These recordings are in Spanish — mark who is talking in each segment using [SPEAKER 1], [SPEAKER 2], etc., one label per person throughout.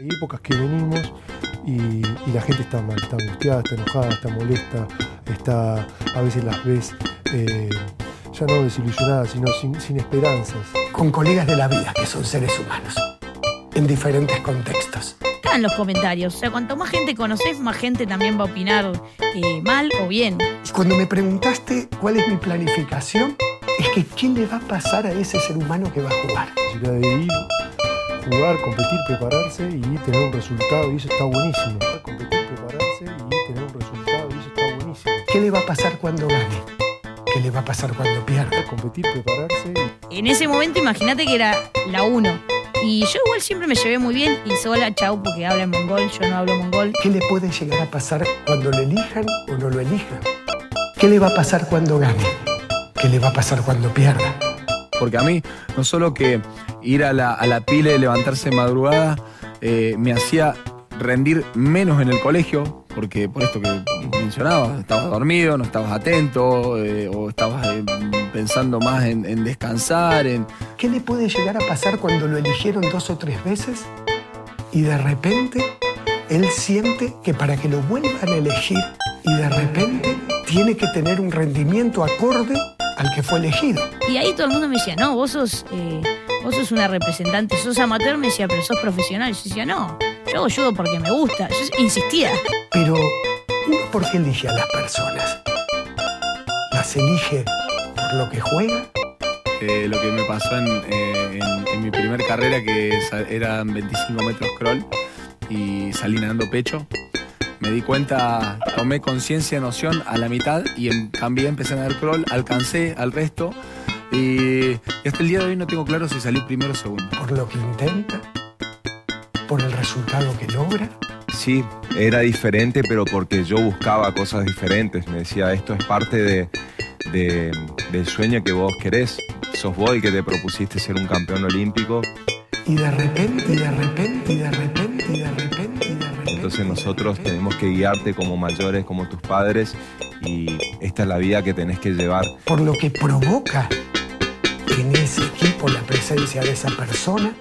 [SPEAKER 1] Hay épocas que venimos y, y la gente está mal, está angustiada, está enojada, está molesta, está a veces las ves eh, ya no desilusionada, sino sin, sin esperanzas.
[SPEAKER 2] con colegas de la vida que son seres humanos, en diferentes contextos.
[SPEAKER 3] Están los comentarios. O sea, cuanto más gente conoces, más gente también va a opinar eh, mal o bien.
[SPEAKER 2] Y cuando me preguntaste cuál es mi planificación, es que qué le va a pasar a ese ser humano que va a jugar.
[SPEAKER 1] Llegar de ir, jugar, competir, prepararse y tener un resultado y eso está buenísimo. Competir, prepararse y tener un resultado y eso está buenísimo.
[SPEAKER 2] ¿Qué le va a pasar cuando gane? ¿Qué le va a pasar cuando pierda?
[SPEAKER 1] Competir, prepararse y
[SPEAKER 3] En ese momento, imagínate que era la 1. Y yo igual siempre me llevé muy bien. Y sola, chau, porque habla en mongol, yo no hablo mongol.
[SPEAKER 2] ¿Qué le puede llegar a pasar cuando lo elijan o no lo elijan? ¿Qué le va a pasar cuando gane? ¿Qué le va a pasar cuando pierda?
[SPEAKER 4] Porque a mí, no solo que ir a la, a la pile, levantarse de madrugada, eh, me hacía rendir menos en el colegio, porque por esto que mencionabas, estabas dormido, no estabas atento, eh, o estabas eh, pensando más en, en descansar, en...
[SPEAKER 2] ¿Qué le puede llegar a pasar cuando lo eligieron dos o tres veces y de repente él siente que para que lo vuelvan a elegir y de repente tiene que tener un rendimiento acorde al que fue elegido?
[SPEAKER 3] Y ahí todo el mundo me decía, no, vos sos, eh, vos sos una representante, sos amateur. Me decía, pero sos profesional. Yo decía, no, yo hago judo porque me gusta. Yo insistía.
[SPEAKER 2] Pero uno porque elige a las personas. Las elige por lo que juega.
[SPEAKER 4] Eh, lo que me pasó en, eh, en- en mi primer carrera, que sa- eran 25 metros crawl, y salí nadando pecho. Me di cuenta, tomé conciencia, noción a la mitad y en- también empecé a nadar crawl, alcancé al resto y hasta el día de hoy no tengo claro si salí primero o segundo.
[SPEAKER 2] por lo que intenta, por el resultado que logra.
[SPEAKER 5] Sí, era diferente, pero porque yo buscaba cosas diferentes. Me decía, esto es parte de, de- del sueño que vos querés. Sos vos el que te propusiste ser un campeón olímpico.
[SPEAKER 2] Y de repente, y de repente, y de repente, y de repente, y de repente.
[SPEAKER 5] Entonces nosotros tenemos que guiarte como mayores, como tus padres. Y esta es la vida que tenés que llevar.
[SPEAKER 2] Por lo que provoca en ese equipo la presencia de esa persona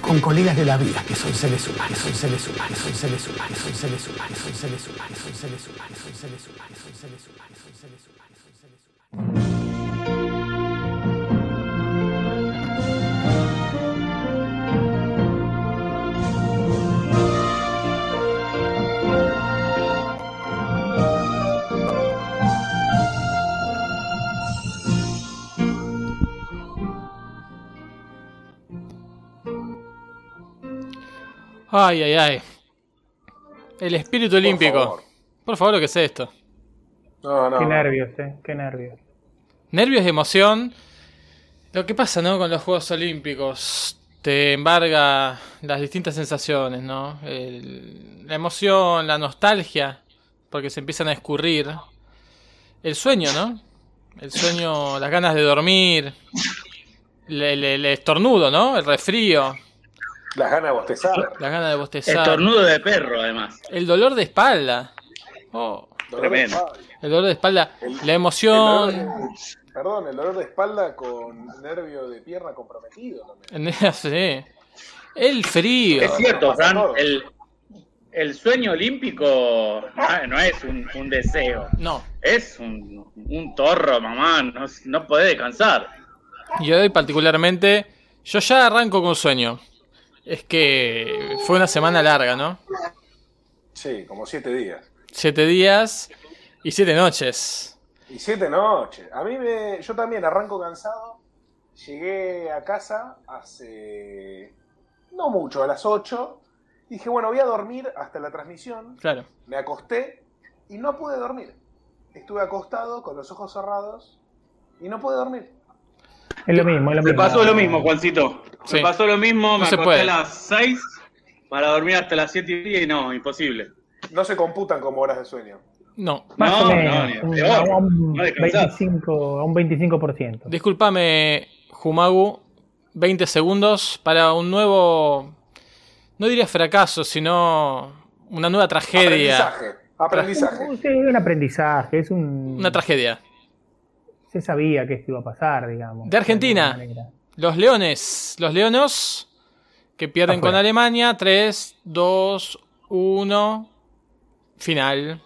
[SPEAKER 2] con colegas de la vida que son seres humanos, son seres humanos, son seres humanos, son seres humanos, son seres humanos, son seres humanos, son seres humanos, son seres humanos, son seres humanos, son seres humanos.
[SPEAKER 6] Ay, ay, ay. El espíritu olímpico. Por favor,
[SPEAKER 7] favor.
[SPEAKER 6] lo que es esto.
[SPEAKER 7] No, no.
[SPEAKER 8] Qué
[SPEAKER 7] no.
[SPEAKER 8] nervios, eh, qué nervios.
[SPEAKER 6] Nervios de emoción. Lo que pasa, ¿no? Con los Juegos Olímpicos. Te embarga las distintas sensaciones, ¿no? El- la emoción, la nostalgia. Porque se empiezan a escurrir. El sueño, ¿no? El sueño, las ganas de dormir. El, el- el estornudo, ¿no? El resfrío.
[SPEAKER 7] Las ganas de bostezar.
[SPEAKER 6] Las ganas de bostezar.
[SPEAKER 9] Estornudo de perro, además.
[SPEAKER 6] El dolor de espalda. Oh.
[SPEAKER 7] Dolor de
[SPEAKER 9] Tremendo.
[SPEAKER 7] espalda.
[SPEAKER 6] El dolor de espalda,
[SPEAKER 7] El-
[SPEAKER 6] la
[SPEAKER 7] El dolor
[SPEAKER 6] emoción.
[SPEAKER 7] de- Perdón, el dolor de espalda con nervio de pierna comprometido también.
[SPEAKER 6] sí. El frío.
[SPEAKER 9] Es cierto,
[SPEAKER 7] nos pasa a
[SPEAKER 9] Fran,
[SPEAKER 7] todos.
[SPEAKER 9] el, el sueño olímpico ah, no, no es un, un deseo.
[SPEAKER 6] No.
[SPEAKER 9] Es un, un torro, mamá. No, no podés descansar.
[SPEAKER 6] Yo hoy particularmente, yo ya arranco con sueño. Es que fue una semana larga, ¿no?
[SPEAKER 7] Sí, como siete días.
[SPEAKER 6] Siete días y siete noches.
[SPEAKER 7] Y siete noches. A mí me. Yo también arranco cansado. Llegué a casa hace. No mucho, a las 8. Dije, bueno, voy a dormir hasta la transmisión.
[SPEAKER 6] Claro.
[SPEAKER 7] Me acosté y no pude dormir. Estuve acostado con los ojos cerrados y no pude dormir.
[SPEAKER 8] Es lo mismo, es lo
[SPEAKER 9] Me
[SPEAKER 8] mismo.
[SPEAKER 9] pasó lo mismo, Juancito.
[SPEAKER 6] Sí.
[SPEAKER 9] Me pasó lo mismo,
[SPEAKER 6] No
[SPEAKER 9] me
[SPEAKER 6] se
[SPEAKER 9] acosté
[SPEAKER 6] puede.
[SPEAKER 9] a las 6 para dormir hasta las 7 y media y no, imposible.
[SPEAKER 7] No se computan como horas de sueño.
[SPEAKER 6] No.
[SPEAKER 8] Más
[SPEAKER 9] no,
[SPEAKER 8] o
[SPEAKER 9] no,
[SPEAKER 8] menos,
[SPEAKER 9] ni
[SPEAKER 8] un-
[SPEAKER 9] peor.
[SPEAKER 8] a un,
[SPEAKER 9] No descansás.
[SPEAKER 8] 25, a un 25%.
[SPEAKER 6] Discúlpame, Jumagu. 20 segundos para un nuevo. No diría fracaso, sino una nueva tragedia.
[SPEAKER 7] Aprendizaje. Aprendizaje.
[SPEAKER 8] Sí, es un aprendizaje, es un...
[SPEAKER 6] Una tragedia.
[SPEAKER 8] se sabía que esto iba a pasar, digamos.
[SPEAKER 6] De Argentina.
[SPEAKER 8] alguna manera.
[SPEAKER 6] Los leones, los leonos, que pierden
[SPEAKER 8] Afuera.
[SPEAKER 6] con Alemania. 3, 2, 1. Final.
[SPEAKER 8] Ganó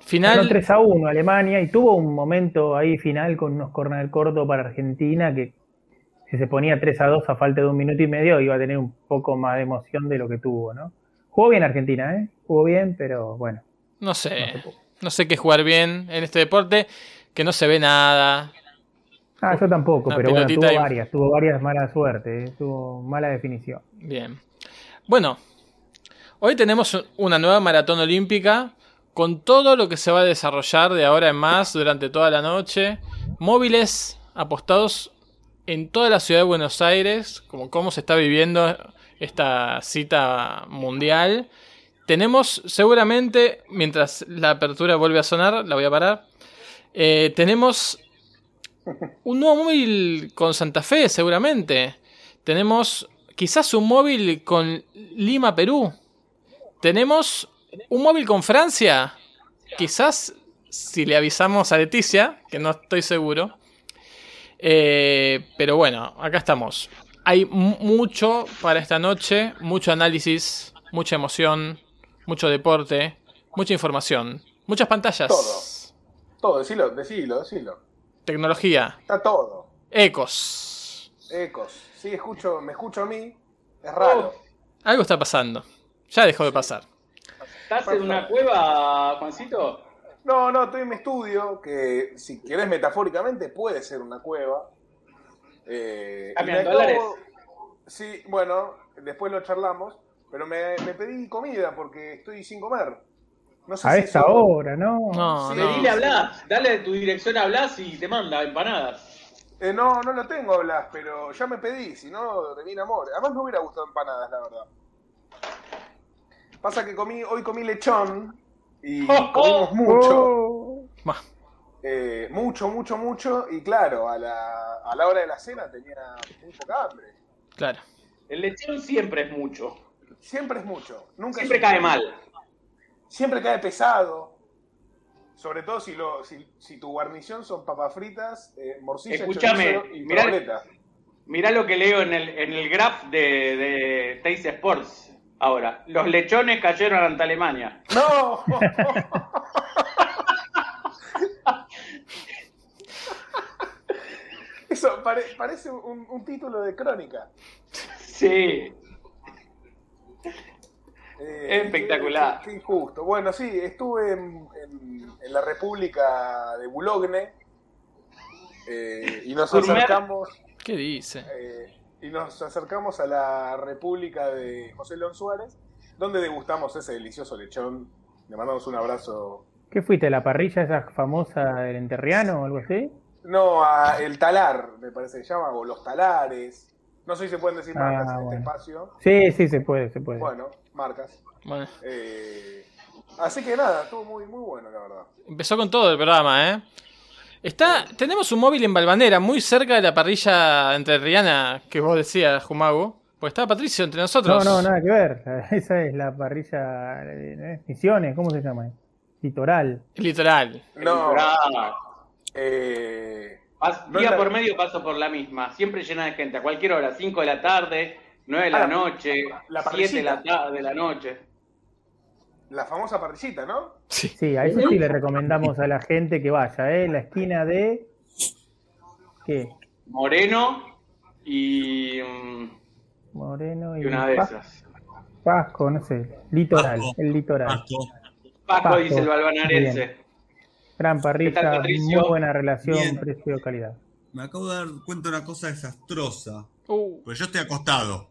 [SPEAKER 6] Final.
[SPEAKER 8] 3 a 1 Alemania y tuvo un momento ahí final con unos corner cortos para Argentina que si se ponía 3 a 2 a falta de un minuto y medio iba a tener un poco más de emoción de lo que tuvo, ¿no? Jugó bien Argentina, ¿eh? Jugó bien, pero bueno.
[SPEAKER 6] No
[SPEAKER 8] no se
[SPEAKER 6] sé.
[SPEAKER 8] pudo.
[SPEAKER 6] No sé qué jugar bien en este deporte. Que no se ve nada.
[SPEAKER 8] Ah, yo tampoco,
[SPEAKER 6] Una
[SPEAKER 8] pero bueno,
[SPEAKER 6] pelotita
[SPEAKER 8] tuvo
[SPEAKER 6] y-
[SPEAKER 8] varias, tuvo varias mala suerte, ¿eh? tuvo mala definición.
[SPEAKER 6] Bien. Bueno, hoy tenemos una nueva maratón olímpica con todo lo que se va a desarrollar de ahora en más durante toda la noche. Móviles apostados en toda la ciudad de Buenos Aires, como cómo se está viviendo esta cita mundial. Tenemos seguramente, mientras la apertura vuelve a sonar, la voy a parar. eh, tenemos un nuevo móvil con Santa Fe, seguramente. Tenemos quizás un móvil con Lima, Perú. Tenemos un móvil con Francia. Quizás si le avisamos a Leticia, que no estoy seguro. Eh, pero bueno, acá estamos. Hay mu- mucho para esta noche, mucho análisis, mucha emoción, mucho deporte, mucha información, muchas pantallas,
[SPEAKER 7] Todo. Todo, decilo, decilo, decilo.
[SPEAKER 6] tecnología,
[SPEAKER 7] Está todo.
[SPEAKER 6] ecos.
[SPEAKER 7] Ecos. Sí, escucho, me escucho a mí. Es raro.
[SPEAKER 6] Algo está pasando. Ya dejó de pasar.
[SPEAKER 9] ¿Estás en una cueva, Juancito?
[SPEAKER 7] No, no, estoy en mi estudio, que si querés metafóricamente puede ser una cueva. Eh,
[SPEAKER 9] Ah,
[SPEAKER 7] y
[SPEAKER 9] mira,
[SPEAKER 7] me
[SPEAKER 9] en dólares.
[SPEAKER 7] Sí, bueno, después lo charlamos, pero me, me pedí comida porque estoy sin comer. No sé
[SPEAKER 8] A
[SPEAKER 7] si
[SPEAKER 8] esta
[SPEAKER 7] eso-
[SPEAKER 8] hora, ¿no?
[SPEAKER 6] No,
[SPEAKER 7] Sí,
[SPEAKER 6] no.
[SPEAKER 9] Dile a Blas, dale tu dirección a Blas y te manda empanadas.
[SPEAKER 7] Eh, no, no lo tengo, Blas, pero ya me pedí, si no, de mi amor. Además me hubiera gustado empanadas, la verdad. Pasa que comí, hoy comí lechón y comimos mucho.
[SPEAKER 8] Oh,
[SPEAKER 6] Bah,
[SPEAKER 7] Eh, mucho, mucho, mucho. Y claro, a la, a la hora de la cena tenía muy poca hambre.
[SPEAKER 6] claro.
[SPEAKER 9] El lechón siempre es mucho.
[SPEAKER 7] Siempre es mucho. Nunca
[SPEAKER 9] Siempre
[SPEAKER 7] es un-
[SPEAKER 9] cae mal.
[SPEAKER 7] Siempre cae pesado. Sobre todo si, lo, si, si tu guarnición son papas fritas, eh, morcilla,
[SPEAKER 9] Escúchame,
[SPEAKER 7] chorizo y
[SPEAKER 9] mirá-
[SPEAKER 7] proboleta.
[SPEAKER 9] Mirá lo que leo en el, en el graph de, de Teis Sports ahora. Los lechones cayeron ante Alemania.
[SPEAKER 7] ¡No! Eso pare- parece un, un título de crónica.
[SPEAKER 9] Sí.
[SPEAKER 7] Eh,
[SPEAKER 9] Espectacular.
[SPEAKER 7] Qué, qué injusto. Bueno, sí, estuve en, en- en la República de Bulogne eh, y nos
[SPEAKER 9] Gourmet.
[SPEAKER 7] acercamos
[SPEAKER 6] ¿Qué dice?
[SPEAKER 7] eh, y nos acercamos a la República de José León Suárez, donde degustamos ese delicioso lechón. Le mandamos un abrazo.
[SPEAKER 8] ¿Qué fuiste? ¿La parrilla esa famosa del enterriano o algo así?
[SPEAKER 7] No, a el talar, me parece que se llama, o los talares. No sé si se pueden decir
[SPEAKER 8] Ah,
[SPEAKER 7] marcas en este
[SPEAKER 8] bueno.
[SPEAKER 7] espacio.
[SPEAKER 8] Sí, sí, se puede, se puede.
[SPEAKER 7] Bueno, marcas.
[SPEAKER 6] Bueno,
[SPEAKER 7] Eh, así que nada, estuvo muy, muy bueno, la verdad.
[SPEAKER 6] empezó con todo el programa, ¿eh? Está, tenemos un móvil en Balvanera, muy cerca de la parrilla entre Rihanna, que vos decías, Jumago. Pues está Patricio entre
[SPEAKER 8] No,
[SPEAKER 6] nosotros.
[SPEAKER 8] no, nada que ver. Esa es la parrilla eh, Misiones, ¿cómo se llama? Litoral.
[SPEAKER 6] Literal.
[SPEAKER 7] No,
[SPEAKER 9] Ah,
[SPEAKER 7] eh,
[SPEAKER 9] pas-
[SPEAKER 7] No
[SPEAKER 9] día
[SPEAKER 7] la-
[SPEAKER 9] por medio paso por la misma. Siempre llena de gente. A cualquier hora. 5 de la tarde, 9 de la
[SPEAKER 7] Ah, la-
[SPEAKER 9] noche,
[SPEAKER 7] la
[SPEAKER 9] 7 de
[SPEAKER 7] parrillita.
[SPEAKER 9] la tarde, de la noche.
[SPEAKER 7] la famosa parrillita, ¿no?
[SPEAKER 8] Sí, a eso sí le recomendamos a la gente que vaya, ¿eh? La esquina de. ¿Qué?
[SPEAKER 9] Moreno y, mm,
[SPEAKER 8] Moreno y.
[SPEAKER 9] y una de
[SPEAKER 8] Pa-
[SPEAKER 9] esas.
[SPEAKER 8] Pasco, no sé. Litoral, el litoral.
[SPEAKER 5] Paco,
[SPEAKER 9] Paco
[SPEAKER 8] Paco.
[SPEAKER 9] dice el balvanarense.
[SPEAKER 8] Gran
[SPEAKER 9] ¿Qué tal,
[SPEAKER 8] parrilla,
[SPEAKER 9] Patricio?
[SPEAKER 8] muy buena relación,
[SPEAKER 5] Bien.
[SPEAKER 8] precio-calidad.
[SPEAKER 5] me acabo de dar cuenta de una cosa desastrosa.
[SPEAKER 6] Uh,
[SPEAKER 5] Porque yo estoy acostado.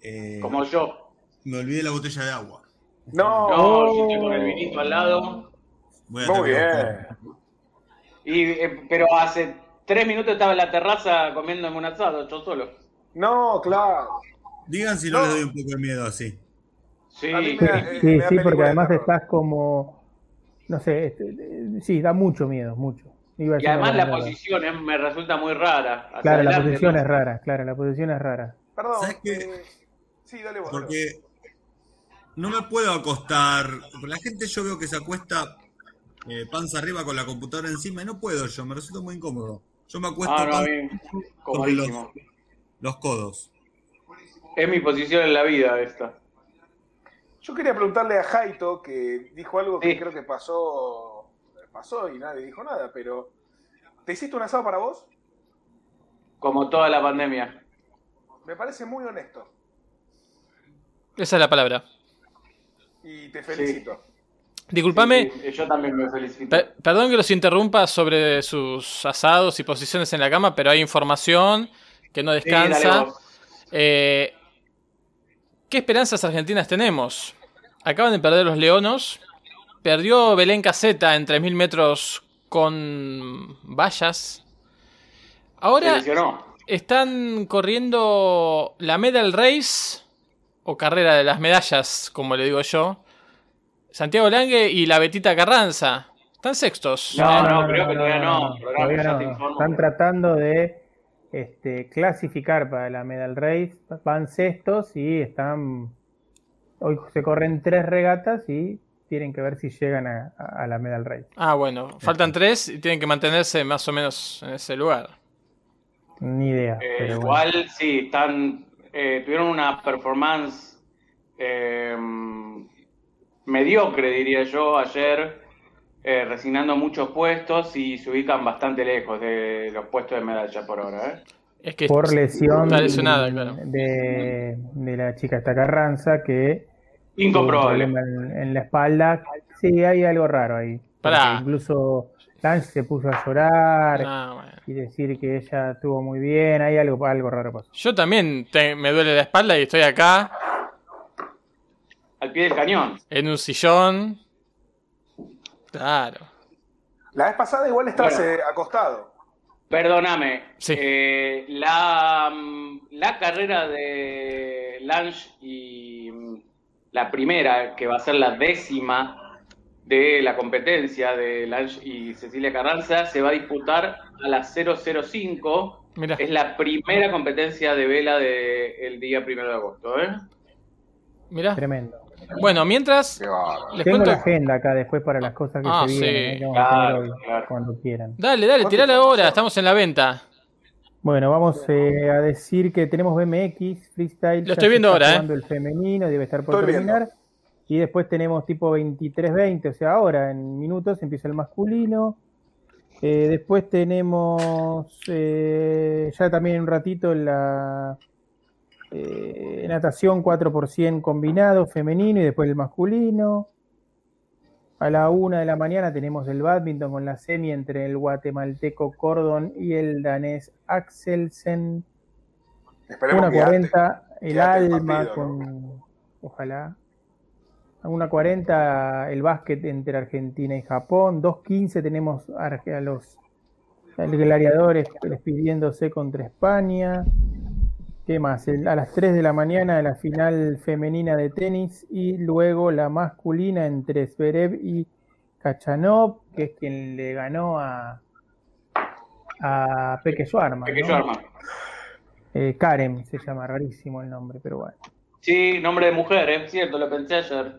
[SPEAKER 5] Eh,
[SPEAKER 9] Como yo.
[SPEAKER 5] Me olvidé la botella de agua.
[SPEAKER 7] No,
[SPEAKER 9] No, yo estoy con el vinito al lado.
[SPEAKER 5] Voy a
[SPEAKER 7] muy
[SPEAKER 5] tener que
[SPEAKER 7] bien.
[SPEAKER 5] buscar.
[SPEAKER 9] Y, eh, pero hace tres minutos estaba en la terraza comiéndome un asado, yo solo.
[SPEAKER 7] No, claro.
[SPEAKER 5] Digan si no,
[SPEAKER 7] No.
[SPEAKER 5] les doy un poco de miedo así.
[SPEAKER 9] Sí,
[SPEAKER 7] A mí
[SPEAKER 8] Sí,
[SPEAKER 7] me- eh,
[SPEAKER 8] sí,
[SPEAKER 7] da
[SPEAKER 8] sí, porque
[SPEAKER 7] película de
[SPEAKER 8] además
[SPEAKER 7] terror.
[SPEAKER 8] estás como. No sé, este, eh, sí, da mucho miedo, mucho. Iba a
[SPEAKER 9] y
[SPEAKER 8] decir
[SPEAKER 9] además
[SPEAKER 8] una
[SPEAKER 9] la
[SPEAKER 8] palabra.
[SPEAKER 9] posición eh, me resulta muy rara. Hacia
[SPEAKER 8] Claro, la
[SPEAKER 9] adelante,
[SPEAKER 8] posición
[SPEAKER 9] ¿no?
[SPEAKER 8] es rara, claro, la posición es rara.
[SPEAKER 7] Perdón.
[SPEAKER 5] ¿Sabes qué?
[SPEAKER 7] eh, sí, dale vos. dale vos.
[SPEAKER 5] Porque no me puedo acostar. porque La gente yo veo que se acuesta eh, panza arriba con la computadora encima y no puedo yo, me resulta muy incómomodo. Yo me acuesto
[SPEAKER 9] Ah, no, a
[SPEAKER 5] pan-
[SPEAKER 9] mí,
[SPEAKER 5] sobre los,
[SPEAKER 9] comodísimo.
[SPEAKER 5] los codos.
[SPEAKER 9] Es mi posición en la vida esta.
[SPEAKER 7] Yo quería preguntarle a Jaito, que dijo algo que
[SPEAKER 9] Sí.
[SPEAKER 7] creo que pasó, pasó y nadie dijo nada, pero ¿te hiciste un asado para vos?
[SPEAKER 9] Como toda la pandemia.
[SPEAKER 7] Me parece muy honesto
[SPEAKER 6] Esa es la palabra.
[SPEAKER 7] y te felicito.
[SPEAKER 6] Disculpame,
[SPEAKER 9] Sí, sí, yo también me felicito.
[SPEAKER 6] Per- Perdón que los interrumpa sobre sus asados y posiciones en la cama, pero hay información que no
[SPEAKER 9] Sí, dale
[SPEAKER 6] descansa.
[SPEAKER 9] vos.
[SPEAKER 6] Eh, ¿Qué esperanzas argentinas tenemos? Acaban de perder los Leonos. Perdió Belén Caseta en 3.000 metros con vallas.
[SPEAKER 9] Se
[SPEAKER 6] Ahora
[SPEAKER 9] lesionó.
[SPEAKER 6] están corriendo la Medal Race, o carrera de las medallas, como le digo yo. Santiago Lange y la Betita Carranza. Están sextos.
[SPEAKER 9] No, no, creo que todavía no. Programa,
[SPEAKER 8] todavía
[SPEAKER 9] ya
[SPEAKER 8] no.
[SPEAKER 9] te informo.
[SPEAKER 8] Están tratando de este, clasificar para la Medal Race. Van sextos y están. Hoy se corren tres regatas y tienen que ver si llegan a, a- a la Medal Race.
[SPEAKER 6] Ah, bueno. Faltan tres y tienen que mantenerse más o menos en ese lugar.
[SPEAKER 8] Ni idea.
[SPEAKER 9] Eh,
[SPEAKER 8] pero bueno.
[SPEAKER 9] igual sí, están, eh, tuvieron una performance eh, mediocre, diría yo, ayer, eh, resignando muchos puestos y se ubican bastante lejos de los puestos de medalla por ahora. ¿eh?
[SPEAKER 6] Es que
[SPEAKER 8] por lesión
[SPEAKER 6] está lesionada, claro.
[SPEAKER 8] de, de la chica esta Carranza que tuvo un
[SPEAKER 9] Incomprobable.
[SPEAKER 8] problema en, en la espalda. Sí, hay algo raro ahí. Porque
[SPEAKER 6] Pará.
[SPEAKER 8] Incluso Lange se puso a llorar
[SPEAKER 6] Ah, bueno.
[SPEAKER 8] y decir que ella estuvo muy bien. Hay algo, algo raro pasó.
[SPEAKER 6] Yo también te- me duele la espalda y estoy acá
[SPEAKER 9] Al pie del cañón.
[SPEAKER 6] en un sillón. Claro.
[SPEAKER 7] La vez pasada igual estabas
[SPEAKER 9] Bueno.
[SPEAKER 7] eh, acostado.
[SPEAKER 9] Perdóname.
[SPEAKER 6] Sí.
[SPEAKER 9] eh, la, mm, la carrera de Lange y mm, la primera, que va a ser la décima de la competencia de Lange y Cecilia Carranza, se va a disputar a las 005.
[SPEAKER 6] Mira.
[SPEAKER 9] Es la primera competencia de vela del día primero de agosto. ¿eh?
[SPEAKER 6] Mirá.
[SPEAKER 8] Tremendo.
[SPEAKER 6] Bueno, mientras
[SPEAKER 7] Qué bárbaro.
[SPEAKER 6] les
[SPEAKER 8] Tengo
[SPEAKER 6] cuento.
[SPEAKER 8] la agenda acá después para las cosas que
[SPEAKER 6] Ah,
[SPEAKER 8] se
[SPEAKER 6] sí.
[SPEAKER 8] vienen. ¿eh? que vamos a
[SPEAKER 9] Claro,
[SPEAKER 8] tener hoy,
[SPEAKER 9] claro.
[SPEAKER 8] Cuando quieran.
[SPEAKER 6] Dale, dale, tirala ahora. Estamos en la venta.
[SPEAKER 8] Bueno, vamos eh, a decir que tenemos BMX, freestyle.
[SPEAKER 6] Lo
[SPEAKER 8] ya
[SPEAKER 6] estoy
[SPEAKER 8] se
[SPEAKER 6] viendo
[SPEAKER 8] está
[SPEAKER 6] ahora, ¿eh?
[SPEAKER 8] jugando el femenino, debe estar por
[SPEAKER 7] Estoy
[SPEAKER 8] terminar. Y después tenemos tipo 23-20, o sea, ahora en minutos empieza el masculino. Eh, después tenemos eh, ya también en un ratito la eh, natación 4% combinado, femenino y después el masculino. A la una de la mañana tenemos el badminton con la semi entre el guatemalteco Cordon y el danés Axelsen.
[SPEAKER 7] Esperemos que antes.
[SPEAKER 8] 1.40 el
[SPEAKER 7] quedate el
[SPEAKER 8] alma
[SPEAKER 7] partido,
[SPEAKER 8] con. Ojalá. A 1.40 el básquet entre Argentina y Japón. 2.15 tenemos a, a los a los gladiadores despidiéndose contra España. ¿Qué más? El- a las 3 de la mañana la final femenina de tenis y luego la masculina entre Zverev y Kachanov, que es quien le ganó a, a Peque Schwarman, ¿no?
[SPEAKER 9] Pequeño arma.
[SPEAKER 8] Eh, Karen se llama, rarísimo el nombre, pero bueno.
[SPEAKER 9] Sí, nombre de mujer, es cierto, lo pensé ayer.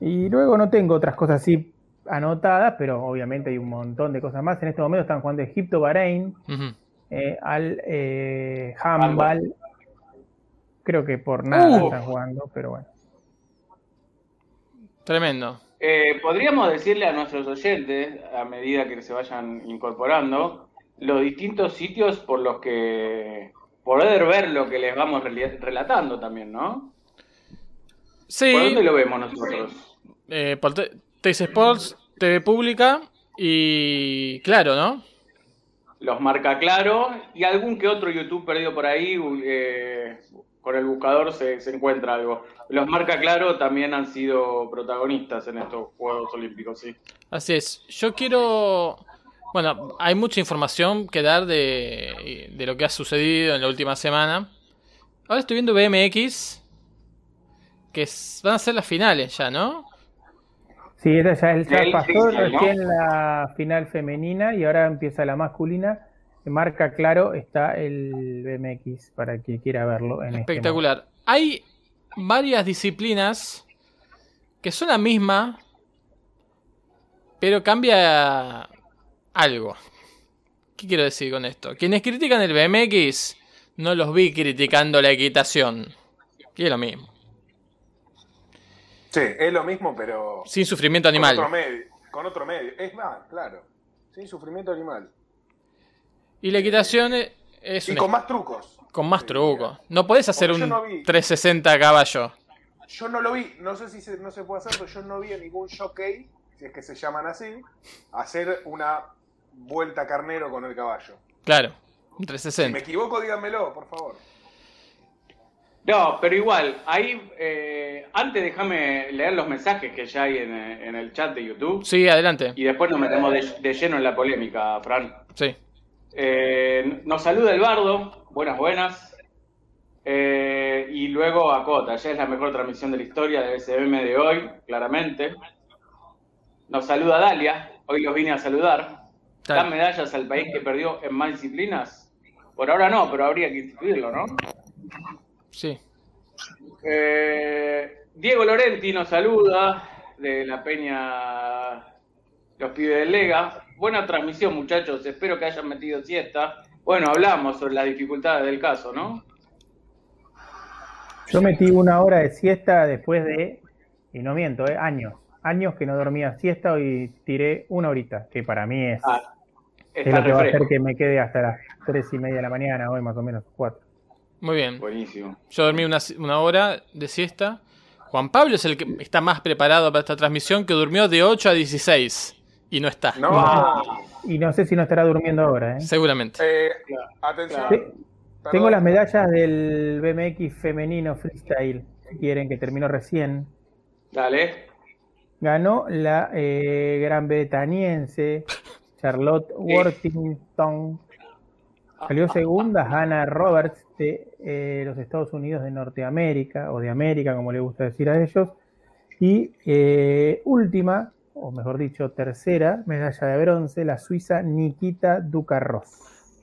[SPEAKER 8] Y luego no tengo otras cosas así anotadas, pero obviamente hay un montón de cosas más. En este momento están jugando Egipto, Bahrein,
[SPEAKER 6] Ujú.
[SPEAKER 8] eh, al eh, handball. Creo que por nada
[SPEAKER 9] Uh.
[SPEAKER 8] están jugando, pero bueno.
[SPEAKER 6] Tremendo.
[SPEAKER 9] Eh, podríamos decirle a nuestros oyentes, a medida que se vayan incorporando, los distintos sitios por los que poder ver lo que les vamos reli- relatando también, ¿no? ¿Por
[SPEAKER 6] Sí,
[SPEAKER 9] dónde lo vemos nosotros?
[SPEAKER 6] eh, por Te- Teis Sports, TV Pública y. Claro, ¿no?
[SPEAKER 9] Los marca claro y algún que otro YouTube perdido por ahí, u- eh, con el buscador se, se encuentra algo. Los marca claro también han sido protagonistas en estos Juegos Olímpicos, sí.
[SPEAKER 6] Así es. Yo quiero. Bueno, hay mucha información que dar de, de lo que ha sucedido en la última semana. Ahora estoy viendo BMX. Que es- van a ser las finales ya, ¿no?
[SPEAKER 8] Sí, esta ya, ya
[SPEAKER 9] Del
[SPEAKER 8] pasó
[SPEAKER 9] freestyle, ¿no?
[SPEAKER 8] recién la final femenina y ahora empieza la masculina. Marca claro está el BMX para quien quiera verlo. En este
[SPEAKER 6] Espectacular. Hay varias disciplinas que son la misma, pero cambia algo. ¿Qué quiero decir con esto? Quienes critican el BMX no los vi criticando la equitación. Y es lo mismo.
[SPEAKER 7] Sí, es lo mismo, pero.
[SPEAKER 6] Sin sufrimiento animal.
[SPEAKER 7] Con otro medio. Con otro medio. Es más, claro. Sin sufrimiento animal.
[SPEAKER 6] Y la equitación es- es
[SPEAKER 7] y
[SPEAKER 6] un-
[SPEAKER 7] con más trucos.
[SPEAKER 6] con más truco. No podés hacer
[SPEAKER 7] Porque
[SPEAKER 6] un
[SPEAKER 7] yo no vi.
[SPEAKER 6] 360 a caballo.
[SPEAKER 7] Yo no lo vi, no sé si se- no se puede hacer, pero yo no vi a ningún jockey, si es que se llaman así, hacer una vuelta carnero con el caballo.
[SPEAKER 6] Claro, un
[SPEAKER 7] Si me
[SPEAKER 6] 360.
[SPEAKER 7] equivoco, díganmelo, por favor.
[SPEAKER 9] No, pero igual, ahí, eh, antes déjame leer los mensajes que ya hay en, eh, en el chat de YouTube
[SPEAKER 6] Sí, adelante.
[SPEAKER 9] y después nos metemos de, de lleno en la polémica, Fran.
[SPEAKER 6] Sí.
[SPEAKER 9] Eh, nos saluda el bardo, buenas, buenas. Eh, y luego acota, ya es la mejor transmisión de la historia de SBM de hoy, claramente. Nos saluda Dalia, hoy los vine a saludar.
[SPEAKER 6] Tal.
[SPEAKER 9] ¿Dan medallas al país que perdió en más disciplinas? Por ahora no, pero habría que instituirlo, ¿no?
[SPEAKER 6] Sí.
[SPEAKER 9] Eh, Diego Lorenti nos saluda de la Peña Los Pibes del Lega. Buena transmisión, muchachos. Espero que hayan metido siesta. Bueno, hablamos sobre las dificultades del caso, ¿no?
[SPEAKER 8] Yo metí una hora de siesta después de, y no miento, eh, años. Años que no dormía siesta y tiré una horita, que para mí es,
[SPEAKER 9] Ah,
[SPEAKER 8] es
[SPEAKER 9] Está
[SPEAKER 8] lo que va a hacer
[SPEAKER 9] refresco.
[SPEAKER 8] que me quede hasta las tres y media de la mañana, hoy más o menos, cuatro.
[SPEAKER 6] Muy bien.
[SPEAKER 9] Buenísimo.
[SPEAKER 6] Yo dormí una, una hora de siesta. Juan Pablo es el que está más preparado para esta transmisión, que durmió de 8 a 16. Y no está.
[SPEAKER 7] No,
[SPEAKER 8] Y no sé si no estará durmiendo ahora. ¿eh?
[SPEAKER 6] Seguramente.
[SPEAKER 7] eh, atención.
[SPEAKER 8] Te-
[SPEAKER 7] perdón.
[SPEAKER 8] tengo las medallas del BMX femenino freestyle, si quieren, que terminó recién.
[SPEAKER 9] Dale.
[SPEAKER 8] Ganó la eh, gran bretaniense Charlotte Worthington. Salió segunda Hannah Roberts de eh, los Estados Unidos de Norteamérica, o de América, como le gusta decir a ellos. Y eh, última, o mejor dicho, tercera medalla de bronce, la suiza Nikita Ducarroz.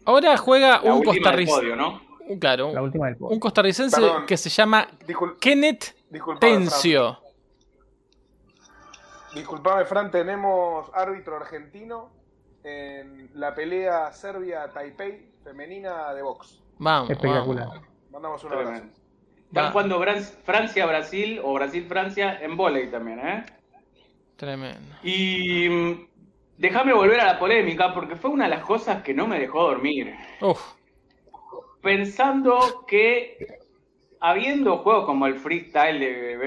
[SPEAKER 6] Ahora juega
[SPEAKER 9] La
[SPEAKER 6] un
[SPEAKER 9] última del
[SPEAKER 6] costarricense. Uh,
[SPEAKER 9] podio, ¿no?
[SPEAKER 6] Claro,
[SPEAKER 8] La
[SPEAKER 6] un,
[SPEAKER 8] última del podio.
[SPEAKER 6] un costarricense
[SPEAKER 7] Perdón.
[SPEAKER 6] que se llama
[SPEAKER 7] Discul-
[SPEAKER 6] Kenneth
[SPEAKER 7] disculpame, Fran.
[SPEAKER 6] Tencio.
[SPEAKER 7] Disculpame, Fran, tenemos árbitro argentino en la pelea Serbia-Taipei femenina de box.
[SPEAKER 6] Vamos.
[SPEAKER 8] Espectacular.
[SPEAKER 6] vamos.
[SPEAKER 7] Mandamos un abrazo.
[SPEAKER 9] Tremendo. Están
[SPEAKER 6] Va.
[SPEAKER 9] jugando Bran- Francia-Brasil o Brasil-Francia en volei también, ¿eh?
[SPEAKER 6] Tremendo.
[SPEAKER 9] Y mm, déjame volver a la polémica porque fue una de las cosas que no me dejó dormir.
[SPEAKER 6] Uf,
[SPEAKER 9] pensando que habiendo juegos como el freestyle de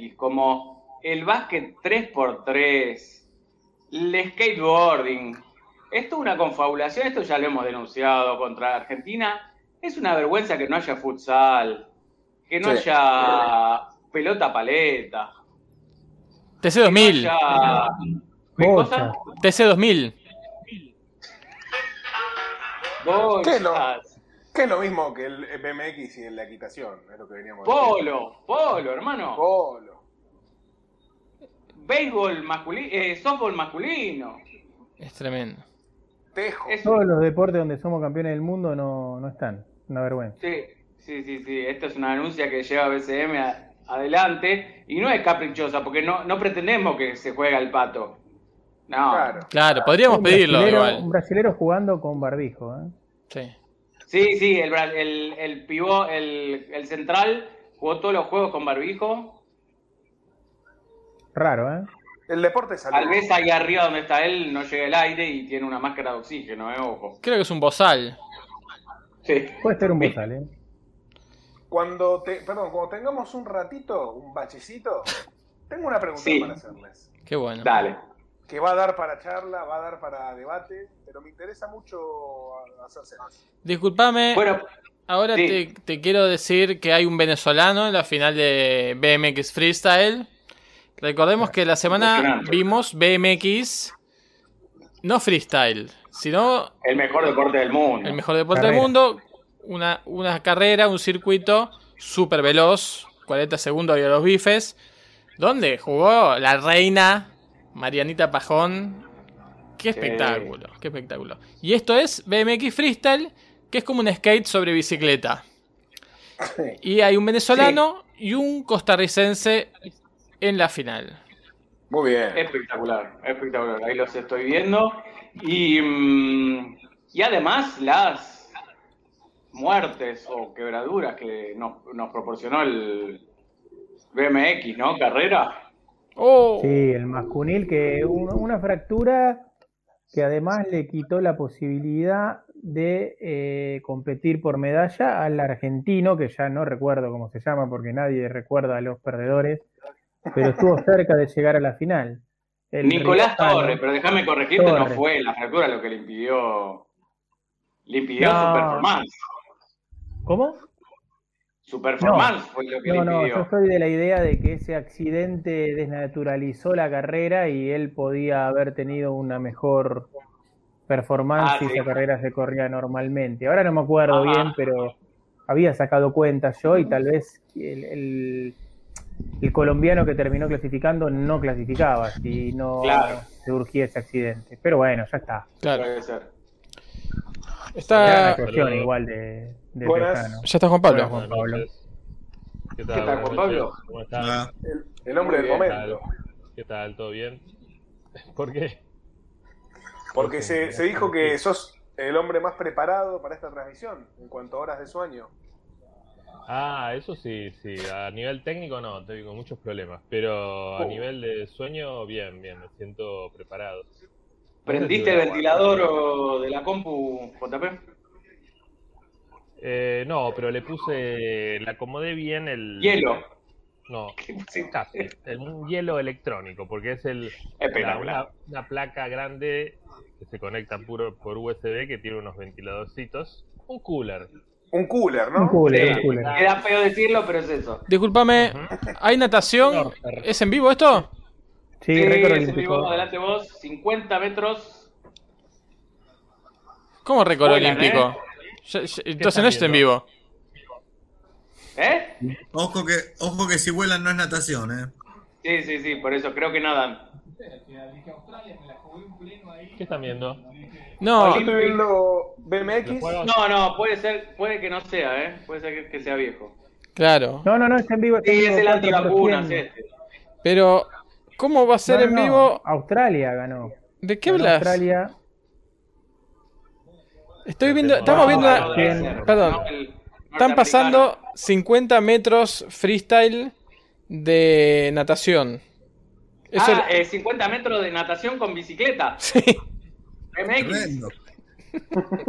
[SPEAKER 9] BMX, como el básquet 3x3, el skateboarding, esto es una confabulación, esto ya lo hemos denunciado contra Argentina, es una vergüenza que no haya futsal, que no
[SPEAKER 7] Sí.
[SPEAKER 9] haya pelota paleta, que no
[SPEAKER 6] TC2000.
[SPEAKER 9] haya... ¿Qué
[SPEAKER 8] Bocha.
[SPEAKER 9] cosa?
[SPEAKER 6] TC2000.
[SPEAKER 7] ¿Qué no?
[SPEAKER 9] Bochas.
[SPEAKER 7] Que es lo mismo que el BMX y la equitación, es lo que veníamos diciendo.
[SPEAKER 9] Polo, polo, hermano.
[SPEAKER 7] Polo.
[SPEAKER 9] béisbol masculino, eh, softball masculino.
[SPEAKER 6] Es tremendo.
[SPEAKER 7] Tejo.
[SPEAKER 9] Es-
[SPEAKER 8] Todos los deportes donde somos campeones del mundo no, no están. Una vergüenza.
[SPEAKER 9] sí, sí, sí, sí, esta es una denuncia que lleva BCM a- adelante y no es caprichosa porque no, no pretendemos que se juegue al pato. No.
[SPEAKER 7] Claro.
[SPEAKER 6] Claro, podríamos
[SPEAKER 8] Un
[SPEAKER 6] pedirlo
[SPEAKER 8] brasilero-
[SPEAKER 6] igual.
[SPEAKER 8] Un brasilero jugando con barbijo. ¿eh?
[SPEAKER 6] Sí.
[SPEAKER 9] Sí, sí, el, bra- el, el pivot, el, el central jugó todos los juegos con barbijo.
[SPEAKER 8] Raro, ¿eh?
[SPEAKER 7] El deporte es salud.
[SPEAKER 9] Tal vez ahí arriba donde está él no llega el aire y tiene una máscara de oxígeno, eh, ojo.
[SPEAKER 6] Creo que es un bozal.
[SPEAKER 9] Sí.
[SPEAKER 8] Puede ser un bozal, ¿eh?
[SPEAKER 7] Cuando te, perdón, cuando tengamos un ratito, un bachecito, tengo una pregunta
[SPEAKER 9] Sí.
[SPEAKER 7] para hacerles.
[SPEAKER 6] Qué bueno.
[SPEAKER 9] Dale.
[SPEAKER 7] Que va a dar para charla, va a dar para debate, pero me interesa mucho hacerse más.
[SPEAKER 6] Disculpame.
[SPEAKER 9] Bueno,
[SPEAKER 6] Ahora
[SPEAKER 9] Sí.
[SPEAKER 6] te, te quiero decir que hay un venezolano en la final de BMX Freestyle. Recordemos que la semana
[SPEAKER 9] Impresionante.
[SPEAKER 6] vimos BMX, no freestyle, sino
[SPEAKER 9] el mejor deporte del mundo.
[SPEAKER 6] el mejor deporte del
[SPEAKER 8] Carrera.
[SPEAKER 6] mundo, una, una carrera, un circuito súper veloz, 40 segundos y a los bifes, donde jugó la reina Marianita Pajón. Qué
[SPEAKER 9] Sí.
[SPEAKER 6] espectáculo, qué espectáculo. Y esto es BMX Freestyle, que es como un skate sobre bicicleta. Y hay un venezolano y un costarricense en la final.
[SPEAKER 7] Muy bien.
[SPEAKER 9] Espectacular, espectacular. Ahí los estoy viendo. Y, mm, y además las muertes o quebraduras que nos, nos proporcionó el BMX, ¿no? Carrera.
[SPEAKER 10] Oh,
[SPEAKER 8] Sí, el masculil, que un- una fractura que además le quitó la posibilidad de eh, competir por medalla al argentino, que ya no recuerdo cómo se llama porque nadie recuerda a los perdedores, pero estuvo cerca de llegar a la final. El
[SPEAKER 9] Nicolás
[SPEAKER 8] riojano,
[SPEAKER 9] Torres, pero déjame corregirte, no
[SPEAKER 8] Torres.
[SPEAKER 9] fue la fractura lo que le impidió. Le impidió
[SPEAKER 8] No.
[SPEAKER 9] su performance.
[SPEAKER 8] ¿Cómo?
[SPEAKER 9] Su performance fue lo que
[SPEAKER 8] No,
[SPEAKER 9] le
[SPEAKER 8] no,
[SPEAKER 9] impidió.
[SPEAKER 8] yo soy de la idea de que ese accidente desnaturalizó la carrera y él podía haber tenido una mejor performance
[SPEAKER 9] Ah,
[SPEAKER 8] si
[SPEAKER 9] sí.
[SPEAKER 8] esa carrera se corría normalmente. Ahora no me acuerdo
[SPEAKER 9] Ajá.
[SPEAKER 8] bien, pero había sacado cuenta yo y tal vez el, el- el colombiano que terminó clasificando no clasificaba si no
[SPEAKER 9] Claro.
[SPEAKER 8] surgía ese accidente. Pero bueno, ya está.
[SPEAKER 10] claro.
[SPEAKER 9] Puede ser.
[SPEAKER 8] Era una
[SPEAKER 10] Está,
[SPEAKER 8] actuación igual de, de
[SPEAKER 7] Buenas.
[SPEAKER 8] Tejano.
[SPEAKER 10] ya está Juan
[SPEAKER 8] Hola,
[SPEAKER 10] Pablo.
[SPEAKER 8] Juan Pablo.
[SPEAKER 11] ¿Qué
[SPEAKER 9] ¿Qué tal, Juan Pablo?
[SPEAKER 11] ¿Cómo
[SPEAKER 5] Ah,
[SPEAKER 7] El, el hombre del
[SPEAKER 9] Muy bien,
[SPEAKER 7] momento.
[SPEAKER 11] ¿Qué tal? ¿Todo bien? ¿Por qué?
[SPEAKER 7] Porque se, se dijo que sos el hombre más preparado para esta transmisión en cuanto a horas de sueño.
[SPEAKER 11] Ah, eso sí, sí. A nivel técnico no, tengo muchos problemas. Pero a
[SPEAKER 7] Oh.
[SPEAKER 11] nivel de sueño, bien, bien. Me siento preparado.
[SPEAKER 9] ¿Prendiste el ventilador o de la compu, JP?
[SPEAKER 11] Eh, no, pero le puse, le acomodé bien el...
[SPEAKER 9] Hielo.
[SPEAKER 11] No, casi, el- un hielo electrónico, porque es el, la-
[SPEAKER 9] Espectacular.
[SPEAKER 11] una, una placa grande que se conecta puro por USB que tiene unos ventiladorcitos, un cooler.
[SPEAKER 7] Un cooler, ¿no?
[SPEAKER 8] Un cooler,
[SPEAKER 9] Sí.
[SPEAKER 8] un cooler.
[SPEAKER 9] Queda feo decirlo, pero es eso.
[SPEAKER 10] Disculpame, ¿hay natación? ¿Es en vivo esto?
[SPEAKER 8] Sí,
[SPEAKER 9] Sí,
[SPEAKER 8] récord
[SPEAKER 9] se
[SPEAKER 8] olímpico.
[SPEAKER 9] vivo, adelante vos, 50 metros.
[SPEAKER 10] ¿Cómo récord
[SPEAKER 9] Vuelan,
[SPEAKER 10] olímpico? Ya- ya- Entonces
[SPEAKER 11] están
[SPEAKER 10] no es en este.
[SPEAKER 11] viendo?
[SPEAKER 10] vivo.
[SPEAKER 9] ¿Eh?
[SPEAKER 5] Ojo que, ojo que si vuelan no es natación, ¿eh?
[SPEAKER 9] Sí, sí, sí, por eso creo que nadan.
[SPEAKER 11] ¿Qué están viendo?
[SPEAKER 10] No,
[SPEAKER 7] Yo estoy viendo BMX.
[SPEAKER 11] juegos?
[SPEAKER 9] No, no, puede ser, puede que no sea, ¿eh? Puede ser que, que sea viejo.
[SPEAKER 10] claro.
[SPEAKER 8] No, no, no, está en vivo. está en
[SPEAKER 9] Sí,
[SPEAKER 8] vivo,
[SPEAKER 9] es el
[SPEAKER 8] 4%.
[SPEAKER 9] antivacunas este.
[SPEAKER 10] Pero, ¿cómo va a ser
[SPEAKER 8] No,
[SPEAKER 10] en
[SPEAKER 8] no, no,
[SPEAKER 10] vivo?
[SPEAKER 8] Australia ganó.
[SPEAKER 10] ¿De qué
[SPEAKER 8] Ganó
[SPEAKER 10] hablas?
[SPEAKER 8] Australia.
[SPEAKER 10] Estoy viendo, estamos
[SPEAKER 11] No,
[SPEAKER 10] viendo,
[SPEAKER 9] Este, No,
[SPEAKER 10] una-
[SPEAKER 9] no debe ser,
[SPEAKER 10] perdón.
[SPEAKER 9] no, el
[SPEAKER 10] están
[SPEAKER 9] norteamericano.
[SPEAKER 10] pasando 50 metros freestyle de natación. Eso,
[SPEAKER 9] ah, eh, 50 metros de natación con bicicleta.
[SPEAKER 10] sí,
[SPEAKER 9] MX.
[SPEAKER 5] Tremendo.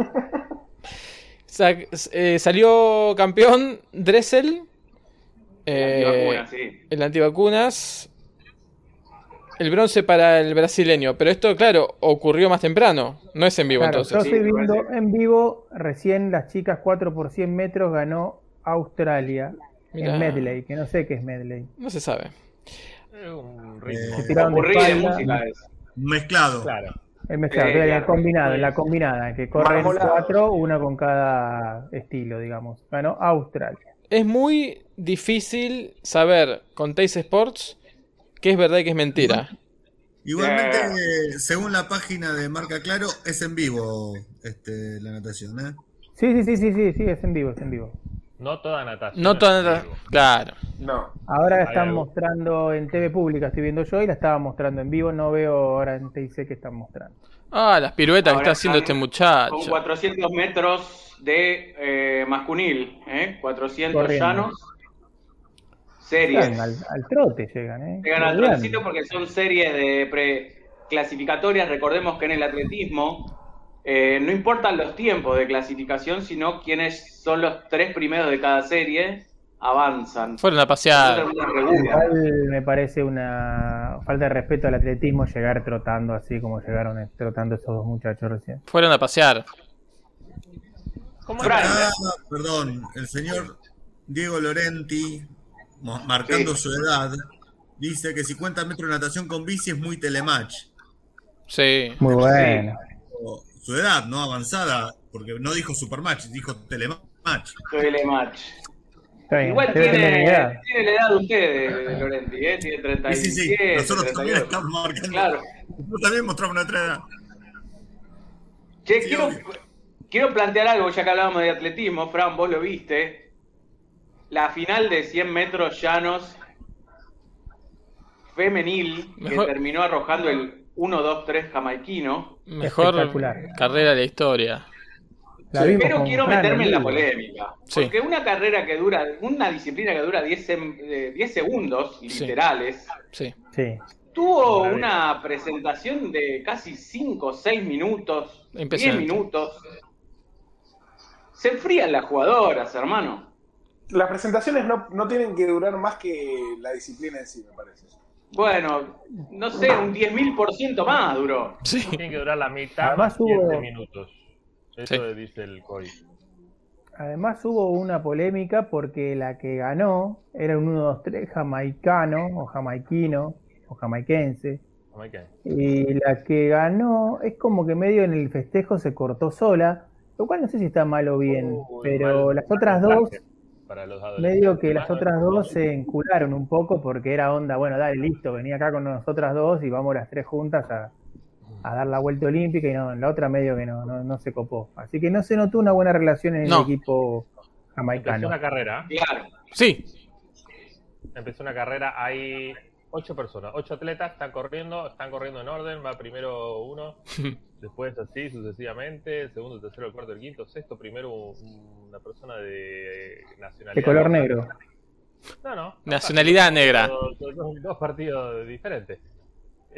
[SPEAKER 10] Sa- eh, salió campeón Dressel, eh,
[SPEAKER 9] Antivacunas, sí.
[SPEAKER 10] el antivacunas, el bronce para el brasileño. Pero esto, claro, ocurrió más temprano, no es en vivo
[SPEAKER 8] Claro, yo
[SPEAKER 10] entonces.
[SPEAKER 9] sí,
[SPEAKER 8] estoy
[SPEAKER 9] me
[SPEAKER 8] viendo
[SPEAKER 9] parece.
[SPEAKER 8] en vivo recién las chicas 4 por 100 metros ganó Australia
[SPEAKER 10] Mirá.
[SPEAKER 8] en medley, que no sé qué es medley.
[SPEAKER 10] No se sabe.
[SPEAKER 11] Es un
[SPEAKER 5] Eh,
[SPEAKER 11] ritmo.
[SPEAKER 8] Se tiraron de
[SPEAKER 9] Aburrida de
[SPEAKER 8] espalda.
[SPEAKER 9] música es.
[SPEAKER 5] Mezclado.
[SPEAKER 11] Claro.
[SPEAKER 8] Es mezclado,
[SPEAKER 9] Sí,
[SPEAKER 10] Eh,
[SPEAKER 8] claro,
[SPEAKER 9] claro.
[SPEAKER 8] la combinada, la combinada, que corren
[SPEAKER 7] Marmolado.
[SPEAKER 8] cuatro, una con cada estilo, digamos. Ganó Australia.
[SPEAKER 10] Es muy difícil saber con Tays Sports qué es verdad y qué es mentira.
[SPEAKER 5] Igualmente, eh, según la página de Marca Claro, es en vivo este, la natación, ¿eh?
[SPEAKER 8] Sí, sí, sí, sí, sí, sí, es en vivo, es en vivo.
[SPEAKER 11] No toda natación.
[SPEAKER 10] No toda
[SPEAKER 11] es
[SPEAKER 10] nata-
[SPEAKER 11] vivo.
[SPEAKER 10] Claro.
[SPEAKER 7] No.
[SPEAKER 8] Ahora la
[SPEAKER 11] Hay
[SPEAKER 8] están
[SPEAKER 11] algo.
[SPEAKER 8] mostrando en TV pública, estoy viendo yo, y la estaba mostrando en vivo, no veo ahora en TIC que están mostrando.
[SPEAKER 10] Ah, las piruetas que
[SPEAKER 9] Ahora
[SPEAKER 10] está haciendo este
[SPEAKER 9] están Con
[SPEAKER 10] muchacho.
[SPEAKER 9] 400 metros de eh, masculil, ¿eh? 400
[SPEAKER 8] Corriendo.
[SPEAKER 9] llanos.
[SPEAKER 8] Llegan
[SPEAKER 9] Series.
[SPEAKER 8] al, al trote, llegan, ¿eh?
[SPEAKER 9] Llegan al
[SPEAKER 8] Rodeando.
[SPEAKER 9] trocito porque son series de pre- clasificatorias. Recordemos que en el atletismo eh, no importan los tiempos de clasificación, sino quiénes son los tres primeros de cada serie avanzan.
[SPEAKER 10] Fueron a pasear.
[SPEAKER 9] Nosotros tenemos una regula.
[SPEAKER 8] Igual me parece una falta de respeto al atletismo llegar trotando así como llegaron trotando esos dos muchachos recién.
[SPEAKER 10] Fueron a pasear.
[SPEAKER 11] ¿Cómo
[SPEAKER 9] Fran,
[SPEAKER 11] era?
[SPEAKER 5] Ah, perdón, el señor Diego Lorenti, mo- marcando
[SPEAKER 9] Sí.
[SPEAKER 5] su edad, dice que 50 metros de natación con bici es muy telematch.
[SPEAKER 10] Sí.
[SPEAKER 8] Muy bueno.
[SPEAKER 5] O Su edad, ¿no? Avanzada, porque no dijo supermatch, dijo telematch.
[SPEAKER 9] Telematch.
[SPEAKER 8] Está bien,
[SPEAKER 9] Igual
[SPEAKER 8] debe
[SPEAKER 9] tiene,
[SPEAKER 8] tener edad.
[SPEAKER 9] tiene la edad de ustedes, Lorenti, ¿eh?
[SPEAKER 5] Sí, sí,
[SPEAKER 9] tiene
[SPEAKER 5] sí,
[SPEAKER 9] 37,
[SPEAKER 5] nosotros también
[SPEAKER 9] 38.
[SPEAKER 5] estamos marcando.
[SPEAKER 9] Claro.
[SPEAKER 5] Nosotros también mostramos nuestra edad.
[SPEAKER 9] Che,
[SPEAKER 5] Sí,
[SPEAKER 9] quiero,
[SPEAKER 5] obvio.
[SPEAKER 9] quiero plantear algo, ya que hablábamos de atletismo, Fran, vos lo viste. La final de 100 metros llanos femenil,
[SPEAKER 10] Mejor-
[SPEAKER 9] que terminó arrojando el 1-2-3 jamaiquino.
[SPEAKER 10] Mejor
[SPEAKER 8] Espectacular.
[SPEAKER 10] carrera de la historia.
[SPEAKER 12] La vimos
[SPEAKER 9] Pero
[SPEAKER 12] con
[SPEAKER 9] quiero
[SPEAKER 12] Fran,
[SPEAKER 9] meterme en la
[SPEAKER 12] amigo.
[SPEAKER 9] polémica.
[SPEAKER 10] Sí.
[SPEAKER 9] Porque una carrera que dura, una disciplina que dura 10 sem- eh, 10 segundos literales,
[SPEAKER 10] Sí.
[SPEAKER 8] Sí.
[SPEAKER 9] tuvo una presentación de casi 5 o 6 minutos, 10
[SPEAKER 10] Impresionante.
[SPEAKER 9] minutos. Se enfrían las jugadoras, hermano.
[SPEAKER 7] Las presentaciones no, no tienen que durar más que la disciplina en sí, me parece.
[SPEAKER 9] Bueno, no sé, un 10.000% más duró.
[SPEAKER 10] Sí.
[SPEAKER 11] Tiene que durar la mitad
[SPEAKER 8] Además hubo-
[SPEAKER 11] 7 minutos. Eso
[SPEAKER 10] Sí.
[SPEAKER 11] dice el COI.
[SPEAKER 8] Además hubo una polémica porque la que ganó era un 1-2-3 jamaicano o jamaiquino o jamaiquense.
[SPEAKER 11] Jamaica.
[SPEAKER 8] Y la que ganó es como que medio en el festejo se cortó sola, lo cual no sé si está mal o bien,
[SPEAKER 11] Uy,
[SPEAKER 8] pero
[SPEAKER 11] mal-
[SPEAKER 8] las
[SPEAKER 11] mal
[SPEAKER 8] otras dos,
[SPEAKER 11] mensaje para los adolescentes.
[SPEAKER 8] medio que las
[SPEAKER 11] Mal
[SPEAKER 8] otras dos
[SPEAKER 11] mensaje.
[SPEAKER 8] se encularon un poco porque era onda, bueno, dale, listo, vení acá con nosotras dos y vamos las tres juntas a, a dar la vuelta olímpica y no, la otra medio que no, no, no se copó. Así que no se notó una buena relación en
[SPEAKER 10] No.
[SPEAKER 8] el equipo
[SPEAKER 11] Empezó
[SPEAKER 8] jamaicano.
[SPEAKER 11] una carrera.
[SPEAKER 9] Claro.
[SPEAKER 10] Sí.
[SPEAKER 11] Empezó una carrera. Hay ocho personas, ocho atletas están corriendo, están corriendo en orden. Va primero uno, después así sucesivamente, el segundo, el tercero, el cuarto, el quinto, sexto, primero un- una persona de nacionalidad
[SPEAKER 8] De color negro.
[SPEAKER 11] No, no.
[SPEAKER 10] Nacionalidad negra.
[SPEAKER 11] Dos, dos- dos partidos diferentes.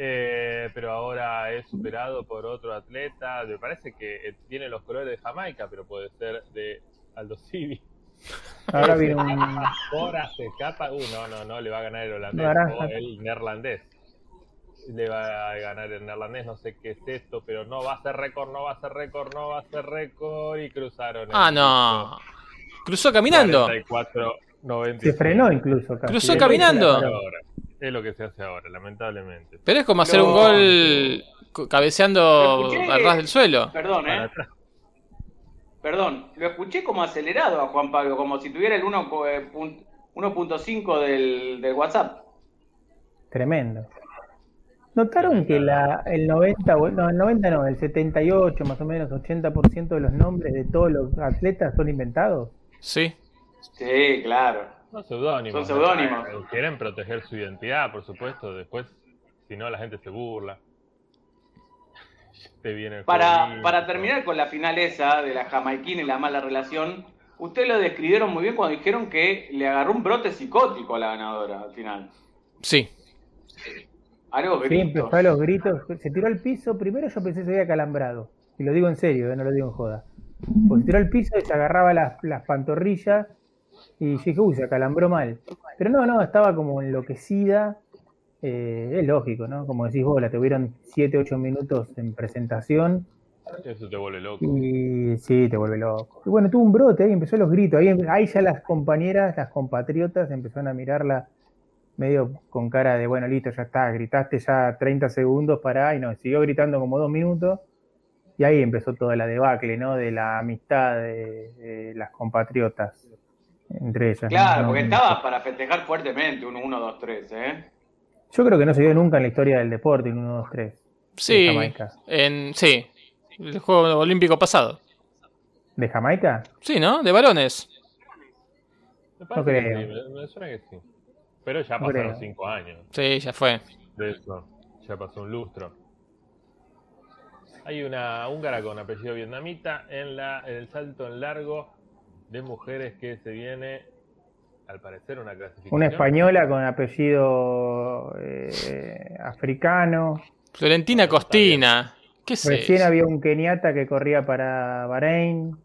[SPEAKER 11] Eh, pero ahora es superado por otro atleta. Me parece que eh, tiene los colores de Jamaica, pero puede ser de Aldo Civi.
[SPEAKER 8] Ahora vino un...
[SPEAKER 11] Ahora se escapa. Uh, no, no, no, le va a ganar el holandés
[SPEAKER 8] Naranja.
[SPEAKER 11] o el neerlandés. Le va a ganar el neerlandés, no sé qué es esto, pero no va a ser récord, no va a ser récord, no va a ser récord. Y cruzaron. el
[SPEAKER 10] Ah, no. Cruzó caminando.
[SPEAKER 11] 44, 95.
[SPEAKER 8] Se frenó incluso casi.
[SPEAKER 10] Cruzó
[SPEAKER 8] Después
[SPEAKER 10] caminando.
[SPEAKER 8] se la paró.
[SPEAKER 11] Ahora. Es lo que se hace ahora, lamentablemente.
[SPEAKER 10] Pero es como hacer un
[SPEAKER 9] No.
[SPEAKER 10] gol co- cabeceando
[SPEAKER 9] Escuché-
[SPEAKER 10] al ras del suelo.
[SPEAKER 9] Perdón,
[SPEAKER 11] Para
[SPEAKER 9] ¿eh?
[SPEAKER 11] atrás.
[SPEAKER 9] Perdón, lo escuché como acelerado a Juan Pablo, como si tuviera el 1 co- eh, pun- 1.5 del, del WhatsApp.
[SPEAKER 8] Tremendo. ¿Notaron que la, el 90, o- no, el 90 no, el 78 más o menos, 80% de los nombres de todos los atletas son inventados?
[SPEAKER 10] Sí.
[SPEAKER 9] Sí, claro.
[SPEAKER 11] Son seudónimos.
[SPEAKER 9] Son seudónimos.
[SPEAKER 11] ¿no? Eh, Quieren proteger su identidad, por supuesto. Después, si no, la gente se burla. Te viene el
[SPEAKER 9] Para,
[SPEAKER 11] jueguito.
[SPEAKER 9] para terminar con la final esa de la jamaiquina y la mala relación, ustedes lo describieron muy bien cuando dijeron que le agarró un brote psicótico a la ganadora al final.
[SPEAKER 10] Sí.
[SPEAKER 9] Algo que
[SPEAKER 8] Sí, empezó a los gritos, se tiró al piso, primero yo pensé que se había calambrado, y lo digo en serio, eh, no lo digo en joda. Pues se tiró al piso y se agarraba las, las pantorrillas y yo dije, uy, se acalambró mal. Pero no, no, estaba como enloquecida, eh, es lógico, ¿no? Como decís vos, la tuvieron 7, 8 minutos en presentación.
[SPEAKER 11] Eso te vuelve loco.
[SPEAKER 8] Mm, Y sí, te vuelve loco. Y bueno, tuvo un brote ahí, empezó los gritos. Ahí, ahí ya las compañeras, las compatriotas empezaron a mirarla medio con cara de, bueno, listo, ya está, gritaste ya 30 segundos, pará, y no, siguió gritando como dos minutos. Y ahí empezó toda la debacle, ¿no? De la amistad de, de las compatriotas entre ellas. ¿no?
[SPEAKER 9] Claro,
[SPEAKER 8] No,
[SPEAKER 9] porque
[SPEAKER 8] no.
[SPEAKER 9] estaba para festejar fuertemente un 1, 2, 3, ¿eh?
[SPEAKER 8] Yo creo que no se vio nunca en la historia del deporte, en 1, 2, 3.
[SPEAKER 10] Sí.
[SPEAKER 8] ¿De Jamaica?
[SPEAKER 10] En, sí. El juego olímpico pasado.
[SPEAKER 8] ¿De Jamaica?
[SPEAKER 10] Sí, ¿no? De varones.
[SPEAKER 11] Me parece
[SPEAKER 8] No
[SPEAKER 11] que
[SPEAKER 8] creo.
[SPEAKER 11] sí, me, me suena que sí. Pero ya
[SPEAKER 8] No
[SPEAKER 11] pasaron
[SPEAKER 8] creo.
[SPEAKER 11] cinco años
[SPEAKER 10] Sí, ya fue.
[SPEAKER 11] de eso. Ya pasó un lustro. Hay una húngara con apellido vietnamita en, la, en el salto en largo de mujeres que se viene, al parecer, una clasificación.
[SPEAKER 8] Una española con apellido eh, africano.
[SPEAKER 10] Florentina Costina. ¿Qué sé?
[SPEAKER 8] Recién había un keniata que corría para Bahrein.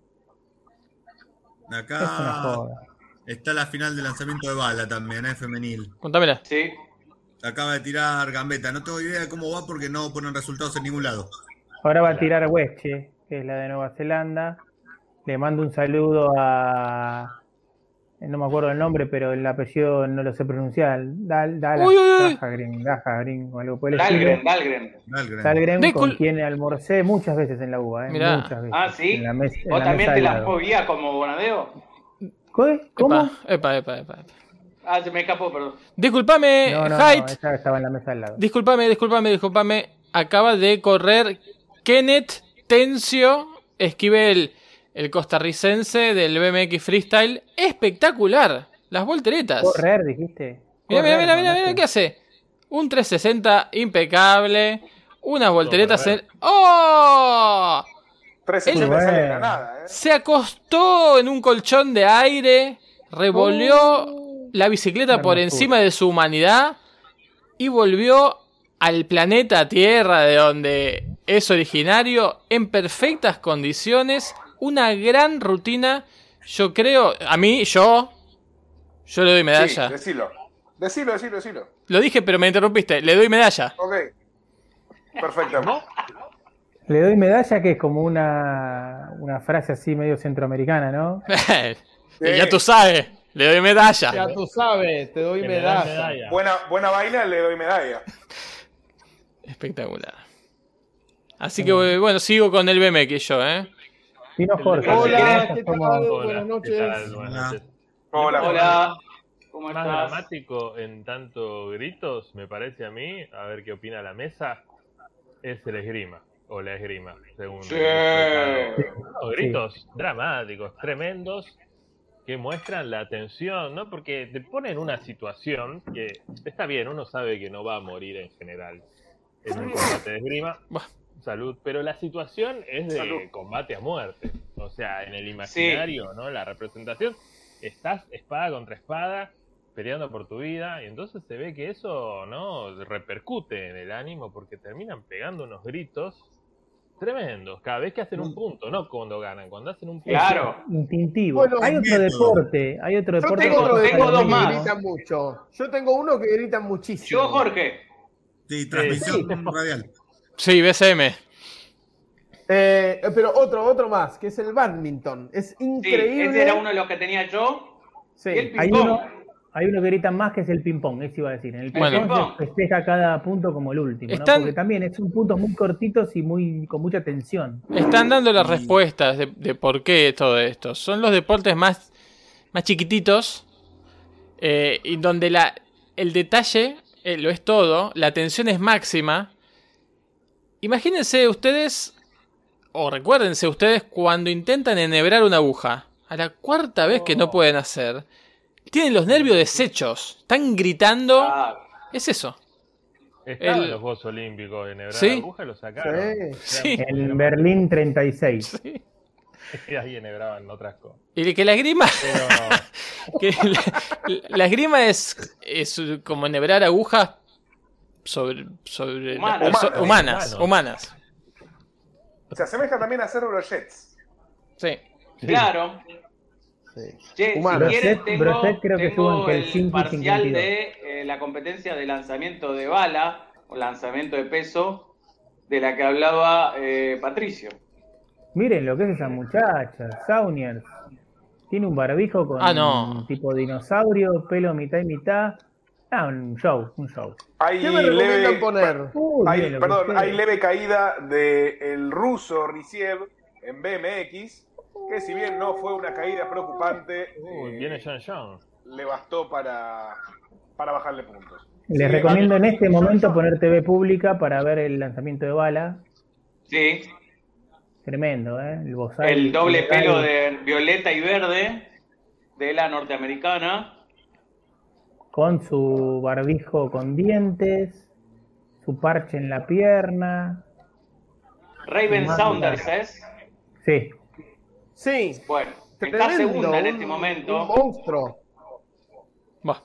[SPEAKER 8] Es una
[SPEAKER 5] Acá
[SPEAKER 8] joda.
[SPEAKER 5] está la final de lanzamiento de bala también, es femenil.
[SPEAKER 10] Contámela.
[SPEAKER 9] Sí.
[SPEAKER 5] Acaba de tirar Gambeta. No tengo idea de cómo va porque no ponen resultados en ningún lado.
[SPEAKER 8] Ahora va a tirar Weche, que es la de Nueva Zelanda. Le mando un saludo a. No me acuerdo el nombre, pero el apellido no lo sé pronunciar. Dal, Dal,
[SPEAKER 10] Uy, uy, uy.
[SPEAKER 8] Dajagrin, Dajagrin, o algo por el estilo.
[SPEAKER 9] Dalgren, Dalgren.
[SPEAKER 5] Dahlgren.
[SPEAKER 8] Dalgren,
[SPEAKER 10] De
[SPEAKER 8] con
[SPEAKER 10] cul-
[SPEAKER 8] quien almorcé muchas veces en la UBA, ¿eh?
[SPEAKER 10] Mirá.
[SPEAKER 8] Muchas veces.
[SPEAKER 9] Ah, sí.
[SPEAKER 8] En la mes- en
[SPEAKER 9] ¿Vos
[SPEAKER 8] la
[SPEAKER 9] también
[SPEAKER 8] mesa
[SPEAKER 9] te
[SPEAKER 8] al
[SPEAKER 9] la
[SPEAKER 8] lado.
[SPEAKER 9] movías como Bonadeo?
[SPEAKER 8] ¿Qué? ¿Cómo?
[SPEAKER 10] Epa, epa, epa, epa, epa.
[SPEAKER 9] Ah, se me escapó, perdón.
[SPEAKER 10] Disculpame,
[SPEAKER 8] No, no, no,
[SPEAKER 10] Haidt.
[SPEAKER 8] esa estaba en la mesa al lado.
[SPEAKER 10] Disculpame, disculpame, disculpame. Acaba de correr Kenneth Tencio Esquivel, el costarricense del BMX Freestyle. Espectacular. Las volteretas.
[SPEAKER 8] Correr, dijiste.
[SPEAKER 10] Mirá, mirá,
[SPEAKER 8] Correr,
[SPEAKER 10] mirá, mirá, mirá,
[SPEAKER 8] mandaste.
[SPEAKER 10] ¿qué hace? Un 360 impecable. Unas volteretas en.
[SPEAKER 11] Correr.
[SPEAKER 10] ¡Oh!
[SPEAKER 7] Tres
[SPEAKER 6] Él-
[SPEAKER 7] centímetros sale de la
[SPEAKER 8] Bueno.
[SPEAKER 7] nada, ¿eh?
[SPEAKER 6] Se acostó en un colchón de aire, revolvió la bicicleta por
[SPEAKER 8] Hermosura.
[SPEAKER 6] encima de su humanidad y volvió al planeta Tierra de donde es originario en perfectas condiciones, una gran rutina. Yo creo, a mí, yo, yo le doy
[SPEAKER 7] Sí,
[SPEAKER 6] medalla.
[SPEAKER 7] decilo. Decilo, decilo, decilo.
[SPEAKER 6] Lo dije, pero me interrumpiste. Le doy medalla.
[SPEAKER 7] Ok. Perfecto.
[SPEAKER 8] Le doy medalla que es como una, una frase así medio centroamericana, ¿no?
[SPEAKER 6] Y ya tú sabes, le doy medalla.
[SPEAKER 13] Ya tú sabes, te doy
[SPEAKER 11] ¿eh? Que me dan
[SPEAKER 13] medalla.
[SPEAKER 11] medalla.
[SPEAKER 7] Buena, buena vaina, le doy medalla.
[SPEAKER 6] Espectacular. Así que eh, bueno, sigo con el BMX yo, ¿eh?
[SPEAKER 8] Vino Jorge.
[SPEAKER 13] Hola,
[SPEAKER 8] nosotros
[SPEAKER 13] ¿qué
[SPEAKER 8] somos-
[SPEAKER 13] tal?
[SPEAKER 11] Hola,
[SPEAKER 13] Buenas
[SPEAKER 11] ¿qué tal?
[SPEAKER 13] noches.
[SPEAKER 11] Buenas noches.
[SPEAKER 7] Hola.
[SPEAKER 9] Hola, ¿cómo
[SPEAKER 11] Más
[SPEAKER 9] estás?
[SPEAKER 11] dramático en tanto gritos, me parece a mí, a ver qué opina la mesa, es el esgrima. O la esgrima, según.
[SPEAKER 9] Sí.
[SPEAKER 11] No, gritos dramáticos, tremendos, que muestran la tensión, ¿no? Porque te pone en una situación que está bien, uno sabe que no va a morir en general en un combate de esgrima.
[SPEAKER 6] Buah.
[SPEAKER 11] Salud, pero la situación es de
[SPEAKER 7] Salud.
[SPEAKER 11] combate a muerte. O sea, en el imaginario, ¿no? La representación, estás espada contra espada peleando por tu vida y entonces se ve que eso, ¿no? Repercute en el ánimo porque terminan pegando unos gritos tremendos cada vez que hacen un punto, no cuando ganan, cuando hacen un punto.
[SPEAKER 9] Claro.
[SPEAKER 8] Instintivo.
[SPEAKER 13] Bueno,
[SPEAKER 8] hay otro
[SPEAKER 5] bien.
[SPEAKER 8] deporte, hay otro
[SPEAKER 13] Yo
[SPEAKER 8] deporte.
[SPEAKER 13] tengo
[SPEAKER 8] que
[SPEAKER 13] otro
[SPEAKER 8] se
[SPEAKER 13] de
[SPEAKER 9] tengo
[SPEAKER 8] llama
[SPEAKER 9] dos
[SPEAKER 13] que
[SPEAKER 9] más.
[SPEAKER 13] gritan mucho. Yo tengo uno que grita muchísimo.
[SPEAKER 9] Yo, Jorge.
[SPEAKER 5] Sí, transmisión radial.
[SPEAKER 6] Sí, BCM.
[SPEAKER 13] Eh, pero otro, otro más, que es el badminton. Es
[SPEAKER 9] Sí,
[SPEAKER 13] increíble.
[SPEAKER 9] ese era uno de los que tenía yo.
[SPEAKER 13] Sí.
[SPEAKER 9] Y el
[SPEAKER 8] Hay
[SPEAKER 9] ping-pong.
[SPEAKER 8] uno, hay uno que grita más que es el ping-pong, eso iba a decir. En el
[SPEAKER 6] Bueno.
[SPEAKER 8] ping-pong se festeja cada punto como el último, ¿no?
[SPEAKER 6] Están-
[SPEAKER 8] Porque también son puntos muy cortitos y muy con mucha tensión.
[SPEAKER 6] Están dando las respuestas de, de por qué todo esto. Son los deportes más, más chiquititos eh, y donde la, el detalle eh, lo es todo, la tensión es máxima. Imagínense ustedes, o recuérdense ustedes, cuando intentan enhebrar una aguja, a la cuarta vez que no pueden hacer, tienen los nervios deshechos, están gritando.
[SPEAKER 9] Ah,
[SPEAKER 6] Es eso.
[SPEAKER 11] Estaban
[SPEAKER 6] El-
[SPEAKER 11] los Juegos Olímpicos en Hebrar
[SPEAKER 6] Sí.
[SPEAKER 11] la aguja y lo sacaron.
[SPEAKER 13] Sí.
[SPEAKER 6] Sí.
[SPEAKER 8] Este, En Berlín 36.
[SPEAKER 6] sí.
[SPEAKER 11] Y ahí enhebraban otras cosas.
[SPEAKER 6] Y que la grima
[SPEAKER 11] Pero
[SPEAKER 6] que la, la esgrima es, es como enhebrar agujas sobre, sobre
[SPEAKER 9] Humana.
[SPEAKER 6] la perso-
[SPEAKER 11] Humanas.
[SPEAKER 6] humanas, humanas.
[SPEAKER 7] Se asemeja también a hacer brochets.
[SPEAKER 6] Sí.
[SPEAKER 9] claro.
[SPEAKER 13] Sí.
[SPEAKER 9] Che,
[SPEAKER 13] Humano.
[SPEAKER 9] si quieres,
[SPEAKER 8] Brochet-
[SPEAKER 9] tengo,
[SPEAKER 8] Brochet creo que
[SPEAKER 9] tengo
[SPEAKER 8] estuvo entre el 5 y
[SPEAKER 9] parcial
[SPEAKER 8] 52.
[SPEAKER 9] de eh, la competencia de lanzamiento de bala o lanzamiento de peso de la que hablaba eh, Patricio.
[SPEAKER 8] Miren lo que es esa muchacha, Sauniers. Tiene un barbijo con
[SPEAKER 6] Ah, no.
[SPEAKER 8] un tipo dinosaurio, pelo mitad y mitad. Ah, un show, un show.
[SPEAKER 7] Hay
[SPEAKER 13] ¿Qué me recomiendan
[SPEAKER 7] leve,
[SPEAKER 13] poner?
[SPEAKER 8] Uy,
[SPEAKER 7] hay-
[SPEAKER 8] miren lo que
[SPEAKER 7] perdón,
[SPEAKER 8] es.
[SPEAKER 7] hay leve caída del el ruso Risiev en BMX, que si bien no fue una caída preocupante,
[SPEAKER 11] uy,
[SPEAKER 7] eh,
[SPEAKER 11] viene John John.
[SPEAKER 7] le bastó para, para bajarle puntos. Sí,
[SPEAKER 8] Les recomiendo en
[SPEAKER 7] vale.
[SPEAKER 8] este momento poner TV pública para ver el lanzamiento de bala.
[SPEAKER 9] Sí,
[SPEAKER 8] Tremendo, ¿eh? El, bozal-
[SPEAKER 9] el doble
[SPEAKER 8] bozal.
[SPEAKER 9] pelo de violeta y verde de la norteamericana.
[SPEAKER 8] con su barbijo con dientes, su parche en la pierna.
[SPEAKER 9] Raven
[SPEAKER 8] Humana.
[SPEAKER 9] Saunders es.
[SPEAKER 8] Sí,
[SPEAKER 13] Sí.
[SPEAKER 9] Bueno, está
[SPEAKER 13] Tremendo,
[SPEAKER 9] segunda en
[SPEAKER 13] un-
[SPEAKER 9] este
[SPEAKER 13] Un
[SPEAKER 9] momento.
[SPEAKER 13] monstruo.
[SPEAKER 6] Va.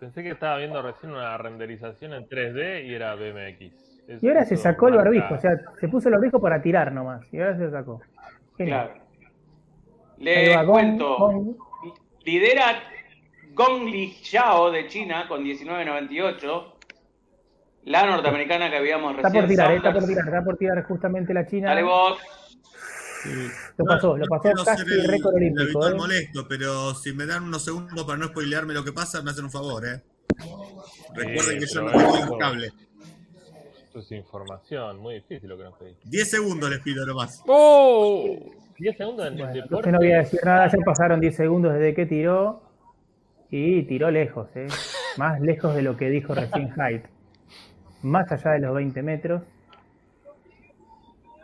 [SPEAKER 11] Pensé que estaba viendo recién una renderización en 3D y era BMX. Es-
[SPEAKER 8] y ahora se
[SPEAKER 11] eso
[SPEAKER 8] sacó el
[SPEAKER 11] marca-
[SPEAKER 8] barbijo, o sea, se puso el barbijo para tirar nomás, y ahora se lo sacó. Genial.
[SPEAKER 9] Claro.
[SPEAKER 8] Ahí
[SPEAKER 9] Les
[SPEAKER 8] va, Gong,
[SPEAKER 9] cuento.
[SPEAKER 8] Gong.
[SPEAKER 9] Lidera Gong Li Xiao de China con 19.98. La norteamericana que habíamos
[SPEAKER 8] Está por
[SPEAKER 9] recién.
[SPEAKER 8] tirar, eh, está por
[SPEAKER 9] Saunders.
[SPEAKER 8] tirar, está por tirar justamente la China.
[SPEAKER 9] Dale vos.
[SPEAKER 8] Lo pasó, lo
[SPEAKER 5] No
[SPEAKER 8] pasó
[SPEAKER 5] quiero ser
[SPEAKER 8] casi
[SPEAKER 5] el-
[SPEAKER 8] récord
[SPEAKER 5] el
[SPEAKER 8] olímpico.
[SPEAKER 5] habitual
[SPEAKER 8] eh.
[SPEAKER 5] molesto, pero si me dan unos segundos para no spoilearme lo que pasa, me hacen un favor, ¿eh? Recuerden que
[SPEAKER 11] pero
[SPEAKER 5] yo no tengo
[SPEAKER 11] eso-
[SPEAKER 5] el cable.
[SPEAKER 11] Esto es información, muy difícil lo que nos pedís.
[SPEAKER 5] 10 segundos les pido nomás.
[SPEAKER 6] ¡Oh!
[SPEAKER 11] 10 segundos en el
[SPEAKER 8] Bueno,
[SPEAKER 11] deporte.
[SPEAKER 8] entonces no voy a decir nada, ya pasaron 10 segundos desde que tiró. Y tiró lejos, ¿eh? más lejos de lo que dijo recién Hyde. Más allá de los 20 metros.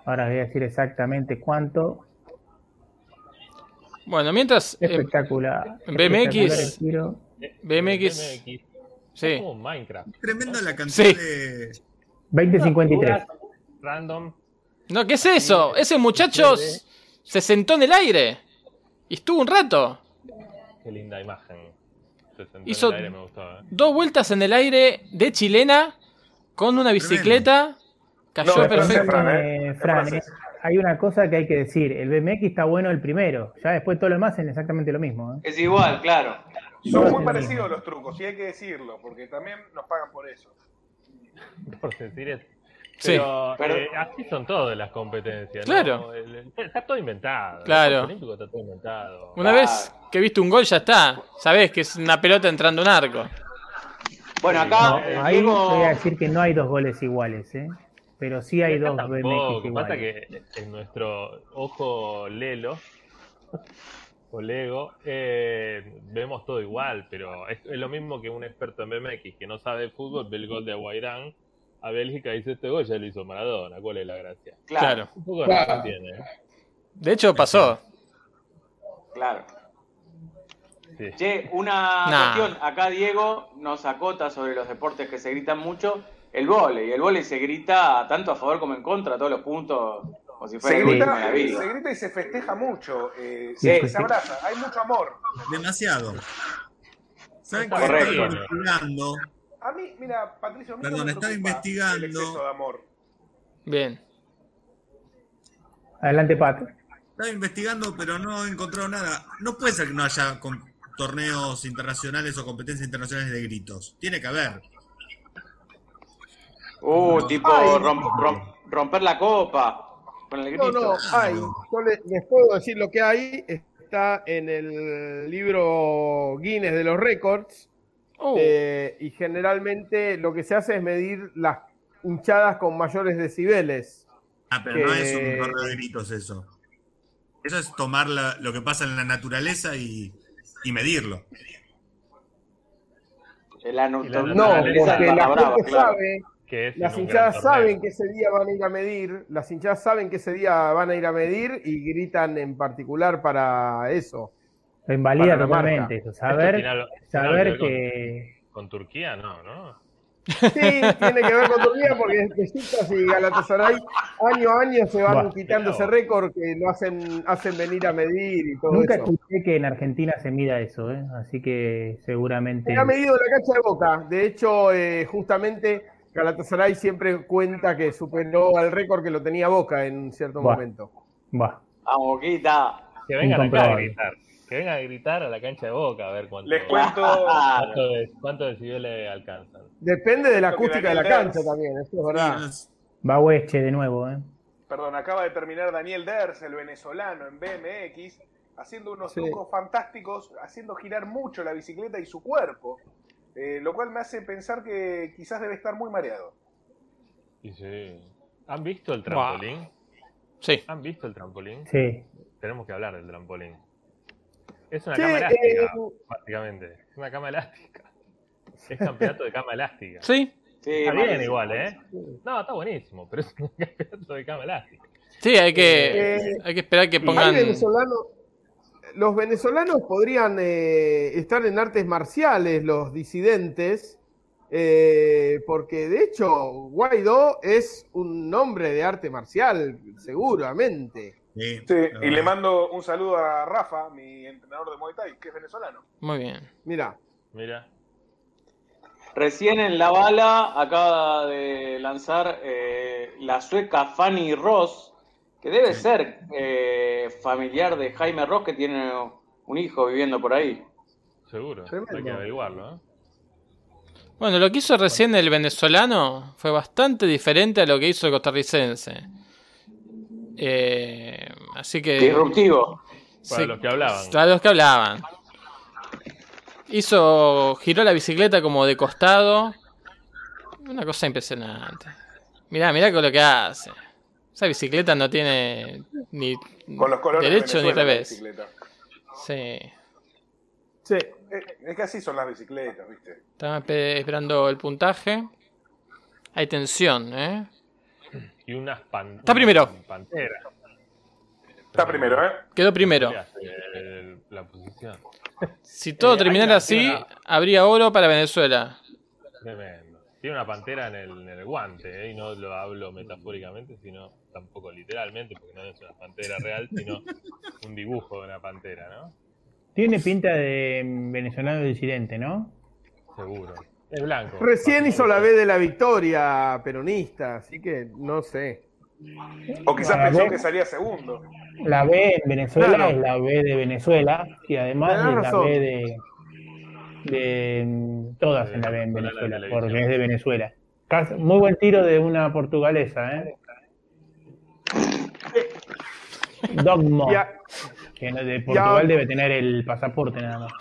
[SPEAKER 8] Ahora voy a decir exactamente cuánto.
[SPEAKER 6] Bueno, mientras eh,
[SPEAKER 8] Espectacular.
[SPEAKER 6] BMX.
[SPEAKER 8] Espectacular el tiro.
[SPEAKER 6] BMX.
[SPEAKER 11] Es
[SPEAKER 6] Sí.
[SPEAKER 11] como un Minecraft.
[SPEAKER 5] Tremenda la cantidad
[SPEAKER 6] Sí.
[SPEAKER 5] de.
[SPEAKER 8] 20.53.
[SPEAKER 11] Random
[SPEAKER 6] No, ¿qué es eso? Ese muchacho s- se sentó en el aire y estuvo un rato.
[SPEAKER 11] Qué linda imagen. Se sentó
[SPEAKER 6] Hizo-
[SPEAKER 11] en el aire, me gustó. ¿eh?
[SPEAKER 6] Dos vueltas en el aire de chilena con una bicicleta. Cayó
[SPEAKER 8] No, es francés,
[SPEAKER 6] perfecto.
[SPEAKER 8] Fran, eh. Eh, Fran, eh, hay una cosa que hay que decir. El BMX está bueno el primero. Ya después todo lo demás es exactamente lo mismo. ¿eh?
[SPEAKER 9] Es igual, claro.
[SPEAKER 8] No,
[SPEAKER 7] Son
[SPEAKER 8] sí.
[SPEAKER 7] muy parecidos los trucos, y hay que decirlo, porque también nos pagan por eso.
[SPEAKER 11] Por decir eso.
[SPEAKER 6] Sí.
[SPEAKER 11] Pero,
[SPEAKER 7] Pero-
[SPEAKER 11] eh, así son todas las competencias. ¿no?
[SPEAKER 6] Claro.
[SPEAKER 11] El- el- está todo inventado.
[SPEAKER 6] Claro.
[SPEAKER 11] El olímpico está todo inventado.
[SPEAKER 6] Una vez que viste un gol ya está. Sabés que es una pelota entrando a un arco.
[SPEAKER 9] Bueno,
[SPEAKER 8] No,
[SPEAKER 9] acá eh,
[SPEAKER 8] ahí
[SPEAKER 9] Diego,
[SPEAKER 8] voy a decir que no hay dos goles iguales, ¿eh? Pero sí hay dos BMX
[SPEAKER 11] Tampoco,
[SPEAKER 8] iguales.
[SPEAKER 11] que pasa que en nuestro ojo lelo o lego eh, vemos todo igual, pero es, es lo mismo que un experto en BMX que no sabe de fútbol ve el gol de Aguairán a Bélgica y dice este gol ya lo hizo Maradona, ¿cuál es la gracia?
[SPEAKER 9] Claro.
[SPEAKER 11] Un poco de razón
[SPEAKER 9] Claro.
[SPEAKER 11] tiene, ¿eh?
[SPEAKER 6] De hecho, pasó.
[SPEAKER 9] claro.
[SPEAKER 11] Sí.
[SPEAKER 9] Che, una
[SPEAKER 6] Nah.
[SPEAKER 9] cuestión, acá Diego nos acota sobre los deportes que se gritan mucho, el vóley, el vóley se grita tanto a favor como en contra, a todos los puntos, como si fuera
[SPEAKER 7] Se
[SPEAKER 9] el último de
[SPEAKER 7] grita,
[SPEAKER 9] la vida.
[SPEAKER 7] se grita y se festeja mucho, eh,
[SPEAKER 9] Sí,
[SPEAKER 7] se,
[SPEAKER 9] sí,
[SPEAKER 7] se
[SPEAKER 9] sí.
[SPEAKER 7] abraza, hay mucho amor.
[SPEAKER 5] Demasiado. ¿Saben qué?
[SPEAKER 9] Correcto.
[SPEAKER 5] Estaba investigando.
[SPEAKER 7] A mí, mira, Patricio, a mí no
[SPEAKER 5] Perdón,
[SPEAKER 7] me
[SPEAKER 5] estaba
[SPEAKER 7] preocupa
[SPEAKER 5] investigando.
[SPEAKER 7] El exceso de amor.
[SPEAKER 6] Bien.
[SPEAKER 8] Adelante, Pat.
[SPEAKER 5] Estaba investigando, pero no he encontrado nada. No puede ser que no haya com- torneos internacionales o competencias internacionales de gritos. Tiene que haber.
[SPEAKER 9] Uh, tipo
[SPEAKER 13] Ay.
[SPEAKER 9] rom- rom- romper la copa con el grito.
[SPEAKER 13] No, no, hay. Yo le- les puedo decir lo que hay. Está en el libro Guinness de los récords.
[SPEAKER 6] Oh.
[SPEAKER 13] Eh, y generalmente lo que se hace es medir las hinchadas con mayores decibeles.
[SPEAKER 5] Ah, pero no es
[SPEAKER 13] Eh.
[SPEAKER 5] un torneo de gritos eso. Eso es tomar la- lo que pasa en la naturaleza y, y medirlo.
[SPEAKER 9] El anu-
[SPEAKER 11] Y la- la-
[SPEAKER 13] No,
[SPEAKER 11] la- la-
[SPEAKER 13] porque la
[SPEAKER 9] la- la- brava,
[SPEAKER 13] gente
[SPEAKER 9] claro.
[SPEAKER 13] sabe,
[SPEAKER 11] que es
[SPEAKER 13] las
[SPEAKER 11] en un
[SPEAKER 13] hinchadas
[SPEAKER 11] gran torneo.
[SPEAKER 13] saben que ese día van a ir a medir, las hinchadas saben que ese día van a ir a medir y gritan en particular para eso.
[SPEAKER 8] Lo invalida
[SPEAKER 13] Para la marca.
[SPEAKER 8] totalmente eso.
[SPEAKER 11] Esto
[SPEAKER 8] Saber,
[SPEAKER 11] tiene algo- tiene
[SPEAKER 8] saber
[SPEAKER 11] algo que ver
[SPEAKER 8] que.
[SPEAKER 11] Con Turquía no, ¿no?
[SPEAKER 13] Sí, tiene que ver con Turquía porque desde Besiktas y Galatasaray año a año se van
[SPEAKER 8] Buah,
[SPEAKER 13] quitando
[SPEAKER 11] mirá
[SPEAKER 13] ese
[SPEAKER 11] vos.
[SPEAKER 13] récord que lo hacen hacen venir a medir y todo
[SPEAKER 8] Nunca
[SPEAKER 13] eso.
[SPEAKER 8] escuché que en Argentina se mida eso, ¿eh? así que seguramente.
[SPEAKER 13] Se ha medido la cancha de Boca. De hecho, eh, justamente Galatasaray siempre cuenta que superó al récord que lo tenía Boca en cierto
[SPEAKER 8] Buah.
[SPEAKER 13] momento.
[SPEAKER 8] Bah.
[SPEAKER 9] Vamos, boquita.
[SPEAKER 11] Que vengan acá a
[SPEAKER 8] Incomprobable.
[SPEAKER 11] gritar. Que vengan a gritar a la cancha de boca a ver cuánto,
[SPEAKER 7] Les cuento,
[SPEAKER 11] cuánto, de- cuánto decibeles alcanzan.
[SPEAKER 13] Depende de la
[SPEAKER 7] Creo que
[SPEAKER 13] acústica de la
[SPEAKER 7] Daniel
[SPEAKER 13] cancha
[SPEAKER 7] Ders-
[SPEAKER 13] también, eso es
[SPEAKER 5] Sí,
[SPEAKER 13] verdad.
[SPEAKER 5] no es-
[SPEAKER 8] Va Hueche de nuevo, ¿eh?
[SPEAKER 7] perdón, acaba de terminar Daniel Ders, el venezolano en BMX, haciendo unos
[SPEAKER 13] Sí.
[SPEAKER 7] trucos fantásticos, haciendo girar mucho la bicicleta y su cuerpo, eh, lo cual me hace pensar que quizás debe estar muy mareado.
[SPEAKER 11] Y sí. ¿Han visto el trampolín?
[SPEAKER 6] Sí.
[SPEAKER 11] ¿Han visto el trampolín?
[SPEAKER 8] Sí.
[SPEAKER 11] Tenemos que hablar del trampolín. Es una
[SPEAKER 13] Che,
[SPEAKER 11] cama elástica,
[SPEAKER 13] eh,
[SPEAKER 11] básicamente. Es una cama elástica. Es campeonato de cama elástica.
[SPEAKER 6] Sí.
[SPEAKER 9] Sí,
[SPEAKER 11] Está bien
[SPEAKER 9] malísimo.
[SPEAKER 11] igual, ¿eh? No, está buenísimo, pero es un campeonato de cama elástica.
[SPEAKER 6] Sí, hay que,
[SPEAKER 13] Eh,
[SPEAKER 6] hay que esperar que
[SPEAKER 13] Hay
[SPEAKER 6] pongan.
[SPEAKER 13] venezolanos- los venezolanos podrían eh, estar en artes marciales, los disidentes, eh, porque de hecho Guaidó es un nombre de arte marcial, seguramente.
[SPEAKER 5] sí,
[SPEAKER 7] Sí,
[SPEAKER 5] la
[SPEAKER 7] y le
[SPEAKER 5] verdad.
[SPEAKER 7] mando un saludo a Rafa, mi entrenador de Muay Thai, que es venezolano.
[SPEAKER 6] Muy bien.
[SPEAKER 13] Mira,
[SPEAKER 11] Mira.
[SPEAKER 9] Recién en La Bala acaba de lanzar eh, la sueca Fanny Ross, que debe ser eh, familiar de Jaime Ross, que tiene un hijo viviendo por ahí.
[SPEAKER 11] Seguro.
[SPEAKER 13] Tremendo.
[SPEAKER 11] Hay que averiguarlo, ¿eh?
[SPEAKER 6] Bueno, lo que hizo recién el venezolano fue bastante diferente a lo que hizo el costarricense. Eh, así que.
[SPEAKER 9] Disruptivo.
[SPEAKER 11] Para los que hablaban.
[SPEAKER 6] Para los que hablaban. Hizo. giró la bicicleta como de costado. Una cosa impresionante. Mirá, mirá con lo que hace. Esa bicicleta no tiene ni
[SPEAKER 7] Con los colores
[SPEAKER 6] derecho
[SPEAKER 7] de
[SPEAKER 6] ni
[SPEAKER 7] Venezuela, la
[SPEAKER 6] revés.
[SPEAKER 7] bicicleta.
[SPEAKER 6] Sí.
[SPEAKER 13] sí,
[SPEAKER 7] Eh, es que así son las bicicletas, ¿viste?
[SPEAKER 6] Estaba espe- esperando el puntaje. Hay tensión, ¿eh?
[SPEAKER 11] Y unas pan-
[SPEAKER 6] Está primero.
[SPEAKER 11] panteras.
[SPEAKER 7] Está primero, ¿eh?
[SPEAKER 6] Quedó primero.
[SPEAKER 11] Mirá, eh, La posición.
[SPEAKER 6] Si todo
[SPEAKER 11] Eh,
[SPEAKER 6] terminara
[SPEAKER 11] hay
[SPEAKER 6] así,
[SPEAKER 11] una-
[SPEAKER 6] habría oro para Venezuela.
[SPEAKER 11] Tremendo. Tiene una pantera en el, en el guante, ¿eh? y no lo hablo metafóricamente, sino tampoco literalmente, porque no es una pantera real, sino un dibujo de una pantera, ¿no?
[SPEAKER 8] Tiene pinta de mm, venezolano disidente, ¿no?
[SPEAKER 11] Seguro. Es blanco.
[SPEAKER 13] Recién hizo la B de la victoria peronista, así que no sé.
[SPEAKER 7] O quizás
[SPEAKER 8] Para
[SPEAKER 7] pensó
[SPEAKER 8] vos.
[SPEAKER 7] que salía segundo.
[SPEAKER 8] La B en Venezuela
[SPEAKER 13] Claro.
[SPEAKER 8] es la B de Venezuela y además
[SPEAKER 13] Tenés
[SPEAKER 8] es la
[SPEAKER 13] razón.
[SPEAKER 8] B de, de, mm, todas en la B en Venezuela, porque es de Venezuela. Cas- Muy buen tiro de una portugalesa, ¿eh? Dogmo,
[SPEAKER 13] Ya.
[SPEAKER 8] que no- de Portugal
[SPEAKER 13] Ya.
[SPEAKER 8] debe tener el pasaporte nada más.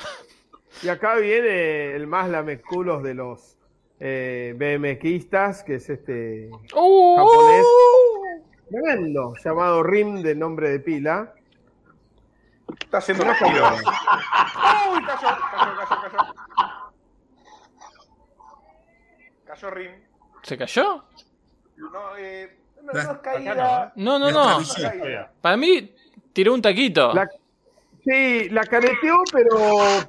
[SPEAKER 13] Y acá viene el más lameculos de los eh, BMXistas, que es este
[SPEAKER 6] ¡Uh!
[SPEAKER 13] japonés
[SPEAKER 2] ¡Oh!
[SPEAKER 13] tremendo, llamado Rim de nombre de pila.
[SPEAKER 7] Está haciendo unos tiros. ¡Uy! Cayó, cayó, cayó, cayó. Cayó Rim.
[SPEAKER 6] ¿Se cayó?
[SPEAKER 7] No, eh, no, no es caída.
[SPEAKER 11] Acá no, ¿eh? No, no, no.
[SPEAKER 7] es caída.
[SPEAKER 6] Para mí, tiró un taquito.
[SPEAKER 13] La- Sí, la careteó, pero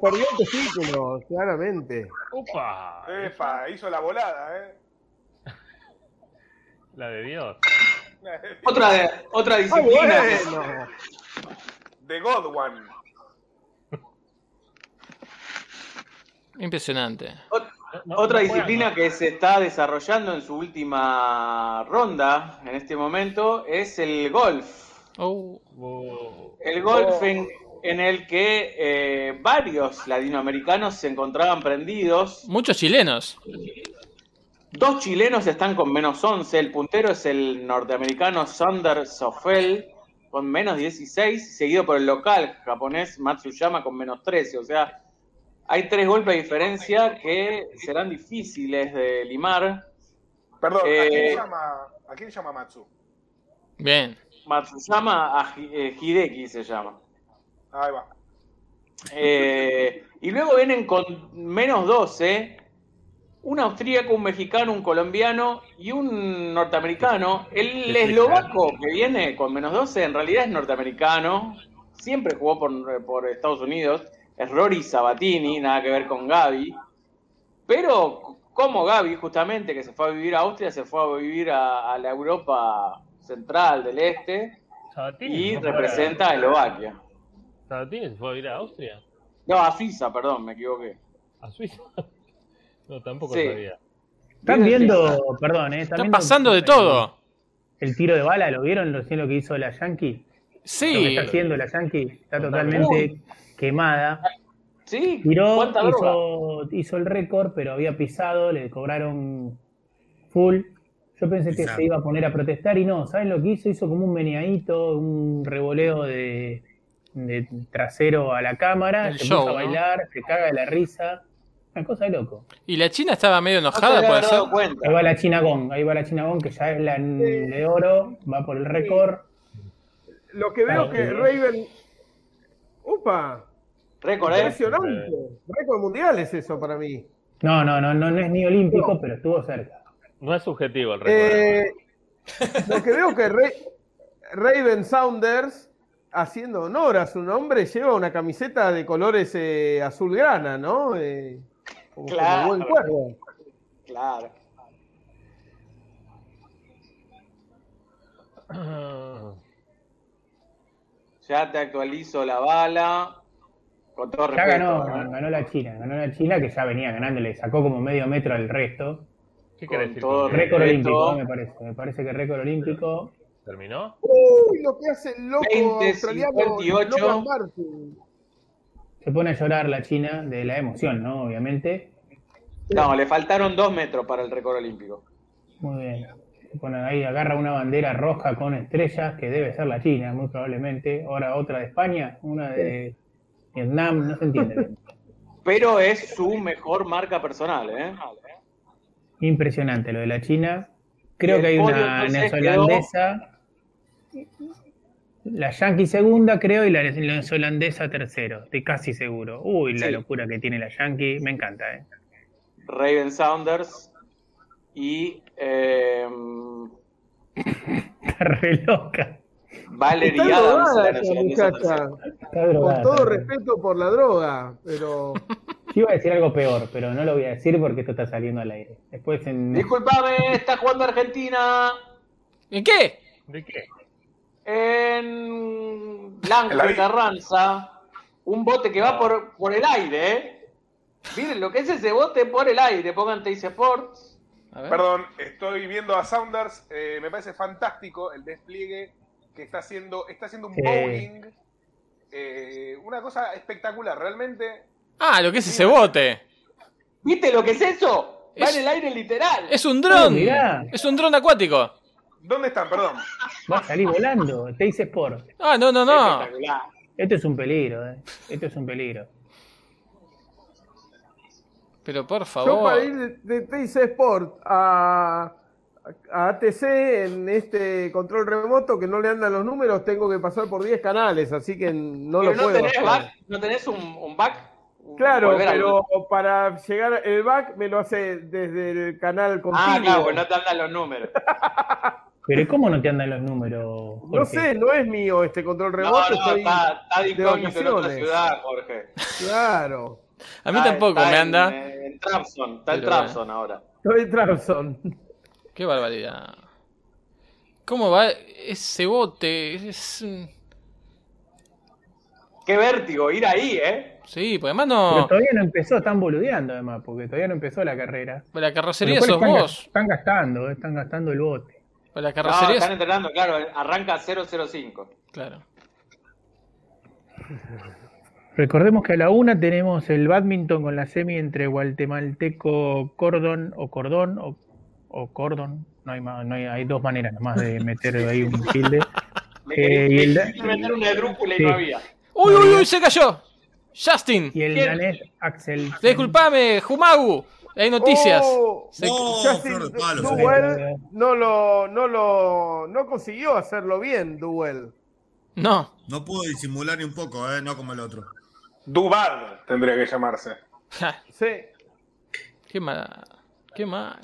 [SPEAKER 13] perdió el testículo, claramente.
[SPEAKER 11] ¡Upa!
[SPEAKER 7] Epa, hizo la volada, ¿eh?
[SPEAKER 11] La de Dios.
[SPEAKER 9] Otra, de- otra
[SPEAKER 13] Ah,
[SPEAKER 9] disciplina.
[SPEAKER 13] bueno.
[SPEAKER 7] The God One.
[SPEAKER 6] Impresionante.
[SPEAKER 11] No-
[SPEAKER 9] Otra
[SPEAKER 11] no juegan,
[SPEAKER 9] disciplina que se está desarrollando en su última ronda en este momento es el golf.
[SPEAKER 6] Oh.
[SPEAKER 11] ¿no?
[SPEAKER 9] El golf en, en el que eh, varios latinoamericanos se encontraban prendidos.
[SPEAKER 6] Muchos chilenos.
[SPEAKER 9] Dos chilenos están con menos 11. El puntero es el norteamericano Sander Sofel con menos 16, seguido por el local japonés Matsuyama con menos 13. O sea, hay tres golpes de diferencia que serán difíciles de limar.
[SPEAKER 7] Perdón, ¿a,
[SPEAKER 9] Eh,
[SPEAKER 7] quién llama, ¿a quién llama Matsu?
[SPEAKER 6] Bien.
[SPEAKER 9] Matsuyama a Hi- eh, Hideki se llama.
[SPEAKER 7] Ahí va.
[SPEAKER 9] Eh, y luego vienen con menos 12, un austríaco, un mexicano, un colombiano y un norteamericano. El eslovaco que viene con menos 12 en realidad es norteamericano, siempre jugó por, por Estados Unidos, es Rory Sabatini, nada que ver con Gaby. Pero como Gaby, justamente, que se fue a vivir a Austria, se fue a vivir a, a la Europa central del este
[SPEAKER 11] Sabatini.
[SPEAKER 9] y
[SPEAKER 11] se fue a-
[SPEAKER 9] representa a Eslovaquia.
[SPEAKER 11] Sabatini se fue a ir a Austria.
[SPEAKER 9] No, a Suiza, perdón, me equivoqué.
[SPEAKER 11] A Suiza. No, tampoco
[SPEAKER 9] Sí.
[SPEAKER 11] sabía.
[SPEAKER 8] Están
[SPEAKER 9] Bien,
[SPEAKER 8] viendo, perdón, ¿eh? Están
[SPEAKER 6] Está
[SPEAKER 8] viendo-
[SPEAKER 6] pasando de todo.
[SPEAKER 8] El tiro de bala, ¿lo vieron recién lo que hizo la Yankee? Lo que
[SPEAKER 6] Sí.
[SPEAKER 8] está haciendo la Yankee está
[SPEAKER 11] Totalmente.
[SPEAKER 8] totalmente quemada.
[SPEAKER 9] Sí,
[SPEAKER 8] Tiró,
[SPEAKER 9] ¿cuánta droga?
[SPEAKER 8] hizo, hizo el récord, pero había pisado, le cobraron full. Yo pensé que
[SPEAKER 14] Pisado.
[SPEAKER 8] se iba a poner a protestar y no, ¿saben lo que hizo? Hizo como un meneadito, un revoleo de, de trasero a la cámara,
[SPEAKER 6] El
[SPEAKER 8] se
[SPEAKER 6] show,
[SPEAKER 8] puso a
[SPEAKER 6] ¿no?
[SPEAKER 8] bailar, se caga de la risa. Una cosa de loco.
[SPEAKER 6] Y la China estaba medio
[SPEAKER 9] No se
[SPEAKER 6] enojada,
[SPEAKER 9] había
[SPEAKER 6] puede ser.
[SPEAKER 9] dado cuenta.
[SPEAKER 8] Ahí va la China Gong, ahí va la China Gong, que ya es la n- de oro, va por el récord.
[SPEAKER 13] Lo que veo
[SPEAKER 8] Claro,
[SPEAKER 13] que
[SPEAKER 8] sí.
[SPEAKER 13] Raven. ¡Upa!
[SPEAKER 9] Récord, ¿eh?
[SPEAKER 13] Impresionante. Récord mundial es eso para mí.
[SPEAKER 8] No, no, no, no, no es ni olímpico, pero estuvo cerca.
[SPEAKER 11] No es subjetivo el récord.
[SPEAKER 13] Eh, lo que veo que Ra- Raven Saunders, haciendo honor a su nombre, lleva una camiseta de colores eh, azul grana, ¿no? Eh, como, como
[SPEAKER 9] Claro.
[SPEAKER 13] buen cuervo.
[SPEAKER 9] Claro. Ya te actualizo la bala. Con todo
[SPEAKER 8] Ya
[SPEAKER 9] respeto. ¿eh?
[SPEAKER 8] ganó,
[SPEAKER 9] ¿no?
[SPEAKER 8] ganó la China, ganó la China que ya venía ganando, le sacó como medio metro al resto.
[SPEAKER 11] ¿Qué
[SPEAKER 9] con
[SPEAKER 11] quiere decir?
[SPEAKER 9] todo
[SPEAKER 11] con-
[SPEAKER 8] Récord
[SPEAKER 9] Reto.
[SPEAKER 8] olímpico, ¿eh? me parece. Me parece que récord olímpico.
[SPEAKER 11] ¿Terminó?
[SPEAKER 13] Uy, lo que hace el loco
[SPEAKER 9] 20,
[SPEAKER 13] australiano
[SPEAKER 9] 58.
[SPEAKER 13] Logan Martin.
[SPEAKER 8] Se pone a llorar la China de la emoción, ¿no? Obviamente.
[SPEAKER 9] No, le faltaron dos metros para el récord olímpico.
[SPEAKER 8] Muy bien. Se pone ahí, agarra una bandera roja con estrellas, que debe ser la China, muy probablemente. Ahora otra de España, una de Vietnam, no se entiende. bien.
[SPEAKER 9] Pero es su mejor marca personal, ¿eh?
[SPEAKER 8] Impresionante lo de la China. Creo
[SPEAKER 9] El
[SPEAKER 8] que hay
[SPEAKER 9] podio,
[SPEAKER 8] una
[SPEAKER 9] entonces,
[SPEAKER 8] neozelandesa. La Yankee segunda, creo, y la neozelandesa tercero. Estoy casi seguro. Uy, la
[SPEAKER 9] Sí.
[SPEAKER 8] locura que tiene la Yankee. Me encanta, ¿eh?
[SPEAKER 9] Raven Saunders y eh,
[SPEAKER 8] Está re loca.
[SPEAKER 9] Valerie
[SPEAKER 13] Está
[SPEAKER 9] Adams.
[SPEAKER 13] drogada
[SPEAKER 9] la
[SPEAKER 13] esa
[SPEAKER 9] neozelandesa
[SPEAKER 13] muchacha.
[SPEAKER 8] Está drogada,
[SPEAKER 13] Con todo
[SPEAKER 8] está drogada.
[SPEAKER 13] respeto por la droga, pero
[SPEAKER 8] Yo iba a decir algo peor, pero no lo voy a decir porque esto está saliendo al aire. Después en.
[SPEAKER 9] Disculpame, está jugando Argentina.
[SPEAKER 6] ¿En qué?
[SPEAKER 11] ¿De qué?
[SPEAKER 9] En
[SPEAKER 11] En la
[SPEAKER 9] Blanco
[SPEAKER 11] vi-
[SPEAKER 9] y Carranza. Un bote que
[SPEAKER 13] Ah.
[SPEAKER 9] va por, por el aire, ¿eh? Miren lo que es ese bote por el aire. Pongan Teis Sports.
[SPEAKER 7] Perdón, estoy viendo a Sounders. eh, me parece fantástico el despliegue que está haciendo. Está haciendo un
[SPEAKER 6] Sí.
[SPEAKER 7] bowling. eh, una cosa espectacular, realmente.
[SPEAKER 6] Ah, lo que es ese bote.
[SPEAKER 9] ¿Viste lo que es eso? Va en el aire literal.
[SPEAKER 6] Es un dron.
[SPEAKER 8] mirá.
[SPEAKER 6] es un dron acuático.
[SPEAKER 7] ¿Dónde están? Perdón.
[SPEAKER 8] Va a salir volando. Te dice Sport.
[SPEAKER 6] Ah, no, no, no.
[SPEAKER 5] Ah.
[SPEAKER 8] Esto es un peligro, ¿eh? Esto es un peligro.
[SPEAKER 6] Pero por
[SPEAKER 13] Yo para
[SPEAKER 6] favor.
[SPEAKER 13] ir de, de TIC Sport a, a ATC en este control remoto que no le andan los números, tengo que pasar por 10 canales, así que no
[SPEAKER 9] Pero
[SPEAKER 13] lo
[SPEAKER 9] no
[SPEAKER 13] puedo.
[SPEAKER 9] tenés,
[SPEAKER 13] hacer.
[SPEAKER 9] back, no tenés un, un back. un-
[SPEAKER 13] Claro,
[SPEAKER 9] volver a-
[SPEAKER 13] pero para llegar el back me lo hace desde el canal continuo.
[SPEAKER 9] Ah, claro, porque no te andan los números.
[SPEAKER 8] Pero ¿y ¿cómo no te andan los números?
[SPEAKER 13] No
[SPEAKER 8] Jorge?
[SPEAKER 13] sé, no es mío este control
[SPEAKER 9] No,
[SPEAKER 13] remoto.
[SPEAKER 9] no,
[SPEAKER 13] estoy
[SPEAKER 9] está, está de
[SPEAKER 13] de
[SPEAKER 9] incógnito en otra
[SPEAKER 13] vacaciones.
[SPEAKER 9] ciudad, Jorge.
[SPEAKER 13] Claro.
[SPEAKER 6] A mí tampoco
[SPEAKER 9] está
[SPEAKER 6] me
[SPEAKER 9] en,
[SPEAKER 6] anda.
[SPEAKER 9] eh, En, Trabzon, está en
[SPEAKER 6] Pero bueno.
[SPEAKER 9] Trabzon ahora.
[SPEAKER 13] Soy Trabzon.
[SPEAKER 6] Qué barbaridad. ¿Cómo va ese bote? Es un-
[SPEAKER 9] Qué vértigo ir ahí, ¿eh?
[SPEAKER 6] Sí, pues, porque además
[SPEAKER 8] Pero
[SPEAKER 6] no.
[SPEAKER 8] todavía no empezó, están boludeando además, porque todavía no empezó la carrera.
[SPEAKER 6] La carrocería
[SPEAKER 8] Con lo
[SPEAKER 6] sos
[SPEAKER 8] cual están,
[SPEAKER 6] vos.
[SPEAKER 8] Están gastando, eh, están gastando el bote.
[SPEAKER 6] La
[SPEAKER 9] No,
[SPEAKER 6] carrocería.
[SPEAKER 9] están entrenando, claro, arranca 005.
[SPEAKER 6] Claro.
[SPEAKER 8] Recordemos que a la una tenemos el badminton con la semi entre guatemalteco Cordón o Cordón o, o Cordón. No hay, más, no hay, hay dos maneras nomás de meter ahí un tilde.
[SPEAKER 9] Le
[SPEAKER 8] Eh, y
[SPEAKER 9] le
[SPEAKER 8] el-
[SPEAKER 9] quisiste meter una drúcula y
[SPEAKER 8] Sí.
[SPEAKER 9] no había.
[SPEAKER 6] ¡Uy, uy, uy! Se cayó. Justin.
[SPEAKER 8] Y el
[SPEAKER 6] ¿Quién?
[SPEAKER 8] danés Axel.
[SPEAKER 6] Disculpame, Jumagu. Hay noticias.
[SPEAKER 13] Oh,
[SPEAKER 6] Se-
[SPEAKER 13] Justin Du- Duell no lo, no lo, no consiguió hacerlo bien, Duel.
[SPEAKER 6] No.
[SPEAKER 5] No pudo disimular ni un poco, ¿eh? No como el otro.
[SPEAKER 7] Dubard tendría que llamarse.
[SPEAKER 13] Sí.
[SPEAKER 6] Qué mal. Qué mal.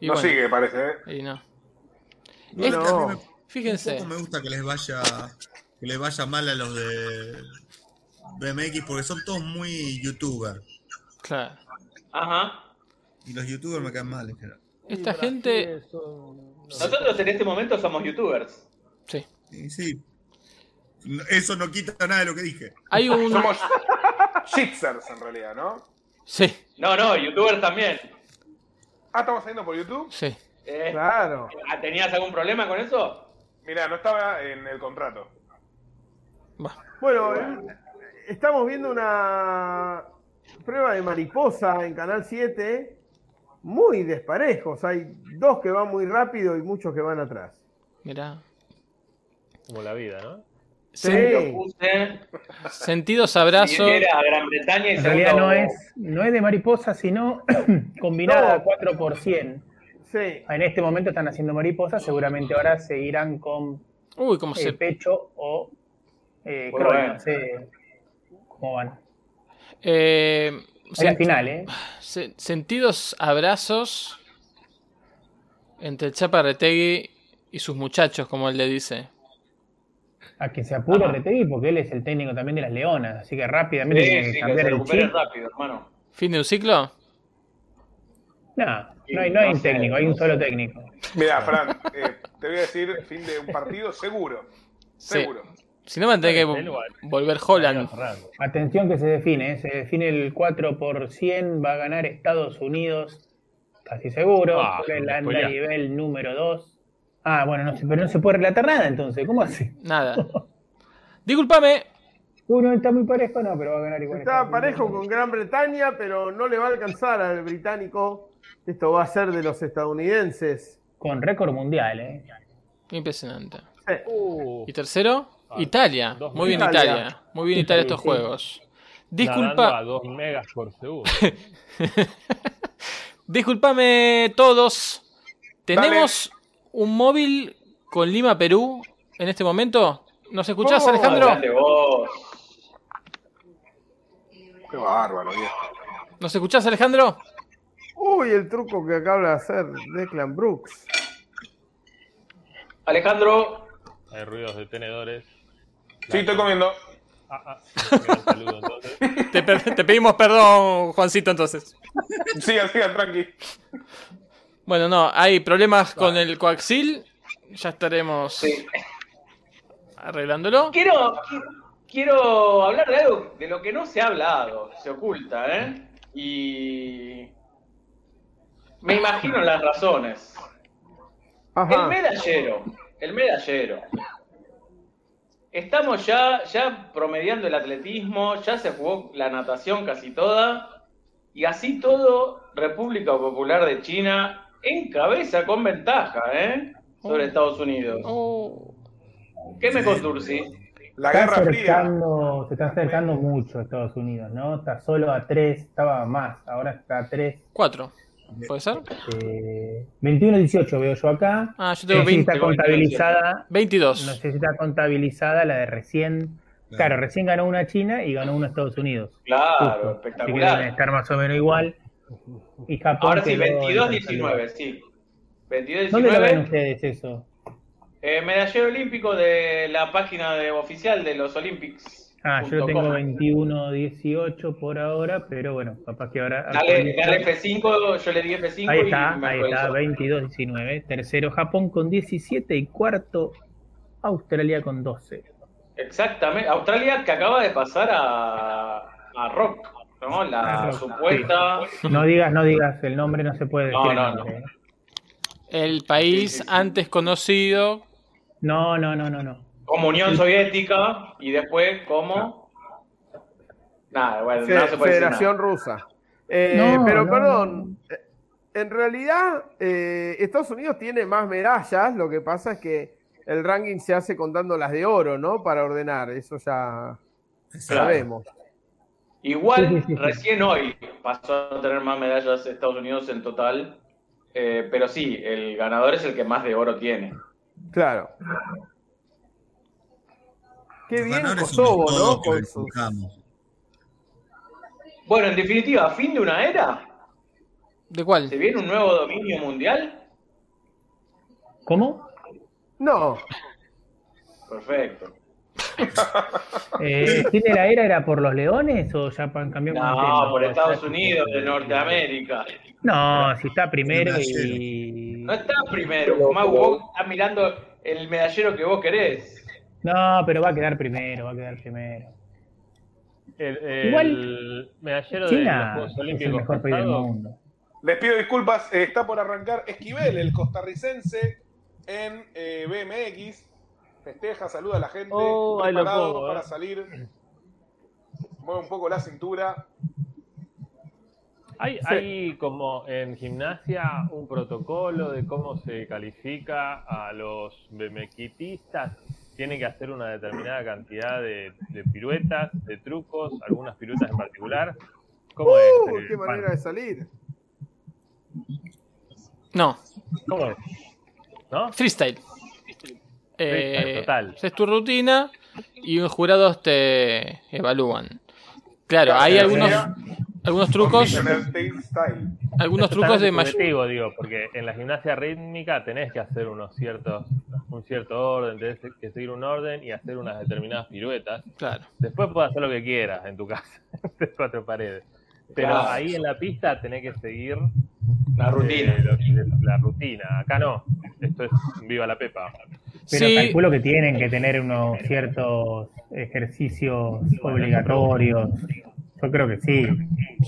[SPEAKER 6] Y
[SPEAKER 7] No
[SPEAKER 6] bueno,
[SPEAKER 7] sigue, parece. ¿eh?
[SPEAKER 6] Y no.
[SPEAKER 5] No,
[SPEAKER 6] Este-
[SPEAKER 5] no. Un
[SPEAKER 6] Fíjense.
[SPEAKER 5] poco me gusta que les vaya que les vaya mal a los de BMX porque son todos muy youtuber.
[SPEAKER 6] Claro.
[SPEAKER 9] Ajá.
[SPEAKER 5] Y los youtubers me caen mal en general.
[SPEAKER 6] Esta gente.
[SPEAKER 9] Nosotros en este momento somos youtubers.
[SPEAKER 6] Sí.
[SPEAKER 5] Y sí. No- Eso no quita nada de lo que dije.
[SPEAKER 6] Hay un.
[SPEAKER 7] Somos shitsers en realidad, ¿no?
[SPEAKER 6] Sí,
[SPEAKER 9] No, no, youtubers también.
[SPEAKER 7] Ah, estamos saliendo por YouTube.
[SPEAKER 6] sí.
[SPEAKER 9] Eh,
[SPEAKER 13] Claro.
[SPEAKER 9] ¿Tenías algún problema con eso?
[SPEAKER 7] Mirá, no estaba en el contrato.
[SPEAKER 13] Bueno, eh, estamos viendo una prueba de mariposa en Canal 7. Muy desparejos. Hay dos que van muy rápido y muchos que van atrás.
[SPEAKER 6] Mirá.
[SPEAKER 11] Como la vida, ¿no?
[SPEAKER 13] Sí.
[SPEAKER 9] Puse
[SPEAKER 6] Sentidos abrazos.
[SPEAKER 9] billetera a Gran Bretaña y
[SPEAKER 8] En realidad
[SPEAKER 9] segundo-
[SPEAKER 8] no es, no es de mariposa, sino combinada
[SPEAKER 13] No.
[SPEAKER 8] 4 por 100.
[SPEAKER 13] Sí.
[SPEAKER 8] En este momento están haciendo mariposa, seguramente ahora seguirán con
[SPEAKER 6] Uy, cómo
[SPEAKER 8] eh,
[SPEAKER 6] se.
[SPEAKER 8] pecho o eh,
[SPEAKER 9] Bueno.
[SPEAKER 8] crono, no sé cómo van.
[SPEAKER 6] Eh,
[SPEAKER 8] Es la
[SPEAKER 6] sen-
[SPEAKER 8] final, ¿eh?
[SPEAKER 6] se- sentidos abrazos entre el Chaparretegui y sus muchachos, como él le dice.
[SPEAKER 8] A que se apure Retegui, porque él es el técnico también de las Leonas, así que rápidamente
[SPEAKER 9] Sí,
[SPEAKER 8] tiene
[SPEAKER 9] sí,
[SPEAKER 8] que
[SPEAKER 9] que
[SPEAKER 8] cambiar
[SPEAKER 9] se
[SPEAKER 8] el
[SPEAKER 9] recupere
[SPEAKER 8] chip.
[SPEAKER 9] rápido, hermano.
[SPEAKER 6] ¿Fin de un ciclo?
[SPEAKER 8] No, no hay, no hay un técnico, hay un solo técnico.
[SPEAKER 7] Mirá, Fran, eh, te voy a decir fin de un partido seguro.
[SPEAKER 6] Sí.
[SPEAKER 7] Seguro.
[SPEAKER 6] Si no, van a tener que
[SPEAKER 11] Él
[SPEAKER 6] vo-
[SPEAKER 11] o
[SPEAKER 6] volver Holland.
[SPEAKER 11] Ferrando.
[SPEAKER 8] Atención que se define, ¿eh? se define el 4 por 100, va a ganar Estados Unidos, casi seguro,
[SPEAKER 11] Ah,
[SPEAKER 8] Holanda
[SPEAKER 11] spoileaste.
[SPEAKER 8] nivel número 2. Ah, bueno, no se- pero no se puede relatar nada entonces, ¿cómo así?
[SPEAKER 6] Nada. Disculpame.
[SPEAKER 8] Uno está muy parejo, no, pero va a ganar igual.
[SPEAKER 13] Está
[SPEAKER 8] Estados
[SPEAKER 13] parejo
[SPEAKER 8] Unidos.
[SPEAKER 13] con Gran Bretaña, pero no le va a alcanzar al británico. Esto va a ser de los estadounidenses.
[SPEAKER 8] Con récord mundial, ¿eh?
[SPEAKER 6] Impresionante.
[SPEAKER 11] Uh,
[SPEAKER 6] ¿Y tercero?
[SPEAKER 11] Ah,
[SPEAKER 6] Italia.
[SPEAKER 11] dos
[SPEAKER 6] Muy bien
[SPEAKER 13] Italia.
[SPEAKER 6] Italia. Muy bien Italia estos
[SPEAKER 8] sí.
[SPEAKER 6] juegos.
[SPEAKER 11] nadando a
[SPEAKER 6] Disculpa.
[SPEAKER 11] dos megas por segundo.
[SPEAKER 6] Disculpame todos. ¿Tenemos un móvil con Lima, Perú en este momento? ¿Nos escuchás,
[SPEAKER 13] Oh,
[SPEAKER 6] Alejandro?
[SPEAKER 9] Grande vos.
[SPEAKER 7] Qué bárbaro, viejo.
[SPEAKER 6] ¿Nos escuchás, Alejandro?
[SPEAKER 13] Uy, el truco que acaba de hacer Declan Brooks.
[SPEAKER 9] Alejandro,
[SPEAKER 11] Hay ruidos de tenedores.
[SPEAKER 7] Sí, estoy comiendo.
[SPEAKER 11] Ah, ah, me da un saludo entonces.
[SPEAKER 6] te, per- te pedimos perdón, Juancito, entonces.
[SPEAKER 7] Sigan, sigan, tranqui.
[SPEAKER 6] Bueno, no, hay problemas con el coaxil. Ya estaremos arreglándolo.
[SPEAKER 9] Quiero, quiero hablar de algo de lo que no se ha hablado, se oculta, ¿eh? Y me imagino las razones. El medallero, el medallero. Estamos ya, ya promediando el atletismo, ya se jugó la natación casi toda, y así todo, República Popular de China en cabeza con ventaja, ¿eh? Sobre Estados Unidos.
[SPEAKER 7] Oh.
[SPEAKER 9] ¿Qué me conturci?
[SPEAKER 7] La
[SPEAKER 8] Está acercando- se está acercando mucho a Estados Unidos, ¿no? Está solo a 3, estaba más, ahora está a 3.
[SPEAKER 6] 4. ¿Puede ser?
[SPEAKER 8] 21-18 veo yo acá.
[SPEAKER 6] Ah, yo tengo
[SPEAKER 8] No sé si
[SPEAKER 6] 20,
[SPEAKER 8] está contabilizada.
[SPEAKER 6] 22.
[SPEAKER 8] No sé si está contabilizada la de recién. Claro, recién ganó una China y ganó una Estados Unidos.
[SPEAKER 9] Claro,
[SPEAKER 8] Justo. Así que
[SPEAKER 9] espectacular.
[SPEAKER 8] deben estar más o menos igual. Y Japón.
[SPEAKER 9] Ahora sí,
[SPEAKER 8] quedó en
[SPEAKER 9] 22-19, sí. 22-19.
[SPEAKER 8] ¿Dónde lo ven ustedes eso?
[SPEAKER 9] Eh, medallero olímpico de la página de- oficial de los Olympics.
[SPEAKER 8] Ah, yo lo
[SPEAKER 9] punto
[SPEAKER 8] tengo
[SPEAKER 9] com.
[SPEAKER 8] 21-18 por ahora, pero bueno, capaz que ahora.
[SPEAKER 9] Dale, dale F5, yo le di F5
[SPEAKER 8] Ah, Ahí
[SPEAKER 9] y
[SPEAKER 8] está,
[SPEAKER 9] me
[SPEAKER 8] ahí está,
[SPEAKER 9] actualizó.
[SPEAKER 8] 22-19. Tercero Japón con 17 y cuarto Australia con 12.
[SPEAKER 9] Exactamente. Australia que acaba de pasar a, a Rock, ¿no? La
[SPEAKER 8] A Ah, Rock,
[SPEAKER 9] supuesta.
[SPEAKER 8] No digas, no digas, el nombre no se puede
[SPEAKER 9] No,
[SPEAKER 8] decir. el
[SPEAKER 9] no, no.
[SPEAKER 8] nombre, ¿eh?
[SPEAKER 6] El país antes conocido.
[SPEAKER 8] No, no, no, no, no.
[SPEAKER 9] como Unión Soviética y después como.
[SPEAKER 8] Ah.
[SPEAKER 9] Nada, bueno,
[SPEAKER 13] Fe-
[SPEAKER 9] no se puede decir nada.
[SPEAKER 13] Federación Rusa. Eh,
[SPEAKER 8] No,
[SPEAKER 13] pero
[SPEAKER 8] no,
[SPEAKER 13] perdón, eh, en realidad eh, Estados Unidos tiene más medallas, lo que pasa es que el ranking se hace contando las de oro, ¿no? Para ordenar, eso ya sabemos.
[SPEAKER 9] Igual, recién hoy pasó a tener más medallas Estados Unidos en total. eh, pero sí, el ganador es el que más de oro tiene.
[SPEAKER 13] Claro. Qué bien
[SPEAKER 15] ganadores somos
[SPEAKER 13] Kosovo,
[SPEAKER 15] todos
[SPEAKER 13] ¿no?
[SPEAKER 15] que
[SPEAKER 13] Con
[SPEAKER 15] lo
[SPEAKER 13] sus-
[SPEAKER 15] buscamos.
[SPEAKER 9] Bueno, en definitiva, fin de una era.
[SPEAKER 6] ¿De cuál?
[SPEAKER 9] ¿Se viene un nuevo dominio mundial?
[SPEAKER 8] ¿Cómo?
[SPEAKER 13] No.
[SPEAKER 9] Perfecto.
[SPEAKER 8] Eh, ¿Fin de la era era por los leones o ya pan- cambiamos de tema?
[SPEAKER 9] No, por Estados Unidos, de Norteamérica.
[SPEAKER 8] No, si está primero
[SPEAKER 9] Medallero.
[SPEAKER 8] y.
[SPEAKER 9] No estás primero, Mau, vos estás mirando el medallero que vos querés.
[SPEAKER 8] No, pero va a quedar primero, va a quedar primero.
[SPEAKER 11] El, el
[SPEAKER 8] Igual,
[SPEAKER 11] medallero de los
[SPEAKER 8] China
[SPEAKER 11] Juegos
[SPEAKER 8] Ah, es el
[SPEAKER 11] Olímpicos
[SPEAKER 8] mejor país del
[SPEAKER 11] pasados,
[SPEAKER 8] mundo.
[SPEAKER 7] Les pido disculpas, eh, está por arrancar Esquivel, el costarricense, en eh, BMX. Festeja, saluda a la gente,
[SPEAKER 11] Oh, ahí lo
[SPEAKER 7] preparado
[SPEAKER 11] pongo, eh.
[SPEAKER 7] para salir. Mueve un poco la cintura.
[SPEAKER 11] ¿Hay, hay como en gimnasia un protocolo de cómo se califica a los bemequitistas. Tienen que hacer una determinada cantidad de, de piruetas, de trucos, algunas piruetas en particular. ¿Cómo
[SPEAKER 13] ¡Uh!
[SPEAKER 11] es? eh,
[SPEAKER 13] ¡Qué
[SPEAKER 11] Pan?
[SPEAKER 13] manera de salir!
[SPEAKER 6] No.
[SPEAKER 11] ¿Cómo es? ¿No?
[SPEAKER 6] Freestyle. Eh,
[SPEAKER 11] Freestyle, total.
[SPEAKER 6] Haces tu rutina y los jurados te evalúan. Claro, hay
[SPEAKER 7] Claro,
[SPEAKER 6] algunos,
[SPEAKER 7] sería
[SPEAKER 6] algunos trucos.
[SPEAKER 7] Conditional tail style.
[SPEAKER 6] Algunos
[SPEAKER 11] Es
[SPEAKER 6] trucos de
[SPEAKER 11] totalmente
[SPEAKER 6] mayor.
[SPEAKER 11] subjetivo, digo, porque en la gimnasia rítmica tenés que hacer unos ciertos, un cierto orden, tenés que seguir un orden y hacer unas determinadas piruetas.
[SPEAKER 6] Claro.
[SPEAKER 11] Después puedes hacer lo que quieras en tu casa, entre cuatro paredes. Pero
[SPEAKER 9] Claro.
[SPEAKER 11] ahí en la pista tenés que seguir
[SPEAKER 9] La
[SPEAKER 11] eh,
[SPEAKER 9] rutina.
[SPEAKER 11] lo que- la rutina. Acá no. Esto es viva la pepa.
[SPEAKER 8] Pero
[SPEAKER 6] Sí.
[SPEAKER 8] calculo que tienen que tener unos ciertos ejercicios obligatorios. Yo creo que sí.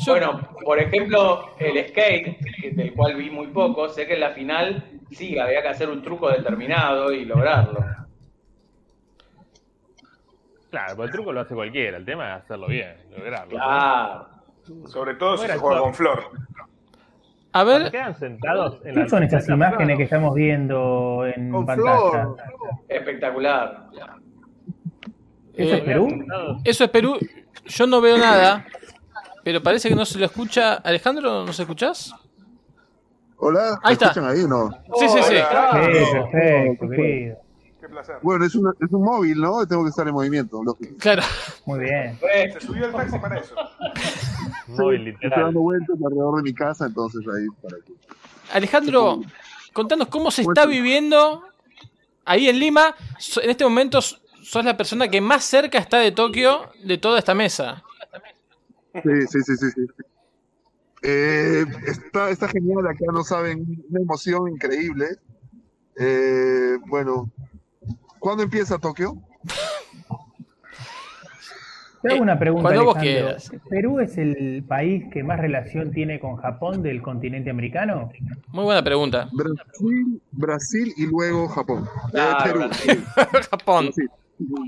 [SPEAKER 9] Bueno, por ejemplo, el skate, que- del cual vi muy poco, sé que en la final sí, había que hacer un truco determinado y lograrlo.
[SPEAKER 11] Claro, porque el truco lo hace cualquiera. El tema es hacerlo bien, lograrlo.
[SPEAKER 9] Claro.
[SPEAKER 7] Sobre todo si
[SPEAKER 11] Fuera
[SPEAKER 7] se juega
[SPEAKER 11] todo.
[SPEAKER 7] con flor.
[SPEAKER 6] A
[SPEAKER 11] Cuando
[SPEAKER 6] ver,
[SPEAKER 11] quedan sentados en
[SPEAKER 8] ¿Qué son esas
[SPEAKER 11] en la-
[SPEAKER 8] imágenes que estamos viendo en
[SPEAKER 13] Con
[SPEAKER 8] pantalla?
[SPEAKER 13] Flor.
[SPEAKER 9] Espectacular.
[SPEAKER 8] ¿Eso es
[SPEAKER 6] Eh,
[SPEAKER 8] Perú?
[SPEAKER 11] sentados,
[SPEAKER 6] eso es Perú. Yo no veo nada, pero parece que no se lo escucha. Alejandro, ¿nos escuchás?
[SPEAKER 1] Hola,
[SPEAKER 6] Ahí
[SPEAKER 1] ¿me
[SPEAKER 6] está.
[SPEAKER 1] escuchan ahí o no?
[SPEAKER 6] Sí, sí, sí.
[SPEAKER 7] Hola.
[SPEAKER 8] Sí, perfecto, querido.
[SPEAKER 7] Qué placer.
[SPEAKER 1] Bueno, es, una- es un móvil, ¿no? Tengo que estar en movimiento, lógico.
[SPEAKER 6] Claro.
[SPEAKER 8] Muy bien.
[SPEAKER 9] Re-
[SPEAKER 7] Se subió el taxi para eso.
[SPEAKER 11] Muy
[SPEAKER 1] Estoy
[SPEAKER 11] literal.
[SPEAKER 1] dando vueltas alrededor de mi casa, entonces ahí para aquí.
[SPEAKER 6] Alejandro, contanos cómo se está viviendo ahí en Lima. So- En este momento s- sos la persona que más cerca está de Tokio de toda esta mesa.
[SPEAKER 1] Sí, sí, sí, sí. sí. Eh, está, está genial, acá no saben, una emoción increíble. Eh, bueno, ¿cuándo empieza Tokio?
[SPEAKER 8] Te hago una pregunta.
[SPEAKER 6] Eh, cuando vos
[SPEAKER 8] Alejandro.
[SPEAKER 6] quieras.
[SPEAKER 8] ¿Perú es el país que más relación tiene con Japón del continente americano?
[SPEAKER 6] Muy buena pregunta.
[SPEAKER 1] Brasil, Brasil y luego Japón. Eh,
[SPEAKER 6] Claro, Ah, Brasil. Japón.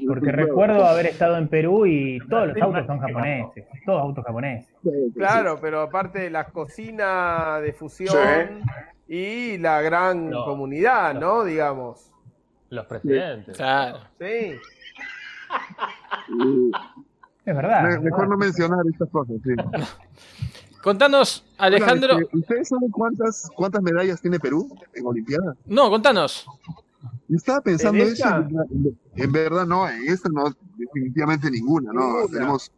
[SPEAKER 8] Porque recuerdo haber estado en Perú y todos los autos son japoneses. Todos autos japoneses.
[SPEAKER 13] Claro, pero aparte de la cocina de fusión y la gran
[SPEAKER 11] No.
[SPEAKER 13] comunidad, ¿no? Digamos.
[SPEAKER 11] Los presidentes.
[SPEAKER 6] Claro.
[SPEAKER 13] Sí.
[SPEAKER 8] Es
[SPEAKER 1] Me-
[SPEAKER 8] verdad.
[SPEAKER 1] mejor no mencionar estas cosas, sí.
[SPEAKER 6] Contanos, Alejandro.
[SPEAKER 1] Hola, este, ¿Ustedes saben cuántas, cuántas medallas tiene Perú en Olimpiadas?
[SPEAKER 6] No, contanos.
[SPEAKER 1] Yo estaba pensando
[SPEAKER 6] ¿En
[SPEAKER 1] eso.
[SPEAKER 6] esta?
[SPEAKER 1] En verdad, en verdad, no, en esta no, definitivamente ninguna, ¿no?
[SPEAKER 6] Ninguna.
[SPEAKER 1] Tenemos.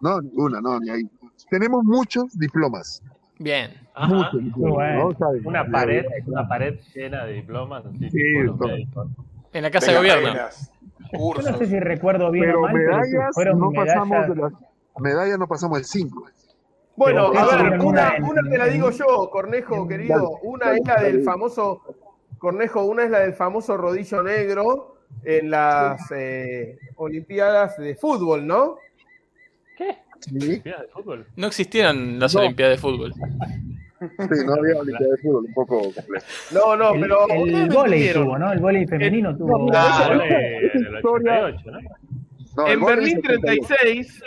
[SPEAKER 1] No, ninguna, no, ni ahí. Tenemos muchos diplomas.
[SPEAKER 6] Bien.
[SPEAKER 1] Muchos diplomas, ¿no? ¿Saben?
[SPEAKER 11] Una
[SPEAKER 1] La-
[SPEAKER 11] pared, una pared llena de diplomas. así,
[SPEAKER 1] Sí,
[SPEAKER 11] tipo los
[SPEAKER 1] todo.
[SPEAKER 11] médicos.
[SPEAKER 6] En la Casa de Gobierno.
[SPEAKER 8] Yo no sé si recuerdo bien
[SPEAKER 1] Pero
[SPEAKER 8] o mal, pero
[SPEAKER 1] medallas,
[SPEAKER 8] fueron
[SPEAKER 1] no
[SPEAKER 8] medallas-
[SPEAKER 1] pasamos de las. Medallas no pasamos de cinco.
[SPEAKER 13] Bueno,
[SPEAKER 1] Pero
[SPEAKER 13] a
[SPEAKER 1] eso
[SPEAKER 13] ver,
[SPEAKER 1] era
[SPEAKER 13] una,
[SPEAKER 1] una-
[SPEAKER 13] una te la digo yo, Cornejo, querido.
[SPEAKER 1] Dale,
[SPEAKER 13] Una
[SPEAKER 1] dale,
[SPEAKER 13] es la
[SPEAKER 1] dale.
[SPEAKER 13] del famoso, Cornejo, una es la del famoso rodillo negro en las eh, Olimpiadas de fútbol, ¿no?
[SPEAKER 11] Mira, de fútbol.
[SPEAKER 6] No existieron las Olimpiadas de Fútbol.
[SPEAKER 1] Sí, no había Olimpiada de Fútbol, un poco complejo.
[SPEAKER 13] No, no, pero.
[SPEAKER 8] El,
[SPEAKER 13] ustedes me
[SPEAKER 8] volei
[SPEAKER 13] entendieron. Eh,
[SPEAKER 8] tuvo, ¿no? El volei femenino
[SPEAKER 13] no,
[SPEAKER 8] tuvo.
[SPEAKER 13] no,
[SPEAKER 11] Ah,
[SPEAKER 13] Claro.
[SPEAKER 11] eh, en el 88, ¿no?
[SPEAKER 1] No, el
[SPEAKER 13] en
[SPEAKER 1] gol es
[SPEAKER 13] Berlín
[SPEAKER 1] 78.
[SPEAKER 13] 36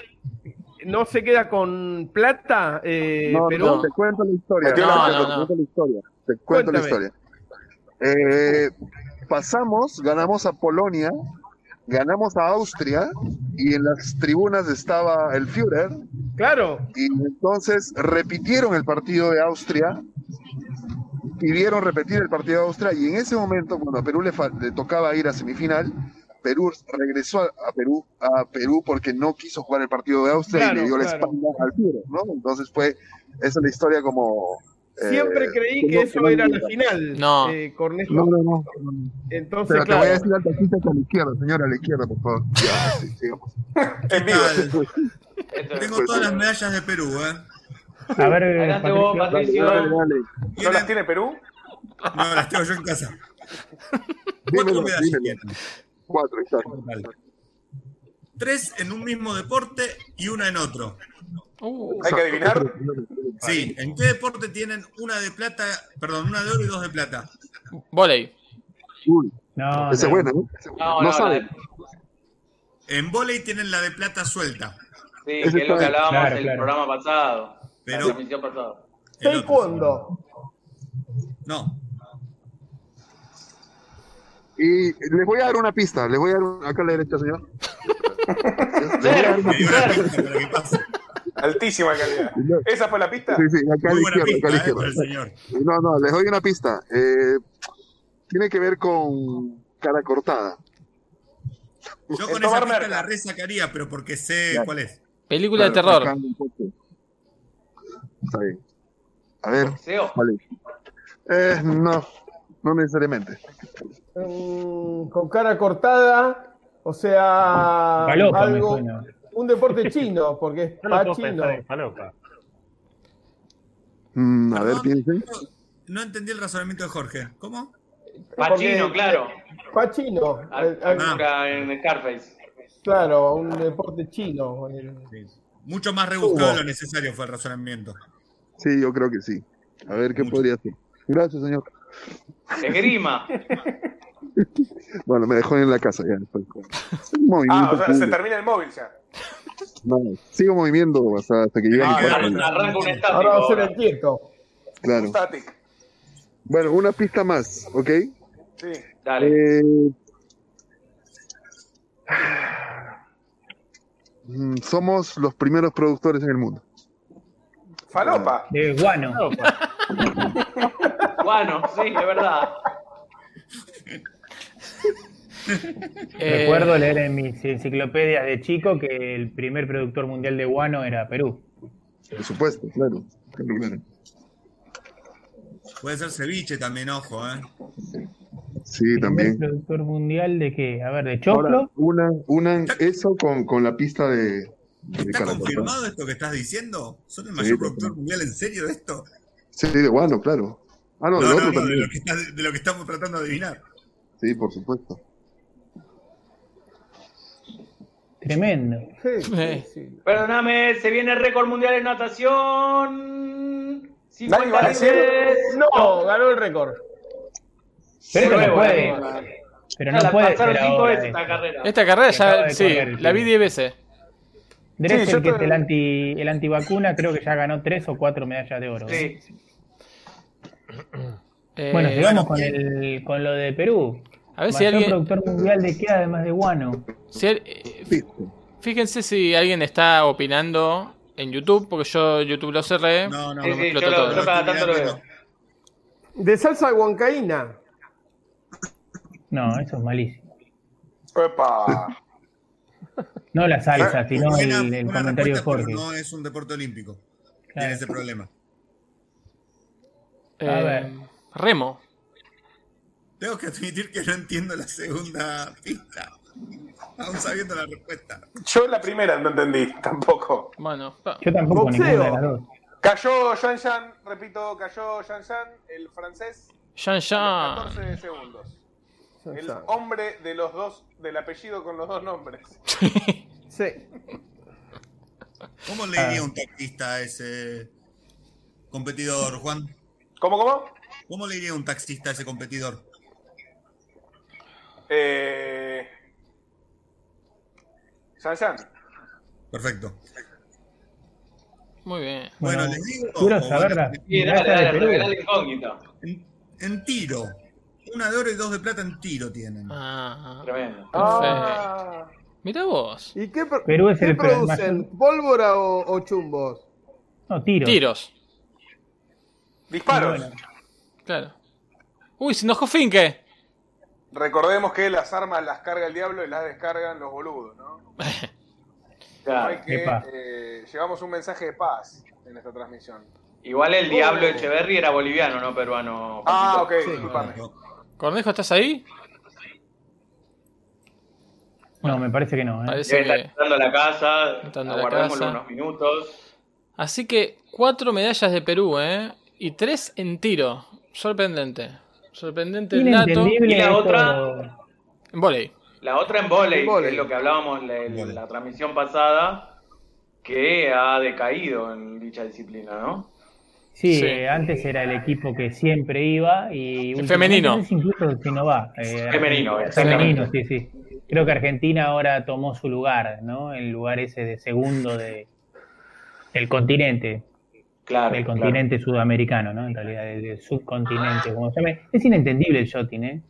[SPEAKER 13] no se queda con plata, eh,
[SPEAKER 1] no,
[SPEAKER 13] Perú.
[SPEAKER 1] no, te cuento la historia.
[SPEAKER 13] No,
[SPEAKER 1] te
[SPEAKER 6] no,
[SPEAKER 1] cuento,
[SPEAKER 6] no.
[SPEAKER 1] te cuento la historia. Te cuento la
[SPEAKER 13] Cuéntame.
[SPEAKER 1] historia. Eh, pasamos, ganamos a Polonia, ganamos a Austria y en las tribunas estaba el Führer
[SPEAKER 13] Claro.
[SPEAKER 1] y entonces repitieron el partido de Austria pidieron repetir el partido de Austria y en ese momento cuando a Perú le, fa- le tocaba ir a semifinal Perú regresó a, a Perú a Perú porque no quiso jugar el partido de Austria y
[SPEAKER 13] Claro,
[SPEAKER 1] le dio la
[SPEAKER 13] claro.
[SPEAKER 1] espalda al Führer ¿no? entonces fue esa es la historia como eh,
[SPEAKER 13] Siempre creí que
[SPEAKER 1] no-
[SPEAKER 13] eso
[SPEAKER 1] no
[SPEAKER 13] era la
[SPEAKER 1] llega.
[SPEAKER 13] final, eh, Cornejo.
[SPEAKER 1] no, no, no.
[SPEAKER 13] Entonces,
[SPEAKER 1] Pero te voy a
[SPEAKER 13] claro.
[SPEAKER 1] decir al taxista que a la izquierda, señora, a la izquierda, por favor. Ya, sí, sigamos.
[SPEAKER 5] Tengo
[SPEAKER 9] pues,
[SPEAKER 5] todas las medallas de Perú, ¿eh?
[SPEAKER 8] A ver, Adelante vos,
[SPEAKER 5] Patricio.
[SPEAKER 1] Dale, dale, dale.
[SPEAKER 5] ¿No las tiene Perú? No, las tengo yo en casa.
[SPEAKER 1] Dímelo,
[SPEAKER 5] Cuatro medallas
[SPEAKER 1] dímelo.
[SPEAKER 5] tiene.
[SPEAKER 1] Cuatro, exacto.
[SPEAKER 5] Tres en un mismo deporte y una en otro.
[SPEAKER 7] Hay que adivinar.
[SPEAKER 5] Sí, ¿en qué deporte tienen una de plata, perdón, una de oro y dos de plata?
[SPEAKER 6] Voley.
[SPEAKER 1] Uy, esa
[SPEAKER 8] No,
[SPEAKER 1] es
[SPEAKER 8] no.
[SPEAKER 1] buena, ¿no? No, no, saben.
[SPEAKER 5] En volei tienen la de plata suelta.
[SPEAKER 9] Sí,
[SPEAKER 1] Eso
[SPEAKER 9] que es lo
[SPEAKER 1] está-
[SPEAKER 9] que hablábamos
[SPEAKER 1] claro,
[SPEAKER 9] en el
[SPEAKER 1] claro.
[SPEAKER 9] programa pasado.
[SPEAKER 5] Pero-
[SPEAKER 9] la transmisión pasada.
[SPEAKER 13] Taekwondo.
[SPEAKER 5] No.
[SPEAKER 1] Y les voy a dar una pista, les voy a dar una- acá a la derecha, señor. Les voy a dar una pista.
[SPEAKER 7] Altísima calidad. ¿Esa fue la pista?
[SPEAKER 1] Sí, sí, acá a la izquierda, acá a la izquierda.
[SPEAKER 5] señor.
[SPEAKER 1] No, no, les doy una pista. Eh, tiene que ver con cara cortada.
[SPEAKER 5] Yo con esa
[SPEAKER 7] Tomar
[SPEAKER 5] pista
[SPEAKER 7] merca.
[SPEAKER 5] la resacaría, pero porque sé
[SPEAKER 1] Ya.
[SPEAKER 5] cuál es.
[SPEAKER 6] Película de
[SPEAKER 1] Claro,
[SPEAKER 6] terror.
[SPEAKER 1] acá en el coche. Está bien. A ver, ¿cuál es? Eh, no, no necesariamente.
[SPEAKER 13] Mm, con cara cortada, o sea,
[SPEAKER 11] Falopa me
[SPEAKER 13] Ah, algo,
[SPEAKER 11] suena.
[SPEAKER 13] un deporte chino, porque es
[SPEAKER 11] No lo puedo
[SPEAKER 13] pachino.
[SPEAKER 11] pensar en falopa.
[SPEAKER 1] Mm, a ver, piensen.
[SPEAKER 5] No entendí el razonamiento de Jorge. ¿Cómo?
[SPEAKER 9] Pachino,
[SPEAKER 13] Porque-
[SPEAKER 9] claro. Ah.
[SPEAKER 13] Pachino, eh, eh,
[SPEAKER 9] Altura en Scarface.
[SPEAKER 13] claro, un deporte chino. eh.
[SPEAKER 5] Mucho más rebuscado
[SPEAKER 1] Hubo.
[SPEAKER 5] de lo necesario fue el razonamiento.
[SPEAKER 1] Sí, yo creo que sí. A ver, ¿qué podría ser? Gracias, señor.
[SPEAKER 9] Esgrima.
[SPEAKER 1] Bueno, me dejó en la casa ya después. Es un movimiento
[SPEAKER 7] Ah, o sea,
[SPEAKER 1] público.
[SPEAKER 7] se termina el móvil ya.
[SPEAKER 1] No, sigo moviendo hasta, hasta que llegue
[SPEAKER 7] Ah,
[SPEAKER 1] a mi cuarto.
[SPEAKER 9] Arranca un estático.
[SPEAKER 13] Ahora va a ser
[SPEAKER 9] ahora.
[SPEAKER 13] el quieto.
[SPEAKER 1] Claro.
[SPEAKER 7] Static.
[SPEAKER 1] Bueno, una pista más, ¿ok?
[SPEAKER 7] Sí.
[SPEAKER 1] Eh, mm, somos los primeros productores en el mundo.
[SPEAKER 7] Falopa.
[SPEAKER 8] De guano.
[SPEAKER 9] Bueno, sí, es verdad.
[SPEAKER 10] Eh,
[SPEAKER 6] Eh,
[SPEAKER 8] Recuerdo leer en mis enciclopedias de chico que el primer productor mundial de guano era Perú.
[SPEAKER 1] Por supuesto, claro. claro, claro.
[SPEAKER 5] Puede ser ceviche también, ojo, ¿eh?
[SPEAKER 1] Sí,
[SPEAKER 8] ¿Primer
[SPEAKER 1] también.
[SPEAKER 8] productor mundial de qué? A ver, de choclo.
[SPEAKER 1] Ahora, una, una, eso con, con la pista de,
[SPEAKER 5] ¿Está
[SPEAKER 16] Caracol.
[SPEAKER 5] confirmado esto que estás diciendo? ¿Son el
[SPEAKER 16] Sí,
[SPEAKER 5] mayor
[SPEAKER 16] está
[SPEAKER 5] productor mundial en serio de esto?
[SPEAKER 16] Sí, de Guano, claro. Ah, no, de
[SPEAKER 5] No, no,
[SPEAKER 16] otro
[SPEAKER 5] no, de
[SPEAKER 16] también.
[SPEAKER 5] lo, que está- de lo que estamos tratando de adivinar.
[SPEAKER 16] Sí, por supuesto.
[SPEAKER 8] Tremendo.
[SPEAKER 10] Eh.
[SPEAKER 9] Perdóname, se viene el récord mundial en natación. 50
[SPEAKER 8] ¿Nadie va a decir?
[SPEAKER 9] libres.
[SPEAKER 17] No, ganó el récord.
[SPEAKER 9] De
[SPEAKER 8] Pero no
[SPEAKER 9] nuevo,
[SPEAKER 18] eh.
[SPEAKER 8] puede.
[SPEAKER 9] ganó.
[SPEAKER 8] Pero
[SPEAKER 9] Ya
[SPEAKER 8] no
[SPEAKER 9] la
[SPEAKER 8] puede.
[SPEAKER 9] pasaron
[SPEAKER 8] ser
[SPEAKER 9] cinco
[SPEAKER 8] ahora,
[SPEAKER 9] veces
[SPEAKER 8] eh.
[SPEAKER 9] esta carrera.
[SPEAKER 10] Esta carrera ya, sí, la vi 10 veces.
[SPEAKER 8] Dressel,
[SPEAKER 10] Sí, yo
[SPEAKER 8] que es
[SPEAKER 10] te-
[SPEAKER 8] el, anti, el antivacuna, creo que ya ganó tres o cuatro medallas de oro. ¿eh? Bueno,
[SPEAKER 10] Eh,
[SPEAKER 8] sigamos con, el, con lo de Perú.
[SPEAKER 10] A ver si
[SPEAKER 8] Mayor
[SPEAKER 10] alguien-
[SPEAKER 8] productor mundial de qué, además de Guano.
[SPEAKER 10] Si al- eh, fí- fíjense si alguien está opinando en YouTube, porque yo YouTube lo cerré. No,
[SPEAKER 5] no,
[SPEAKER 18] Sí,
[SPEAKER 10] me
[SPEAKER 18] sí,
[SPEAKER 10] explotó
[SPEAKER 18] yo lo-
[SPEAKER 10] todo.
[SPEAKER 18] yo cada tanto lo veo. De salsa huancaína.
[SPEAKER 8] No, eso es malísimo.
[SPEAKER 7] ¡Epa!
[SPEAKER 8] No la salsa,
[SPEAKER 5] Ah,
[SPEAKER 8] sino
[SPEAKER 5] buena-
[SPEAKER 8] el, el
[SPEAKER 5] buena
[SPEAKER 8] comentario de
[SPEAKER 5] respuesta, pero
[SPEAKER 8] Jorge.
[SPEAKER 5] No es un deporte olímpico. Tiene ese problema.
[SPEAKER 8] A ver.
[SPEAKER 10] Remo.
[SPEAKER 5] Tengo que admitir que no entiendo la segunda pista. Aún sabiendo la respuesta.
[SPEAKER 7] Yo la primera no entendí, tampoco.
[SPEAKER 10] Bueno,
[SPEAKER 8] Yo tampoco, ninguna de las dos.
[SPEAKER 7] Cayó Jean Jean, repito, cayó Jean Jean, el francés,
[SPEAKER 10] Jean
[SPEAKER 7] a los
[SPEAKER 10] Jean.
[SPEAKER 7] 14 segundos.
[SPEAKER 18] Jean
[SPEAKER 7] El
[SPEAKER 18] Jean.
[SPEAKER 7] hombre de los dos, del apellido con los dos nombres.
[SPEAKER 18] Sí.
[SPEAKER 5] ¿Cómo le
[SPEAKER 8] Ah.
[SPEAKER 5] diría un taxista a ese competidor, Juan?
[SPEAKER 7] ¿Cómo, cómo?
[SPEAKER 5] ¿Cómo le diría un taxista a ese competidor?
[SPEAKER 7] Eh, Jean Jean.
[SPEAKER 5] Perfecto.
[SPEAKER 10] Muy bien.
[SPEAKER 5] Bueno, les digo.
[SPEAKER 8] Quiero
[SPEAKER 5] o
[SPEAKER 8] saber
[SPEAKER 5] bueno,
[SPEAKER 8] la-
[SPEAKER 9] Sí, dale,
[SPEAKER 8] la de
[SPEAKER 9] dale,
[SPEAKER 8] Perú.
[SPEAKER 9] revela la incógnita.
[SPEAKER 5] En, en tiro. Una de oro y dos de plata en tiro tienen.
[SPEAKER 10] Ah,
[SPEAKER 9] Tremendo.
[SPEAKER 18] Ah.
[SPEAKER 10] Mira vos.
[SPEAKER 18] ¿Y qué, pro-
[SPEAKER 8] Perú es
[SPEAKER 18] qué
[SPEAKER 8] el pro-
[SPEAKER 18] producen? ¿Pólvora o, o chumbos?
[SPEAKER 8] No, tiros.
[SPEAKER 10] Tiros.
[SPEAKER 7] Disparos.
[SPEAKER 10] Claro. Uy, se enojó Finke.
[SPEAKER 7] Recordemos que las armas las carga el diablo y las descargan los boludos, ¿no? Hay que,
[SPEAKER 9] Epa.
[SPEAKER 7] eh, llevamos un mensaje de paz en esta transmisión.
[SPEAKER 9] Igual el diablo Echeverry era boliviano, no peruano.
[SPEAKER 7] Ah, ok,
[SPEAKER 9] Juancito.
[SPEAKER 7] disculpame.
[SPEAKER 10] Cornejo, ¿estás ahí?
[SPEAKER 8] No, me parece que no. ¿eh?
[SPEAKER 9] Debe estar entrando a la casa,
[SPEAKER 10] a la
[SPEAKER 9] aguardémoslo
[SPEAKER 10] casa.
[SPEAKER 9] unos minutos.
[SPEAKER 10] Así que cuatro medallas de Perú, ¿eh? Y tres en tiro. Sorprendente. Sorprendente el dato.
[SPEAKER 8] Inentendible
[SPEAKER 9] Y la
[SPEAKER 8] esto.
[SPEAKER 9] otra-
[SPEAKER 10] En volei.
[SPEAKER 9] La otra en volei,
[SPEAKER 10] En
[SPEAKER 9] que
[SPEAKER 10] vóley.
[SPEAKER 9] es lo que hablábamos la, la transmisión pasada, que ha decaído en dicha disciplina, ¿no?
[SPEAKER 8] Sí,
[SPEAKER 9] Sí.
[SPEAKER 8] eh, antes era el equipo que siempre iba y
[SPEAKER 9] El femenino.
[SPEAKER 8] últimamente, no sé incluso si no va. eh,
[SPEAKER 9] Femenino,
[SPEAKER 8] femenino,
[SPEAKER 9] exactamente.
[SPEAKER 8] sí, sí. Creo que Argentina ahora tomó su lugar, ¿no? El lugar ese de segundo de del continente,
[SPEAKER 9] Claro.
[SPEAKER 8] del
[SPEAKER 9] claro.
[SPEAKER 8] continente sudamericano, ¿no? En realidad, del, del subcontinente, como se llame. Es inentendible el shotting, ¿eh?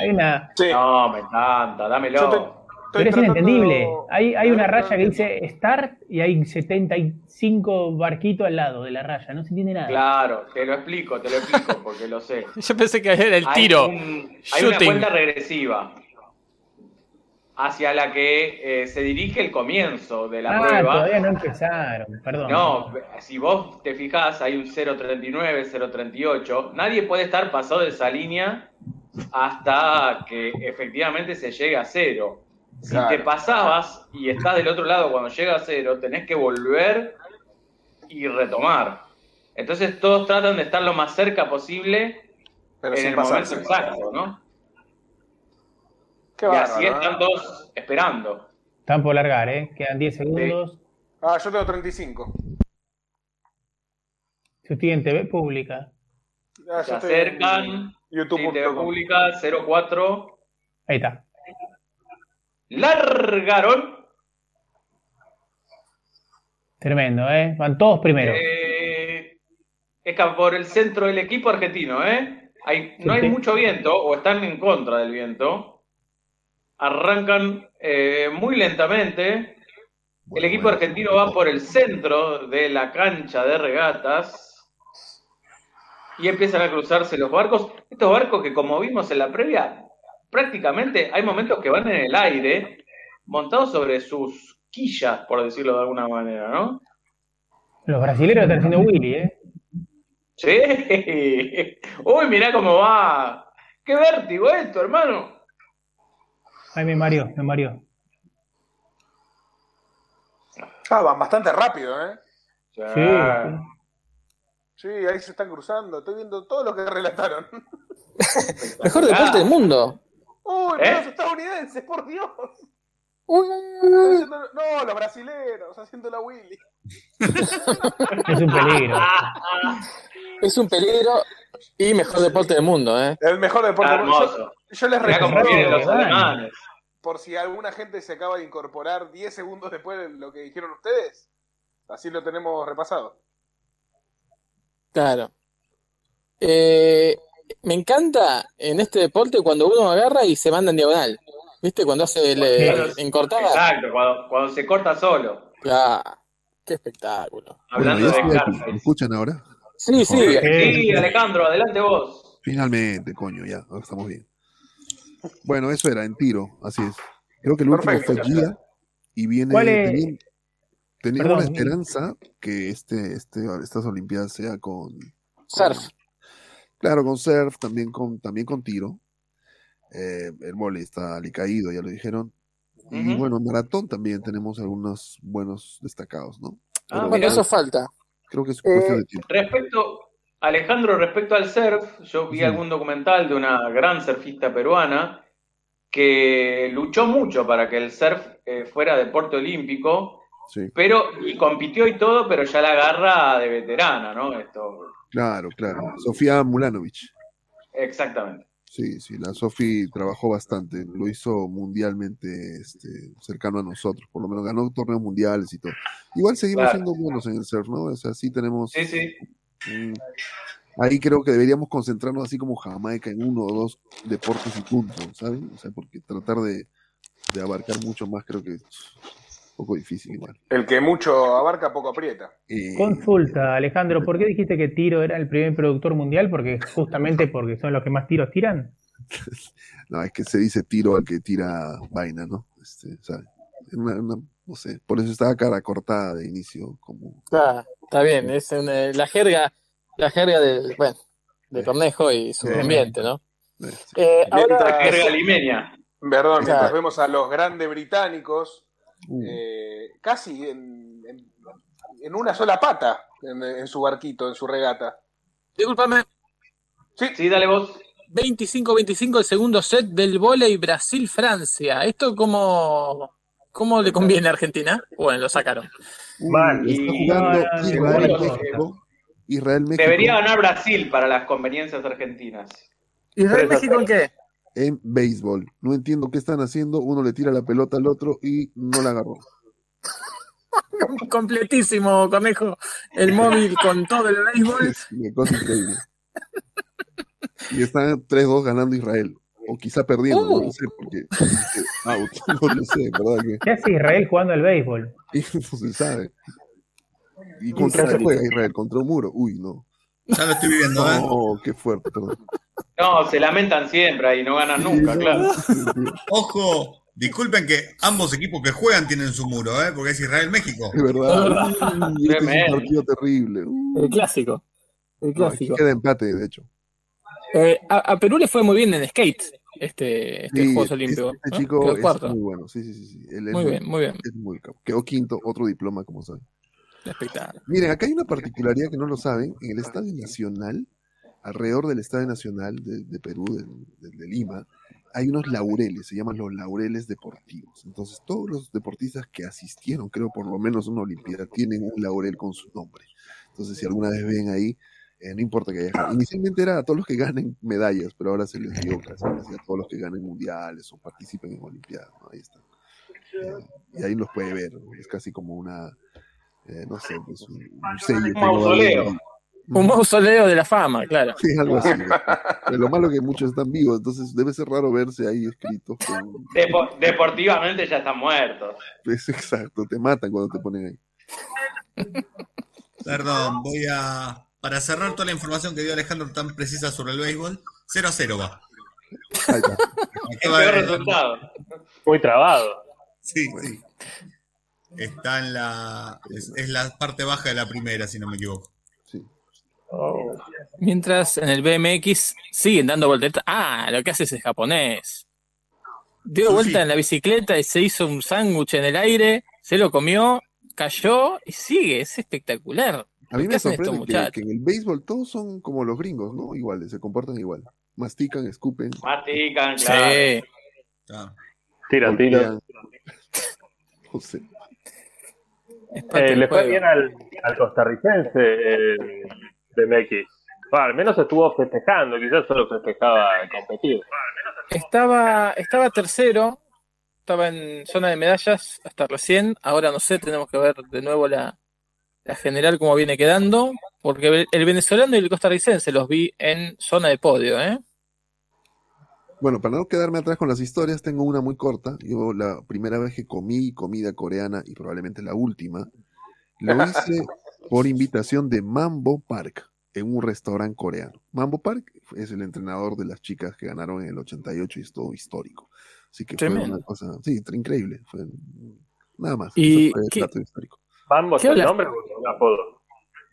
[SPEAKER 8] Hay una,
[SPEAKER 9] No, me encanta, dámelo.
[SPEAKER 8] pero es inentendible. Hay, hay una raya que dice start y hay 75 barquitos al lado de la raya, no se entiende nada.
[SPEAKER 9] Claro, te lo explico, te lo explico, porque lo sé.
[SPEAKER 10] Yo pensé que era el
[SPEAKER 9] Hay
[SPEAKER 10] tiro.
[SPEAKER 9] un- hay una
[SPEAKER 10] Shooting.
[SPEAKER 9] cuenta regresiva hacia la que eh, se dirige el comienzo de la
[SPEAKER 8] ah,
[SPEAKER 9] prueba.
[SPEAKER 8] todavía no empezaron, perdón.
[SPEAKER 9] No, si vos te fijás, hay un 0.39, 0.38. Nadie puede estar pasado de esa línea hasta que efectivamente se llegue a cero. Si
[SPEAKER 7] Claro.
[SPEAKER 9] te pasabas y estás del otro lado cuando llega a cero, tenés que volver y retomar. Entonces todos tratan de estar lo más cerca posible
[SPEAKER 7] Pero
[SPEAKER 9] en
[SPEAKER 7] sin
[SPEAKER 9] el
[SPEAKER 7] pasarse.
[SPEAKER 9] momento exacto, ¿no?
[SPEAKER 7] Qué
[SPEAKER 9] y
[SPEAKER 7] bárbaro,
[SPEAKER 9] así
[SPEAKER 7] ¿eh?
[SPEAKER 9] están todos esperando.
[SPEAKER 8] Están por largar, ¿eh? Quedan 10 segundos.
[SPEAKER 7] Ah, yo tengo 35.
[SPEAKER 8] Yo estoy en TV pública.
[SPEAKER 7] Ah,
[SPEAKER 9] Se
[SPEAKER 7] yo estoy en
[SPEAKER 9] acercan.
[SPEAKER 7] YouTube.com.
[SPEAKER 9] TV Pública 04.
[SPEAKER 8] Ahí está.
[SPEAKER 9] Largaron.
[SPEAKER 8] Tremendo, ¿eh? Van todos primero.
[SPEAKER 9] Eh, esca- por el centro del equipo argentino, ¿eh? Hay- no
[SPEAKER 8] Sí,
[SPEAKER 9] hay
[SPEAKER 8] sí.
[SPEAKER 9] mucho viento o están en contra del viento. Arrancan eh, muy lentamente. El equipo argentino va por el centro de la cancha de regatas y empiezan a cruzarse los barcos. Estos barcos que como vimos en la previa, prácticamente hay momentos que van en el aire, montados sobre sus quillas, por decirlo de alguna manera, ¿no?
[SPEAKER 8] Los brasileños están haciendo Willy, ¿eh?
[SPEAKER 9] Sí. Uy, mirá cómo va. Qué vértigo esto, hermano.
[SPEAKER 8] Ay, me mareó, me mareó.
[SPEAKER 7] Ah, van bastante rápido, ¿eh?
[SPEAKER 8] Sí.
[SPEAKER 7] Sí, ahí se están cruzando. Estoy viendo todo lo que relataron.
[SPEAKER 6] Mejor deporte del mundo.
[SPEAKER 7] ¡Uy,
[SPEAKER 6] ¿Eh?
[SPEAKER 7] los estadounidenses, por Dios! Haciendo- No, los brasileros, haciendo la Willy.
[SPEAKER 8] Es un peligro.
[SPEAKER 6] Es un peligro y mejor deporte del mundo, ¿eh?
[SPEAKER 7] El mejor deporte del mundo. Hermoso. Yo les
[SPEAKER 6] Mirá cómo vienen los alemanes.
[SPEAKER 7] Por si alguna gente se acaba de incorporar 10 segundos después de lo que dijeron ustedes. Así lo tenemos repasado.
[SPEAKER 6] Claro. Eh, me encanta en este deporte cuando uno agarra y se manda en diagonal. ¿Viste? Cuando hace el, eh,
[SPEAKER 9] Cuando-
[SPEAKER 6] en cortada. Ah,
[SPEAKER 9] Exacto, cuando, cuando se corta solo.
[SPEAKER 6] Claro. Qué espectáculo.
[SPEAKER 9] Hablando
[SPEAKER 1] Bueno,
[SPEAKER 9] de
[SPEAKER 1] ya
[SPEAKER 9] cárcel.
[SPEAKER 1] ¿Me escuchan ahora?
[SPEAKER 6] Sí, sí.
[SPEAKER 9] Sí, Alejandro, adelante vos.
[SPEAKER 1] Finalmente, coño, ya, ahora estamos bien. Bueno, eso era en tiro, así es. Creo que el último
[SPEAKER 8] Perfecto.
[SPEAKER 1] fue Gia y viene.
[SPEAKER 8] ¿Cuál
[SPEAKER 2] Eh,
[SPEAKER 8] es?
[SPEAKER 1] teni- Tenemos
[SPEAKER 8] Perdón.
[SPEAKER 1] la esperanza que este, este, estas Olimpiadas sea con.
[SPEAKER 6] Surf.
[SPEAKER 1] Claro, con surf, también con, también con tiro. Eh, el vóley está alicaído, ya lo dijeron. Y
[SPEAKER 6] Ujú.
[SPEAKER 1] bueno, en maratón también tenemos algunos buenos destacados, ¿no?
[SPEAKER 9] Ah,
[SPEAKER 1] Pero
[SPEAKER 6] Bueno, eso falta.
[SPEAKER 1] Creo que es cuestión
[SPEAKER 9] Eh,
[SPEAKER 1] de tiempo.
[SPEAKER 9] Respecto, Alejandro, respecto al surf, yo vi algún documental de una gran surfista peruana que luchó mucho para que el surf eh, fuera deporte olímpico,
[SPEAKER 1] Sí.
[SPEAKER 9] pero y compitió y todo, pero ya la agarra de veterana, ¿no? Esto,
[SPEAKER 1] Claro, claro. Sofía Mulanovich.
[SPEAKER 9] exactamente.
[SPEAKER 1] Sí, sí, la Sofi trabajó bastante, lo hizo mundialmente este, cercano a nosotros, por lo menos ganó torneos mundiales y todo. Igual seguimos
[SPEAKER 9] Claro.
[SPEAKER 1] siendo buenos en el surf, ¿no? O sea, sí tenemos,
[SPEAKER 9] Sí, sí.
[SPEAKER 1] mm, ahí creo que deberíamos concentrarnos así como Jamaica en uno o dos deportes y punto, ¿saben? O sea, porque tratar de, de abarcar mucho más creo que es un poco difícil igual.
[SPEAKER 7] El que mucho abarca, poco aprieta.
[SPEAKER 1] Eh,
[SPEAKER 8] Consulta, Alejandro, ¿por qué dijiste que Tiro era el primer productor mundial? Porque justamente porque son los que más tiros tiran.
[SPEAKER 1] no, es que se dice tiro al que tira vaina, ¿no? Este, ¿saben? Una- una- no sé, por eso estaba cara cortada de inicio, como...
[SPEAKER 6] Está, está bien. Es en, eh, la jerga, la jerga del, bueno, de Cornejo y su ambiente, ¿no? Eh, ahora-
[SPEAKER 7] Perdón, mientras
[SPEAKER 6] Claro.
[SPEAKER 7] vemos a los grandes británicos
[SPEAKER 6] Uh.
[SPEAKER 7] eh, casi en, en- en una sola pata en, en su barquito, en su regata.
[SPEAKER 6] Disculpame.
[SPEAKER 7] Sí.
[SPEAKER 9] dale vos.
[SPEAKER 6] 25-25 el segundo set del vóley Brasil-Francia. ¿Esto cómo, cómo le conviene a Argentina? Bueno, lo sacaron.
[SPEAKER 1] Mal. Está jugando Israel, México. Israel, México.
[SPEAKER 9] Debería ganar Brasil para las conveniencias argentinas.
[SPEAKER 6] ¿Israel, México en qué?
[SPEAKER 1] En béisbol. No entiendo qué están haciendo. Uno le tira la pelota al otro y no la agarró.
[SPEAKER 6] Completísimo, Conejo. El móvil con todo el béisbol.
[SPEAKER 1] Es una cosa increíble. Y están 3-2 ganando Israel. O quizá perdiendo, no
[SPEAKER 6] Uh.
[SPEAKER 1] lo sé, porque. porque out. No lo sé, ¿verdad? Que,
[SPEAKER 8] ¿Qué hace Israel jugando al béisbol?
[SPEAKER 1] no se sabe. ¿Y contra qué juega Israel? ¿Contra un muro? Uy, no.
[SPEAKER 5] Ya lo estoy viendo, ¿eh?
[SPEAKER 1] No, qué fuerte, perdón.
[SPEAKER 9] No, se lamentan siempre y no ganan nunca, claro.
[SPEAKER 5] Ojo, disculpen que ambos equipos que juegan tienen su muro, ¿eh? Porque es Israel-México.
[SPEAKER 1] Es verdad. Uy, este es un partido terrible.
[SPEAKER 6] El clásico. El
[SPEAKER 1] No, aquí
[SPEAKER 6] clásico.
[SPEAKER 1] queda empate, de hecho.
[SPEAKER 6] Eh, a, a Perú le fue muy bien en skate este, este
[SPEAKER 1] Sí,
[SPEAKER 6] Juegos
[SPEAKER 1] este-
[SPEAKER 6] Olímpicos.
[SPEAKER 1] Este
[SPEAKER 6] ¿no?
[SPEAKER 1] chico
[SPEAKER 6] Quedó
[SPEAKER 1] es
[SPEAKER 6] cuarto.
[SPEAKER 1] muy bueno, sí, sí, sí. sí. Él es
[SPEAKER 6] Muy bien, muy bien.
[SPEAKER 1] es muy capo. Quedó quinto, otro diploma, como saben.
[SPEAKER 6] Espectacular.
[SPEAKER 1] Miren, acá hay una particularidad que no lo saben. En el Estadio Nacional, alrededor del Estadio Nacional de, de Perú, de, de- de Lima, hay unos laureles, se llaman los laureles deportivos. Entonces, todos los deportistas que asistieron, creo por lo menos a una Olimpiada, tienen un laurel con su nombre. Entonces, si alguna vez ven ahí, eh, no importa que haya ganado. Inicialmente era a todos los que ganen medallas, pero ahora se les dio casi casi a todos los que ganen mundiales o participen en Olimpiadas. ¿no? Ahí están. Eh, y ahí los puede ver. ¿no? Es casi como una, eh, no sé, pues un, un sello. que uno va viendo.
[SPEAKER 6] Un mausoleo de la fama, claro.
[SPEAKER 1] Sí, algo así. ¿no? Pero lo malo que muchos están vivos, entonces debe ser raro verse ahí escritos. con-
[SPEAKER 9] Depo- deportivamente ya están muertos.
[SPEAKER 1] Es exacto, te matan cuando te ponen ahí.
[SPEAKER 5] Perdón, voy a. Para cerrar toda la información que dio Alejandro tan precisa sobre el béisbol, 0 a 0 va. eh.
[SPEAKER 1] Ahí está.
[SPEAKER 9] El peor resultado.
[SPEAKER 11] Muy trabado.
[SPEAKER 5] Sí, sí. Está en la. Es, es la parte baja de la primera, si no me equivoco.
[SPEAKER 1] Oh.
[SPEAKER 6] Mientras en el BMX siguen dando volteretas. Ah, lo que hace ese japonés. Dio vuelta en la bicicleta y se hizo un sándwich en el aire, se lo comió cayó y sigue, es espectacular.
[SPEAKER 1] A
[SPEAKER 6] Lo
[SPEAKER 1] mí
[SPEAKER 6] que
[SPEAKER 1] me
[SPEAKER 6] hacen estos
[SPEAKER 1] sorprende que,
[SPEAKER 6] muchachos.
[SPEAKER 1] que en el béisbol todos son como los gringos, ¿no? Iguales, se comportan igual. Mastican, escupen.
[SPEAKER 9] Mastican,
[SPEAKER 1] Sí.
[SPEAKER 9] claro.
[SPEAKER 11] Tiran, tiran.
[SPEAKER 1] No sé.
[SPEAKER 11] Eh, le fue
[SPEAKER 1] juego.
[SPEAKER 11] bien al, al costarricense eh, de Mekis. al menos estuvo festejando, quizás solo festejaba el competir.
[SPEAKER 6] Estaba, estaba tercero, estaba en zona de medallas hasta recién. Ahora no sé, tenemos que ver de nuevo la, la general cómo viene quedando. Porque el- el venezolano y el costarricense los vi en zona de podio, ¿eh?
[SPEAKER 1] Bueno, para no quedarme atrás con las historias, tengo una muy corta. Yo la primera vez que comí comida coreana y probablemente la última, lo hice por invitación de Mambo Park en un restaurante coreano. Mambo Park es el entrenador de las chicas que ganaron en el 88 y es todo histórico. Así que fue
[SPEAKER 6] Tremendo.
[SPEAKER 1] una cosa, sí, tr- increíble. Fue- nada más.
[SPEAKER 6] ¿Y
[SPEAKER 1] Eso fue el
[SPEAKER 6] qué-
[SPEAKER 1] dato histórico.
[SPEAKER 11] Mambo es
[SPEAKER 6] ¿Qué
[SPEAKER 11] el
[SPEAKER 6] hablas?
[SPEAKER 11] nombre o un apodo.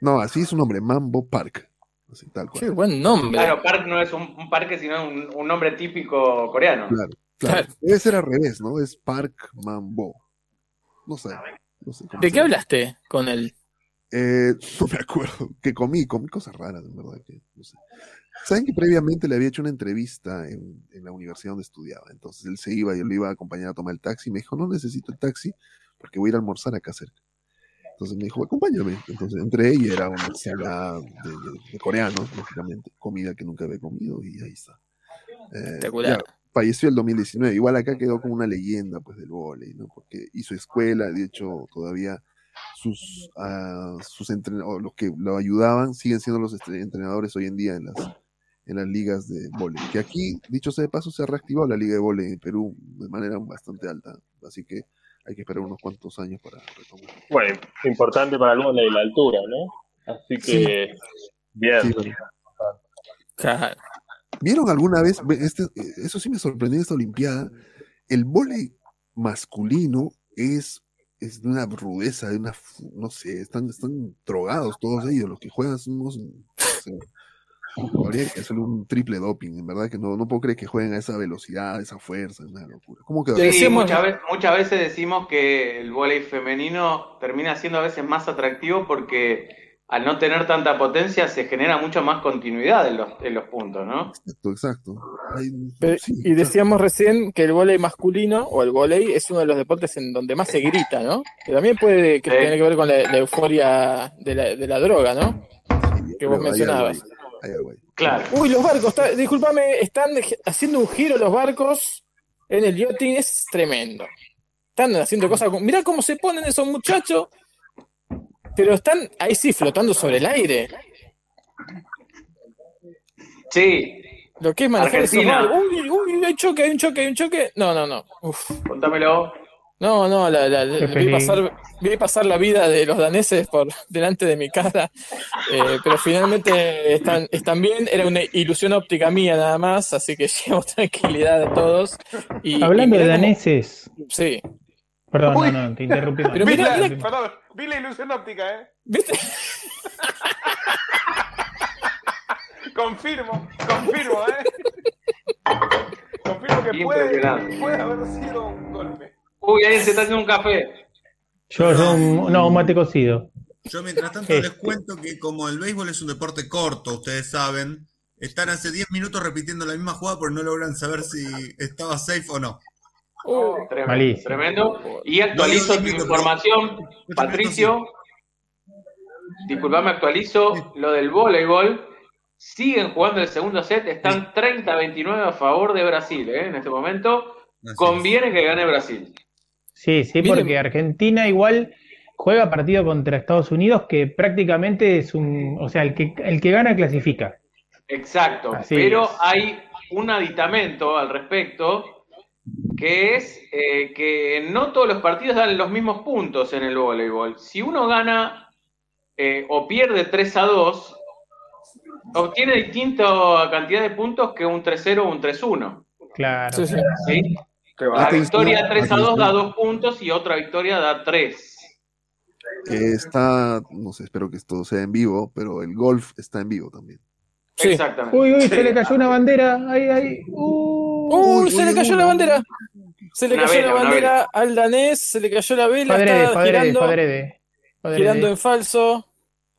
[SPEAKER 1] No, así es su nombre, Mambo Park. Así tal cual.
[SPEAKER 6] Qué buen nombre.
[SPEAKER 9] Claro, park no es un, un parque, sino un, un nombre típico coreano.
[SPEAKER 1] Claro, claro. Debe ser al revés, ¿no? Es Park Mambo. No sé. No sé cómo
[SPEAKER 6] ¿De
[SPEAKER 1] se
[SPEAKER 6] qué
[SPEAKER 1] llama.
[SPEAKER 6] hablaste con él?
[SPEAKER 1] Eh, no me acuerdo. Que comí, comí cosas raras, en verdad. Que, no sé. Saben que previamente le había hecho una entrevista en, en la universidad donde estudiaba. Entonces él se iba, yo lo iba a acompañar a tomar el taxi. Me dijo, no necesito el taxi porque voy a ir a almorzar acá cerca. Entonces me dijo, acompáñame. Entonces entré y era una sala de, de- de coreanos, lógicamente. Comida que nunca había comido y ahí está. Eh,
[SPEAKER 6] Espectacular.
[SPEAKER 1] ya, falleció el 2019. Igual acá quedó como una leyenda pues del vóley, ¿no? Porque hizo escuela, de hecho todavía sus, ah, sus entrenadores, los que lo ayudaban, siguen siendo los estre- entrenadores hoy en día en las, en las ligas de vóley. Que aquí, dicho sea de paso, se ha reactivado la liga de vóley en Perú de manera bastante alta. Así que hay que esperar unos cuantos años para retomar.
[SPEAKER 11] Bueno, importante para el vóley la altura, ¿no? Así que, bien.
[SPEAKER 1] Sí, bueno. ¿Vieron alguna vez? ve, este- eh, eso sí me sorprendió en esta Olimpiada. El vóley masculino es, es de una rudeza, de una. fu- No sé, están, están drogados todos ellos. Los que juegan son unos. no sé, habría que hacer un triple doping. En verdad que no, no puedo creer que jueguen a esa velocidad, a esa fuerza, es una locura. ¿Cómo quedó?
[SPEAKER 9] Sí, muchas, veces, muchas veces decimos que el vóley femenino termina siendo a veces más atractivo porque al no tener tanta potencia se genera mucha más continuidad en los, en los puntos, ¿no?
[SPEAKER 1] Exacto, exacto. Ay,
[SPEAKER 6] Pero- y decíamos recién que el vóley masculino o el vóley es uno de los deportes en donde más se grita, ¿no? Que también puede que tener que ver con la, la euforia de la, de la droga, ¿no? Que
[SPEAKER 1] Pero
[SPEAKER 6] vos
[SPEAKER 1] hay
[SPEAKER 6] mencionabas.
[SPEAKER 1] algo ahí, hay algo ahí.
[SPEAKER 9] Claro.
[SPEAKER 6] Uy, los barcos, está- discúlpame, están ge- haciendo un giro los barcos en el yachting, es tremendo. Están haciendo cosas. con- Mirá cómo se ponen esos muchachos, pero están ahí sí flotando sobre el aire.
[SPEAKER 9] Sí,
[SPEAKER 6] Lo que es manejar
[SPEAKER 9] Argentina.
[SPEAKER 6] esos barcos. Uy, uy, hay un choque, hay un choque, hay un choque. No, no, no. Uf.
[SPEAKER 9] contámelo.
[SPEAKER 6] No, no, la, la- la-
[SPEAKER 9] Qué
[SPEAKER 6] vi,
[SPEAKER 9] peligro.
[SPEAKER 6] pasar, vi pasar la vida de los daneses por delante de mi cara, eh, pero finalmente están, están bien, era una ilusión óptica mía nada más, así que llevo tranquilidad a todos. Y,
[SPEAKER 8] Hablando
[SPEAKER 6] y
[SPEAKER 8] de
[SPEAKER 6] mirá cómo-
[SPEAKER 8] daneses.
[SPEAKER 6] Sí.
[SPEAKER 8] Perdón,
[SPEAKER 6] Uy.
[SPEAKER 8] no, no, te interrumpí.
[SPEAKER 6] Pero
[SPEAKER 7] Vi
[SPEAKER 6] mira,
[SPEAKER 7] la-
[SPEAKER 6] mira-
[SPEAKER 7] perdón, vi la ilusión óptica, ¿eh? confirmo, confirmo, ¿eh? confirmo que puede,
[SPEAKER 9] Impresionante.
[SPEAKER 7] puede haber sido un golpe.
[SPEAKER 9] Uy, alguien se está haciendo un café.
[SPEAKER 8] Yo, yo, un- no, un mate cocido.
[SPEAKER 5] Yo mientras tanto les cuento que como el béisbol es un deporte corto, ustedes saben, están hace 10 minutos repitiendo la misma jugada porque no logran saber si estaba safe o no.
[SPEAKER 9] Tremendo,
[SPEAKER 5] malísimo.
[SPEAKER 9] tremendo. Y actualizo tu información, Patricio. Disculpame, actualizo lo del voleibol. Siguen jugando el segundo set, están 30-29 a favor de Brasil ¿eh? en este momento. Conviene que gane Brasil.
[SPEAKER 8] Sí, sí, porque Argentina igual juega partido contra Estados Unidos que prácticamente es un, o sea, el que el que gana clasifica.
[SPEAKER 9] Exacto.
[SPEAKER 8] Así
[SPEAKER 9] Pero
[SPEAKER 8] es.
[SPEAKER 9] hay un aditamento al respecto que es eh, que no todos los partidos dan los mismos puntos en el voleibol. Si uno gana eh, o pierde 3 a 2, obtiene distinta cantidad de puntos que un 3-0 o un 3-1.
[SPEAKER 8] Claro.
[SPEAKER 9] ¿sí? La victoria 3 a 2 da 2 puntos y otra victoria da 3.
[SPEAKER 1] Eh, está, no sé, espero que esto sea en vivo, pero el golf está en vivo también.
[SPEAKER 8] Uy, uy, se le cayó una bandera. Ahí, ahí. Uh.
[SPEAKER 6] Uy, se le cayó la bandera. Se le
[SPEAKER 8] Una
[SPEAKER 6] cayó
[SPEAKER 8] vela,
[SPEAKER 6] la
[SPEAKER 8] una
[SPEAKER 6] bandera
[SPEAKER 8] vela.
[SPEAKER 6] al danés, se le cayó la vela,
[SPEAKER 8] Padre,
[SPEAKER 6] está
[SPEAKER 8] padre,
[SPEAKER 6] girando,
[SPEAKER 8] padre. padre.
[SPEAKER 6] girando en falso.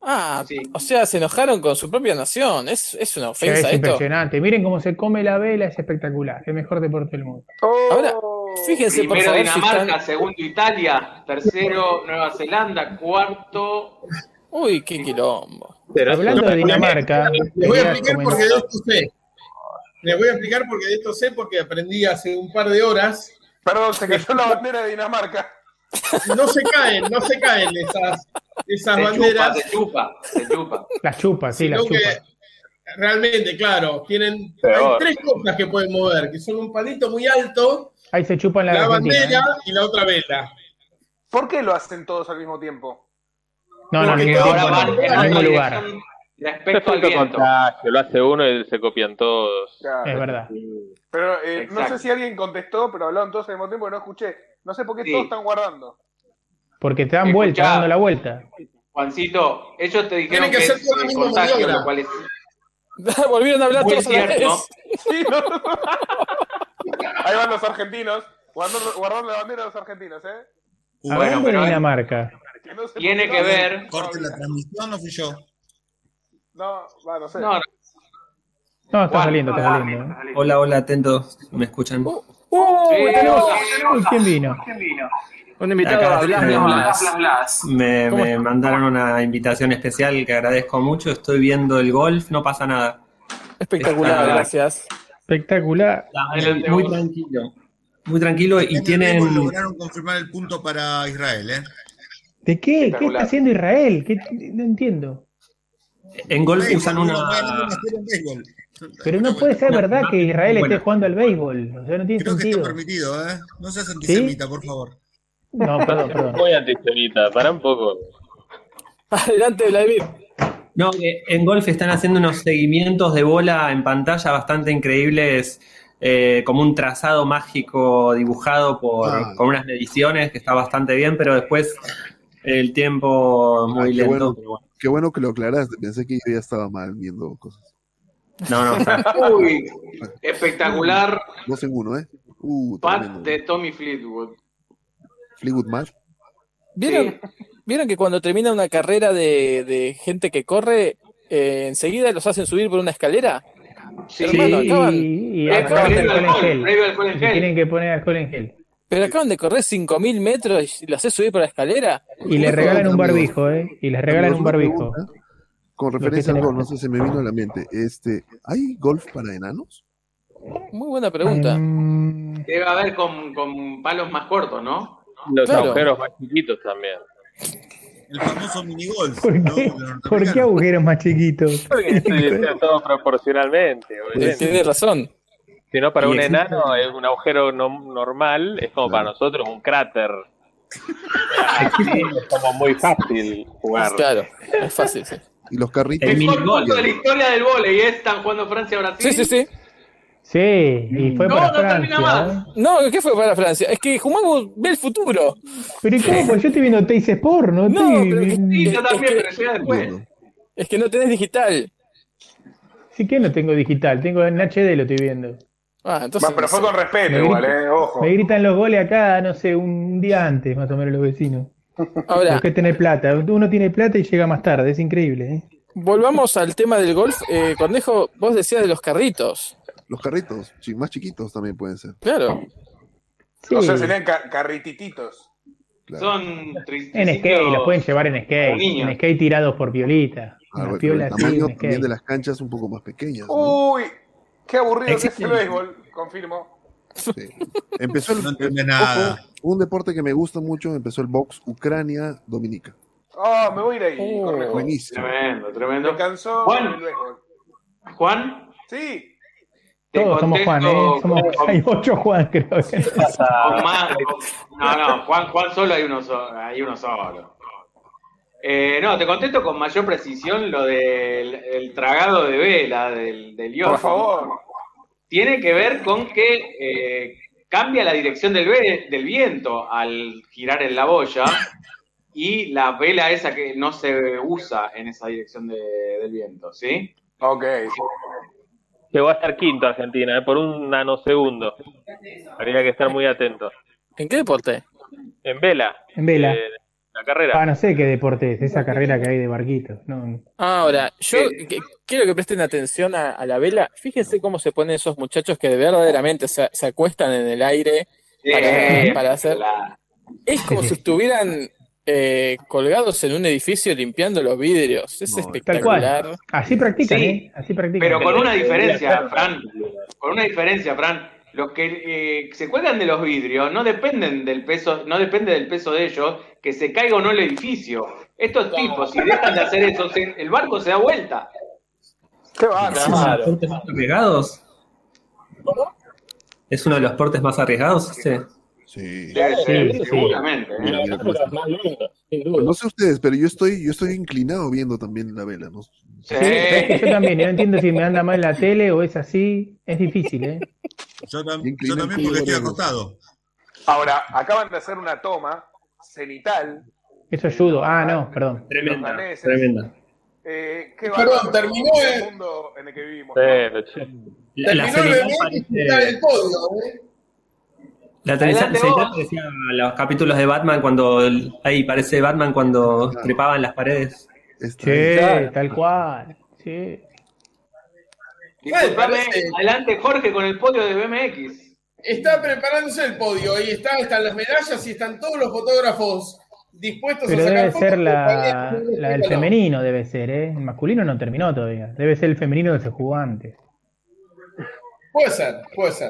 [SPEAKER 6] Ah, o sea, se enojaron con su propia nación. Es, es una
[SPEAKER 8] Es
[SPEAKER 6] ofensa esto.
[SPEAKER 8] impresionante. Miren cómo se come la vela, es espectacular. El mejor deporte del mundo.
[SPEAKER 6] Ahora, fíjense por
[SPEAKER 9] Primero
[SPEAKER 6] favor si
[SPEAKER 9] Dinamarca,
[SPEAKER 6] están-
[SPEAKER 9] segundo Italia, tercero Nueva Zelanda, cuarto.
[SPEAKER 6] Uy, qué quilombo.
[SPEAKER 8] Hablando de Dinamarca,
[SPEAKER 13] Les voy a
[SPEAKER 8] quería
[SPEAKER 13] explicar
[SPEAKER 8] comentar-
[SPEAKER 13] porque de esto sé. Les voy a explicar porque de esto sé porque aprendí hace un par de horas.
[SPEAKER 7] Perdón, se cayó la bandera de Dinamarca.
[SPEAKER 13] No se caen, no se caen esas, esas
[SPEAKER 9] Se chupa,
[SPEAKER 13] banderas.
[SPEAKER 9] se chupa, se chupa.
[SPEAKER 8] La chupa, sí, la
[SPEAKER 13] sino
[SPEAKER 8] chupa.
[SPEAKER 13] que realmente, claro, tienen
[SPEAKER 8] Peor.
[SPEAKER 13] hay tres cosas que pueden mover, que son un palito muy alto,
[SPEAKER 8] Ahí se chupan la,
[SPEAKER 13] la,
[SPEAKER 8] Argentina,
[SPEAKER 13] bandera
[SPEAKER 8] ¿eh?
[SPEAKER 13] y la otra vela.
[SPEAKER 7] ¿Por qué lo hacen todos al mismo tiempo?
[SPEAKER 8] No, no,
[SPEAKER 7] Porque
[SPEAKER 8] no,
[SPEAKER 7] ahora
[SPEAKER 8] no,
[SPEAKER 7] van
[SPEAKER 8] no,
[SPEAKER 7] en
[SPEAKER 8] no,
[SPEAKER 7] otra
[SPEAKER 8] no, no, lugar.
[SPEAKER 7] dirección.
[SPEAKER 11] Esto es
[SPEAKER 7] Respecto al
[SPEAKER 11] falta de
[SPEAKER 7] viento.
[SPEAKER 11] contagio, lo hace uno y se copian todos.
[SPEAKER 7] Claro. Es
[SPEAKER 8] verdad.
[SPEAKER 7] Pero eh, no
[SPEAKER 11] Exacto.
[SPEAKER 7] sé si alguien contestó, pero hablaron todos al mismo tiempo y no escuché. No sé por qué todos están guardando.
[SPEAKER 8] Porque te dan vuelta, dando la vuelta.
[SPEAKER 9] Juancito, ellos te
[SPEAKER 7] Tienen
[SPEAKER 9] dijeron que,
[SPEAKER 7] que hacer
[SPEAKER 9] es
[SPEAKER 7] toda la
[SPEAKER 9] eh,
[SPEAKER 7] misma
[SPEAKER 9] contagio,
[SPEAKER 7] maniobra.
[SPEAKER 9] lo cual es
[SPEAKER 6] Volvieron a hablar
[SPEAKER 9] Muy
[SPEAKER 6] todos a la
[SPEAKER 9] cierto.
[SPEAKER 6] vez.
[SPEAKER 7] Ahí van los argentinos. Guardando, guardando la bandera de los argentinos, ¿eh?
[SPEAKER 8] Hablando de Dinamarca.
[SPEAKER 9] Tiene que ver.
[SPEAKER 13] Corte la transmisión, no fui yo.
[SPEAKER 7] No, va, no sé.
[SPEAKER 9] No, no.
[SPEAKER 8] No, está saliendo, está
[SPEAKER 19] Juan,
[SPEAKER 8] saliendo. ¿eh?
[SPEAKER 19] Hola, hola, atentos. ¿Me escuchan?
[SPEAKER 8] Uy,
[SPEAKER 6] Eh,
[SPEAKER 19] Sí,
[SPEAKER 8] tenemos-
[SPEAKER 19] tenemos-
[SPEAKER 8] uy, ¿quién vino?
[SPEAKER 19] Un
[SPEAKER 8] invitado a Blas,
[SPEAKER 19] me,
[SPEAKER 8] Blas, Blas,
[SPEAKER 19] me-
[SPEAKER 8] ¿Cómo
[SPEAKER 19] me
[SPEAKER 8] está?
[SPEAKER 19] mandaron una invitación especial que agradezco mucho. Estoy viendo el golf, no pasa nada.
[SPEAKER 6] Espectacular,
[SPEAKER 19] Está-
[SPEAKER 6] gracias.
[SPEAKER 8] Espectacular.
[SPEAKER 19] Muy, muy tranquilo. Muy tranquilo y
[SPEAKER 5] Luego
[SPEAKER 19] tienen.
[SPEAKER 5] Este Lograron confirmar el punto para Israel, ¿eh?
[SPEAKER 8] ¿De qué? ¿Qué está
[SPEAKER 19] Espectacular.
[SPEAKER 8] haciendo Israel? ¿Qué- No entiendo.
[SPEAKER 19] En golf usan una.
[SPEAKER 8] Pero no puede ser
[SPEAKER 19] Una-
[SPEAKER 8] verdad que Israel esté jugando al béisbol. O sea, no tiene
[SPEAKER 5] Creo que está
[SPEAKER 8] sentido.
[SPEAKER 5] permitido, ¿eh? No seas antisemita, por favor.
[SPEAKER 8] No, perdón, perdón.
[SPEAKER 11] Muy antisemita, para un poco.
[SPEAKER 6] Adelante, Vladimir.
[SPEAKER 19] No, que en golf están haciendo unos seguimientos de bola en pantalla bastante increíbles, eh, como un trazado mágico dibujado por,
[SPEAKER 13] Ah.
[SPEAKER 19] con unas mediciones que está bastante bien, pero después el tiempo
[SPEAKER 1] Ah,
[SPEAKER 19] muy
[SPEAKER 16] Ah, qué,
[SPEAKER 19] lento.
[SPEAKER 16] bueno,
[SPEAKER 19] pero bueno.
[SPEAKER 16] qué bueno que lo aclaraste. Pensé que yo ya estaba mal viendo cosas.
[SPEAKER 19] No, no, está-
[SPEAKER 9] Uy, espectacular
[SPEAKER 16] Dos en uno, ¿eh? Uh,
[SPEAKER 9] pat
[SPEAKER 16] tremendo.
[SPEAKER 9] de Tommy Fleetwood.
[SPEAKER 16] Fleetwood Mac.
[SPEAKER 6] ¿Vieron, ¿Vieron que cuando termina una carrera de, de gente que corre, eh, enseguida los hacen subir por una escalera?
[SPEAKER 9] Sí,
[SPEAKER 6] Hermano,
[SPEAKER 8] Y-
[SPEAKER 6] acaban-
[SPEAKER 8] y, y
[SPEAKER 6] Eh,
[SPEAKER 8] acaban de
[SPEAKER 6] previo
[SPEAKER 8] alcohol en
[SPEAKER 6] alcohol,
[SPEAKER 8] gel.
[SPEAKER 6] previo alcohol en
[SPEAKER 8] Y
[SPEAKER 6] gel.
[SPEAKER 8] Tienen que poner alcohol en gel.
[SPEAKER 6] Pero acaban de correr 5.000 metros y lo haces subir por la escalera.
[SPEAKER 8] Y les regalan un barbijo, ¿eh? Y les regalan
[SPEAKER 16] Amigos,
[SPEAKER 8] un
[SPEAKER 16] una
[SPEAKER 8] barbijo.
[SPEAKER 16] pregunta Con
[SPEAKER 8] Lo que
[SPEAKER 16] referencia al
[SPEAKER 8] tenemos.
[SPEAKER 16] golf, no sé, se me vino a la mente. Este, ¿Hay golf para enanos?
[SPEAKER 6] Muy buena pregunta.
[SPEAKER 11] Mm.
[SPEAKER 9] Debe haber con, con palos más cortos, ¿no?
[SPEAKER 11] Los
[SPEAKER 9] Claro.
[SPEAKER 11] agujeros más chiquitos también.
[SPEAKER 13] El famoso minigolf.
[SPEAKER 8] ¿Por qué, ¿Por qué agujeros más chiquitos?
[SPEAKER 11] Porque se desea todo proporcionalmente. obviamente.
[SPEAKER 6] Tiene razón.
[SPEAKER 11] Si no, para
[SPEAKER 6] Y
[SPEAKER 11] un
[SPEAKER 6] existe-
[SPEAKER 11] enano es un agujero no- normal, es como para nosotros un cráter. Así es como muy fácil jugar.
[SPEAKER 6] Claro, es fácil, sí.
[SPEAKER 16] Y los carritos.
[SPEAKER 9] Mejor punto de la historia del volei, ¿eh? están jugando Francia-Brasil.
[SPEAKER 6] Sí, sí, sí.
[SPEAKER 8] Sí, y fue
[SPEAKER 6] No,
[SPEAKER 8] para
[SPEAKER 6] no
[SPEAKER 8] Francia.
[SPEAKER 6] termina
[SPEAKER 8] ¿eh?
[SPEAKER 6] No, ¿qué fue para Francia? Es que Jumago ve el futuro.
[SPEAKER 8] Pero ¿y cómo? Pues yo estoy viendo Teis Sport, ¿no? estoy-
[SPEAKER 6] también, pero llega después. Es que no tenés digital.
[SPEAKER 8] Sí que no tengo digital, tengo en HD lo estoy viendo.
[SPEAKER 6] Ah, entonces.
[SPEAKER 7] pero fue con respeto
[SPEAKER 8] Me
[SPEAKER 7] igual,
[SPEAKER 8] grita-
[SPEAKER 7] ¿eh? Ojo.
[SPEAKER 8] Me gritan los goles acá, no sé, un día antes más o menos los vecinos.
[SPEAKER 6] Ahora-
[SPEAKER 8] Los que tener plata. Uno tiene plata y llega más tarde, es increíble, ¿eh?
[SPEAKER 6] Volvamos al tema del golf. Eh, Cornejo, vos decías de los carritos.
[SPEAKER 16] Los carritos, chi- más chiquitos también pueden ser.
[SPEAKER 6] Claro.
[SPEAKER 7] O sea, serían ca- carritititos.
[SPEAKER 9] Son
[SPEAKER 8] En skate, los pueden llevar en skate.
[SPEAKER 16] niños.
[SPEAKER 8] En skate tirados por violita.
[SPEAKER 16] Ah,
[SPEAKER 8] Una
[SPEAKER 16] bueno, pero
[SPEAKER 8] piola
[SPEAKER 16] el
[SPEAKER 8] así,
[SPEAKER 16] tamaño
[SPEAKER 8] un
[SPEAKER 16] también
[SPEAKER 8] skate.
[SPEAKER 16] de las canchas un poco más pequeñas.
[SPEAKER 6] Oh.
[SPEAKER 7] Uy, qué aburrido que
[SPEAKER 16] Existen.
[SPEAKER 7] es el béisbol, confirmo.
[SPEAKER 16] Empezó el,
[SPEAKER 7] nada.
[SPEAKER 16] Ojo, un deporte que me gusta mucho, empezó el box Ucrania Dominica.
[SPEAKER 7] Ah, me voy a ir ahí,
[SPEAKER 8] Oh,
[SPEAKER 7] Cornejo.
[SPEAKER 16] buenísimo.
[SPEAKER 9] Tremendo, tremendo.
[SPEAKER 7] Me cansó
[SPEAKER 9] Juan.
[SPEAKER 7] el béisbol.
[SPEAKER 9] ¿Juan?
[SPEAKER 7] Sí.
[SPEAKER 8] Todos somos Juan, ¿eh? Somos, hay ocho Juan, creo. que.
[SPEAKER 9] Con más- No, no, Juan, Juan solo hay uno, so- hay uno solo. Eh, no, te contesto con mayor precisión lo del el tragado de vela del, del
[SPEAKER 7] Por
[SPEAKER 9] Johan.
[SPEAKER 7] favor.
[SPEAKER 9] Tiene que ver con que eh, cambia la dirección del, ve- del viento al girar en la boya y la vela esa que no se usa en esa dirección de- del viento, ¿sí?
[SPEAKER 7] Ok.
[SPEAKER 11] Llegó a estar quinto Argentina, eh, por un nanosegundo. Habría que estar muy atento.
[SPEAKER 6] ¿En qué deporte?
[SPEAKER 11] En vela.
[SPEAKER 8] En vela.
[SPEAKER 11] eh, la carrera.
[SPEAKER 8] Ah, no sé qué deporte es, esa carrera que hay de barquitos. No,
[SPEAKER 6] Ahora, yo que- quiero que presten atención a, a la vela. Fíjense cómo se ponen esos muchachos que verdaderamente se, se acuestan en el aire para,
[SPEAKER 9] Sí.
[SPEAKER 6] para hacer. Es como si estuvieran eh, colgados en un edificio limpiando los vidrios. Es
[SPEAKER 8] Tal cual.
[SPEAKER 6] espectacular.
[SPEAKER 8] Así practican, ¿eh? Así practican.
[SPEAKER 6] pero
[SPEAKER 9] Con una diferencia, Fran. Con una diferencia, Fran. Los que eh, se cuelgan de los vidrios no dependen del peso, no depende del peso de ellos que se caiga o no el edificio. Estos tipos, si dejan de hacer eso, se- el barco se da vuelta.
[SPEAKER 13] Qué
[SPEAKER 19] ¿Es uno de los deportes más arriesgados? ¿Es uno de los deportes más arriesgados? Sí.
[SPEAKER 16] Sí.
[SPEAKER 9] Debe ser,
[SPEAKER 16] Sí, sí.
[SPEAKER 9] seguramente. ¿eh?
[SPEAKER 16] Mira, mira cómo está. No sé ustedes, pero yo estoy, yo estoy inclinado viendo también la vela. ¿no?
[SPEAKER 8] Yo también, yo no entiendo si me anda mal la tele o es así. Es difícil, ¿eh?
[SPEAKER 5] Yo, tam- yo también porque estoy acostado.
[SPEAKER 7] Ahora, acaban de hacer una toma cenital.
[SPEAKER 8] Eso es judo. Ah, no, perdón.
[SPEAKER 7] Tremenda,
[SPEAKER 8] Tremenda,
[SPEAKER 19] tremenda.
[SPEAKER 7] Eh, qué
[SPEAKER 13] Perdón,
[SPEAKER 7] bárbaro,
[SPEAKER 13] terminó
[SPEAKER 7] el
[SPEAKER 13] el-
[SPEAKER 7] mundo en el que vivimos.
[SPEAKER 19] La, la
[SPEAKER 13] Terminó el
[SPEAKER 19] seriedad
[SPEAKER 13] evento y
[SPEAKER 19] parece-
[SPEAKER 13] está el podio, ¿eh?
[SPEAKER 19] La televisión
[SPEAKER 13] Adelante,
[SPEAKER 19] se
[SPEAKER 13] vos.
[SPEAKER 19] parecía a los capítulos de Batman cuando el- ahí parece Batman cuando trepaban las paredes.
[SPEAKER 8] Che, tal cual. Che.
[SPEAKER 9] Disculpame, adelante Jorge con el podio de BMX.
[SPEAKER 13] Está preparándose el podio y está, están las medallas y están todos los fotógrafos dispuestos
[SPEAKER 8] Pero
[SPEAKER 13] a sacar
[SPEAKER 8] debe
[SPEAKER 13] fotos.
[SPEAKER 8] ser la, la del femenino, debe ser, ¿eh? El masculino no terminó todavía. Debe ser el femenino que se jugó antes.
[SPEAKER 13] Puede ser, puede ser.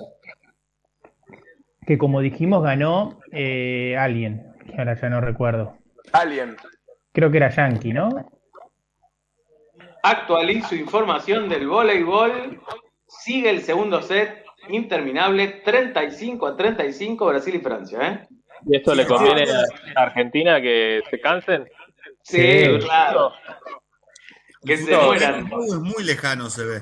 [SPEAKER 8] Que como dijimos, ganó eh, alguien, que ahora ya no recuerdo.
[SPEAKER 7] Alien.
[SPEAKER 8] Creo que era Yankee, ¿no?
[SPEAKER 9] Actualizo información del voleibol. Sigue el segundo set interminable, 35 a 35 Brasil y Francia, ¿eh?
[SPEAKER 11] ¿Y esto le conviene a Argentina que se cansen?
[SPEAKER 9] Sí, claro. Que se mueran.
[SPEAKER 5] Es muy lejano se ve.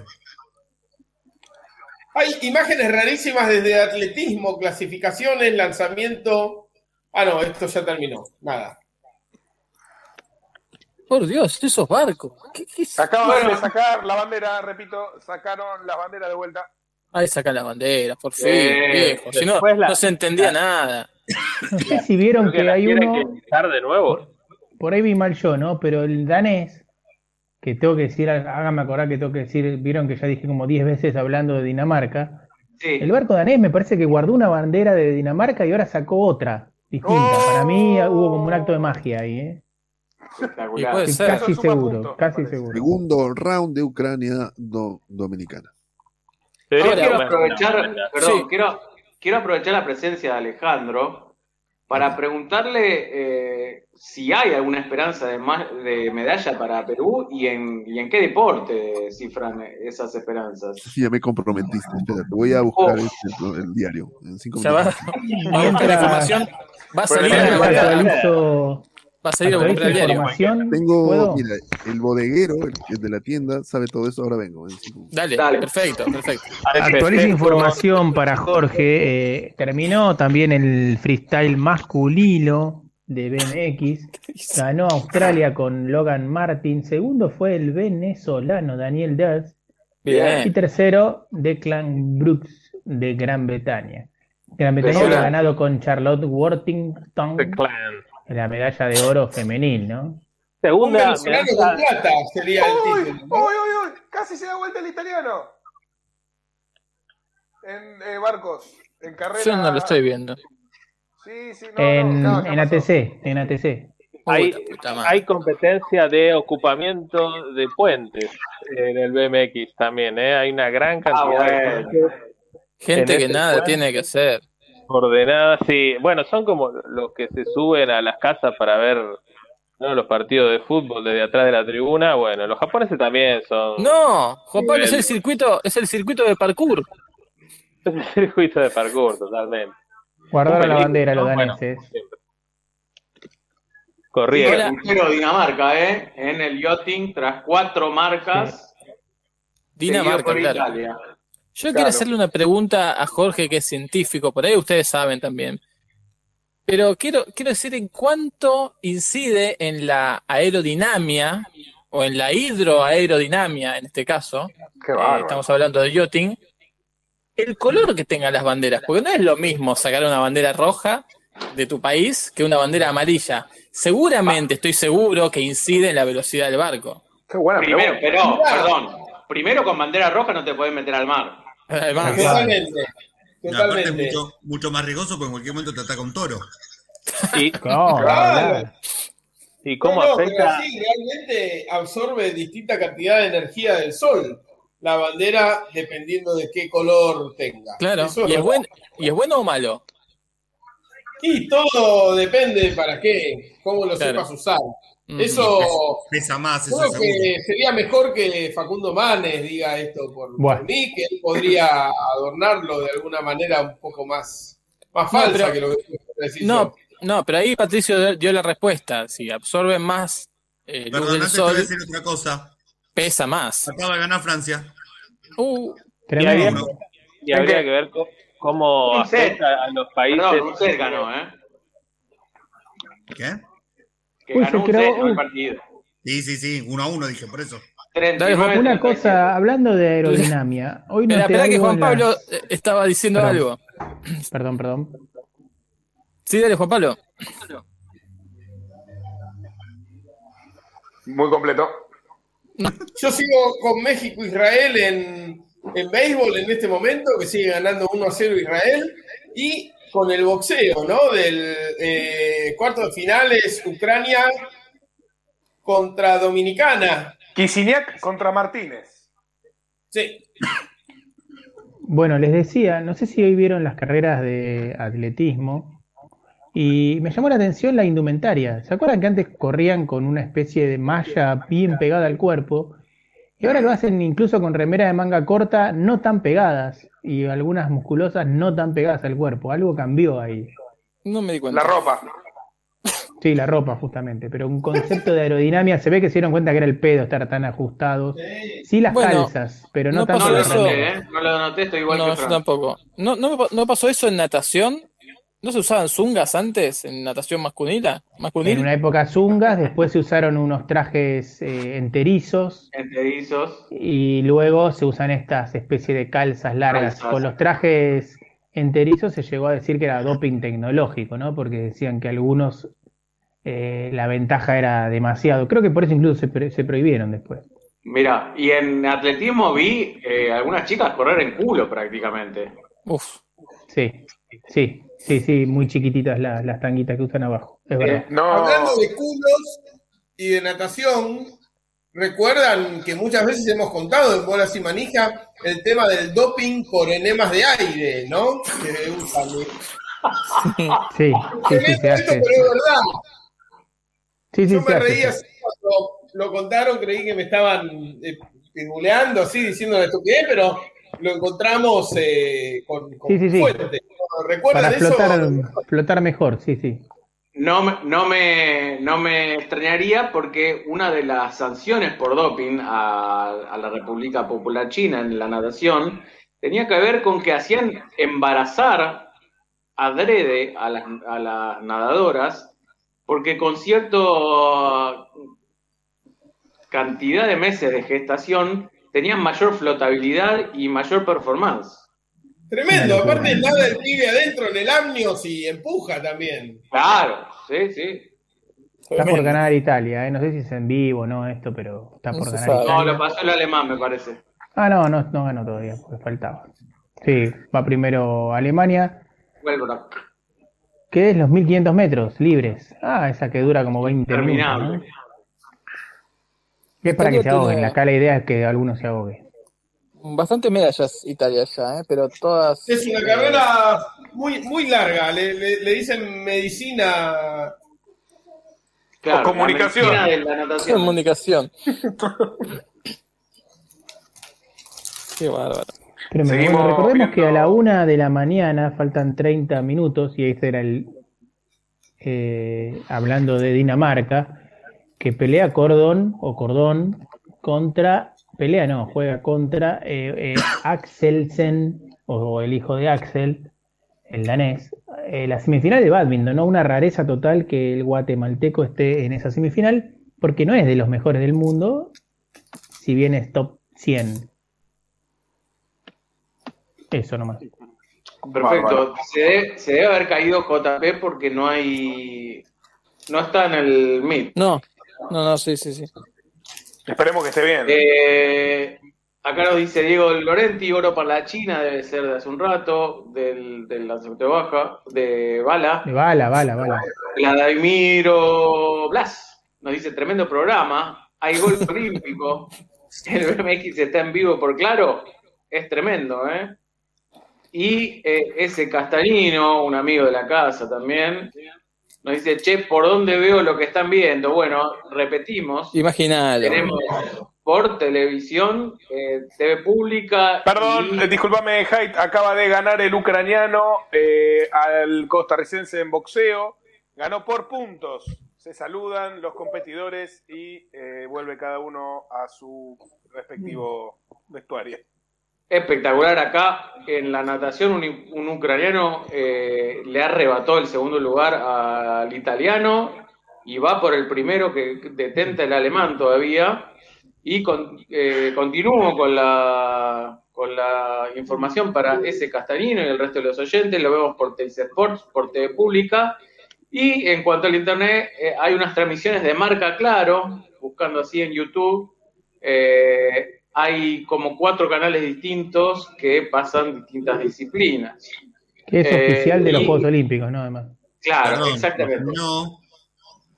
[SPEAKER 13] Hay imágenes rarísimas desde atletismo, clasificaciones, lanzamiento. Ah, no, esto ya terminó. Nada.
[SPEAKER 6] Por Dios, esos barcos. ¿Qué, qué es?
[SPEAKER 7] Acaban de
[SPEAKER 6] Bueno,
[SPEAKER 7] sacar la bandera, repito, sacaron las banderas de vuelta.
[SPEAKER 6] Ahí sacan la bandera, por fin,
[SPEAKER 11] Eh,
[SPEAKER 6] viejo. Si no,
[SPEAKER 11] después la-
[SPEAKER 6] no se entendía nada.
[SPEAKER 8] No sé si vieron que, hay
[SPEAKER 11] ¿Quieren
[SPEAKER 8] uno,
[SPEAKER 11] que empezar de nuevo?
[SPEAKER 8] por ahí vi mal yo, ¿no? Pero el danés, que tengo que decir, háganme acordar que tengo que decir, vieron que ya dije como 10 veces hablando de Dinamarca. El barco danés me parece que guardó una bandera de Dinamarca y ahora sacó otra distinta.
[SPEAKER 6] Oh.
[SPEAKER 8] Para mí hubo como un acto de magia ahí, ¿eh?
[SPEAKER 9] Espectacular.
[SPEAKER 8] Estoy casi seguro, casi seguro.
[SPEAKER 16] Segundo round de Ucrania do- Dominicana.
[SPEAKER 9] Yo
[SPEAKER 16] Ahora,
[SPEAKER 9] quiero
[SPEAKER 16] bueno,
[SPEAKER 9] aprovechar,
[SPEAKER 16] bueno,
[SPEAKER 9] perdón,
[SPEAKER 16] sí.
[SPEAKER 9] quiero, quiero aprovechar la presencia de Alejandro para preguntarle eh, si hay alguna esperanza de, ma- de medalla para Perú y en, y en qué deporte cifran esas esperanzas.
[SPEAKER 16] Sí, ya me comprometiste. Espérate, voy a buscar este- el diario. En cinco
[SPEAKER 6] Ya va.
[SPEAKER 16] minutos.
[SPEAKER 6] Va a buscar la información. Va a salir a
[SPEAKER 8] Igual
[SPEAKER 6] la
[SPEAKER 8] actualizo-
[SPEAKER 6] Va a salir a comprar el
[SPEAKER 8] actualizo
[SPEAKER 6] diario.
[SPEAKER 8] información.
[SPEAKER 16] Tengo,
[SPEAKER 8] ¿Puedo?
[SPEAKER 16] mira, el bodeguero, el, el de la tienda, sabe todo eso. Ahora vengo. en cinco minutos.
[SPEAKER 6] Dale, perfecto, perfecto.
[SPEAKER 8] Actualiza información para Jorge. eh, terminó también el freestyle masculino de BMX. Ganó Australia con Logan Martin. Segundo fue el venezolano Daniel Ders.
[SPEAKER 6] Bien.
[SPEAKER 8] Y tercero, Declan Brooks de Gran Bretaña. Gran Bretaña
[SPEAKER 11] Declan.
[SPEAKER 8] había ganado con Charlotte Worthington
[SPEAKER 11] Declan.
[SPEAKER 8] la medalla de oro femenil, ¿no?
[SPEAKER 11] Segunda
[SPEAKER 13] Un venezolano con plata Ah, sería
[SPEAKER 7] ¡Uy!
[SPEAKER 13] el
[SPEAKER 7] ¡Uy,
[SPEAKER 13] título. ¿no?
[SPEAKER 7] uy, uy! Casi se da vuelta el italiano. En eh, barcos, en carrera.
[SPEAKER 6] Yo no lo estoy viendo.
[SPEAKER 7] Sí, sí, no,
[SPEAKER 8] En,
[SPEAKER 7] no, no,
[SPEAKER 8] en ATC, en ATC.
[SPEAKER 11] Hay, hay competencia de ocupamiento de puentes eh, en el BMX también, ¿eh? Hay una gran
[SPEAKER 9] Ah,
[SPEAKER 11] cantidad de
[SPEAKER 6] bueno.
[SPEAKER 11] puentes
[SPEAKER 6] Gente
[SPEAKER 11] En
[SPEAKER 6] que
[SPEAKER 11] este
[SPEAKER 6] nada
[SPEAKER 11] cuadro-
[SPEAKER 6] tiene que hacer.
[SPEAKER 11] ordenadas, sí. Bueno, son como los que se suben a las casas para ver ¿no? los partidos de fútbol desde atrás de la tribuna. Bueno, los japoneses también son...
[SPEAKER 6] No, Juan Pablo, es
[SPEAKER 11] Bien.
[SPEAKER 6] el circuito, es el circuito de parkour.
[SPEAKER 11] Es un circuito de parkour, totalmente.
[SPEAKER 8] Guardaron la
[SPEAKER 11] Un peligro,
[SPEAKER 8] bandera
[SPEAKER 6] ah,
[SPEAKER 8] los
[SPEAKER 11] ¿no? Bueno,
[SPEAKER 8] daneses.
[SPEAKER 11] corrieron.
[SPEAKER 9] Sigue puntero Dinamarca, ¿eh? En el yachting, tras cuatro marcas. seguido
[SPEAKER 6] Dinamarca,
[SPEAKER 9] por
[SPEAKER 6] claro.
[SPEAKER 9] Italia.
[SPEAKER 6] Yo
[SPEAKER 9] Claro.
[SPEAKER 6] quiero hacerle una pregunta a Jorge, que es científico, por ahí ustedes saben también. Pero quiero, quiero decir en cuánto incide en la aerodinámica o en la hidroaerodinamia, en este caso, eh,
[SPEAKER 13] bárbaro.
[SPEAKER 6] estamos hablando de yachting, el color que tengan las banderas, porque no es lo mismo sacar una bandera roja de tu país que una bandera amarilla. Seguramente, estoy seguro que incide en la velocidad del barco.
[SPEAKER 9] Primero, pero,
[SPEAKER 6] pregunta.
[SPEAKER 9] perdón. Primero con bandera roja no te podés meter al mar.
[SPEAKER 6] Además,
[SPEAKER 5] No, aparte es
[SPEAKER 9] Totalmente.
[SPEAKER 5] mucho, mucho más riesgoso porque en cualquier momento te ataca un toro.
[SPEAKER 20] Y,
[SPEAKER 13] Claro.
[SPEAKER 20] ¿Y cómo
[SPEAKER 13] No, no, pero
[SPEAKER 20] afecta?
[SPEAKER 13] así realmente absorbe distinta cantidad de energía del sol. La bandera, dependiendo de qué color tenga.
[SPEAKER 6] Claro,
[SPEAKER 13] Eso
[SPEAKER 6] y es,
[SPEAKER 13] lo-
[SPEAKER 6] buen- ¿y es bueno o malo?
[SPEAKER 13] Y todo depende para qué, cómo lo
[SPEAKER 6] Claro.
[SPEAKER 13] sepas usar.
[SPEAKER 6] Mm.
[SPEAKER 13] Eso
[SPEAKER 5] Pesa más, eso
[SPEAKER 13] creo
[SPEAKER 5] seguro.
[SPEAKER 13] que sería mejor que Facundo Manes diga esto por,
[SPEAKER 5] Bueno.
[SPEAKER 13] por mí, que él podría adornarlo de alguna manera un poco más, más
[SPEAKER 6] No,
[SPEAKER 13] Ah, falsa
[SPEAKER 6] pero-
[SPEAKER 13] que lo que preciso.
[SPEAKER 6] No, no, pero ahí Patricio dio la respuesta. Si absorben más eh, luz
[SPEAKER 5] Perdón,
[SPEAKER 6] del
[SPEAKER 5] antes te voy
[SPEAKER 6] sol,
[SPEAKER 5] a decir otra cosa.
[SPEAKER 6] pesa más. Uh.
[SPEAKER 5] Acaba de ganar Francia.
[SPEAKER 20] Y habría, y habría que ver co- cómo
[SPEAKER 9] Un set.
[SPEAKER 20] afecta a los países.
[SPEAKER 9] Perdón, un set ganó, ¿eh?
[SPEAKER 5] ¿Qué?
[SPEAKER 9] Que
[SPEAKER 5] Uy,
[SPEAKER 9] ganó
[SPEAKER 5] se
[SPEAKER 9] un
[SPEAKER 5] creó-
[SPEAKER 9] set no
[SPEAKER 5] uy.
[SPEAKER 9] el partido.
[SPEAKER 5] Sí, sí, sí, uno a uno dije, por eso.
[SPEAKER 8] Una cosa, hablando de aerodinamia, hoy no
[SPEAKER 6] Espera,
[SPEAKER 8] te
[SPEAKER 6] espera que
[SPEAKER 8] algo
[SPEAKER 6] Juan
[SPEAKER 8] en la-
[SPEAKER 6] Pablo eh, estaba diciendo
[SPEAKER 8] Perdón.
[SPEAKER 6] algo.
[SPEAKER 8] Perdón, perdón.
[SPEAKER 6] Sí, dale, Juan Pablo.
[SPEAKER 7] Muy completo.
[SPEAKER 13] Yo sigo con México-Israel en, en béisbol en este momento, que sigue ganando 1 a 0 Israel, y con el boxeo, ¿no? Del eh, cuarto de finales, Ucrania contra Dominicana.
[SPEAKER 7] Kisiniak contra Martínez.
[SPEAKER 13] Sí.
[SPEAKER 8] Bueno, les decía, no sé si hoy vieron las carreras de atletismo y me llamó la atención la indumentaria. ¿Se acuerdan que antes corrían con una especie de malla bien pegada al cuerpo? Y ahora lo hacen incluso con remeras de manga corta no tan pegadas y algunas musculosas no tan pegadas al cuerpo. Algo cambió ahí.
[SPEAKER 6] No me di cuenta.
[SPEAKER 7] La ropa.
[SPEAKER 8] Sí, la ropa justamente, pero un concepto de aerodinámica se ve que se dieron cuenta que era el pedo estar tan ajustados. Sí, las
[SPEAKER 6] Bueno,
[SPEAKER 8] calzas, pero no,
[SPEAKER 6] no
[SPEAKER 8] tanto
[SPEAKER 6] pasó
[SPEAKER 8] la
[SPEAKER 6] eso.
[SPEAKER 9] No,
[SPEAKER 8] remera.
[SPEAKER 9] ¿eh? no lo noté, estoy igual
[SPEAKER 6] No,
[SPEAKER 9] que
[SPEAKER 6] yo
[SPEAKER 9] Fran.
[SPEAKER 6] tampoco. No, no, me pa- no pasó eso en natación? ¿No se usaban zungas antes en natación masculina?
[SPEAKER 8] En
[SPEAKER 6] ¿Masculina?
[SPEAKER 8] una época zungas, después se usaron unos trajes eh, enterizos
[SPEAKER 9] Enterizos.
[SPEAKER 8] y luego se usan estas especies de calzas largas.
[SPEAKER 9] Calzas.
[SPEAKER 8] Con los trajes enterizos se llegó a decir que era doping tecnológico, ¿no? Porque decían que algunos eh, la ventaja era demasiado. Creo que por eso incluso se, pre- se prohibieron después.
[SPEAKER 9] Mira, y en atletismo vi eh, algunas chicas correr en culo prácticamente.
[SPEAKER 6] Uf.
[SPEAKER 8] Sí, sí, sí, sí, muy chiquititas las, las tanguitas que usan abajo. Es verdad.
[SPEAKER 13] Hablando de culos y de natación, recuerdan que muchas veces hemos contado en Bolas y Manija el tema del doping por enemas de aire, ¿no? Que usan.
[SPEAKER 8] Sí, sí, sí, se
[SPEAKER 13] Esto,
[SPEAKER 8] hace.
[SPEAKER 13] pero es verdad.
[SPEAKER 8] Sí, sí,
[SPEAKER 13] Yo
[SPEAKER 8] se
[SPEAKER 13] me
[SPEAKER 8] hace.
[SPEAKER 13] reí así cuando lo contaron, creí que me estaban eh, pinguleando, así, diciendo la estupidez, pero lo encontramos eh, con, con
[SPEAKER 8] Sí, sí, sí.
[SPEAKER 13] fuente. ¿Recuerdan
[SPEAKER 8] Para
[SPEAKER 13] eso?
[SPEAKER 8] flotar, flotar mejor, sí, sí.
[SPEAKER 9] No me, no, me, no me extrañaría porque una de las sanciones por doping a, a la República Popular China en la natación tenía que ver con que hacían embarazar adrede a las, a las nadadoras porque con cierta cantidad de meses de gestación tenían mayor flotabilidad y mayor performance.
[SPEAKER 13] Tremendo, aparte nada el pibe adentro en el amnios y empuja también.
[SPEAKER 9] Claro, sí, sí.
[SPEAKER 8] Está por ganar Italia, ¿eh? No sé si es en vivo o no esto, pero está por ganar
[SPEAKER 9] No,
[SPEAKER 8] Italia.
[SPEAKER 9] lo pasó el alemán, me parece.
[SPEAKER 8] Ah, no, no, no ganó todavía, porque faltaba. Sí, va primero Alemania,
[SPEAKER 9] Fue el Brock.
[SPEAKER 8] que es los 1500 metros libres. Ah, esa que dura como 20 minutos, ¿no?
[SPEAKER 9] Terminable.
[SPEAKER 8] Que es para que se
[SPEAKER 6] Italia
[SPEAKER 8] ahoguen.
[SPEAKER 6] tiene-
[SPEAKER 8] Acá la idea es que alguno se ahogue.
[SPEAKER 6] Bastante medallas Italia ya, ¿eh? pero todas.
[SPEAKER 13] Es una carrera muy, muy larga, le, le- le dicen medicina.
[SPEAKER 9] Claro,
[SPEAKER 13] O
[SPEAKER 9] comunicación. la medicina de la natación.
[SPEAKER 6] Comunicación. Qué bárbaro.
[SPEAKER 8] Tremendo.
[SPEAKER 6] Seguimos
[SPEAKER 8] Bueno, recordemos que a la una de la mañana faltan 30 minutos, y este era el. eh, hablando de Dinamarca, que pelea Cordón o Cordón contra. Pelea no, juega contra eh, eh, Axelsen o, o el hijo de Axel, el danés. eh, la semifinal de bádminton, ¿no? Una rareza total que el guatemalteco esté en esa semifinal. porque no es de los mejores del mundo, si bien es top 100. Eso nomás.
[SPEAKER 9] Perfecto. Se, de- se debe haber caído JP porque no hay. No está en el MIT.
[SPEAKER 4] No, no, no, sí, sí, sí.
[SPEAKER 7] Esperemos que esté bien.
[SPEAKER 9] Eh, acá nos dice Diego Lorenti, oro para la China, debe ser de hace un rato, del, del lanzamiento de baja, de bala.
[SPEAKER 8] Bala, bala, bala.
[SPEAKER 9] Vladimiro Blas nos dice: tremendo programa, hay gol olímpico. El BMX está en vivo por claro, es tremendo, ¿eh? Y eh, ese Castanino, un amigo de la casa también, nos dice: Che, ¿por dónde veo lo que están viendo? Bueno, repetimos:
[SPEAKER 4] Imaginalo.
[SPEAKER 9] tenemos por televisión, eh, TV pública.
[SPEAKER 7] Perdón, eh, discúlpame, Haidt, acaba de ganar el ucraniano eh, al costarricense en boxeo. Ganó por puntos. Se saludan los competidores y eh, vuelve cada uno a su respectivo vestuario.
[SPEAKER 9] espectacular acá en la natación. Un, un ucraniano eh, le arrebató el segundo lugar al italiano y va por el primero que detenta el alemán todavía. Y con, eh, continúo con la, con la información para ese Castanino y el resto de los oyentes. Lo vemos por Telcel Sports, por TV Pública. Y en cuanto al internet, eh, hay unas transmisiones de marca Claro, buscando así en YouTube. Eh, hay como cuatro canales distintos que pasan distintas disciplinas.
[SPEAKER 8] Que es
[SPEAKER 9] Eh,
[SPEAKER 8] oficial de los
[SPEAKER 9] y-
[SPEAKER 8] Juegos Olímpicos, ¿no? Además.
[SPEAKER 9] Claro,
[SPEAKER 5] Perdón,
[SPEAKER 9] exactamente.
[SPEAKER 5] No.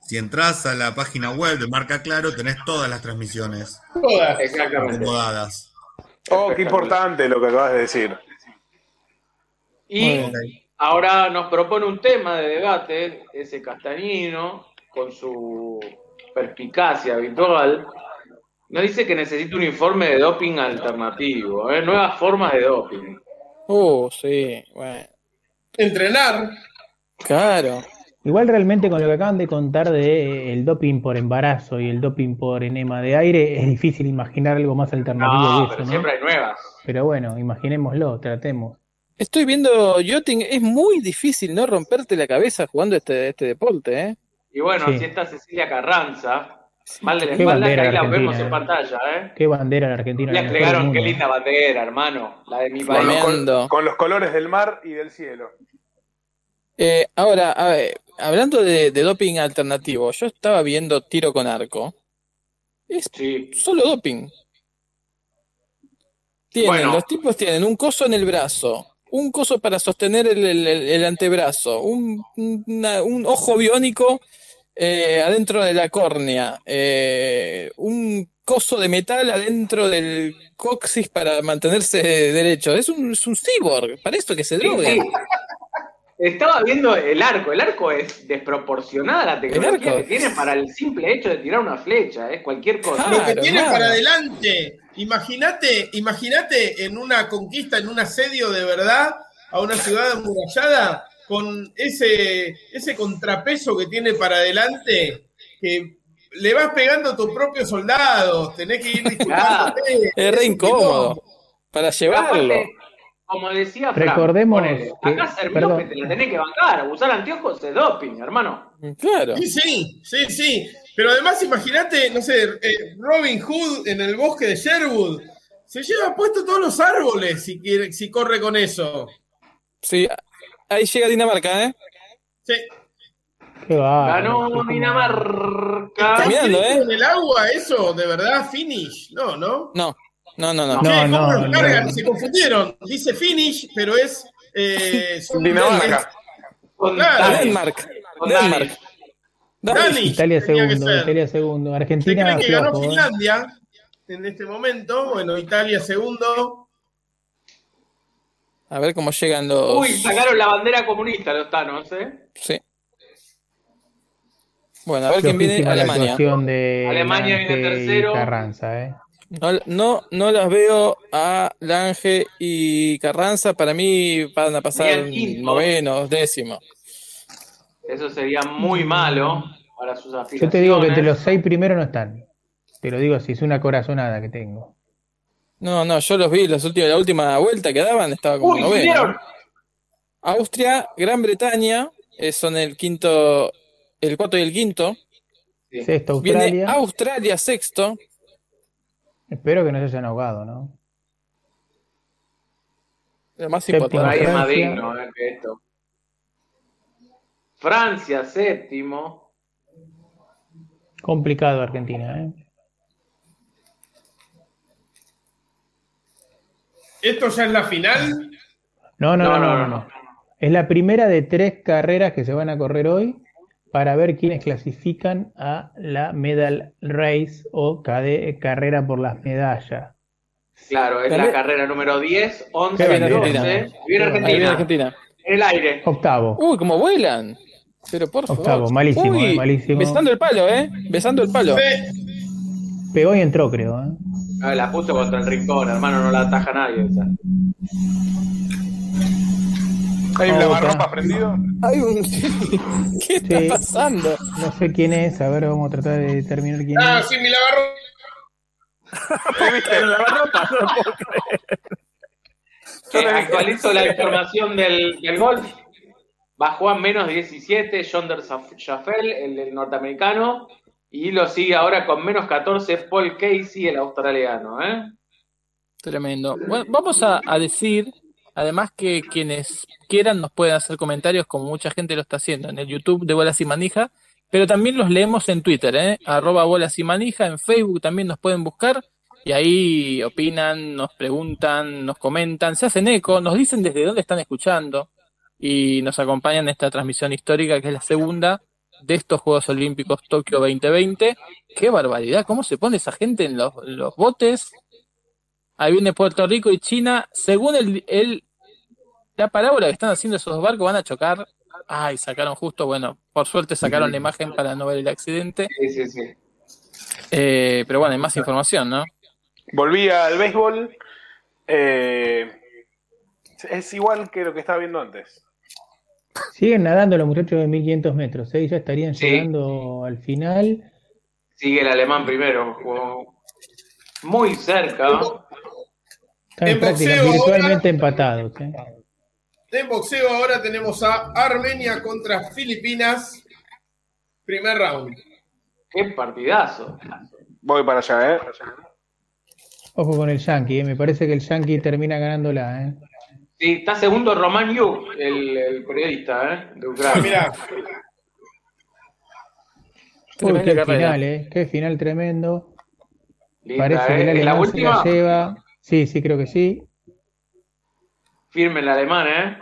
[SPEAKER 5] Si entras a la página web de Marca Claro, tenés todas las transmisiones.
[SPEAKER 13] Todas.
[SPEAKER 9] Exactamente.
[SPEAKER 5] Acomodadas.
[SPEAKER 7] Oh, qué importante lo que acabas de decir.
[SPEAKER 9] Y ahora nos propone un tema de debate, ese Castañino, con su perspicacia habitual. Nos dice que necesita un informe de doping alternativo, ¿eh? nuevas formas de doping.
[SPEAKER 4] Uh, sí, bueno.
[SPEAKER 13] Entrenar.
[SPEAKER 4] Claro.
[SPEAKER 8] Igual realmente con lo que acaban de contar de eh, el doping por embarazo y el doping por enema de aire, es difícil imaginar algo más alternativo que eso,
[SPEAKER 9] No, Ah, pero
[SPEAKER 8] ¿no?
[SPEAKER 9] siempre hay nuevas.
[SPEAKER 8] Pero bueno, imaginémoslo, tratemos.
[SPEAKER 4] Estoy viendo Yachting, es muy difícil no romperte la cabeza jugando este, este deporte, ¿eh?
[SPEAKER 9] Y bueno,
[SPEAKER 8] Sí.
[SPEAKER 9] si está Cecilia Carranza, mal de la
[SPEAKER 8] Qué
[SPEAKER 9] espalda, que
[SPEAKER 8] bandera
[SPEAKER 9] ahí la
[SPEAKER 8] argentina,
[SPEAKER 9] vemos en
[SPEAKER 8] eh.
[SPEAKER 9] pantalla, ¿eh?
[SPEAKER 8] Qué bandera la Argentina.
[SPEAKER 9] Le
[SPEAKER 8] la mejor del
[SPEAKER 9] agregaron, qué
[SPEAKER 8] mundo.
[SPEAKER 9] linda bandera, hermano, la de mi
[SPEAKER 7] Con los,
[SPEAKER 9] país.
[SPEAKER 7] col- con los colores del mar y del cielo.
[SPEAKER 4] Eh, ahora, a ver, hablando de, de doping alternativo, yo estaba viendo tiro con arco. Es solo doping. Tienen,
[SPEAKER 9] Bueno.
[SPEAKER 4] los tipos tienen un coso en el brazo, un coso para sostener el, el- el- el antebrazo, un, una- un ojo biónico eh, adentro de la córnea, eh, un coso de metal adentro del coxis para mantenerse derecho. Es un, es un cyborg, para eso que se
[SPEAKER 9] Sí,
[SPEAKER 4] drogue.
[SPEAKER 9] sí. Estaba viendo el arco. El arco es desproporcionada la tecnología
[SPEAKER 4] arco.
[SPEAKER 9] que tiene para el simple hecho de tirar una flecha. Es cualquier cosa.
[SPEAKER 13] lo que tiene para adelante. Imagínate, imagínate en una conquista, en un asedio de verdad a una ciudad amurallada con ese, ese contrapeso que tiene para adelante que le vas pegando a tus propios soldados, tenés que ir
[SPEAKER 4] Ah,
[SPEAKER 13] disculpándote.
[SPEAKER 4] es re incómodo. Para llevarlo.
[SPEAKER 9] Aparte, Como decía Frank,
[SPEAKER 4] Recordemos
[SPEAKER 9] ponele,
[SPEAKER 4] que-
[SPEAKER 9] acá Sergio
[SPEAKER 4] perdón.
[SPEAKER 9] que te la tenés que bancar. Usar anteojos es doping, hermano.
[SPEAKER 4] Claro.
[SPEAKER 13] Sí, sí, sí, sí. Pero además, imagínate, no sé, eh, Robin Hood en el bosque de Sherwood. Se lleva puesto todos los árboles si, quiere, si corre con eso.
[SPEAKER 4] Sí, ahí llega Dinamarca, ¿eh?
[SPEAKER 13] Sí.
[SPEAKER 8] Qué bárbaro.
[SPEAKER 13] Ganó
[SPEAKER 9] Dinamarca.
[SPEAKER 13] ¿Está
[SPEAKER 4] Caminando,
[SPEAKER 13] escrito
[SPEAKER 4] ¿eh?
[SPEAKER 13] en el agua eso? ¿De verdad? Finish. No, ¿no?
[SPEAKER 4] No, no, no, no.
[SPEAKER 13] Che, ¿cómo nos cargan? Se confundieron. Dice finish, pero es... Eh,
[SPEAKER 4] Dinamarca.
[SPEAKER 13] Claro.
[SPEAKER 4] Denmark. Denmark.
[SPEAKER 8] Italia
[SPEAKER 13] tenía que
[SPEAKER 8] segundo,
[SPEAKER 13] ser.
[SPEAKER 8] Italia segundo.
[SPEAKER 13] ¿Se
[SPEAKER 8] Argentina
[SPEAKER 13] cree que ganó
[SPEAKER 8] flojo, ¿eh?
[SPEAKER 13] Finlandia en este momento? Bueno, Italia segundo.
[SPEAKER 4] A ver cómo llegan los.
[SPEAKER 9] Uy, sacaron la bandera comunista los Thanos, ¿eh?
[SPEAKER 4] Sí. Bueno, a ver quién viene.
[SPEAKER 8] Flojísima la
[SPEAKER 4] Alemania.
[SPEAKER 8] actuación de
[SPEAKER 4] Alemania viene
[SPEAKER 8] Lange y
[SPEAKER 4] tercero.
[SPEAKER 8] Carranza, ¿eh?
[SPEAKER 4] No, no, no las veo a Lange y Carranza. Para mí van a pasar
[SPEAKER 9] Bien, quinto.
[SPEAKER 4] noveno, décimo.
[SPEAKER 9] Eso sería muy malo para sus aspiraciones.
[SPEAKER 8] Yo te digo que entre los seis primeros no están. Te lo digo así, es una corazonada que tengo.
[SPEAKER 4] No, no, yo los vi los últimos, la última vuelta que daban estaba como
[SPEAKER 8] Uy,
[SPEAKER 4] noveno.
[SPEAKER 8] subieron.
[SPEAKER 4] Austria, Gran Bretaña eh, son el quinto, el cuarto y el quinto.
[SPEAKER 8] Sexto,
[SPEAKER 6] Viene
[SPEAKER 8] Australia.
[SPEAKER 6] Australia sexto.
[SPEAKER 8] Espero que no se hayan ahogado, ¿no?
[SPEAKER 6] Lo más
[SPEAKER 8] Séptimo,
[SPEAKER 6] importante.
[SPEAKER 8] Francia.
[SPEAKER 9] Más digno eh, que esto. Francia séptimo.
[SPEAKER 8] Complicado Argentina, ¿eh?
[SPEAKER 13] ¿Esto ya es la final?
[SPEAKER 8] No, no, no, no, no, no. Es la primera de tres carreras que se van a correr hoy para ver quiénes clasifican a la Medal Race o cade- carrera por las medallas.
[SPEAKER 9] Claro, es
[SPEAKER 8] Dale.
[SPEAKER 9] la carrera número 10, 11,
[SPEAKER 8] Qué bandera.
[SPEAKER 9] 12. Viene Argentina.
[SPEAKER 6] Ahí viene Argentina.
[SPEAKER 9] En el aire.
[SPEAKER 8] Octavo.
[SPEAKER 6] Uy, como vuelan. Pero por favor.
[SPEAKER 8] Octavo, malísimo, eh, malísimo.
[SPEAKER 6] Besando el palo, ¿eh? Besando el palo.
[SPEAKER 8] Pegó y entró, creo. ¿eh?
[SPEAKER 9] Ah, la puso contra el rincón, hermano, no la ataja nadie. esa.
[SPEAKER 13] ¿Hay un
[SPEAKER 8] Ah, está.
[SPEAKER 13] lavarropa prendido?
[SPEAKER 6] Hay un. ¿Qué
[SPEAKER 8] está Sí.
[SPEAKER 6] pasando?
[SPEAKER 8] No sé quién es, a ver, vamos a tratar de determinar quién
[SPEAKER 13] Ah,
[SPEAKER 8] es.
[SPEAKER 13] sí, mi lavarropa.
[SPEAKER 6] ¿Viste? El lavarropa, no lo puedo
[SPEAKER 9] Eh, actualizo la información del, del golf. Bajó a menos 17 Yonder Schaffel, el, el norteamericano. Y lo sigue ahora con menos 14 Paul Casey, el australiano. ¿eh?
[SPEAKER 6] Tremendo. Bueno, vamos a, a decir, además que quienes quieran nos pueden hacer comentarios, como mucha gente lo está haciendo en el YouTube de Bolas y Manija, pero también los leemos en Twitter, ¿eh? arroba Bolas y Manija, en Facebook también nos pueden buscar y ahí opinan, nos preguntan, nos comentan, se hacen eco, nos dicen desde dónde están escuchando y nos acompañan en esta transmisión histórica que es la segunda de estos Juegos Olímpicos Tokio 2020. ¡Qué barbaridad! ¿Cómo se pone esa gente en los, los botes? Ahí viene Puerto Rico y China. Según el, el- la parábola que están haciendo esos dos barcos, van a chocar. Ay, sacaron justo. Bueno, por suerte sacaron la imagen para no ver el accidente.
[SPEAKER 9] Sí, sí, sí.
[SPEAKER 6] Eh, pero bueno, hay más información, ¿no?
[SPEAKER 7] Volví al béisbol. eh, es igual que lo que estaba viendo antes.
[SPEAKER 8] Siguen nadando los muchachos de 1500 metros, ¿eh? Y ya estarían
[SPEAKER 9] Sí.
[SPEAKER 8] llegando al final.
[SPEAKER 9] Sigue el alemán primero. jugó Muy cerca.
[SPEAKER 8] Están
[SPEAKER 13] En
[SPEAKER 8] prácticamente
[SPEAKER 13] boxeo ahora-
[SPEAKER 8] virtualmente empatados. ¿eh?
[SPEAKER 13] En boxeo ahora tenemos a Armenia contra Filipinas. Primer round.
[SPEAKER 9] Qué partidazo.
[SPEAKER 7] Voy para allá, ¿eh?
[SPEAKER 8] Ojo con el Yankee, ¿eh? me parece que el Yankee termina ganándola. ¿eh?
[SPEAKER 9] Sí, está segundo Román Yu, el, el periodista ¿eh? de Ucrania.
[SPEAKER 13] Mirá.
[SPEAKER 8] Uy,
[SPEAKER 9] Tremenda
[SPEAKER 8] qué
[SPEAKER 9] carrera.
[SPEAKER 8] final, ¿eh? Qué final tremendo.
[SPEAKER 9] Linda,
[SPEAKER 8] Parece que
[SPEAKER 9] ¿eh?
[SPEAKER 8] el
[SPEAKER 9] ¿Es la
[SPEAKER 8] alemán se la
[SPEAKER 9] última?
[SPEAKER 8] lleva. Sí, sí, creo que sí.
[SPEAKER 9] Firme el alemán, ¿eh?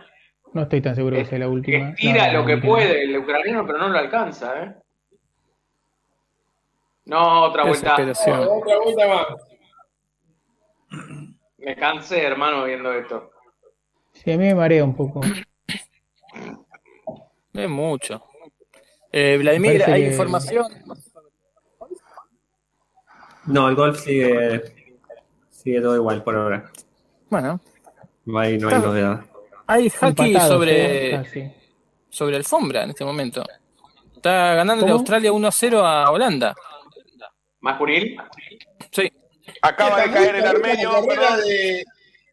[SPEAKER 8] No estoy tan seguro que sea la última.
[SPEAKER 9] Tira
[SPEAKER 8] No, no,
[SPEAKER 9] lo que
[SPEAKER 8] no.
[SPEAKER 9] puede el ucraniano, pero no lo alcanza, ¿eh? No, otra vuelta.
[SPEAKER 6] Desesperación.
[SPEAKER 13] Otra vuelta más.
[SPEAKER 9] Me cansé, hermano, viendo esto.
[SPEAKER 8] Sí, a mí me marea un poco.
[SPEAKER 6] Es mucho. Eh, Vladimir,
[SPEAKER 8] Parece
[SPEAKER 6] hay
[SPEAKER 8] que-
[SPEAKER 6] información.
[SPEAKER 19] No, el golf sigue, sigue todo igual por ahora.
[SPEAKER 6] Bueno,
[SPEAKER 19] No hay, no hay
[SPEAKER 6] Está-
[SPEAKER 19] novedad.
[SPEAKER 6] hay hockey
[SPEAKER 19] Empatados,
[SPEAKER 6] sobre,
[SPEAKER 19] eh,
[SPEAKER 6] sobre alfombra en este momento. Está ganando
[SPEAKER 13] ¿Cómo?
[SPEAKER 6] Australia 1 a 0 a Holanda.
[SPEAKER 9] ¿Masculín?
[SPEAKER 6] Sí.
[SPEAKER 7] Acaba de caer el armenio.
[SPEAKER 13] Carrera
[SPEAKER 7] perdón.
[SPEAKER 13] de-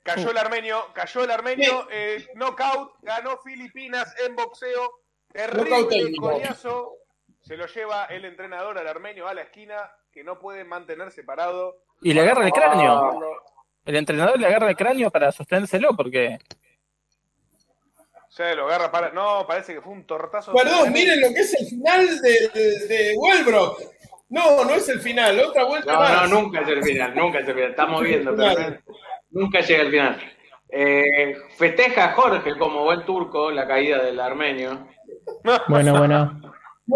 [SPEAKER 7] Cayó el armenio, cayó el armenio. Eh, knockout, ganó Filipinas en boxeo.
[SPEAKER 13] Knockout
[SPEAKER 7] Terrible
[SPEAKER 13] técnico.
[SPEAKER 7] coñazo. Se lo lleva el entrenador al armenio a la esquina, que no puede mantenerse parado.
[SPEAKER 6] Y le agarra el
[SPEAKER 7] Ah,
[SPEAKER 6] cráneo. El entrenador le agarra el cráneo para sostenérselo porque
[SPEAKER 7] Ah, Se lo agarra para. No, parece que fue un tortazo.
[SPEAKER 13] Perdón, miren lo que es el final de, de, de Welbrock. No, no es el final, otra vuelta
[SPEAKER 9] No, no,
[SPEAKER 13] más.
[SPEAKER 9] nunca es el final, nunca es el final. Estamos viendo, pero nunca llega al final. Eh, festeja Jorge como buen turco la caída del armenio.
[SPEAKER 8] Bueno, bueno.
[SPEAKER 13] No,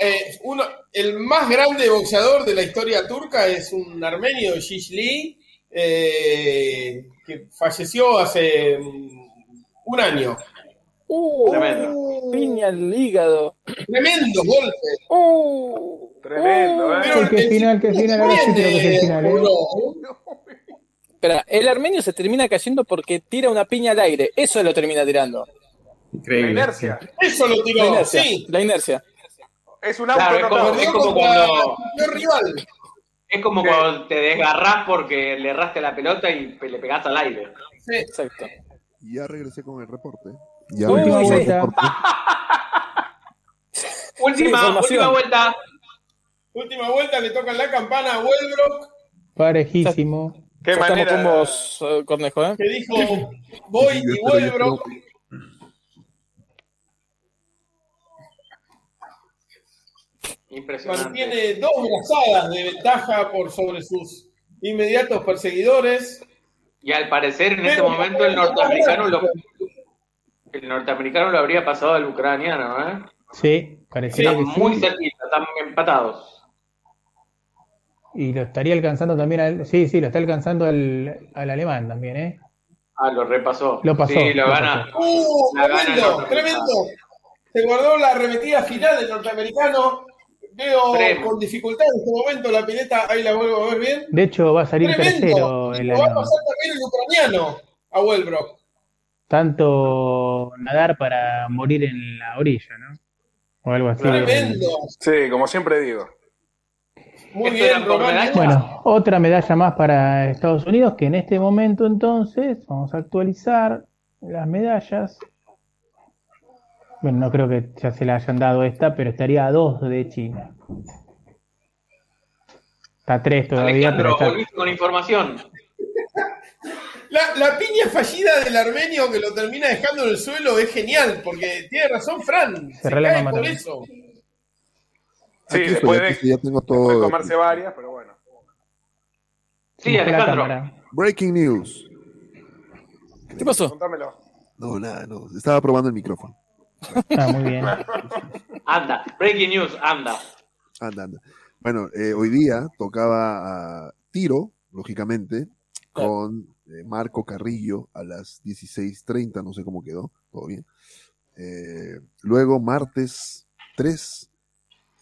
[SPEAKER 13] eh, uno, el más grande boxeador de la historia turca es un armenio, Shishli, eh, que falleció hace mm, un año.
[SPEAKER 6] Uh,
[SPEAKER 13] Tremendo.
[SPEAKER 6] Piña al hígado.
[SPEAKER 13] Tremendo golpe.
[SPEAKER 7] Tremendo,
[SPEAKER 6] ¿eh?
[SPEAKER 8] Uy, qué final, qué final. Ahora sí creo que es el final, ¿eh?
[SPEAKER 6] Espera, el armenio se termina cayendo porque tira una piña al aire. Eso lo termina tirando.
[SPEAKER 19] Increíble.
[SPEAKER 13] Eso lo
[SPEAKER 6] La
[SPEAKER 13] tiró,
[SPEAKER 6] inercia.
[SPEAKER 13] sí.
[SPEAKER 6] La inercia.
[SPEAKER 7] Es un
[SPEAKER 9] Claro, es
[SPEAKER 7] auto
[SPEAKER 9] como, es
[SPEAKER 7] knockout.
[SPEAKER 9] como cuando,
[SPEAKER 13] Yo rival.
[SPEAKER 9] es como cuando te desgarrás porque le erraste la pelota y pe- le pegás al aire.
[SPEAKER 6] Exacto.
[SPEAKER 16] Ya regresé con el reporte.
[SPEAKER 9] Ya Última
[SPEAKER 16] regresé con el
[SPEAKER 9] vuelta.
[SPEAKER 16] reporte.
[SPEAKER 9] Última,
[SPEAKER 6] información.
[SPEAKER 9] última vuelta.
[SPEAKER 13] Última vuelta, le tocan la campana a Welbrock,
[SPEAKER 8] Parejísimo.
[SPEAKER 4] Qué
[SPEAKER 13] manera-
[SPEAKER 4] con vos, eh, Cornejo, ¿eh?
[SPEAKER 13] que dijo voy y Welbrock.
[SPEAKER 9] Impresionante.
[SPEAKER 13] Mantiene dos brazadas de ventaja por sobre sus inmediatos perseguidores.
[SPEAKER 9] Y al parecer en este momento el norteamericano lo, el norteamericano lo habría pasado al ucraniano, ¿eh?
[SPEAKER 8] Sí, parecía
[SPEAKER 9] Están
[SPEAKER 8] que
[SPEAKER 9] muy
[SPEAKER 8] sí.
[SPEAKER 9] cerquita, están empatados.
[SPEAKER 8] Y lo estaría alcanzando también al. Sí, sí, lo está alcanzando al, al alemán también, ¿eh?
[SPEAKER 9] Ah, lo repasó.
[SPEAKER 8] Lo pasó,
[SPEAKER 9] Sí, lo
[SPEAKER 8] lo
[SPEAKER 9] gana.
[SPEAKER 13] ¡Uh!
[SPEAKER 9] La gana el
[SPEAKER 13] Tremendo,
[SPEAKER 9] norteamericano.
[SPEAKER 13] tremendo. Se guardó la arremetida final del norteamericano. Veo
[SPEAKER 9] Tremendo.
[SPEAKER 13] con dificultad en este momento la pileta, ahí la vuelvo a ver bien.
[SPEAKER 8] De hecho, va a salir
[SPEAKER 13] Tremendo.
[SPEAKER 8] tercero el
[SPEAKER 13] Lo va a
[SPEAKER 8] alemán.
[SPEAKER 13] pasar también el ucraniano a Welbrock.
[SPEAKER 8] Tanto nadar para morir en la orilla, ¿no? O algo así.
[SPEAKER 7] Sí, como siempre digo.
[SPEAKER 13] Muy bien, Román.
[SPEAKER 8] Bueno, otra medalla más para Estados Unidos, que en este momento entonces vamos a actualizar las medallas. Bueno, no creo que ya se la hayan dado esta, pero estaría a dos de China. Está a tres todavía,
[SPEAKER 9] Alejandro,
[SPEAKER 8] pero está.
[SPEAKER 9] volviste con información.
[SPEAKER 13] La, la piña fallida del armenio que lo termina dejando en el suelo es genial, porque tiene razón Fran. Se
[SPEAKER 8] Cerrá la
[SPEAKER 13] cae
[SPEAKER 8] gama
[SPEAKER 13] por
[SPEAKER 8] también.
[SPEAKER 13] eso.
[SPEAKER 1] Sí,
[SPEAKER 7] después de-
[SPEAKER 1] ya tengo
[SPEAKER 7] Puede
[SPEAKER 1] todo.
[SPEAKER 7] comerse varias, pero bueno.
[SPEAKER 9] Sí, Alejandro.
[SPEAKER 1] Breaking news.
[SPEAKER 4] ¿Qué pasó?
[SPEAKER 7] Contámelo.
[SPEAKER 1] No, nada, no. Estaba probando el micrófono.
[SPEAKER 8] Ah, muy bien.
[SPEAKER 9] Anda, breaking news, anda.
[SPEAKER 1] Anda, anda. Bueno, eh, hoy día tocaba a tiro, lógicamente, con eh, Marco Carrillo a las 16.30, no sé cómo quedó, todo bien. Eh, luego, martes 3,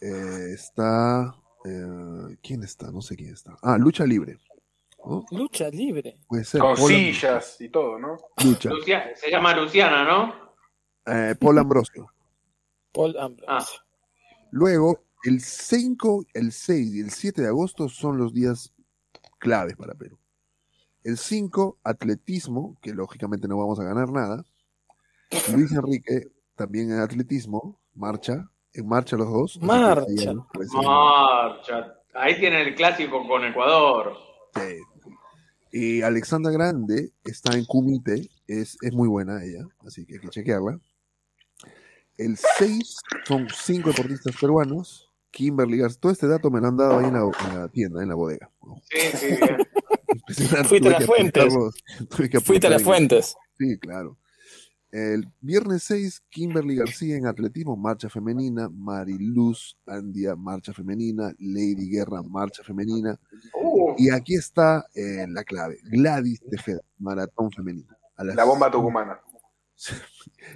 [SPEAKER 1] eh, está... eh, ¿Quién está? No sé quién está. Ah, Lucha Libre. ¿no?
[SPEAKER 4] Lucha libre.
[SPEAKER 1] Puede ser.
[SPEAKER 7] Con
[SPEAKER 1] Paul Am-
[SPEAKER 7] sillas y todo, ¿no?
[SPEAKER 1] Lucha.
[SPEAKER 9] Lucia- se llama Luciana, ¿no?
[SPEAKER 1] Eh, Paul Ambrosio.
[SPEAKER 4] Paul Ambrose.
[SPEAKER 13] Ah.
[SPEAKER 1] Luego, el 5, el 6 y el 7 de agosto son los días claves para Perú. El 5, atletismo, que lógicamente no vamos a ganar nada. Luis Enrique, también en atletismo, marcha, en marcha los dos. así que
[SPEAKER 9] Marcha.
[SPEAKER 1] ahí, pues,
[SPEAKER 9] Ah, Marcha. Ahí tiene el clásico con Ecuador.
[SPEAKER 1] Y Eh, Alexandra Grande está en Kumite, es, es muy buena ella, así que hay que chequearla. El 6 son 5 deportistas peruanos. Kimberly García, todo este dato me lo han dado ahí en la, en la tienda, en la bodega.
[SPEAKER 9] Sí, sí.
[SPEAKER 1] Impresionante,
[SPEAKER 4] Fuiste
[SPEAKER 1] tuve
[SPEAKER 4] a las
[SPEAKER 1] que
[SPEAKER 4] fuentes.
[SPEAKER 1] apuntarlos, tuve que
[SPEAKER 4] Fuiste a
[SPEAKER 1] apuntar
[SPEAKER 4] las
[SPEAKER 1] ahí.
[SPEAKER 4] fuentes.
[SPEAKER 1] Sí, claro. El viernes 6, Kimberly García en atletismo, marcha femenina. Mariluz Andia, marcha femenina. Lady Guerra, marcha femenina. Y aquí está eh, la clave. Gladys Tejeda, maratón femenina. A las
[SPEAKER 7] La bomba tucumana.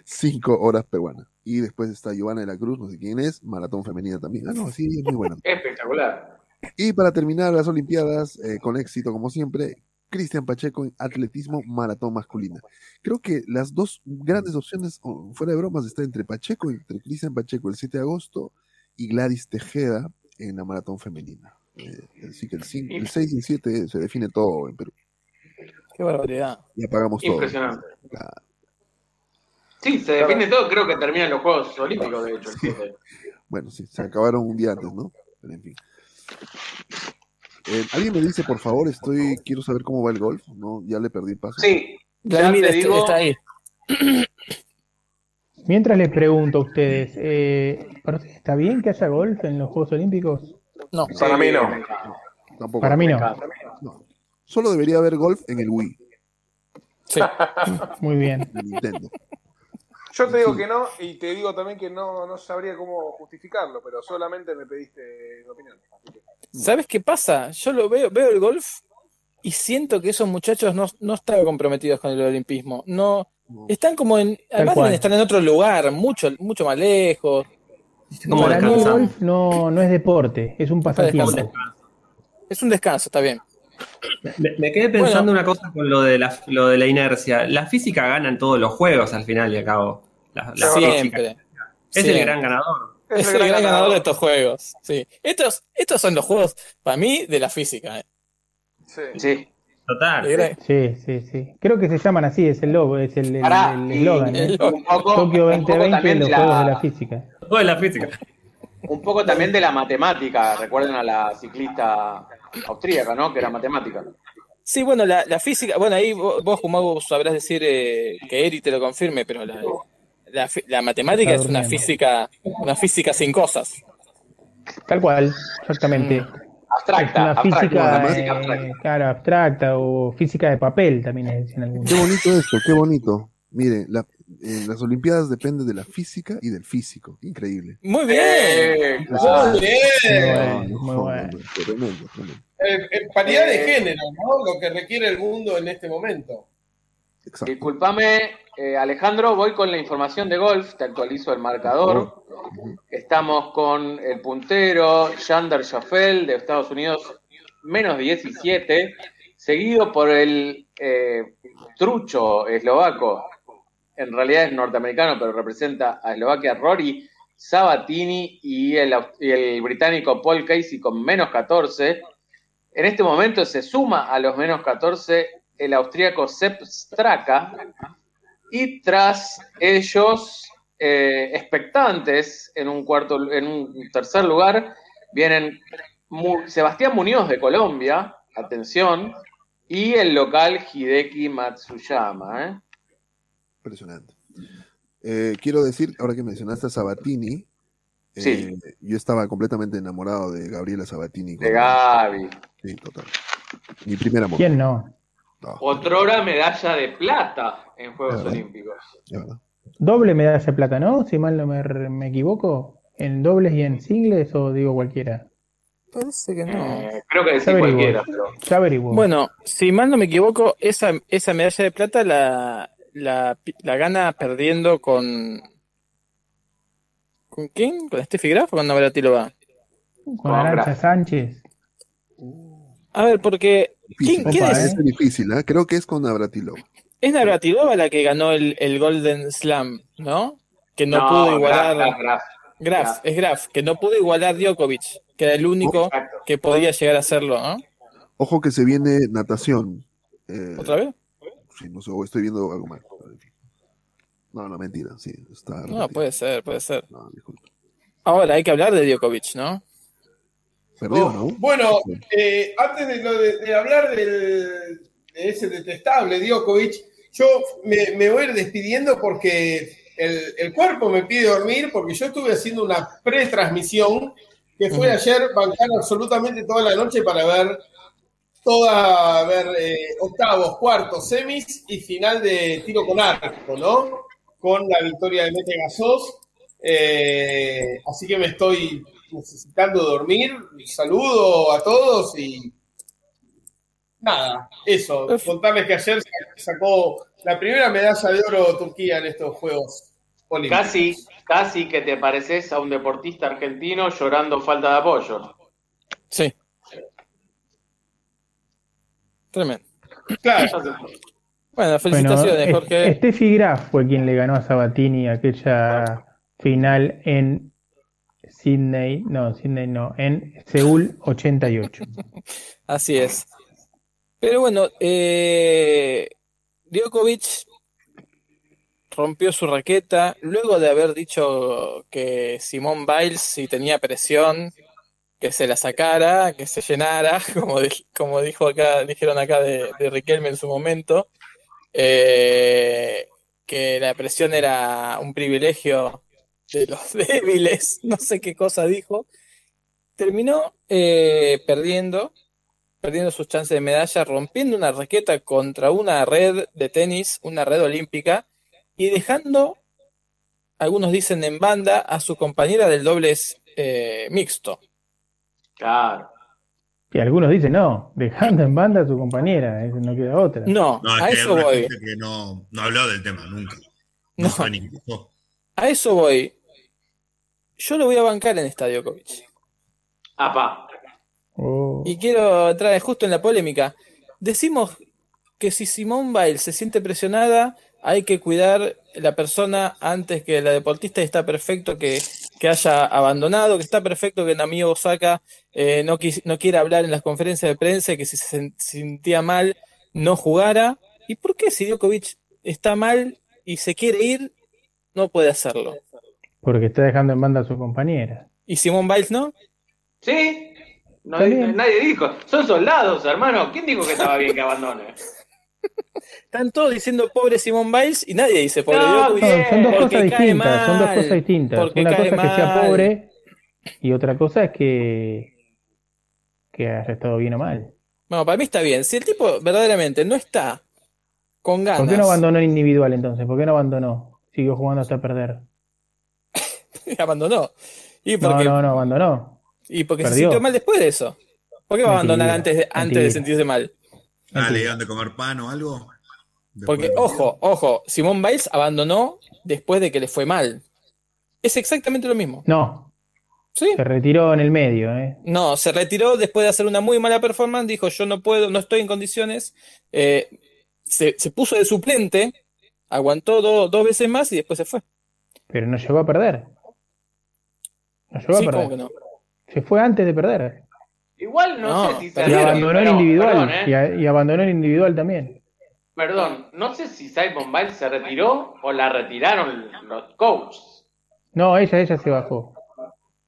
[SPEAKER 1] 5 horas peruanas. Y después está Giovanna de la Cruz, no sé quién es, maratón femenina también. Ah, no, sí, es muy buena.
[SPEAKER 9] Espectacular.
[SPEAKER 1] Y para terminar las Olimpiadas, eh, con éxito como siempre, Cristian Pacheco en atletismo maratón masculina. Creo que las dos grandes opciones, o, fuera de bromas, está entre Pacheco, entre Cristian Pacheco el 7 de agosto y Gladys Tejeda en la maratón femenina. Eh, así que el, 6 y el 7 se define todo en Perú.
[SPEAKER 4] Qué barbaridad.
[SPEAKER 1] Y apagamos todo.
[SPEAKER 9] Impresionante. Sí, se define todo. Creo que terminan los Juegos Olímpicos, de hecho, el 7.
[SPEAKER 1] Bueno, sí, se acabaron un día antes, ¿no? Pero en fin. Eh, Alguien me dice, por favor, estoy, quiero saber cómo va el golf, ¿no? Ya le perdí el paso.
[SPEAKER 9] Sí.
[SPEAKER 4] Vladimir
[SPEAKER 9] te
[SPEAKER 4] est-
[SPEAKER 9] digo-
[SPEAKER 4] está ahí.
[SPEAKER 8] Mientras les pregunto a ustedes, eh, ¿para ustedes ¿está bien que haya golf en los Juegos Olímpicos?
[SPEAKER 4] No.
[SPEAKER 7] Para mí no.
[SPEAKER 1] Tampoco.
[SPEAKER 8] Para mí no.
[SPEAKER 1] No. Solo debería haber golf en el Wii,
[SPEAKER 8] Muy bien.
[SPEAKER 1] en el Nintendo.
[SPEAKER 7] Yo te digo que no, y te digo también que no, no sabría cómo justificarlo, pero solamente me pediste mi opinión.
[SPEAKER 4] ¿Sabes qué pasa? Yo lo veo, veo el golf y siento que esos muchachos no, no están comprometidos con el olimpismo. No, están como en, además
[SPEAKER 8] cual.
[SPEAKER 4] están en otro lugar, mucho, mucho más lejos. Para
[SPEAKER 8] Para mí el
[SPEAKER 4] mí el golf
[SPEAKER 8] golf no, no es deporte, es un pasatiempo.
[SPEAKER 4] Es un descanso, está bien.
[SPEAKER 19] Me, me quedé pensando una cosa con lo de, la, lo de la inercia. La física gana en todos los juegos al final y al cabo. La- la
[SPEAKER 4] Siempre.
[SPEAKER 19] física. Es
[SPEAKER 4] Siempre.
[SPEAKER 19] el gran ganador.
[SPEAKER 4] Es, el gran, ganador. de estos juegos. Sí. Estos, estos son los juegos, para mí, de la física. eh.
[SPEAKER 9] Sí.
[SPEAKER 19] Total.
[SPEAKER 8] Sí, sí, sí. Creo que se llaman así, es el logo, es el el-
[SPEAKER 9] Pará,
[SPEAKER 8] el
[SPEAKER 9] y-
[SPEAKER 8] eslogan.
[SPEAKER 9] y
[SPEAKER 8] ¿eh?
[SPEAKER 9] un poco-
[SPEAKER 8] Tokio
[SPEAKER 9] un poco
[SPEAKER 8] 2020,
[SPEAKER 9] también
[SPEAKER 8] los
[SPEAKER 9] la-
[SPEAKER 8] Juegos de la Física.
[SPEAKER 19] Todo de la física.
[SPEAKER 9] un poco también de la matemática, recuerden a la ciclista austríaca, ¿no? Que era matemática.
[SPEAKER 6] Sí, bueno, la, la física, bueno, ahí vos, vos, Jumago, sabrás decir eh, que Eri te lo confirme, pero la, la fi- la matemática es una física, una física sin cosas.
[SPEAKER 8] Tal cual, exactamente.
[SPEAKER 9] Mm, Abstracta,
[SPEAKER 8] Es una
[SPEAKER 9] abstracta,
[SPEAKER 8] física,
[SPEAKER 9] una física
[SPEAKER 8] eh, claro, abstracta o física de papel también es en algunos.
[SPEAKER 16] Qué bonito eso, qué bonito. Mire, la- eh, las Olimpiadas dependen de la física y del físico. Increíble.
[SPEAKER 6] Muy bien.
[SPEAKER 9] Eh,
[SPEAKER 13] Muy bien.
[SPEAKER 16] No, no, no, tremendo, tremendo.
[SPEAKER 13] Eh, eh, paridad de género, ¿no? Lo que requiere el mundo en este momento.
[SPEAKER 9] Disculpame, eh, Alejandro, voy con la información de golf, te actualizo el marcador. Estamos con el puntero, Yander Jaffel, de Estados Unidos, menos 17, seguido por el eh, trucho eslovaco, en realidad es norteamericano, pero representa a Eslovaquia, Rory Sabatini y el, au- y el británico Paul Casey con menos 14. En este momento se suma a los menos 14 el austríaco Sepp Straka y tras ellos, eh, expectantes en un, cuarto, en un tercer lugar, vienen Mu- Sebastián Muñoz de Colombia, atención, y el local Hideki Matsuyama. ¿eh?
[SPEAKER 16] Impresionante. Eh, quiero decir, ahora que mencionaste a Sabatini, eh,
[SPEAKER 9] Sí.
[SPEAKER 16] yo estaba completamente enamorado de Gabriela Sabatini.
[SPEAKER 9] De Gaby.
[SPEAKER 16] Sí, total. Mi primer amor.
[SPEAKER 8] ¿Quién no?
[SPEAKER 9] Otrora medalla de plata en Juegos Olímpicos.
[SPEAKER 8] Doble medalla de plata, ¿no? Si mal no me, me equivoco. ¿En dobles y en singles o digo cualquiera?
[SPEAKER 6] Parece que no.
[SPEAKER 4] Eh,
[SPEAKER 9] creo que
[SPEAKER 8] Ya averiguo. Ya averiguo.
[SPEAKER 6] Bueno, si mal no me equivoco, esa, esa medalla de plata la, la, pi- la gana perdiendo con. ¿Con quién? ¿Con Steffi Graf o con Navratilova?
[SPEAKER 8] Con Arancha Sánchez.
[SPEAKER 6] A ver, porque. ¿quién,
[SPEAKER 16] Difícil.
[SPEAKER 6] quién
[SPEAKER 16] Opa,
[SPEAKER 6] es?
[SPEAKER 16] ¿eh? Es difícil, ¿eh? creo que es con Navratilov.
[SPEAKER 6] Es Navratilova la que ganó el, el Golden Slam, ¿no? Que no,
[SPEAKER 16] No,
[SPEAKER 6] pudo
[SPEAKER 16] Graf,
[SPEAKER 6] igualar.
[SPEAKER 16] Graf,
[SPEAKER 9] Graf.
[SPEAKER 6] Graf, es Graf, que no pudo igualar Djokovic, que era el único que podía llegar a hacerlo, ¿no?
[SPEAKER 16] Ojo que se viene natación. Eh,
[SPEAKER 6] ¿Otra vez?
[SPEAKER 16] sí, no sé, o estoy viendo algo mal. No, no, mentira, sí. Está
[SPEAKER 6] No, puede ser, puede ser. Ahora hay que hablar de Djokovic, ¿no?
[SPEAKER 16] perdido, ¿no?
[SPEAKER 13] Bueno, eh, antes de, lo de- de hablar del- de ese detestable Djokovic, yo me, me voy a ir despidiendo porque el, el cuerpo me pide dormir, porque yo estuve haciendo una pretransmisión que fue
[SPEAKER 18] Ujú.
[SPEAKER 13] ayer bancar absolutamente toda la noche para ver toda, a ver, eh, octavos, cuartos, semis y final de tiro con arco, ¿no? Con la victoria de Mete Gasos. Eh, así que me estoy necesitando dormir. Saludo a todos y nada, eso. Contarles que ayer sacó la primera medalla de oro Turquía en estos Juegos Olímpicos.
[SPEAKER 9] Casi, casi que te pareces a un deportista argentino llorando falta de apoyo.
[SPEAKER 6] Sí. Tremendo. Bueno, felicitaciones,
[SPEAKER 8] Bueno, este
[SPEAKER 6] Jorge.
[SPEAKER 8] es- Steffi Graf fue quien le ganó a Sabatini aquella final en Sydney, no, Sydney no, en Seúl 88.
[SPEAKER 6] Así es. Pero bueno, eh, Djokovic rompió su raqueta luego de haber dicho que Simón Biles, si tenía presión, que se la sacara, que se llenara, como, di- como dijo acá, dijeron acá de, de Riquelme en su momento, eh, que la presión era un privilegio de los débiles, no sé qué cosa dijo. Terminó eh, perdiendo perdiendo sus chances de medalla, rompiendo una raqueta contra una red de tenis, una red olímpica, y dejando, algunos dicen en banda, a su compañera del dobles eh, mixto.
[SPEAKER 9] Claro.
[SPEAKER 8] Y algunos dicen, no, dejando en banda a su compañera, eso no queda otra.
[SPEAKER 6] No,
[SPEAKER 5] No, es
[SPEAKER 6] a
[SPEAKER 5] que
[SPEAKER 6] eso
[SPEAKER 5] hay una
[SPEAKER 6] voy.
[SPEAKER 5] gente que no, no ha hablado del tema nunca.
[SPEAKER 6] No.
[SPEAKER 5] sabe ni qué pasó.
[SPEAKER 6] A eso voy. Yo lo voy a bancar en esta Djokovic.
[SPEAKER 9] Apa.
[SPEAKER 8] Oh,
[SPEAKER 6] Y quiero entrar justo en la polémica. Decimos que si Simone Biles se siente presionada, hay que cuidar la persona antes que la deportista. y Está perfecto que, que haya abandonado, que está perfecto que Nami Osaka eh, no, quis- no quiera hablar en las conferencias de prensa y que si se sen- sentía mal no jugara. ¿Y por qué si Djokovic está mal y se quiere ir, no puede hacerlo?
[SPEAKER 8] Porque está dejando en banda a su compañera.
[SPEAKER 6] ¿Y Simón Biles no?
[SPEAKER 9] ¿Sí? No,
[SPEAKER 6] También.
[SPEAKER 9] nadie dijo. Son soldados, hermano. ¿Quién dijo que estaba bien que abandone?
[SPEAKER 6] Están todos diciendo pobre Simón Biles y nadie dice pobre
[SPEAKER 9] No,
[SPEAKER 6] Djokovic,
[SPEAKER 8] Ah, Son, son dos
[SPEAKER 6] porque
[SPEAKER 8] cosas
[SPEAKER 6] cae
[SPEAKER 8] distintas, son dos
[SPEAKER 6] mal,
[SPEAKER 8] cosas distintas.
[SPEAKER 6] porque
[SPEAKER 8] Una cosa
[SPEAKER 6] cae
[SPEAKER 8] es que sea
[SPEAKER 6] mal.
[SPEAKER 8] pobre y otra cosa es que, que haya estado bien o mal.
[SPEAKER 6] Bueno, para mí está bien. Si el tipo verdaderamente no está con ganas.
[SPEAKER 8] ¿Por qué no abandonó el individual entonces? ¿Por qué no abandonó? Siguió jugando hasta perder.
[SPEAKER 6] abandonó. Y
[SPEAKER 8] No,
[SPEAKER 6] porque,
[SPEAKER 8] no, no, abandonó.
[SPEAKER 6] y porque se
[SPEAKER 8] perdió.
[SPEAKER 6] sintió mal después de eso. ¿Por qué va
[SPEAKER 8] Mentira,
[SPEAKER 6] a abandonar antes de, antes de
[SPEAKER 8] mentira.
[SPEAKER 6] sentirse mal?
[SPEAKER 5] Ah, le dieron de comer pan o algo.
[SPEAKER 6] Porque, ojo, ojo, Simón Biles abandonó después de que le fue mal. Es exactamente lo mismo.
[SPEAKER 8] No. Se retiró en el medio, ¿eh?
[SPEAKER 6] No, se retiró después de hacer una muy mala performance, dijo yo no puedo, no estoy en condiciones. eh, se, se puso de suplente, aguantó do- dos veces más y después se fue.
[SPEAKER 8] Pero no llegó a perder. No llegó
[SPEAKER 6] Sí,
[SPEAKER 8] a
[SPEAKER 6] ¿cómo
[SPEAKER 8] perder.
[SPEAKER 6] que no?
[SPEAKER 8] Se fue antes de perder.
[SPEAKER 9] Igual no,
[SPEAKER 6] No,
[SPEAKER 9] sé si
[SPEAKER 8] y
[SPEAKER 9] Simon-
[SPEAKER 8] abandonó el
[SPEAKER 9] pero,
[SPEAKER 8] individual.
[SPEAKER 9] Perdón, ¿eh?
[SPEAKER 8] y, a- y abandonó el individual también.
[SPEAKER 9] Perdón, no sé si Simon Biles se retiró o la retiraron los coaches.
[SPEAKER 8] No, ella, ella se bajó.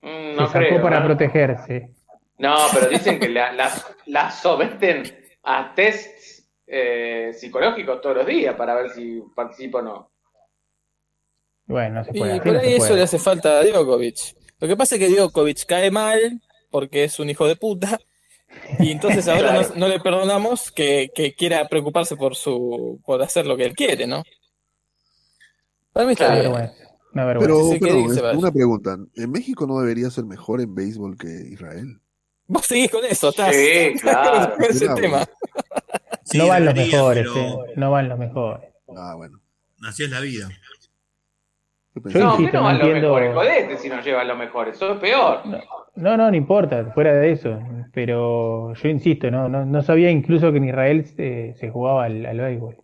[SPEAKER 9] Mm,
[SPEAKER 8] se
[SPEAKER 9] No
[SPEAKER 8] sacó
[SPEAKER 9] creo.
[SPEAKER 8] para
[SPEAKER 9] ¿no?
[SPEAKER 8] protegerse.
[SPEAKER 9] No, pero dicen que la, la- la someten a tests eh, psicológicos todos los días para ver si participa o no.
[SPEAKER 8] Bueno, no se
[SPEAKER 6] Y
[SPEAKER 8] puede. así
[SPEAKER 6] por
[SPEAKER 8] no se
[SPEAKER 6] ahí eso
[SPEAKER 8] puede.
[SPEAKER 6] le hace falta a Djokovic. Lo que pasa es que Djokovic cae mal porque es un hijo de puta. Y entonces ahora no, no le perdonamos que, que quiera preocuparse por su por hacer lo que él quiere, ¿no? Para mí está
[SPEAKER 8] Una
[SPEAKER 6] bien.
[SPEAKER 8] vergüenza. Una vergüenza.
[SPEAKER 16] Pero,
[SPEAKER 6] Sí, que
[SPEAKER 16] perdón,
[SPEAKER 6] dice,
[SPEAKER 16] es-
[SPEAKER 6] vaya.
[SPEAKER 16] una pregunta. ¿En México no debería ser mejor en béisbol que Israel?
[SPEAKER 6] Vos seguís con eso, estás,
[SPEAKER 16] Sí,
[SPEAKER 6] estás
[SPEAKER 16] claro.
[SPEAKER 6] con ese
[SPEAKER 16] Mirá,
[SPEAKER 6] tema.
[SPEAKER 8] no van los
[SPEAKER 16] debería,
[SPEAKER 8] mejores,
[SPEAKER 16] pero-
[SPEAKER 8] eh. No van los mejores.
[SPEAKER 16] Ah, bueno. Pues Así es la vida.
[SPEAKER 8] Yo
[SPEAKER 9] no,
[SPEAKER 8] insisto,
[SPEAKER 9] que no
[SPEAKER 8] no
[SPEAKER 9] van los
[SPEAKER 8] entiendo.
[SPEAKER 9] mejores codetes si no llevan los mejores, eso es peor.
[SPEAKER 8] No, no, no importa, fuera de eso. Pero yo insisto, no, no, no sabía incluso que en Israel se, se jugaba al, al béisbol.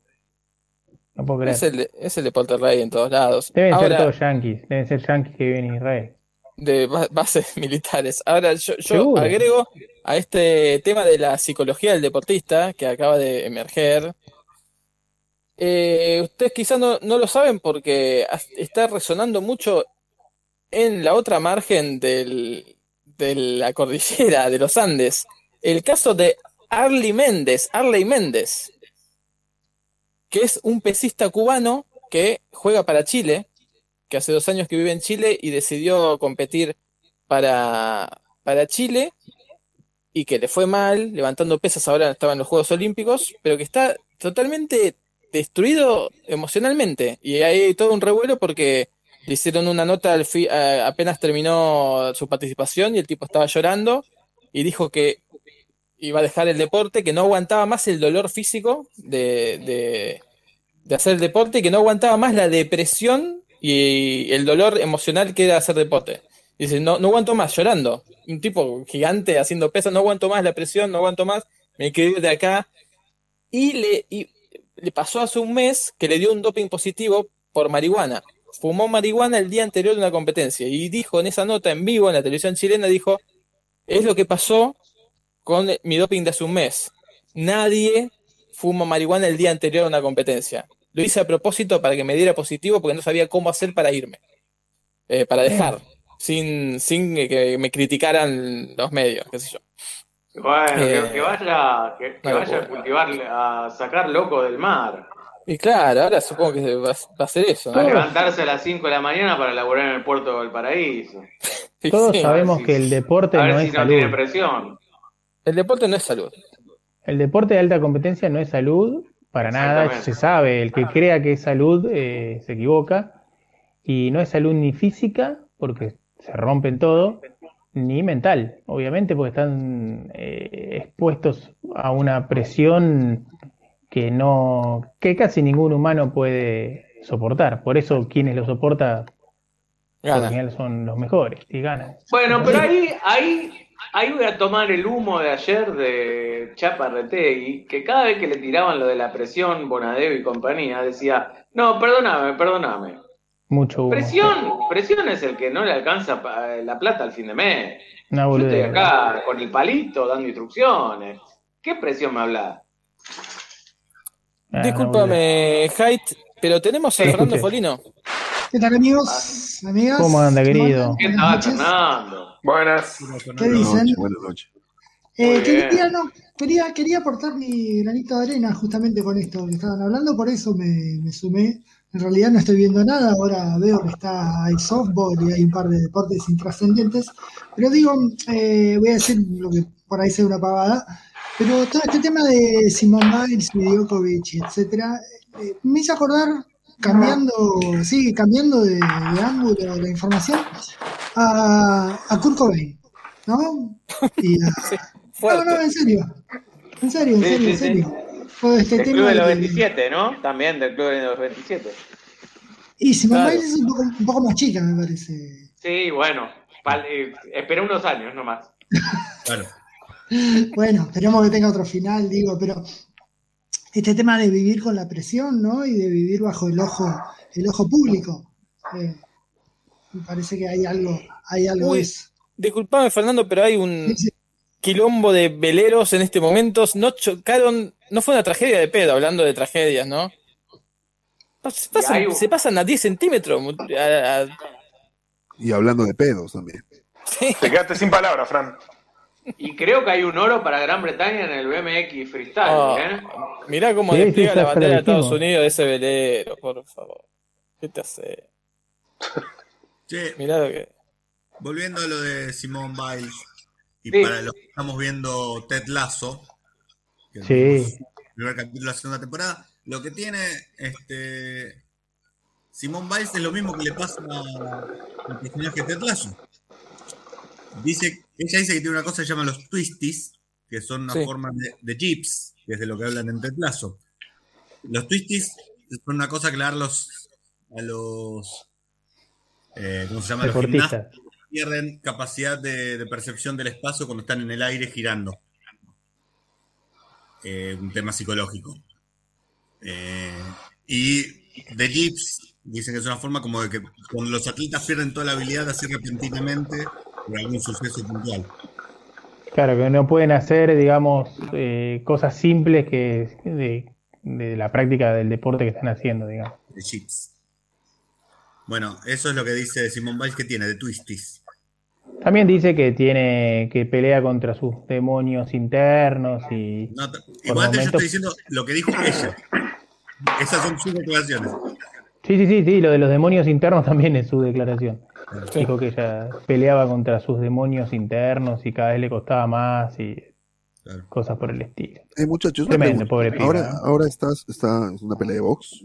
[SPEAKER 8] No puedo creer.
[SPEAKER 6] Es el, es el deporte rey en todos lados.
[SPEAKER 8] Deben ser
[SPEAKER 6] Ahora,
[SPEAKER 8] todos yanquis, deben ser yanquis que viven en Israel.
[SPEAKER 6] de ba- bases militares. Ahora, yo, yo
[SPEAKER 8] Seguro.
[SPEAKER 6] agrego a este tema de la psicología del deportista que acaba de emerger. Eh, ustedes quizás no, no lo saben porque as- está resonando mucho en la otra margen del- de la cordillera de los Andes. El caso de Arley Méndez, Arley Méndez, que es un pesista cubano que juega para Chile que hace dos años que vive en Chile y decidió competir para, para Chile y que le fue mal, levantando pesas ahora estaba en los Juegos Olímpicos, pero que está totalmente destruido emocionalmente. Y hay todo un revuelo porque le hicieron una nota al fi- a- apenas terminó su participación y el tipo estaba llorando y dijo que iba a dejar el deporte, que no aguantaba más el dolor físico de, de, de hacer el deporte y que no aguantaba más la depresión y el dolor emocional que era hacer deporte. Dice, no, no aguanto más, llorando. Un tipo gigante haciendo pesas, no aguanto más la presión, no aguanto más, me quiero ir de acá. Y le, y le pasó hace un mes que le dio un doping positivo por marihuana. Fumó marihuana el día anterior de una competencia y dijo en esa nota en vivo en la televisión chilena, dijo, es lo que pasó con mi doping de hace un mes. Nadie fumo marihuana el día anterior a una competencia. Lo hice a propósito para que me diera positivo porque no sabía cómo hacer para irme, eh, para dejar, sin, sin que me criticaran los medios, qué sé yo.
[SPEAKER 9] Bueno, que,
[SPEAKER 6] Eh,
[SPEAKER 9] que vaya, que, que
[SPEAKER 6] no,
[SPEAKER 9] vaya a
[SPEAKER 6] bueno.
[SPEAKER 9] cultivar, a sacar loco del mar,
[SPEAKER 6] Y claro, ahora supongo que va, va a ser eso,
[SPEAKER 9] a
[SPEAKER 6] ¿no?
[SPEAKER 9] levantarse a las 5 de la mañana para laburar en el puerto del paraíso.
[SPEAKER 8] Todos
[SPEAKER 6] Sí,
[SPEAKER 8] sabemos
[SPEAKER 6] a ver
[SPEAKER 8] que el deporte
[SPEAKER 9] a ver
[SPEAKER 8] no
[SPEAKER 9] si
[SPEAKER 8] es
[SPEAKER 9] no
[SPEAKER 8] salud.
[SPEAKER 9] tiene presión.
[SPEAKER 6] El deporte no es salud.
[SPEAKER 8] El deporte de alta competencia no es salud para nada, eso
[SPEAKER 6] Exactamente.
[SPEAKER 8] se sabe. El que crea que es salud eh, se equivoca. Y no es salud ni física, porque se rompen todo, ni mental, obviamente, porque están eh, expuestos a una presión que no, que casi ningún humano puede soportar. Por eso quienes lo soportan
[SPEAKER 6] Ganan.
[SPEAKER 8] son los mejores y ganan.
[SPEAKER 9] Bueno, pero ahí, ahí, ahí voy a tomar el humo de ayer de Chaparretegui, que cada vez que le tiraban lo de la presión, Bonadeo y compañía, decía, no, perdóname, perdóname.
[SPEAKER 8] Mucho humo.
[SPEAKER 9] Presión, presión es el que no le alcanza pa- eh, la plata al fin de mes.
[SPEAKER 8] Una
[SPEAKER 9] Yo estoy
[SPEAKER 8] boludez.
[SPEAKER 9] acá con el palito dando instrucciones. ¿Qué presión me habla?
[SPEAKER 6] Discúlpame, Haidt, pero tenemos a
[SPEAKER 8] Sí,
[SPEAKER 6] Fernando
[SPEAKER 8] escuché.
[SPEAKER 6] Folino.
[SPEAKER 2] ¿Qué tal, amigos? Amigas.
[SPEAKER 8] ¿Cómo anda, querido?
[SPEAKER 9] ¿Qué tal, Fernando? Buenas.
[SPEAKER 2] ¿Qué dicen?
[SPEAKER 9] Buenas noches.
[SPEAKER 2] Eh,
[SPEAKER 9] Muy
[SPEAKER 2] quería,
[SPEAKER 9] bien.
[SPEAKER 2] no, quería, quería aportar mi granito de arena justamente con esto que estaban hablando, por eso me, me sumé. En realidad no estoy viendo nada, ahora veo que está hay softball y hay un par de deportes intrascendentes. Pero digo, eh, voy a decir lo que por ahí sea una pavada, pero todo este tema de Simón Biles y Djokovic, etcétera, eh, me hizo acordar, cambiando, sí, cambiando de, de ángulo la información, a, a Kurt Cobain, ¿no? Y a- no, no, en serio. En serio, en
[SPEAKER 9] Sí,
[SPEAKER 2] serio, en
[SPEAKER 9] sí, sí.
[SPEAKER 2] serio. Todo este
[SPEAKER 9] Del
[SPEAKER 2] tema
[SPEAKER 9] Club de los
[SPEAKER 2] de-
[SPEAKER 9] 27, ¿no? También del Club de los 27.
[SPEAKER 2] Y Simone
[SPEAKER 9] Claro.
[SPEAKER 2] Biles es un poco, un poco más chica, me parece.
[SPEAKER 9] Sí, bueno. Vale, eh, esperé unos años nomás.
[SPEAKER 5] Claro.
[SPEAKER 2] Bueno, esperemos que tenga otro final, digo, pero este tema de vivir con la presión, ¿no? Y de vivir bajo el ojo, el ojo público. Eh, me parece que hay algo, hay algo
[SPEAKER 6] Uy,
[SPEAKER 2] de eso.
[SPEAKER 6] Disculpame, Fernando, pero hay un quilombo de veleros en este momento. No chocaron, no fue una tragedia de pedo, hablando de tragedias, ¿no? Pas- pasan-
[SPEAKER 9] hay un-
[SPEAKER 6] se pasan a 10 centímetros. mu- a- a-
[SPEAKER 1] Y hablando de pedos también.
[SPEAKER 7] Te quedaste sin palabras, Fran.
[SPEAKER 9] Y creo que hay un oro para Gran Bretaña en el BMX Freestyle,
[SPEAKER 8] Oh.
[SPEAKER 6] Ah,
[SPEAKER 9] ¿eh?
[SPEAKER 6] mirá cómo
[SPEAKER 9] Sí, sí,
[SPEAKER 6] despliega
[SPEAKER 9] ya-
[SPEAKER 6] la
[SPEAKER 9] ya lo
[SPEAKER 6] bandera de Estados
[SPEAKER 9] dijimos.
[SPEAKER 6] Unidos de ese velero, por favor. ¿Qué te hace?
[SPEAKER 5] Che,
[SPEAKER 6] Mirá lo que.
[SPEAKER 5] Volviendo a lo de Simone Biles, y
[SPEAKER 6] Sí.
[SPEAKER 5] para los que estamos viendo Ted Lasso, que es
[SPEAKER 8] Sí.
[SPEAKER 5] el primer capítulo de la segunda temporada, lo que tiene este Simone Biles es lo mismo que le pasa a- al personaje Ted Lasso. Dice, ella dice que tiene una cosa que se llama los twisties, que son una
[SPEAKER 1] Sí.
[SPEAKER 5] forma de, de jeeps, que es de lo que hablan en Ted Lasso. Los twisties son una cosa que le dan los- a los eh, ¿cómo se llama? Los
[SPEAKER 8] Deportistas.
[SPEAKER 5] gimnastas pierden capacidad de, de percepción del espacio cuando están en el aire girando. Eh, un tema psicológico. Eh, y The Jeeps dicen que es una forma como de que cuando los atletas pierden toda la habilidad así repentinamente por algún suceso puntual.
[SPEAKER 8] Claro, que no pueden hacer, digamos, eh, cosas simples que de, de la práctica del deporte que están haciendo, digamos.
[SPEAKER 5] The Jeeps. Bueno, eso es lo que dice Simón Biles que tiene, de Twisties.
[SPEAKER 8] También dice que tiene que pelea contra sus demonios internos y
[SPEAKER 5] No, t-
[SPEAKER 8] por
[SPEAKER 5] igual te- yo
[SPEAKER 8] momentos-
[SPEAKER 5] estoy diciendo lo que dijo ella. Esas son sus declaraciones.
[SPEAKER 8] Sí, sí, sí, sí, lo de los demonios internos también es su declaración. Dijo que ella peleaba contra sus demonios internos y cada vez le costaba más y cosas por el estilo.
[SPEAKER 1] Eh, muchachos, una
[SPEAKER 8] Tremendo,
[SPEAKER 1] pregunta.
[SPEAKER 8] pobre piba,
[SPEAKER 1] ahora,
[SPEAKER 8] ¿no?
[SPEAKER 1] ahora estás, está es una pelea de box.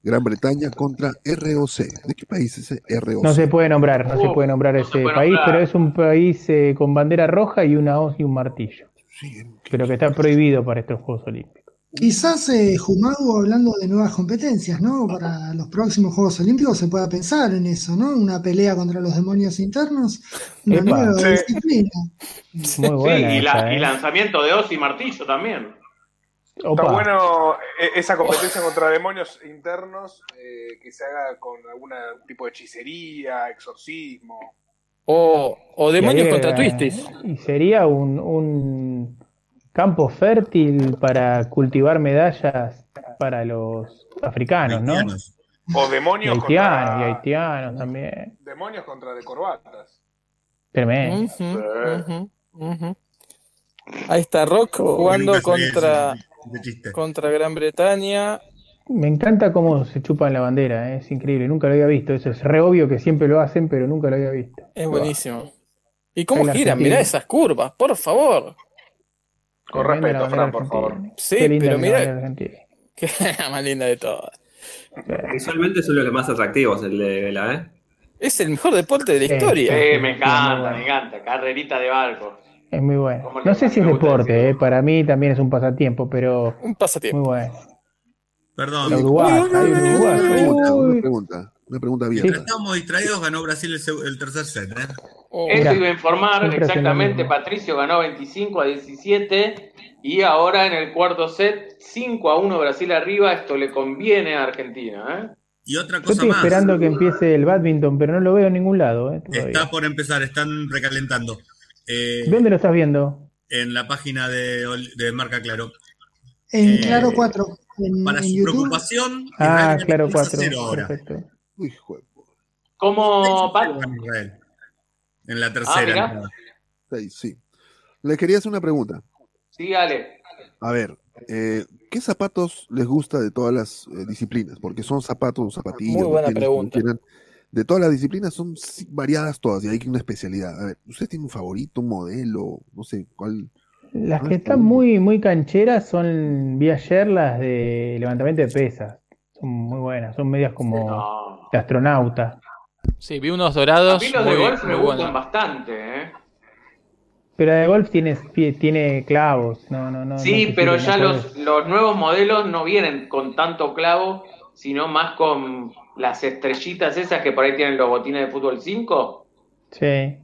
[SPEAKER 1] Gran Bretaña contra ROC. ¿De qué país es ese ROC?
[SPEAKER 8] No se puede nombrar, no se puede nombrar ese
[SPEAKER 1] puede
[SPEAKER 8] país,
[SPEAKER 1] nombrar.
[SPEAKER 8] pero es un país eh, con bandera roja y una hoz y un martillo. Pero que está prohibido para estos Juegos Olímpicos.
[SPEAKER 2] Quizás eh, Jumago hablando de nuevas competencias, ¿no? Para los próximos Juegos Olímpicos se pueda pensar en eso, ¿no? Una pelea contra los demonios internos, una
[SPEAKER 8] Epa.
[SPEAKER 2] nueva
[SPEAKER 8] Sí.
[SPEAKER 2] disciplina.
[SPEAKER 8] Muy buena
[SPEAKER 9] sí, y, la-
[SPEAKER 8] esa, ¿eh?
[SPEAKER 9] y lanzamiento de Oz y Martillo también.
[SPEAKER 8] Opa.
[SPEAKER 7] Está bueno eh, esa competencia contra demonios internos eh, que se haga con algún tipo de hechicería, exorcismo.
[SPEAKER 6] O, o demonios
[SPEAKER 8] Y ahí,
[SPEAKER 6] contra
[SPEAKER 8] eh,
[SPEAKER 6] Twisties.
[SPEAKER 8] Y sería un, un campo fértil para cultivar medallas para los africanos, ¿no?
[SPEAKER 7] O
[SPEAKER 8] Y
[SPEAKER 7] demonios
[SPEAKER 8] haitianos, y
[SPEAKER 7] contra.
[SPEAKER 8] haitianos también.
[SPEAKER 7] Demonios contra de corbatas.
[SPEAKER 8] Tremendo.
[SPEAKER 6] Ujú, ujú, ujú. Ahí está Rock
[SPEAKER 8] Oh,
[SPEAKER 6] jugando contra, contra Gran Bretaña.
[SPEAKER 8] Me encanta cómo se chupan la bandera, ¿eh? es increíble, nunca lo había visto. Eso es re obvio que siempre lo hacen, pero nunca lo había visto.
[SPEAKER 6] Es buenísimo. ¿Y cómo
[SPEAKER 8] Ahí la
[SPEAKER 6] giran?
[SPEAKER 8] Argentina.
[SPEAKER 6] Mirá esas curvas, por favor.
[SPEAKER 7] Con
[SPEAKER 8] Tremenda
[SPEAKER 7] respeto,
[SPEAKER 8] la bandera
[SPEAKER 7] Fran, por favor.
[SPEAKER 8] argentina.
[SPEAKER 6] Sí,
[SPEAKER 8] Qué linda
[SPEAKER 6] pero
[SPEAKER 8] la
[SPEAKER 6] mirá-
[SPEAKER 8] bandera argentina.
[SPEAKER 6] Que es la más linda de todas.
[SPEAKER 19] Visualmente son los más atractivos, el de vela, ¿eh?
[SPEAKER 6] Es el mejor deporte de la
[SPEAKER 8] Sí,
[SPEAKER 6] historia.
[SPEAKER 8] sí, sí,
[SPEAKER 9] me encanta, me encanta. Carrerita de barco.
[SPEAKER 8] Es muy bueno. No sé si es deporte, ¿eh? para mí también es un pasatiempo, pero
[SPEAKER 6] Un pasatiempo.
[SPEAKER 8] muy bueno.
[SPEAKER 5] Perdón.
[SPEAKER 8] La Uruguaya,
[SPEAKER 5] Uy, uy, uy,
[SPEAKER 8] hay Uruguaya.
[SPEAKER 5] uy, uy,
[SPEAKER 1] Pregunta, una
[SPEAKER 5] uy.
[SPEAKER 8] Uy.
[SPEAKER 1] pregunta, una pregunta abierta.
[SPEAKER 5] Mientras estábamos distraídos, ganó Brasil el, seg- el tercer set. ¿eh?
[SPEAKER 9] Eso iba a informar
[SPEAKER 5] siempre hacen lo
[SPEAKER 9] exactamente.
[SPEAKER 5] mismo.
[SPEAKER 9] Patricio ganó 25 a 17 y ahora en el cuarto set 5 a 1 Brasil arriba. Esto le conviene a Argentina. ¿eh?
[SPEAKER 5] Y otra
[SPEAKER 8] Yo
[SPEAKER 5] cosa
[SPEAKER 8] estoy
[SPEAKER 5] más,
[SPEAKER 8] esperando que empiece el badminton, pero no lo veo en ningún lado. ¿eh? Todavía.
[SPEAKER 5] está por empezar, están recalentando. Eh,
[SPEAKER 8] ¿Dónde lo estás viendo?
[SPEAKER 5] en la página de, Ol- de Marca Claro.
[SPEAKER 2] En
[SPEAKER 5] Eh,
[SPEAKER 2] Claro 4, en,
[SPEAKER 5] Para
[SPEAKER 2] en
[SPEAKER 5] su
[SPEAKER 2] YouTube.
[SPEAKER 5] preocupación,
[SPEAKER 8] Ah,
[SPEAKER 5] Israel
[SPEAKER 8] claro,
[SPEAKER 5] gana 3 a 0
[SPEAKER 8] cuatro.
[SPEAKER 5] ahora.
[SPEAKER 8] Perfecto.
[SPEAKER 9] ¿Cómo, Pato?
[SPEAKER 5] En la
[SPEAKER 9] Ah,
[SPEAKER 5] tercera.
[SPEAKER 9] mirá.
[SPEAKER 1] Seis, sí. Les quería hacer una pregunta.
[SPEAKER 9] Sí, Ale.
[SPEAKER 1] A ver, eh, ¿qué zapatos les gusta de todas las eh, disciplinas? Porque son zapatos, zapatillas,
[SPEAKER 6] Muy buena
[SPEAKER 1] botinas, como
[SPEAKER 6] pregunta.
[SPEAKER 1] quieran. De todas las disciplinas son si- variadas todas y hay una especialidad. A ver, ¿usted tiene un favorito, un modelo? No sé, ¿cuál?
[SPEAKER 8] Las que están muy, muy cancheras son, vi ayer, las de levantamiento de pesas. Son muy buenas, son medias como de astronauta.
[SPEAKER 10] Sí, vi unos dorados.
[SPEAKER 9] A mí los de
[SPEAKER 10] muy-
[SPEAKER 9] golf me
[SPEAKER 10] muy
[SPEAKER 9] gustan
[SPEAKER 10] buenos.
[SPEAKER 9] bastante, ¿eh?
[SPEAKER 8] Pero la de golf tiene, tiene clavos. No, no, no.
[SPEAKER 5] Ah,
[SPEAKER 8] no
[SPEAKER 9] Sí,
[SPEAKER 8] te
[SPEAKER 9] pero
[SPEAKER 8] sirve, no
[SPEAKER 9] ya
[SPEAKER 8] podés.
[SPEAKER 9] los, los nuevos modelos no vienen con tanto clavo, sino más con las estrellitas esas que por ahí tienen los botines de fútbol 5.
[SPEAKER 8] Sí.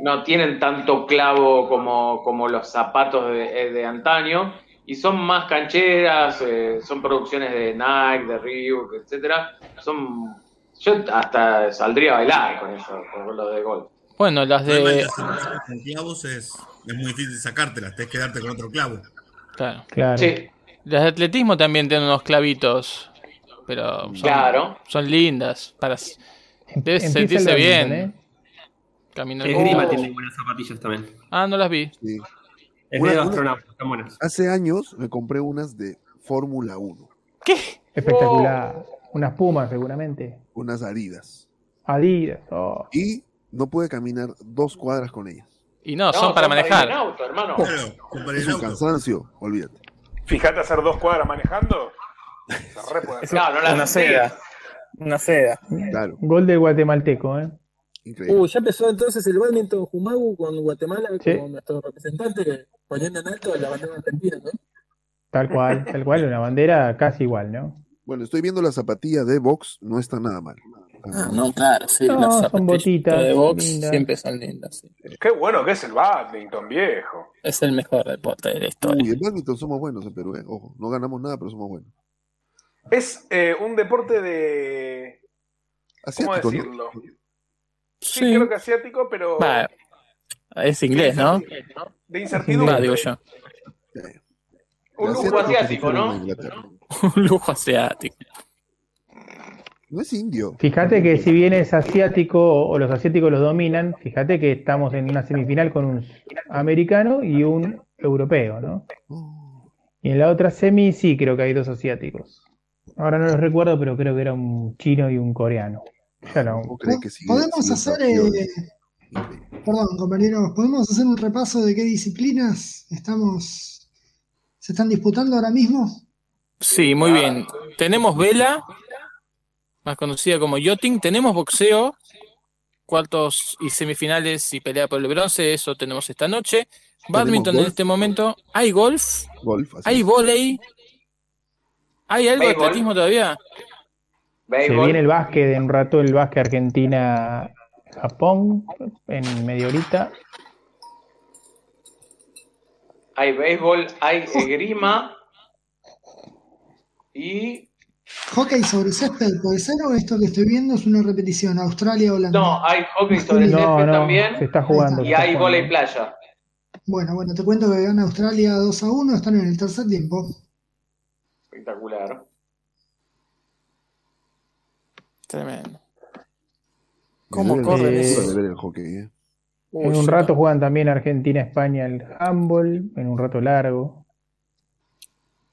[SPEAKER 9] No tienen tanto clavo como, como los zapatos de, eh, de antaño. Y son más cancheras, eh, son producciones de Nike, de Reebok, etcétera. Son, yo hasta saldría a bailar con eso, con los de golf.
[SPEAKER 10] Bueno, las
[SPEAKER 5] El problema
[SPEAKER 10] de.
[SPEAKER 5] es que las cosas con clavos es, es muy difícil sacártelas, tenés que quedarte con otro clavo.
[SPEAKER 10] Claro.
[SPEAKER 8] Claro.
[SPEAKER 9] Sí.
[SPEAKER 10] Las de atletismo también tienen unos clavitos. Pero son,
[SPEAKER 9] Claro.
[SPEAKER 10] son lindas. Para, debes
[SPEAKER 19] Em- empieza el
[SPEAKER 10] sentirse
[SPEAKER 19] badminton,
[SPEAKER 10] bien.
[SPEAKER 19] ¿eh?
[SPEAKER 10] Caminar
[SPEAKER 19] Esgrima tiene buenas zapatillas también.
[SPEAKER 10] Ah, no las vi.
[SPEAKER 19] Es
[SPEAKER 1] Una-
[SPEAKER 19] medio
[SPEAKER 1] una-
[SPEAKER 19] astronauta, están buenas.
[SPEAKER 1] Hace años me compré unas de Fórmula 1,
[SPEAKER 8] Espectacular. Unas pumas, seguramente.
[SPEAKER 1] unas Adidas,
[SPEAKER 8] Adidas. oh.
[SPEAKER 1] y no pude caminar dos cuadras con ellas.
[SPEAKER 10] Y
[SPEAKER 1] No, son para manejar.
[SPEAKER 9] ir en auto, hermano.
[SPEAKER 1] Es un cansancio, olvídate.
[SPEAKER 7] Fijate hacer dos cuadras manejando. Se re puede hacer.
[SPEAKER 6] Una seda. Una seda.
[SPEAKER 1] Claro.
[SPEAKER 8] Gol del guatemalteco, ¿eh?
[SPEAKER 6] Uh, ya empezó entonces el badminton Jumagu con Guatemala
[SPEAKER 8] Sí.
[SPEAKER 6] como nuestro representante, poniendo en alto la bandera argentina, ¿no?
[SPEAKER 8] Tal cual, tal cual. Una bandera casi igual, ¿no?
[SPEAKER 1] Bueno, estoy viendo la zapatilla de box, no está nada mal.
[SPEAKER 6] Ah, No, claro, sí,
[SPEAKER 8] No,
[SPEAKER 6] las
[SPEAKER 8] son
[SPEAKER 6] zapatillas
[SPEAKER 8] botitas,
[SPEAKER 6] de box
[SPEAKER 8] lindas.
[SPEAKER 6] siempre son lindas. sí.
[SPEAKER 7] Qué bueno que es el badminton, viejo.
[SPEAKER 6] Es el mejor deporte de la historia.
[SPEAKER 1] Uy, en badminton somos buenos en Perú, eh. ojo, no ganamos nada, pero somos buenos.
[SPEAKER 7] Es eh, un deporte de. ¿Cómo
[SPEAKER 1] Asiático, ¿no?
[SPEAKER 7] decirlo? Sí, creo que asiático, pero.
[SPEAKER 6] Va, es inglés, ¿no?
[SPEAKER 7] De incertidumbre.
[SPEAKER 6] Va, digo yo.
[SPEAKER 7] Un
[SPEAKER 1] Asiático
[SPEAKER 7] lujo asiático,
[SPEAKER 1] prefiero
[SPEAKER 7] ¿no?
[SPEAKER 1] en Inglaterra.
[SPEAKER 6] Un lujo asiático.
[SPEAKER 1] No es indio.
[SPEAKER 8] Fíjate que si bien es asiático o o los asiáticos los dominan, fíjate que estamos en una semifinal con un americano y un europeo, ¿no? Y en la otra semi sí creo que hay dos asiáticos. Ahora no los recuerdo, pero creo que era un chino y un coreano. Ya lo-
[SPEAKER 2] Podemos hacer, eh, perdón, compañeros, podemos hacer un repaso de qué disciplinas estamos, se están disputando ahora mismo.
[SPEAKER 6] Sí, muy bien. Tenemos vela, más conocida como yachting. Tenemos boxeo, cuartos y semifinales y pelea por el bronce. Eso tenemos esta noche. Badminton en
[SPEAKER 1] golf.
[SPEAKER 6] este momento. Hay golf,
[SPEAKER 1] Golf, así.
[SPEAKER 6] hay volei. ¿Hay algo de
[SPEAKER 9] Béisbol.
[SPEAKER 6] atletismo todavía?
[SPEAKER 8] Se viene el básquet, en un rato el básquet Argentina-Japón, en media horita.
[SPEAKER 9] Hay béisbol, hay esgrima y
[SPEAKER 2] Hockey sobre césped, ¿puede ser? ¿O esto que estoy viendo es una repetición? Australia-Holanda.
[SPEAKER 9] no, hay hockey sobre
[SPEAKER 2] No,
[SPEAKER 9] césped
[SPEAKER 2] no,
[SPEAKER 9] también
[SPEAKER 8] se está jugando,
[SPEAKER 9] y
[SPEAKER 8] se está
[SPEAKER 9] hay
[SPEAKER 8] jugando.
[SPEAKER 9] volei playa.
[SPEAKER 2] Bueno, bueno, te cuento que gana Australia 2 a 1, están en el tercer tiempo.
[SPEAKER 9] Espectacular.
[SPEAKER 6] Tremendo.
[SPEAKER 1] ¿Cómo
[SPEAKER 8] corren esos?
[SPEAKER 1] ver el hockey, eh.
[SPEAKER 8] En un rato juegan también Argentina-España el handball, en un rato largo.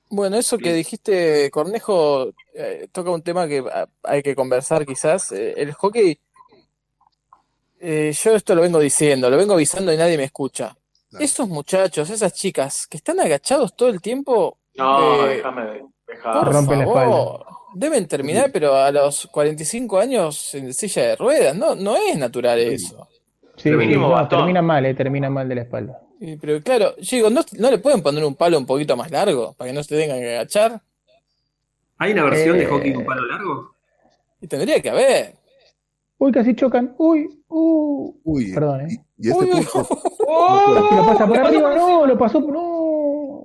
[SPEAKER 6] Bueno, eso que dijiste, Cornejo, eh, toca un tema que ah, hay que conversar quizás. Eh, el hockey, eh, yo esto lo vengo diciendo, lo vengo avisando y nadie me escucha. Esos muchachos, esas chicas que están agachados todo el tiempo,
[SPEAKER 9] No,
[SPEAKER 6] eh,
[SPEAKER 9] déjame, déjame.
[SPEAKER 6] por
[SPEAKER 8] Rompen la
[SPEAKER 6] favor, deben terminar, pero a los 45 años en silla de ruedas, no, no es natural eso.
[SPEAKER 8] Sí,
[SPEAKER 6] Pero mínimo
[SPEAKER 8] no,
[SPEAKER 6] bastón.
[SPEAKER 8] termina mal, eh, termina mal de la espalda.
[SPEAKER 6] Y, pero claro, yo digo, ¿no, no le pueden poner un palo un poquito más largo para que no se tengan que agachar?
[SPEAKER 19] ¿Hay una versión de
[SPEAKER 6] Eh,
[SPEAKER 19] hockey con palo largo?
[SPEAKER 6] Y tendría que haber.
[SPEAKER 8] Uy, casi chocan. Uy, uh.
[SPEAKER 1] Uy,
[SPEAKER 8] Perdón, eh.
[SPEAKER 1] Y a este punto
[SPEAKER 8] Lo pasa por arriba, no, lo pasó por. No.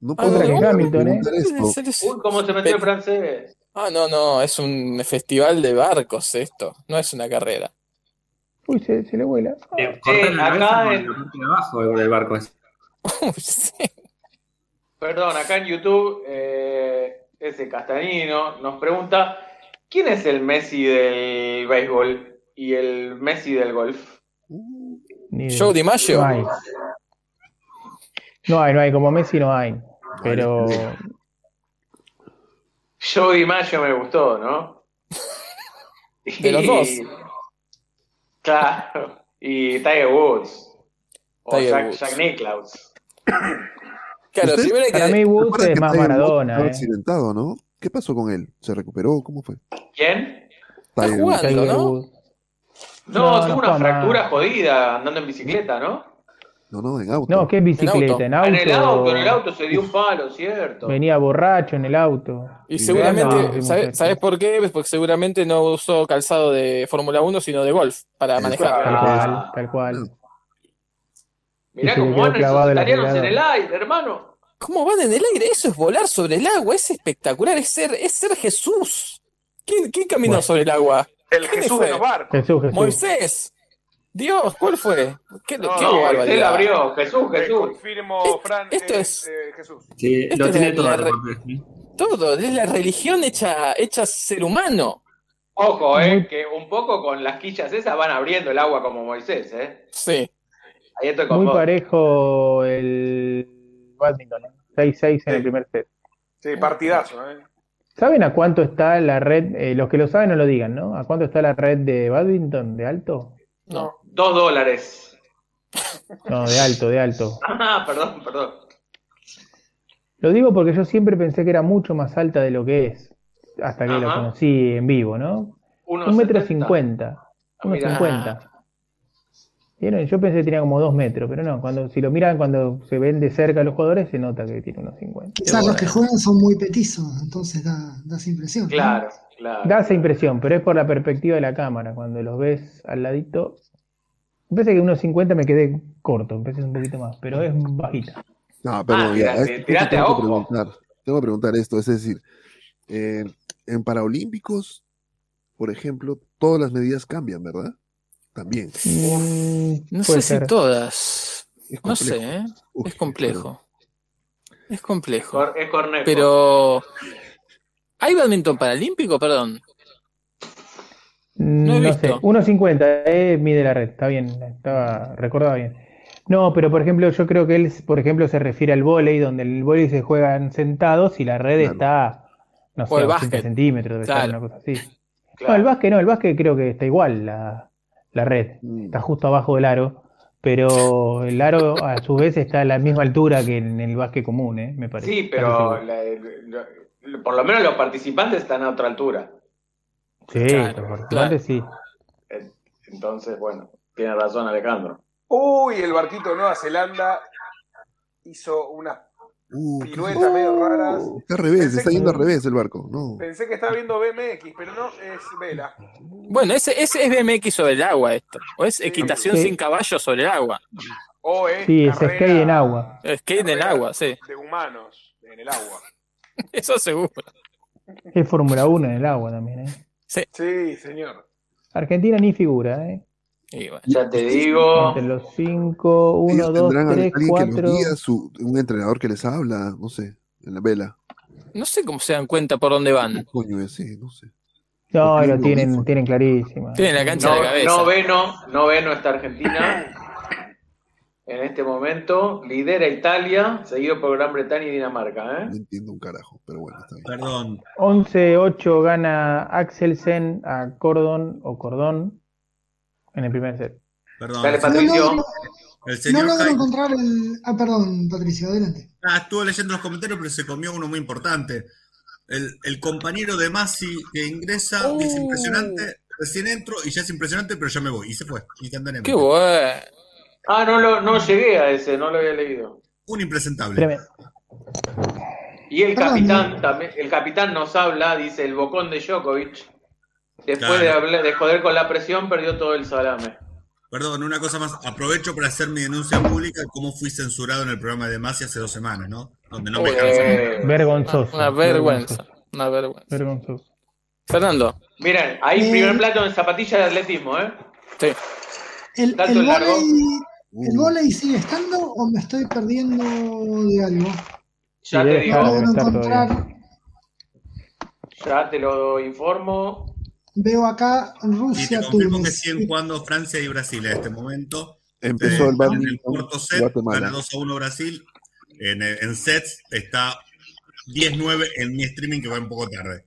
[SPEAKER 1] no
[SPEAKER 6] Ah,
[SPEAKER 8] Otra que Hamilton, eh.
[SPEAKER 9] Uy, cómo se metió el francés.
[SPEAKER 6] Ah, no, no, es un festival de barcos esto, no es una carrera.
[SPEAKER 8] Uy, se, Ah. se le vuela.
[SPEAKER 19] Cortar la
[SPEAKER 9] acá
[SPEAKER 19] cabeza con
[SPEAKER 9] en-
[SPEAKER 19] la parte de abajo con el barco ese.
[SPEAKER 9] Perdón, acá en YouTube, eh, ese Castanino nos pregunta: ¿quién es el Messi del béisbol? y el Messi del golf.
[SPEAKER 6] Joe DiMaggio.
[SPEAKER 8] No hay. no hay, no hay. Como Messi no hay. Pero.
[SPEAKER 9] Joe DiMaggio me gustó, ¿no?
[SPEAKER 6] De los dos.
[SPEAKER 9] Claro. Y Tiger Woods. O
[SPEAKER 6] Tiger
[SPEAKER 9] Jack,
[SPEAKER 6] Woods.
[SPEAKER 9] Jack Nicklaus.
[SPEAKER 6] Claro,
[SPEAKER 1] ¿Usted-
[SPEAKER 6] primero hay que-
[SPEAKER 8] Para mí Woods
[SPEAKER 1] recuerda
[SPEAKER 8] es
[SPEAKER 1] que
[SPEAKER 8] más
[SPEAKER 1] Tiger Woods
[SPEAKER 8] Maradona,
[SPEAKER 1] estaba
[SPEAKER 8] eh.
[SPEAKER 1] accidentado, ¿no? ¿Qué pasó con él? ¿Se recuperó? ¿Cómo fue?
[SPEAKER 9] ¿Quién?
[SPEAKER 1] Está
[SPEAKER 9] jugando, ¿no? No,
[SPEAKER 8] No, no
[SPEAKER 9] tuvo una
[SPEAKER 8] juega más.
[SPEAKER 9] fractura jodida andando en bicicleta, ¿no?
[SPEAKER 1] No, no, en auto.
[SPEAKER 8] No, que es bicicleta. En
[SPEAKER 9] Ah,
[SPEAKER 8] auto.
[SPEAKER 9] En el auto, en el auto se dio un palo, ¿cierto?
[SPEAKER 8] Venía borracho en el auto.
[SPEAKER 6] Y seguramente,
[SPEAKER 8] No,
[SPEAKER 6] ¿sabes, sabes por qué? Pues Porque seguramente no usó calzado de Fórmula 1, sino de golf para manejar.
[SPEAKER 8] Tal
[SPEAKER 9] Ah,
[SPEAKER 8] cual, tal cual.
[SPEAKER 6] Mirá
[SPEAKER 8] Y se le
[SPEAKER 6] cómo
[SPEAKER 8] quedó
[SPEAKER 6] van esos
[SPEAKER 8] clavado el
[SPEAKER 6] italianos en
[SPEAKER 8] acelerador.
[SPEAKER 6] el
[SPEAKER 9] aire, hermano.
[SPEAKER 6] ¿Cómo van en el aire? Eso es volar sobre el agua, es espectacular, es ser, es ser Jesús. ¿Quién, quién caminó
[SPEAKER 8] Bueno.
[SPEAKER 6] sobre el agua?
[SPEAKER 13] El
[SPEAKER 6] ¿Quién
[SPEAKER 13] Jesús
[SPEAKER 6] fue?
[SPEAKER 13] de los barcos.
[SPEAKER 8] Jesús, Jesús.
[SPEAKER 6] Moisés. Dios, ¿cuál fue? ¿Qué,
[SPEAKER 13] No,
[SPEAKER 6] qué
[SPEAKER 13] no, él
[SPEAKER 6] barbaridad.
[SPEAKER 13] la abrió, Jesús,
[SPEAKER 6] Jesús.
[SPEAKER 13] Confirmo, Fran.
[SPEAKER 6] Esto
[SPEAKER 7] eh,
[SPEAKER 6] es.
[SPEAKER 13] Jesús.
[SPEAKER 19] Sí,
[SPEAKER 6] Eh, Esto
[SPEAKER 19] Eh, lo
[SPEAKER 6] es
[SPEAKER 19] tiene
[SPEAKER 6] la-
[SPEAKER 19] todo.
[SPEAKER 6] la
[SPEAKER 19] el
[SPEAKER 6] re-
[SPEAKER 19] deporte, ¿eh?
[SPEAKER 6] Todo, es la religión hecha, hecha ser humano.
[SPEAKER 9] Ojo, eh, que un poco con las quillas esas van abriendo el agua como Moisés, ¿eh?
[SPEAKER 6] Sí.
[SPEAKER 9] Ahí estoy con
[SPEAKER 8] Muy
[SPEAKER 9] vos.
[SPEAKER 8] parejo el badminton. ¿eh? 6-6 en el primer set.
[SPEAKER 7] Sí, partidazo, ¿eh?
[SPEAKER 8] ¿Saben a cuánto está la red? eh, los que lo saben no lo digan, ¿no? ¿A cuánto está la red de badminton? ¿De alto?
[SPEAKER 6] No.
[SPEAKER 9] Dos dólares.
[SPEAKER 8] No, de alto, de alto.
[SPEAKER 9] Ah, perdón, perdón.
[SPEAKER 8] Lo digo porque yo siempre pensé que era mucho más alta de lo que es, hasta que lo
[SPEAKER 9] Ajá.
[SPEAKER 8] conocí en vivo, ¿no?
[SPEAKER 9] Unos
[SPEAKER 8] Un metro
[SPEAKER 9] 70.
[SPEAKER 8] cincuenta,
[SPEAKER 9] Ah,
[SPEAKER 8] unos
[SPEAKER 9] mirá.
[SPEAKER 8] cincuenta. ¿Vieron? Yo pensé que tenía como dos metros, pero no, cuando, si lo miran cuando se ven de cerca los jugadores, se nota que tiene unos cincuenta.
[SPEAKER 2] Quizás los que juegan son muy petizos, entonces da, da esa impresión. ¿no?
[SPEAKER 9] Claro, claro.
[SPEAKER 8] Da esa impresión, pero es por la perspectiva de la cámara, cuando los ves al ladito. Pensé que unos cincuenta me quedé corto, pensé un poquito más, pero es bajita.
[SPEAKER 1] No, perdón,
[SPEAKER 8] Ah,
[SPEAKER 1] ya,
[SPEAKER 8] tirate-
[SPEAKER 1] es-
[SPEAKER 8] tirate
[SPEAKER 1] tengo
[SPEAKER 8] a
[SPEAKER 1] que
[SPEAKER 8] ojo.
[SPEAKER 1] preguntar, tengo que preguntar esto, es decir, eh, en Paralímpicos, por ejemplo, todas las medidas cambian, ¿verdad? También.
[SPEAKER 6] Mm,
[SPEAKER 8] pues,
[SPEAKER 6] No sé
[SPEAKER 1] puede
[SPEAKER 6] si
[SPEAKER 1] ser.
[SPEAKER 6] todas.
[SPEAKER 1] Es
[SPEAKER 6] No sé,
[SPEAKER 1] complejo.
[SPEAKER 6] ¿eh?
[SPEAKER 1] Uy,
[SPEAKER 6] es complejo. Es complejo.
[SPEAKER 9] Cor- es cornejo.
[SPEAKER 6] Pero. ¿Hay badminton paralímpico? Perdón.
[SPEAKER 8] No,
[SPEAKER 6] he
[SPEAKER 8] sé, 1.50 eh, mide la red, está bien, estaba, recordaba bien. No, pero por ejemplo, yo creo que él, por ejemplo, se refiere al vóley, donde el vóley se juegan sentados y la red está, no
[SPEAKER 6] O
[SPEAKER 8] sé,
[SPEAKER 6] el
[SPEAKER 8] 80
[SPEAKER 6] básquet.
[SPEAKER 8] centímetros, debe estar,
[SPEAKER 6] Claro.
[SPEAKER 8] una cosa así. No, el básquet no, el básquet creo que está igual la, la red, está justo abajo del aro, pero el aro a su vez está a la misma altura que en el básquet común, eh, me parece.
[SPEAKER 9] Sí, pero la- el- lo- por lo menos los participantes están a otra altura.
[SPEAKER 8] Sí,
[SPEAKER 9] Claro,
[SPEAKER 8] por
[SPEAKER 9] claro.
[SPEAKER 8] sí.
[SPEAKER 9] Eh, Entonces, bueno, tiene razón Alejandro.
[SPEAKER 7] Uy, el barquito de Nueva Zelanda hizo unas
[SPEAKER 1] Uh, qué-
[SPEAKER 7] piruetas medio raras.
[SPEAKER 1] está Oh, al revés,
[SPEAKER 7] Pensé
[SPEAKER 1] está
[SPEAKER 7] que-
[SPEAKER 1] yendo al revés el barco, no.
[SPEAKER 7] Pensé que estaba viendo BMX, pero no, es vela.
[SPEAKER 6] Bueno, ese, ese es BMX sobre el agua, esto. O es equitación
[SPEAKER 8] Sí.
[SPEAKER 6] sin caballo sobre el agua.
[SPEAKER 7] O es
[SPEAKER 8] Sí, es
[SPEAKER 7] carrera
[SPEAKER 8] skate en agua.
[SPEAKER 6] Skate en el agua, sí.
[SPEAKER 7] de humanos en el agua.
[SPEAKER 6] Eso seguro.
[SPEAKER 8] Es Fórmula 1 en el agua también, eh.
[SPEAKER 6] Sí.
[SPEAKER 7] señor.
[SPEAKER 8] Argentina ni figura, ¿eh?
[SPEAKER 9] Ya te digo.
[SPEAKER 8] Entre los 5, 1, 2,
[SPEAKER 1] Tendrán alguien
[SPEAKER 8] 3,
[SPEAKER 1] que
[SPEAKER 8] 4.
[SPEAKER 1] los guía, su- un entrenador que les habla, no sé, en la vela.
[SPEAKER 6] No sé cómo se dan cuenta por dónde van.
[SPEAKER 1] Coño, ese, no sé.
[SPEAKER 8] No, lo tienen, tienen clarísima.
[SPEAKER 6] Tienen la cancha de
[SPEAKER 9] No-
[SPEAKER 6] cabeza.
[SPEAKER 9] Noveno, noveno está Argentina. En este momento lidera Italia, seguido por Gran Bretaña y Dinamarca. ¿eh?
[SPEAKER 1] entiendo un carajo, pero bueno, está bien.
[SPEAKER 5] Perdón.
[SPEAKER 8] 11-8 gana Axelsen a Cordon o Cordón en el primer set.
[SPEAKER 5] Perdón.
[SPEAKER 9] Dale,
[SPEAKER 5] el
[SPEAKER 9] Patricio.
[SPEAKER 5] señor-
[SPEAKER 9] No, no,
[SPEAKER 5] El
[SPEAKER 2] No
[SPEAKER 5] señor
[SPEAKER 2] logro
[SPEAKER 5] Jaime-
[SPEAKER 2] encontrar el. Ah, perdón, Patricio, adelante.
[SPEAKER 5] Ah, estuve leyendo los comentarios, pero se comió uno muy importante. El, el compañero de Masi que ingresa dice impresionante, recién entro y ya es impresionante, pero ya me voy. Y se fue. Y que andaremos.
[SPEAKER 6] Qué bueno.
[SPEAKER 9] Ah, no, lo- no llegué a ese, no lo había leído.
[SPEAKER 5] Un impresentable.
[SPEAKER 9] Y el
[SPEAKER 5] Perdón.
[SPEAKER 9] capitán también, el capitán nos habla, dice el bocón de Djokovic. Después de,
[SPEAKER 5] Claro.
[SPEAKER 9] hablar, de joder con la presión, perdió todo el salame.
[SPEAKER 5] Perdón, una cosa más. Aprovecho para hacer mi denuncia pública de cómo fui censurado en el programa de Masi hace dos semanas, ¿no? Donde no me cansan.
[SPEAKER 8] Vergonzoso.
[SPEAKER 6] eh, Una vergüenza. Una vergüenza.
[SPEAKER 8] Vergonzoso.
[SPEAKER 6] Fernando.
[SPEAKER 9] Miren, ahí
[SPEAKER 6] Eh.
[SPEAKER 9] primer plato en zapatillas de atletismo, ¿eh?
[SPEAKER 6] Sí.
[SPEAKER 2] ¿El,
[SPEAKER 9] Dato
[SPEAKER 2] el
[SPEAKER 9] largo.
[SPEAKER 2] vóley- el
[SPEAKER 5] Uh.
[SPEAKER 2] vóley sigue estando o me estoy perdiendo de algo?
[SPEAKER 9] Ya
[SPEAKER 8] Sí,
[SPEAKER 9] te
[SPEAKER 8] debe
[SPEAKER 9] digo,
[SPEAKER 8] estar, debe estar todavía.
[SPEAKER 9] ya te lo informo.
[SPEAKER 2] Veo acá
[SPEAKER 5] Y
[SPEAKER 2] Rusia,
[SPEAKER 5] te confirmo que
[SPEAKER 2] Túnez.
[SPEAKER 5] siguen jugando Francia y Brasil en este momento.
[SPEAKER 1] Empezó el
[SPEAKER 5] Eh, en
[SPEAKER 1] badminton,
[SPEAKER 5] el cuarto set,
[SPEAKER 1] Guatemala.
[SPEAKER 5] gana 2 a 1 Brasil. En, en sets está 10-9 en mi streaming que va un poco tarde.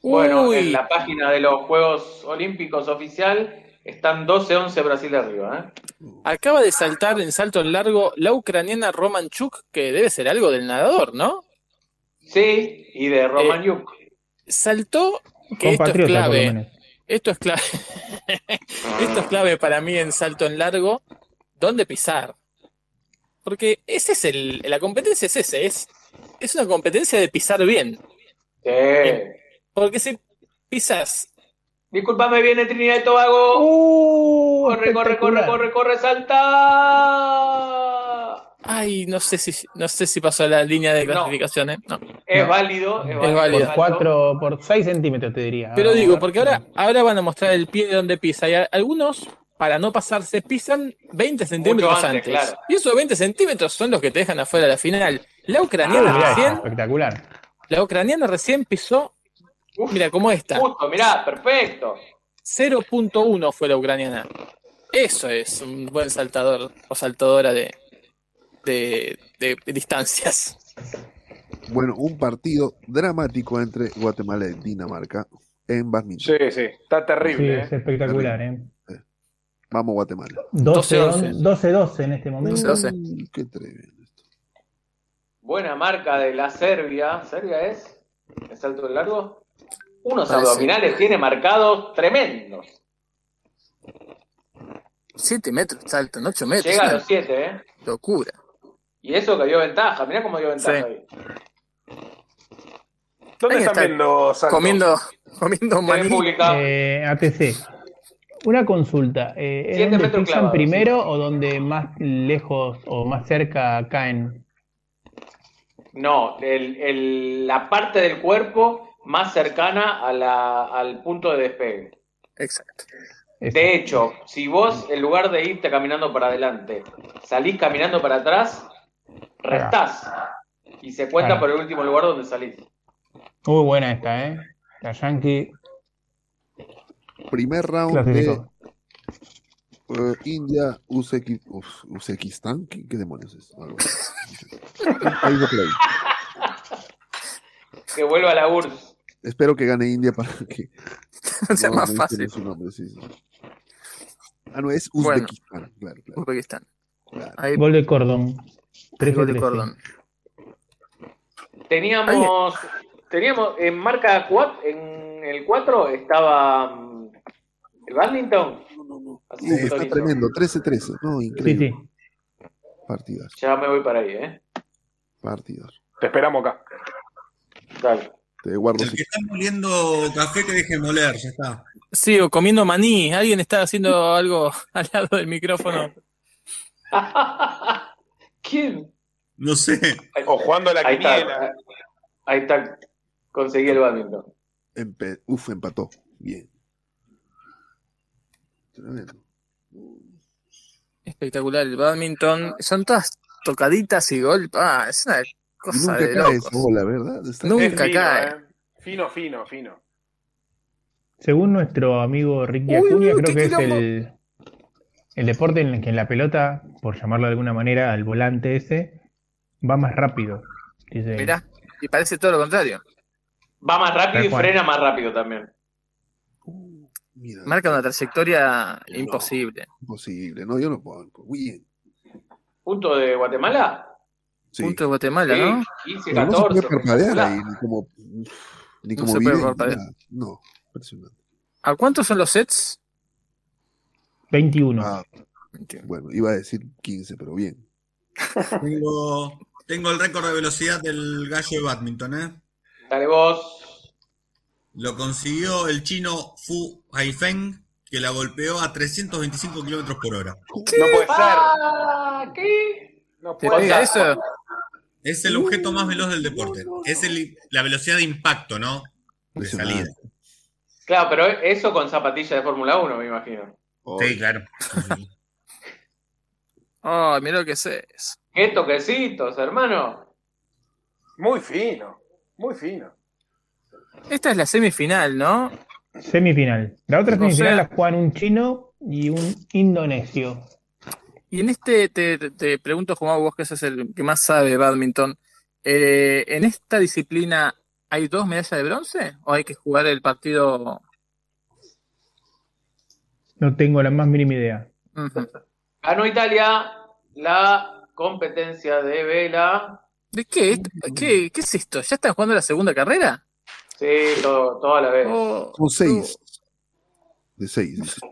[SPEAKER 9] Bueno,
[SPEAKER 5] Uy.
[SPEAKER 9] en la página de los Juegos Olímpicos oficial están 12-11 Brasil arriba. ¿eh?
[SPEAKER 6] Acaba de saltar en salto en largo la ucraniana Romanchuk, que debe ser algo del nadador, ¿no? Eh,
[SPEAKER 9] Sí, y de Romaniuk.
[SPEAKER 6] saltó que esto es
[SPEAKER 8] Compatriota, por lo
[SPEAKER 6] clave.
[SPEAKER 8] menos.
[SPEAKER 6] Esto es clave. esto es
[SPEAKER 9] Ah.
[SPEAKER 6] clave para mí en salto en largo. ¿Dónde pisar? Porque ese es el, la competencia es ese, es, es una competencia de pisar bien. Porque si pisas. Uh,
[SPEAKER 9] Disculpame, viene Trinidad y Tobago. corre, corre, corre, corre, ¡Ah! corre, salta.
[SPEAKER 6] Ay, no sé si no sé si pasó la línea de clasificación, ¿eh? No.
[SPEAKER 9] Es
[SPEAKER 6] No.
[SPEAKER 9] válido, es
[SPEAKER 6] Es
[SPEAKER 9] válido.
[SPEAKER 6] válido.
[SPEAKER 8] Por 4 por 6 centímetros, te diría.
[SPEAKER 6] Pero digo, porque ahora, ahora van a mostrar el pie de donde pisa. Y a- algunos, para no pasarse, pisan 20 centímetros
[SPEAKER 8] antes,
[SPEAKER 6] antes.
[SPEAKER 8] claro.
[SPEAKER 6] Y esos 20 centímetros son los que te dejan afuera de la final. La ucraniana
[SPEAKER 8] Ah,
[SPEAKER 6] recién,
[SPEAKER 8] espectacular.
[SPEAKER 6] la ucraniana recién pisó. mira cómo está.
[SPEAKER 9] Justo, mirá, perfecto.
[SPEAKER 6] 0.1 fue la ucraniana. Eso es un buen saltador o saltadora de, de, de distancias.
[SPEAKER 1] Bueno, un partido dramático entre Guatemala y Dinamarca en badminton.
[SPEAKER 7] Sí, sí, está
[SPEAKER 8] Sí,
[SPEAKER 7] terrible. ¿eh?
[SPEAKER 8] es espectacular, ¿eh?
[SPEAKER 1] Vamos, Guatemala.
[SPEAKER 8] 12-12 12-12 en este momento.
[SPEAKER 1] 12-12. Qué tremendo.
[SPEAKER 9] Buena marca de la Serbia. ¿Serbia es? ¿El salto del largo? Unos
[SPEAKER 6] Parece.
[SPEAKER 9] abdominales tiene marcados tremendos.
[SPEAKER 6] 7 metros saltan, 8 metros.
[SPEAKER 9] Llega a
[SPEAKER 6] una
[SPEAKER 9] los 7, ¿eh?
[SPEAKER 6] Locura.
[SPEAKER 9] Y eso que dio ventaja. Mirá cómo dio ventaja
[SPEAKER 6] Sí.
[SPEAKER 9] ahí.
[SPEAKER 6] Ahí está, Comiendo, comiendo maní.
[SPEAKER 8] Eh, ATC. Una consulta. Eh, ¿es
[SPEAKER 6] Siete
[SPEAKER 8] donde
[SPEAKER 6] metros
[SPEAKER 8] pisan
[SPEAKER 6] clavados,
[SPEAKER 8] primero o donde más lejos o más cerca caen?
[SPEAKER 9] No, el- el- la parte del cuerpo más cercana a la- al punto de despegue.
[SPEAKER 6] Exacto.
[SPEAKER 9] De hecho, si vos, en lugar de irte caminando para adelante, salís caminando para atrás, restás. Y se cuenta
[SPEAKER 8] Claro.
[SPEAKER 9] por el último lugar donde salís.
[SPEAKER 8] Muy buena esta, ¿eh? La Yankee.
[SPEAKER 1] Primer round
[SPEAKER 8] Clasificó.
[SPEAKER 1] de eh, India, Uzbeki- Uz- Uzbekistán. ¿Qué, qué demonios es? Algo así. Ahí lo play.
[SPEAKER 9] Que vuelva a la URSS.
[SPEAKER 1] Espero que gane India para que
[SPEAKER 6] Sea más
[SPEAKER 1] me dicen
[SPEAKER 6] fácil.
[SPEAKER 1] su nombre, sí, sí. Ah, no, es
[SPEAKER 6] Bueno.
[SPEAKER 1] Uzbekistán. Claro, claro.
[SPEAKER 6] Uzbekistán.
[SPEAKER 1] Ahí-
[SPEAKER 8] Gol de Cordón. 13
[SPEAKER 6] Gol de
[SPEAKER 8] 13.
[SPEAKER 6] Cordón.
[SPEAKER 9] Teníamos, teníamos en marca 4, en el 4 estaba mm, el badminton. Así
[SPEAKER 1] Uy,
[SPEAKER 9] que
[SPEAKER 1] está
[SPEAKER 9] Tonito,
[SPEAKER 1] tremendo. 13-13. No, increíble. Partidas,
[SPEAKER 9] Ya me voy para ahí, ¿eh?
[SPEAKER 1] partidas.
[SPEAKER 7] Te esperamos acá.
[SPEAKER 9] Dale.
[SPEAKER 1] Te guardo.
[SPEAKER 5] El que está moliendo café que deje de moler, ya está.
[SPEAKER 6] Sí, o comiendo maní. Alguien está haciendo algo al lado del micrófono.
[SPEAKER 9] ¿Quién?
[SPEAKER 5] No sé.
[SPEAKER 7] O jugando a la
[SPEAKER 9] Ahí está.
[SPEAKER 7] quiniela.
[SPEAKER 9] Ahí está. Conseguí el badminton.
[SPEAKER 1] Empe- Uf, empató. Bien. Tremendo.
[SPEAKER 6] Espectacular el badminton. Son todas tocaditas y gol. Ah, es una
[SPEAKER 1] Y
[SPEAKER 6] cosa
[SPEAKER 1] nunca
[SPEAKER 6] de
[SPEAKER 1] cae esa
[SPEAKER 6] locos.
[SPEAKER 1] bola, Oh, ¿verdad? Está-
[SPEAKER 6] Nunca
[SPEAKER 7] Es fino,
[SPEAKER 6] cae.
[SPEAKER 7] ¿eh? Fino, fino, fino.
[SPEAKER 8] Según nuestro amigo Ricky
[SPEAKER 7] Uy,
[SPEAKER 8] Acuña,
[SPEAKER 7] uy, qué
[SPEAKER 8] creo que es
[SPEAKER 7] quilombo.
[SPEAKER 8] el, el deporte en el que la pelota, por llamarlo de alguna manera, al volante ese, va más rápido. Dice,
[SPEAKER 6] Mirá, y parece todo lo contrario.
[SPEAKER 9] Va más rápido y
[SPEAKER 8] Tal cual.
[SPEAKER 9] frena más rápido también.
[SPEAKER 6] Marca una trayectoria imposible.
[SPEAKER 1] Imposible, no, yo no puedo. Bien.
[SPEAKER 9] Punto de Guatemala.
[SPEAKER 6] Punto de Guatemala,
[SPEAKER 9] Sí,
[SPEAKER 6] ¿no?
[SPEAKER 9] 15,
[SPEAKER 1] Pero no se
[SPEAKER 9] 14.
[SPEAKER 1] puede parpadear
[SPEAKER 6] espectacular.
[SPEAKER 1] ahí, ni como, ni
[SPEAKER 6] No
[SPEAKER 1] como
[SPEAKER 6] se puede
[SPEAKER 1] video,
[SPEAKER 6] parpadear.
[SPEAKER 1] nada. No, impresionante.
[SPEAKER 6] ¿A cuántos son los sets?
[SPEAKER 8] 21.
[SPEAKER 1] Ah, Bueno, iba a decir 15, pero bien.
[SPEAKER 5] Tengo, tengo el récord de velocidad del gallo de badminton, ¿eh?
[SPEAKER 9] Dale vos.
[SPEAKER 5] Lo consiguió el chino Fu Haifeng, que la golpeó a 325 kilómetros por hora.
[SPEAKER 7] No puede
[SPEAKER 9] ser. ¿Qué?
[SPEAKER 7] No
[SPEAKER 5] ¿Te
[SPEAKER 7] puede
[SPEAKER 5] pega
[SPEAKER 7] ser.
[SPEAKER 5] eso? Es el objeto más veloz del deporte. Es el- la velocidad de impacto, ¿no? De salida.
[SPEAKER 9] Claro, pero eso con zapatillas de Fórmula 1, me imagino.
[SPEAKER 5] Sí, claro.
[SPEAKER 6] Ay, mirá lo que es eso.
[SPEAKER 9] Qué toquecitos, hermano.
[SPEAKER 7] Muy fino, muy fino.
[SPEAKER 6] Esta es la semifinal, ¿no?
[SPEAKER 8] Semifinal. La otra
[SPEAKER 6] No
[SPEAKER 8] semifinal
[SPEAKER 6] sé.
[SPEAKER 8] la juegan un chino y un indonesio.
[SPEAKER 6] Y en este, te, te pregunto, Juan, vos que sos el que más sabe de badminton, eh, ¿en esta disciplina hay dos medallas de bronce o hay que jugar el partido?
[SPEAKER 8] No tengo la más mínima idea.
[SPEAKER 9] Ganó Italia la competencia de vela.
[SPEAKER 6] ¿De qué? ¿Qué, qué es esto? ¿Ya están jugando la segunda carrera?
[SPEAKER 9] Sí, todo, todo a la vez.
[SPEAKER 6] Oh,
[SPEAKER 1] Son seis. De seis. dice.
[SPEAKER 9] Eh,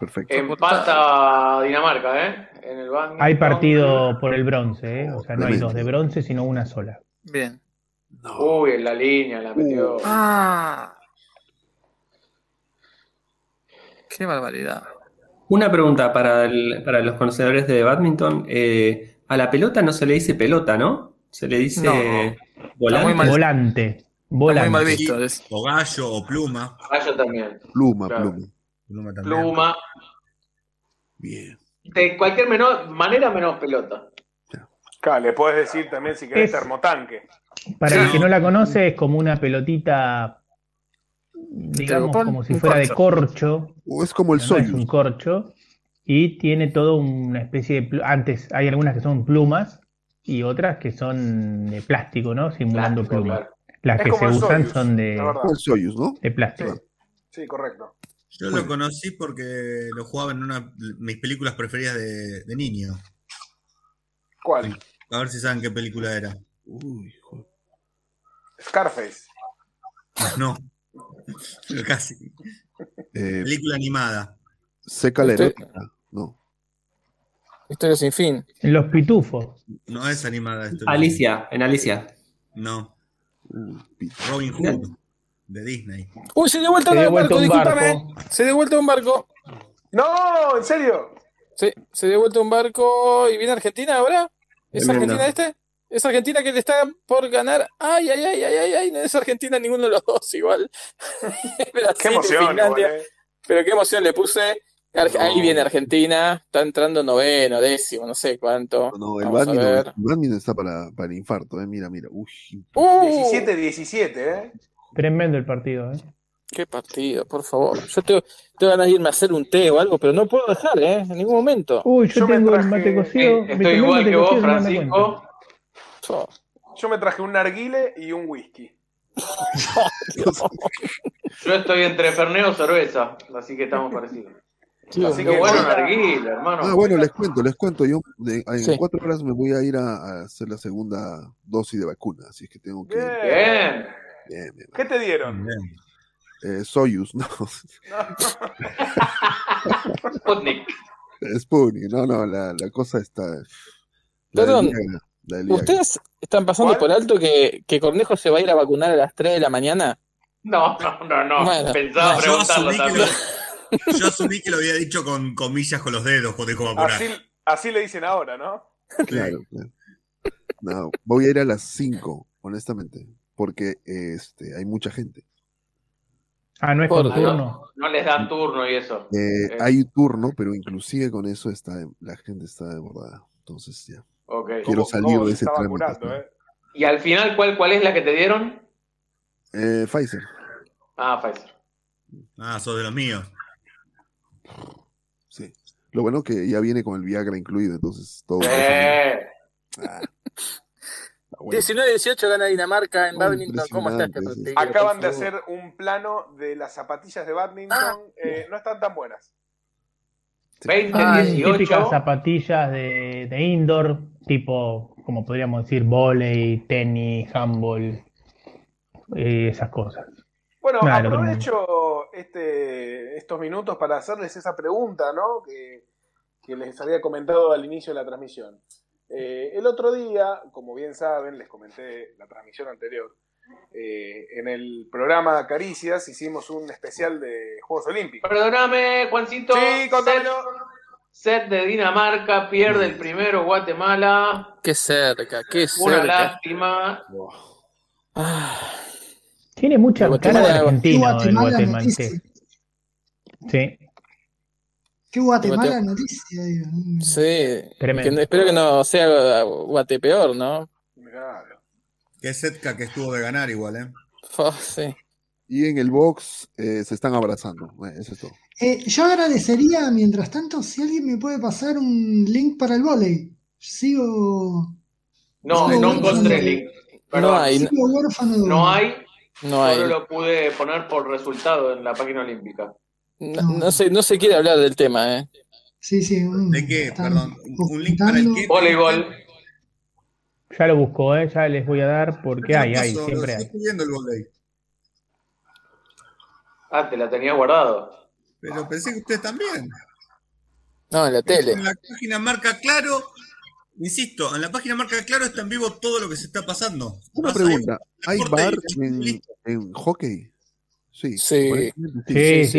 [SPEAKER 1] Perfecto.
[SPEAKER 9] Empata Dinamarca, ¿eh? En el badminton.
[SPEAKER 8] Hay partido por el bronce, ¿eh? o sea, no hay dos de bronce, sino una sola.
[SPEAKER 6] Bien.
[SPEAKER 9] Uy, en la línea la metió.
[SPEAKER 8] Uh.
[SPEAKER 6] Ah. Qué barbaridad.
[SPEAKER 19] Una pregunta para, el- para los conocedores de badminton. eh, a la pelota no se le dice pelota, ¿no? Se le dice
[SPEAKER 6] No.
[SPEAKER 19] volante.
[SPEAKER 6] muy mal-
[SPEAKER 8] Volante. Volante.
[SPEAKER 5] O gallo o pluma.
[SPEAKER 9] Gallo Ah, también.
[SPEAKER 1] Pluma,
[SPEAKER 9] Claro.
[SPEAKER 1] pluma.
[SPEAKER 5] Pluma también.
[SPEAKER 9] Pluma.
[SPEAKER 1] Bien.
[SPEAKER 9] De cualquier menor, manera menos pelota.
[SPEAKER 7] Claro, le puedes decir también si querés
[SPEAKER 8] Es-
[SPEAKER 7] termotanque.
[SPEAKER 8] Para el que no la conoce, es como una pelotita, digamos,
[SPEAKER 7] Tragopón,
[SPEAKER 8] como si
[SPEAKER 7] un
[SPEAKER 8] fuera de
[SPEAKER 1] corcho.
[SPEAKER 8] corcho.
[SPEAKER 1] O es como el
[SPEAKER 8] No es
[SPEAKER 1] Soyuz.
[SPEAKER 8] un corcho. Y tiene toda una especie de. plu- Antes hay algunas que son plumas y otras que son de plástico, ¿no? Simulando plumas. Las
[SPEAKER 5] Es
[SPEAKER 8] que
[SPEAKER 5] como
[SPEAKER 8] se
[SPEAKER 5] el
[SPEAKER 8] usan
[SPEAKER 5] Soyuz,
[SPEAKER 8] son de,
[SPEAKER 5] la verdad. Como el Soyuz, ¿no?
[SPEAKER 8] de plástico.
[SPEAKER 7] Sí, correcto.
[SPEAKER 5] Yo lo conocí porque lo jugaba en una de mis películas preferidas de, de niño.
[SPEAKER 7] ¿Cuál?
[SPEAKER 5] A ver si saben qué película era. Uy,
[SPEAKER 7] Scarface.
[SPEAKER 5] No. Pero Casi.
[SPEAKER 1] Eh,
[SPEAKER 5] Película animada.
[SPEAKER 1] seca la
[SPEAKER 5] Estoy-
[SPEAKER 1] erótica. No.
[SPEAKER 6] Historia sin fin.
[SPEAKER 8] En los pitufos.
[SPEAKER 5] No es animada esto.
[SPEAKER 19] Alicia, en Alicia. Mm.
[SPEAKER 5] No. Robin Hood. De Disney.
[SPEAKER 6] Uy, se dio vuelta
[SPEAKER 5] Se
[SPEAKER 6] un
[SPEAKER 5] dio vuelta
[SPEAKER 6] barco,
[SPEAKER 5] un
[SPEAKER 6] discúlpame.
[SPEAKER 5] barco.
[SPEAKER 6] Se dio vuelta un barco.
[SPEAKER 7] No, ¿en serio?
[SPEAKER 6] Sí, se dio vuelta un barco y viene Argentina ahora. ¿Es
[SPEAKER 20] Tremendo.
[SPEAKER 6] Argentina este? Es Argentina que le está por ganar. Ay, ay, ay, ay, ay, ay. No es Argentina ninguno de los dos igual. Brasil,
[SPEAKER 20] Qué emoción,
[SPEAKER 6] Finlandia.
[SPEAKER 20] igual, eh.
[SPEAKER 6] Pero qué emoción le puse. Ar- Ahí
[SPEAKER 1] No.
[SPEAKER 6] viene Argentina. Está entrando noveno, décimo, no sé cuánto.
[SPEAKER 1] No, el
[SPEAKER 6] Vamos a
[SPEAKER 1] badminton,
[SPEAKER 6] ver.
[SPEAKER 1] el badminton está para, para el infarto. Eh. Mira, mira. Uy,
[SPEAKER 7] 17-17, ¿eh?
[SPEAKER 8] Tremendo el partido, ¿eh?
[SPEAKER 6] Qué partido, por favor. Yo tengo, tengo ganas de irme a hacer un té o algo, pero no puedo dejar, ¿eh? En ningún momento.
[SPEAKER 7] Uh,
[SPEAKER 8] Uy, yo, tengo el
[SPEAKER 7] Eh,
[SPEAKER 8] mate cocido. me tomé
[SPEAKER 6] estoy
[SPEAKER 8] el
[SPEAKER 6] igual
[SPEAKER 8] mate
[SPEAKER 6] que vos,
[SPEAKER 8] cocido sin darme
[SPEAKER 6] Francisco.
[SPEAKER 8] cuenta.
[SPEAKER 7] Yo me traje un narguile y un whisky.
[SPEAKER 9] Yo estoy entre Ferneo o cerveza, así que estamos parecidos. así
[SPEAKER 1] mío.
[SPEAKER 9] que bueno, Narguil, hermano.
[SPEAKER 1] Ah, bueno, les cuento, les cuento. Yo de- en
[SPEAKER 9] Sí.
[SPEAKER 1] cuatro horas me voy a ir a, a hacer la segunda dosis de vacuna, así es que tengo que.
[SPEAKER 7] Bien.
[SPEAKER 1] Bien, bien.
[SPEAKER 7] ¿Qué te dieron?
[SPEAKER 1] Eh, Soyuz, no.
[SPEAKER 9] Sputnik.
[SPEAKER 1] Sputnik, no, no, la, la cosa está. La
[SPEAKER 6] Perdón,
[SPEAKER 1] del Viagra, la del Viagra.
[SPEAKER 6] ¿Ustedes están pasando por alto que, que Cornejo se va a ir a vacunar a las 3 de la mañana?
[SPEAKER 9] No, no, no, no.
[SPEAKER 6] Bueno.
[SPEAKER 9] Pensaba
[SPEAKER 6] Yo
[SPEAKER 9] preguntarlo
[SPEAKER 6] asumí que
[SPEAKER 9] también.
[SPEAKER 5] Yo asumí que lo había dicho con comillas con los dedos, porque como apurar.
[SPEAKER 7] Así, así le dicen ahora, ¿no?
[SPEAKER 1] Claro, claro. No, voy a ir a las 5, honestamente, porque este, hay mucha gente.
[SPEAKER 8] Ah, no es
[SPEAKER 1] Por
[SPEAKER 8] con
[SPEAKER 1] Dios.
[SPEAKER 8] turno.
[SPEAKER 9] No les dan turno y eso.
[SPEAKER 1] Eh,
[SPEAKER 9] Eh,
[SPEAKER 1] hay turno, pero inclusive con eso está la gente está desbordada. Entonces ya.
[SPEAKER 9] ok.
[SPEAKER 1] Quiero salir de ese trámite.
[SPEAKER 9] Y al final, ¿cuál, ¿cuál es la que te dieron?
[SPEAKER 1] Eh, Pfizer.
[SPEAKER 9] Ah, Pfizer.
[SPEAKER 5] Ah, sos de los míos.
[SPEAKER 1] Lo bueno que ya viene con el Viagra incluido, entonces todo.
[SPEAKER 9] Eh.
[SPEAKER 6] 19-18 Ah. gana Dinamarca en badminton. ¿Cómo estás,
[SPEAKER 1] impresionante,
[SPEAKER 6] Tigre,
[SPEAKER 7] Acaban
[SPEAKER 6] por
[SPEAKER 7] de
[SPEAKER 6] favor?
[SPEAKER 7] hacer un plano de las zapatillas de
[SPEAKER 6] Ah.
[SPEAKER 7] badminton. eh, no están tan buenas.
[SPEAKER 9] 20,
[SPEAKER 8] Ah, típicas
[SPEAKER 9] 18.
[SPEAKER 8] zapatillas de, de indoor, tipo, como podríamos decir, volei, tenis, handball, eh, esas cosas.
[SPEAKER 7] Bueno,
[SPEAKER 8] Nada, el otro
[SPEAKER 7] aprovecho este, estos minutos para hacerles esa pregunta, ¿no? Que, que les había comentado al inicio de la transmisión. Eh, el otro día, como bien saben, les comenté la transmisión anterior, eh, en el programa Caricias hicimos un especial de Juegos Olímpicos.
[SPEAKER 9] Perdóname, Juancito.
[SPEAKER 7] Sí,
[SPEAKER 9] set, set de Dinamarca, pierde el primero Guatemala.
[SPEAKER 6] Qué cerca, qué cerca.
[SPEAKER 9] Una lástima.
[SPEAKER 8] Tiene mucha cara de
[SPEAKER 6] Guatemala-
[SPEAKER 8] argentino el
[SPEAKER 2] Guatemala
[SPEAKER 8] guatemalteco. Sí,
[SPEAKER 2] Qué Guatemala
[SPEAKER 6] Guate-
[SPEAKER 2] noticia, digo.
[SPEAKER 6] Sí.
[SPEAKER 8] Tremendo.
[SPEAKER 6] Que no- espero que no sea uh, Guatepeor, ¿no?
[SPEAKER 5] Qué setca que estuvo de ganar igual, ¿eh?
[SPEAKER 6] Fo, sí.
[SPEAKER 1] Y en el box eh, se están abrazando. Bueno, eso es todo.
[SPEAKER 2] Eh, yo agradecería, mientras tanto, si alguien me puede pasar un link para el volei. Sigo.
[SPEAKER 9] No,
[SPEAKER 2] sigo
[SPEAKER 9] no
[SPEAKER 2] huérfano
[SPEAKER 9] encontré
[SPEAKER 2] de-
[SPEAKER 9] el link. Perdón.
[SPEAKER 2] Sigo huérfano de-
[SPEAKER 9] No hay.
[SPEAKER 4] No hay.
[SPEAKER 9] Solo lo pude poner por resultado en la página olímpica.
[SPEAKER 4] No, no se, no se quiere hablar del tema, ¿eh?
[SPEAKER 2] Sí, sí. ¿De
[SPEAKER 5] qué?
[SPEAKER 2] Perdón.
[SPEAKER 5] Un link para el kit.
[SPEAKER 9] Voleibol.
[SPEAKER 8] Ya lo busco, ¿eh? ya les voy a dar porque hay, hay,
[SPEAKER 5] Paso,
[SPEAKER 8] siempre
[SPEAKER 5] lo
[SPEAKER 8] hay.
[SPEAKER 5] estoy pidiendo el volei.
[SPEAKER 9] Ah, te la tenía guardado.
[SPEAKER 5] Pero pensé que usted también.
[SPEAKER 4] No, en la tele.
[SPEAKER 5] En la página marca claro, insisto, en la página marca claro está en vivo todo lo que se está pasando.
[SPEAKER 1] Una
[SPEAKER 5] Más
[SPEAKER 1] pregunta. ¿Hay
[SPEAKER 5] ahí, deporte
[SPEAKER 1] bar
[SPEAKER 5] y-
[SPEAKER 1] en, en hockey? Sí.
[SPEAKER 8] Sí, sí,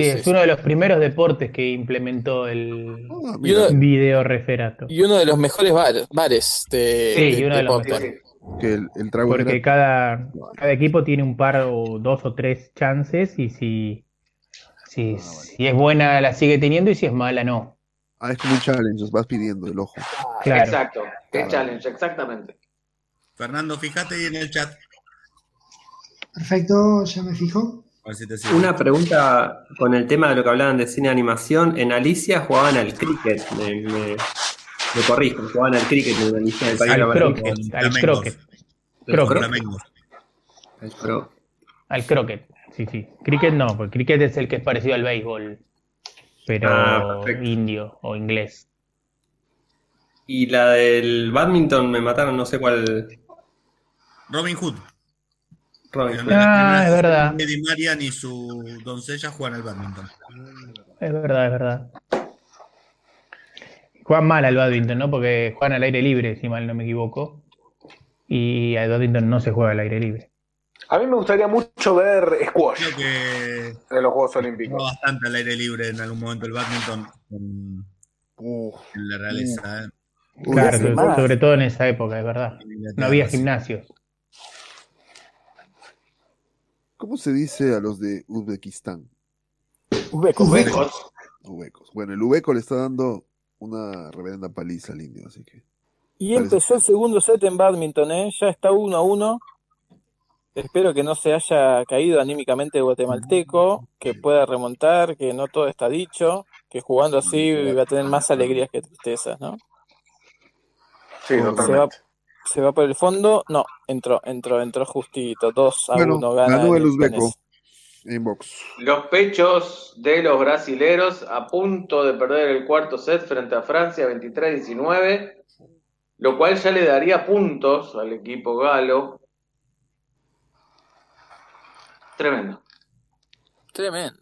[SPEAKER 8] es uno de los primeros deportes que implementó el
[SPEAKER 4] mira.
[SPEAKER 8] video referato.
[SPEAKER 4] Y uno de los mejores bar- bares
[SPEAKER 6] Este, eh,
[SPEAKER 4] de,
[SPEAKER 8] Sí,
[SPEAKER 4] de-
[SPEAKER 8] y uno
[SPEAKER 4] de
[SPEAKER 8] de los
[SPEAKER 4] Popcorn.
[SPEAKER 1] Que el, el trago
[SPEAKER 8] Porque
[SPEAKER 1] era-
[SPEAKER 8] cada, cada equipo tiene un par o dos o tres chances y si, si, si es buena la sigue teniendo y si es mala no.
[SPEAKER 1] Ah, es como un challenge, vas pidiendo el ojo.
[SPEAKER 8] Claro.
[SPEAKER 9] Exacto. Es challenge, exactamente.
[SPEAKER 5] Fernando, fíjate ahí en el chat.
[SPEAKER 2] Perfecto, ya me fijo.
[SPEAKER 5] A ver si te sirve.
[SPEAKER 19] Una pregunta con el tema de lo que hablaban de cine de animación. En Alicia jugaban al cricket. Me, me- me corrijo, jugaban al cricket en Alicia. me parece
[SPEAKER 8] Al
[SPEAKER 19] que hablaban de-
[SPEAKER 8] croquet, al croquet. Croquet.
[SPEAKER 19] Al cro-
[SPEAKER 8] Al croquet, sí, sí. Cricket no, porque cricket es el que es parecido al béisbol, pero
[SPEAKER 19] Ah,
[SPEAKER 8] indio o inglés.
[SPEAKER 19] Y la del badminton me mataron, no sé cuál.
[SPEAKER 5] Robin Hood.
[SPEAKER 19] Robin Hood.
[SPEAKER 5] Pero no la
[SPEAKER 8] Ah, es
[SPEAKER 5] primera
[SPEAKER 8] verdad.
[SPEAKER 5] Eddie Marian y su doncella juegan al badminton.
[SPEAKER 8] Es verdad, es verdad. Juegan mal al badminton, ¿no? Porque juegan al aire libre, si mal no me equivoco. Y al badminton no se juega al aire libre.
[SPEAKER 7] A mí me gustaría mucho ver squash
[SPEAKER 5] Creo que
[SPEAKER 7] en los Juegos
[SPEAKER 5] jugó
[SPEAKER 7] Olímpicos.
[SPEAKER 5] bastante al aire libre en algún momento el badminton con, en la realeza. ¿eh?
[SPEAKER 8] Claro, sobre, sobre todo en esa época, es verdad. No había gimnasio.
[SPEAKER 1] ¿Cómo se dice a los de Uzbekistán?
[SPEAKER 2] Ubecos.
[SPEAKER 1] Ubecos. Bueno, el Ubeco le está dando una reverenda paliza al indio, así que.
[SPEAKER 4] Y empezó el segundo set en badminton, ¿eh? Ya está 1 a 1. Espero que no se haya caído anímicamente el guatemalteco, que pueda remontar, que no todo está dicho, que jugando así va a tener más alegrías que tristezas, ¿no?
[SPEAKER 7] Sí,
[SPEAKER 4] Se va, se va por el fondo. No, entró, entró, entró justito. 2 a 1
[SPEAKER 1] Bueno,
[SPEAKER 4] gana.
[SPEAKER 1] ganó el
[SPEAKER 4] Luganés.
[SPEAKER 1] Uzbeco en box.
[SPEAKER 9] Los pechos de los brasileros a punto de perder el cuarto set frente a Francia 23-19, lo cual ya le daría puntos al equipo galo. Tremendo.
[SPEAKER 4] Tremendo.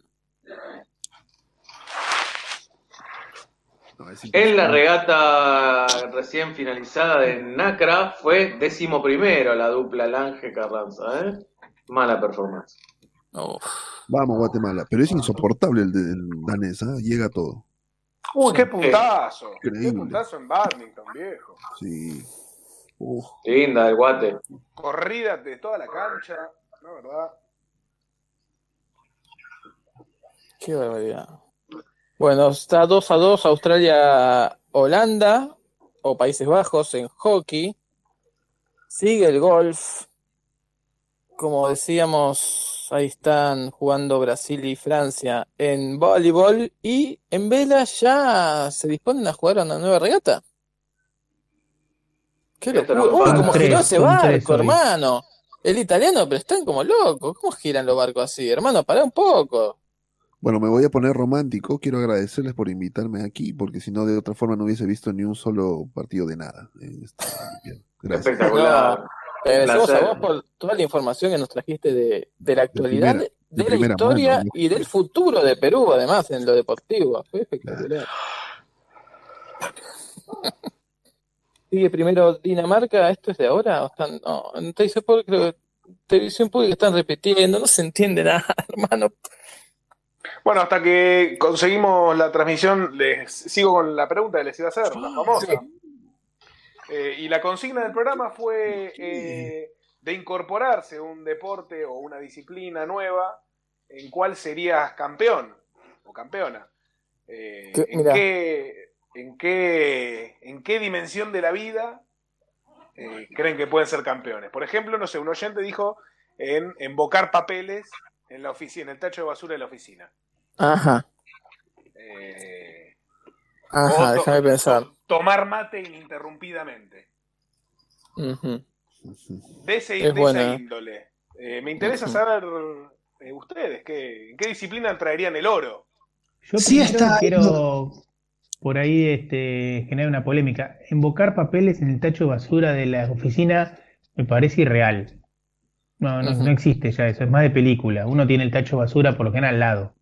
[SPEAKER 9] En la regata recién finalizada de Nacra fue décimo primero la dupla Lange Carranza. ¿eh? Mala performance.
[SPEAKER 1] Vamos, Guatemala. Pero es insoportable el, de- el danés, ¿ah? Llega todo.
[SPEAKER 7] Uy, qué puntazo. Qué
[SPEAKER 1] Increíble.
[SPEAKER 7] puntazo en badminton, viejo.
[SPEAKER 1] Sí. Uf.
[SPEAKER 9] Linda del guate.
[SPEAKER 7] Corrida de toda la cancha, la verdad.
[SPEAKER 4] Qué barbaridad. Bueno, está 2 a 2 Australia-Holanda o Países Bajos en hockey. Sigue el golf. Como decíamos, ahí están jugando Brasil y Francia en voleibol. Y en vela ya se disponen a jugar a una nueva regata. Qué locura.
[SPEAKER 9] lo
[SPEAKER 4] Uy,
[SPEAKER 9] van
[SPEAKER 4] cómo
[SPEAKER 9] tres,
[SPEAKER 4] giró ese
[SPEAKER 9] son tres
[SPEAKER 4] barco,
[SPEAKER 9] hoy.
[SPEAKER 4] hermano. El italiano, pero están como locos. ¿Cómo giran los barcos así? Hermano, pará un poco.
[SPEAKER 1] Bueno, me voy a poner romántico. Quiero agradecerles por invitarme aquí, porque si no, de otra forma no hubiese visto ni un solo partido de nada. en esta Olimpiada. Gracias.
[SPEAKER 4] No, te agradecemos
[SPEAKER 1] Placer.
[SPEAKER 4] a vos por toda la información que nos trajiste de, de la actualidad,
[SPEAKER 1] primera-
[SPEAKER 4] de,
[SPEAKER 1] de
[SPEAKER 4] la
[SPEAKER 1] primera
[SPEAKER 4] historia
[SPEAKER 1] mano,
[SPEAKER 4] y del futuro de Perú, además, en lo deportivo. Fue espectacular. Sigue primero Dinamarca, ¿esto es de ahora? ¿O están, no, en Televisión Pública, creo que- Televisión Pública están repitiendo, no se entiende nada, hermano.
[SPEAKER 7] Bueno, hasta que conseguimos la transmisión, les Eh, sigo con la pregunta que les iba a hacer, la famosa. Eh, y la consigna del programa fue eh, de incorporarse un deporte o una disciplina nueva, ¿en cuál serías campeón o campeona? Eh,
[SPEAKER 4] Que-
[SPEAKER 7] ¿en,
[SPEAKER 4] mirá.
[SPEAKER 7] qué, en, qué, ¿En qué dimensión de la vida eh, creen que pueden ser campeones? Por ejemplo, no sé, un oyente dijo en embocar papeles En la oficina, en el tacho de basura de la oficina.
[SPEAKER 6] Ajá.
[SPEAKER 7] Eh,
[SPEAKER 6] Ajá,
[SPEAKER 7] o to-
[SPEAKER 6] déjame pensar.
[SPEAKER 7] tomar mate ininterrumpidamente.
[SPEAKER 6] Ujú.
[SPEAKER 7] De, ese-
[SPEAKER 6] Es
[SPEAKER 7] de
[SPEAKER 6] buena.
[SPEAKER 7] esa índole. Eh, me interesa
[SPEAKER 6] Ujú.
[SPEAKER 7] saber eh, ustedes qué, en qué disciplina traerían el oro.
[SPEAKER 8] Yo primero quiero por ahí este, generar una polémica. Embocar papeles en el tacho de basura de la oficina me parece irreal. No, no, no existe ya eso, es más de película. Uno tiene el tacho de basura por lo general al lado.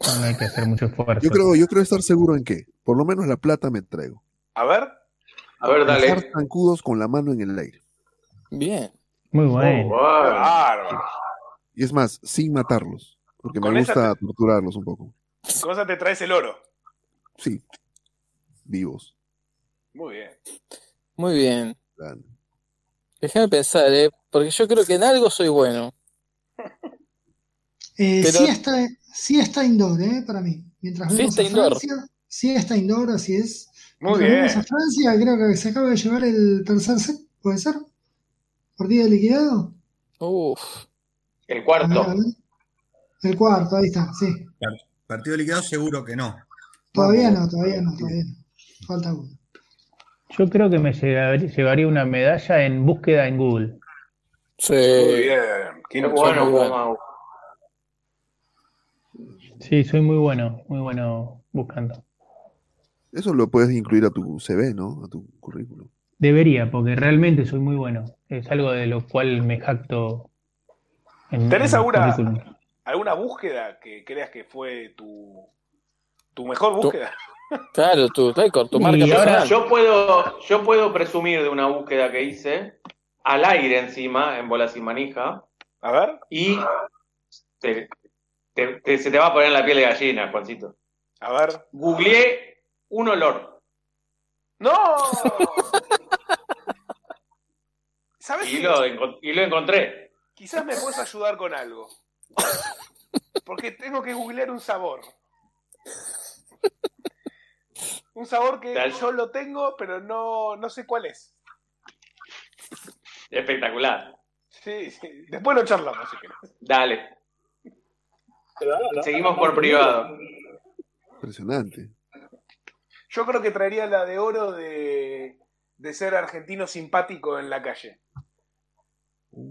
[SPEAKER 8] No, no hay que hacer mucho esfuerzo.
[SPEAKER 1] Yo creo, yo creo estar seguro en que, por lo menos la plata me traigo.
[SPEAKER 7] A ver.
[SPEAKER 13] A
[SPEAKER 7] Pues
[SPEAKER 13] ver, dale.
[SPEAKER 1] Lanzar zancudos con la mano en el aire.
[SPEAKER 6] Bien.
[SPEAKER 7] Oh,
[SPEAKER 8] Muy
[SPEAKER 1] bueno.
[SPEAKER 7] Bárbaro.
[SPEAKER 1] Y es más, sin matarlos. Porque
[SPEAKER 7] Con
[SPEAKER 1] me
[SPEAKER 7] esa
[SPEAKER 1] gusta torturarlos un poco.
[SPEAKER 7] Con esa te traes el oro.
[SPEAKER 1] Sí. Vivos.
[SPEAKER 7] Muy bien.
[SPEAKER 6] Muy bien. Déjame pensar, ¿eh? Porque yo creo que en algo soy bueno.
[SPEAKER 2] Eh,
[SPEAKER 6] Pero-
[SPEAKER 2] sí, está, sí está indoor, eh, para mí. Mientras
[SPEAKER 6] Sí
[SPEAKER 2] vemos
[SPEAKER 6] está
[SPEAKER 2] a
[SPEAKER 6] indoor.
[SPEAKER 2] Francia, sí está indoor, así es.
[SPEAKER 6] Muy
[SPEAKER 2] Mientras
[SPEAKER 6] bien.
[SPEAKER 2] vemos a Francia, creo que se acaba de llevar el tercer set, ¿puede ser? Partido liquidado.
[SPEAKER 6] Uf.
[SPEAKER 9] El
[SPEAKER 2] A ver, a
[SPEAKER 9] cuarto.
[SPEAKER 2] ver. El cuarto, ahí está, sí.
[SPEAKER 5] Partido liquidado seguro que no.
[SPEAKER 2] Todavía no, todavía no, todavía no. Falta uno.
[SPEAKER 8] Yo creo que me llevar- llevaría una medalla en búsqueda en Google.
[SPEAKER 7] Muy bien. Qué bueno, Guzmán.
[SPEAKER 8] Sí, soy muy bueno, muy bueno buscando.
[SPEAKER 1] Eso lo puedes incluir a tu CV, ¿no? A tu currículum.
[SPEAKER 8] Debería, porque realmente soy muy bueno. Es algo de lo cual me jacto en,
[SPEAKER 7] ¿Tenés
[SPEAKER 8] en el
[SPEAKER 7] alguna-
[SPEAKER 8] currículum.
[SPEAKER 7] ¿Alguna búsqueda que creas que fue tu, tu mejor búsqueda?
[SPEAKER 6] Claro, tu récord, tu
[SPEAKER 9] Y
[SPEAKER 6] marca
[SPEAKER 9] ahora
[SPEAKER 6] personal.
[SPEAKER 9] yo puedo, yo puedo presumir de una búsqueda que hice al aire encima, en bolas y manija.
[SPEAKER 7] A ver.
[SPEAKER 9] Y te- te- te- se te va a poner la piel de gallina, Juancito.
[SPEAKER 7] A ver.
[SPEAKER 9] Googleé un olor.
[SPEAKER 7] ¡No!
[SPEAKER 9] Y lo, encon- y lo encontré.
[SPEAKER 7] Quizás me puedes ayudar con algo. Porque tengo que googlear un sabor. Un sabor que
[SPEAKER 9] Dale.
[SPEAKER 7] yo lo tengo, pero no, no sé cuál es.
[SPEAKER 9] Espectacular.
[SPEAKER 7] Sí, sí. Después lo charlamos, si querés.
[SPEAKER 9] Dale. Seguimos por privado.
[SPEAKER 1] Impresionante.
[SPEAKER 7] Yo creo que traería la de oro de, de ser argentino simpático en la calle.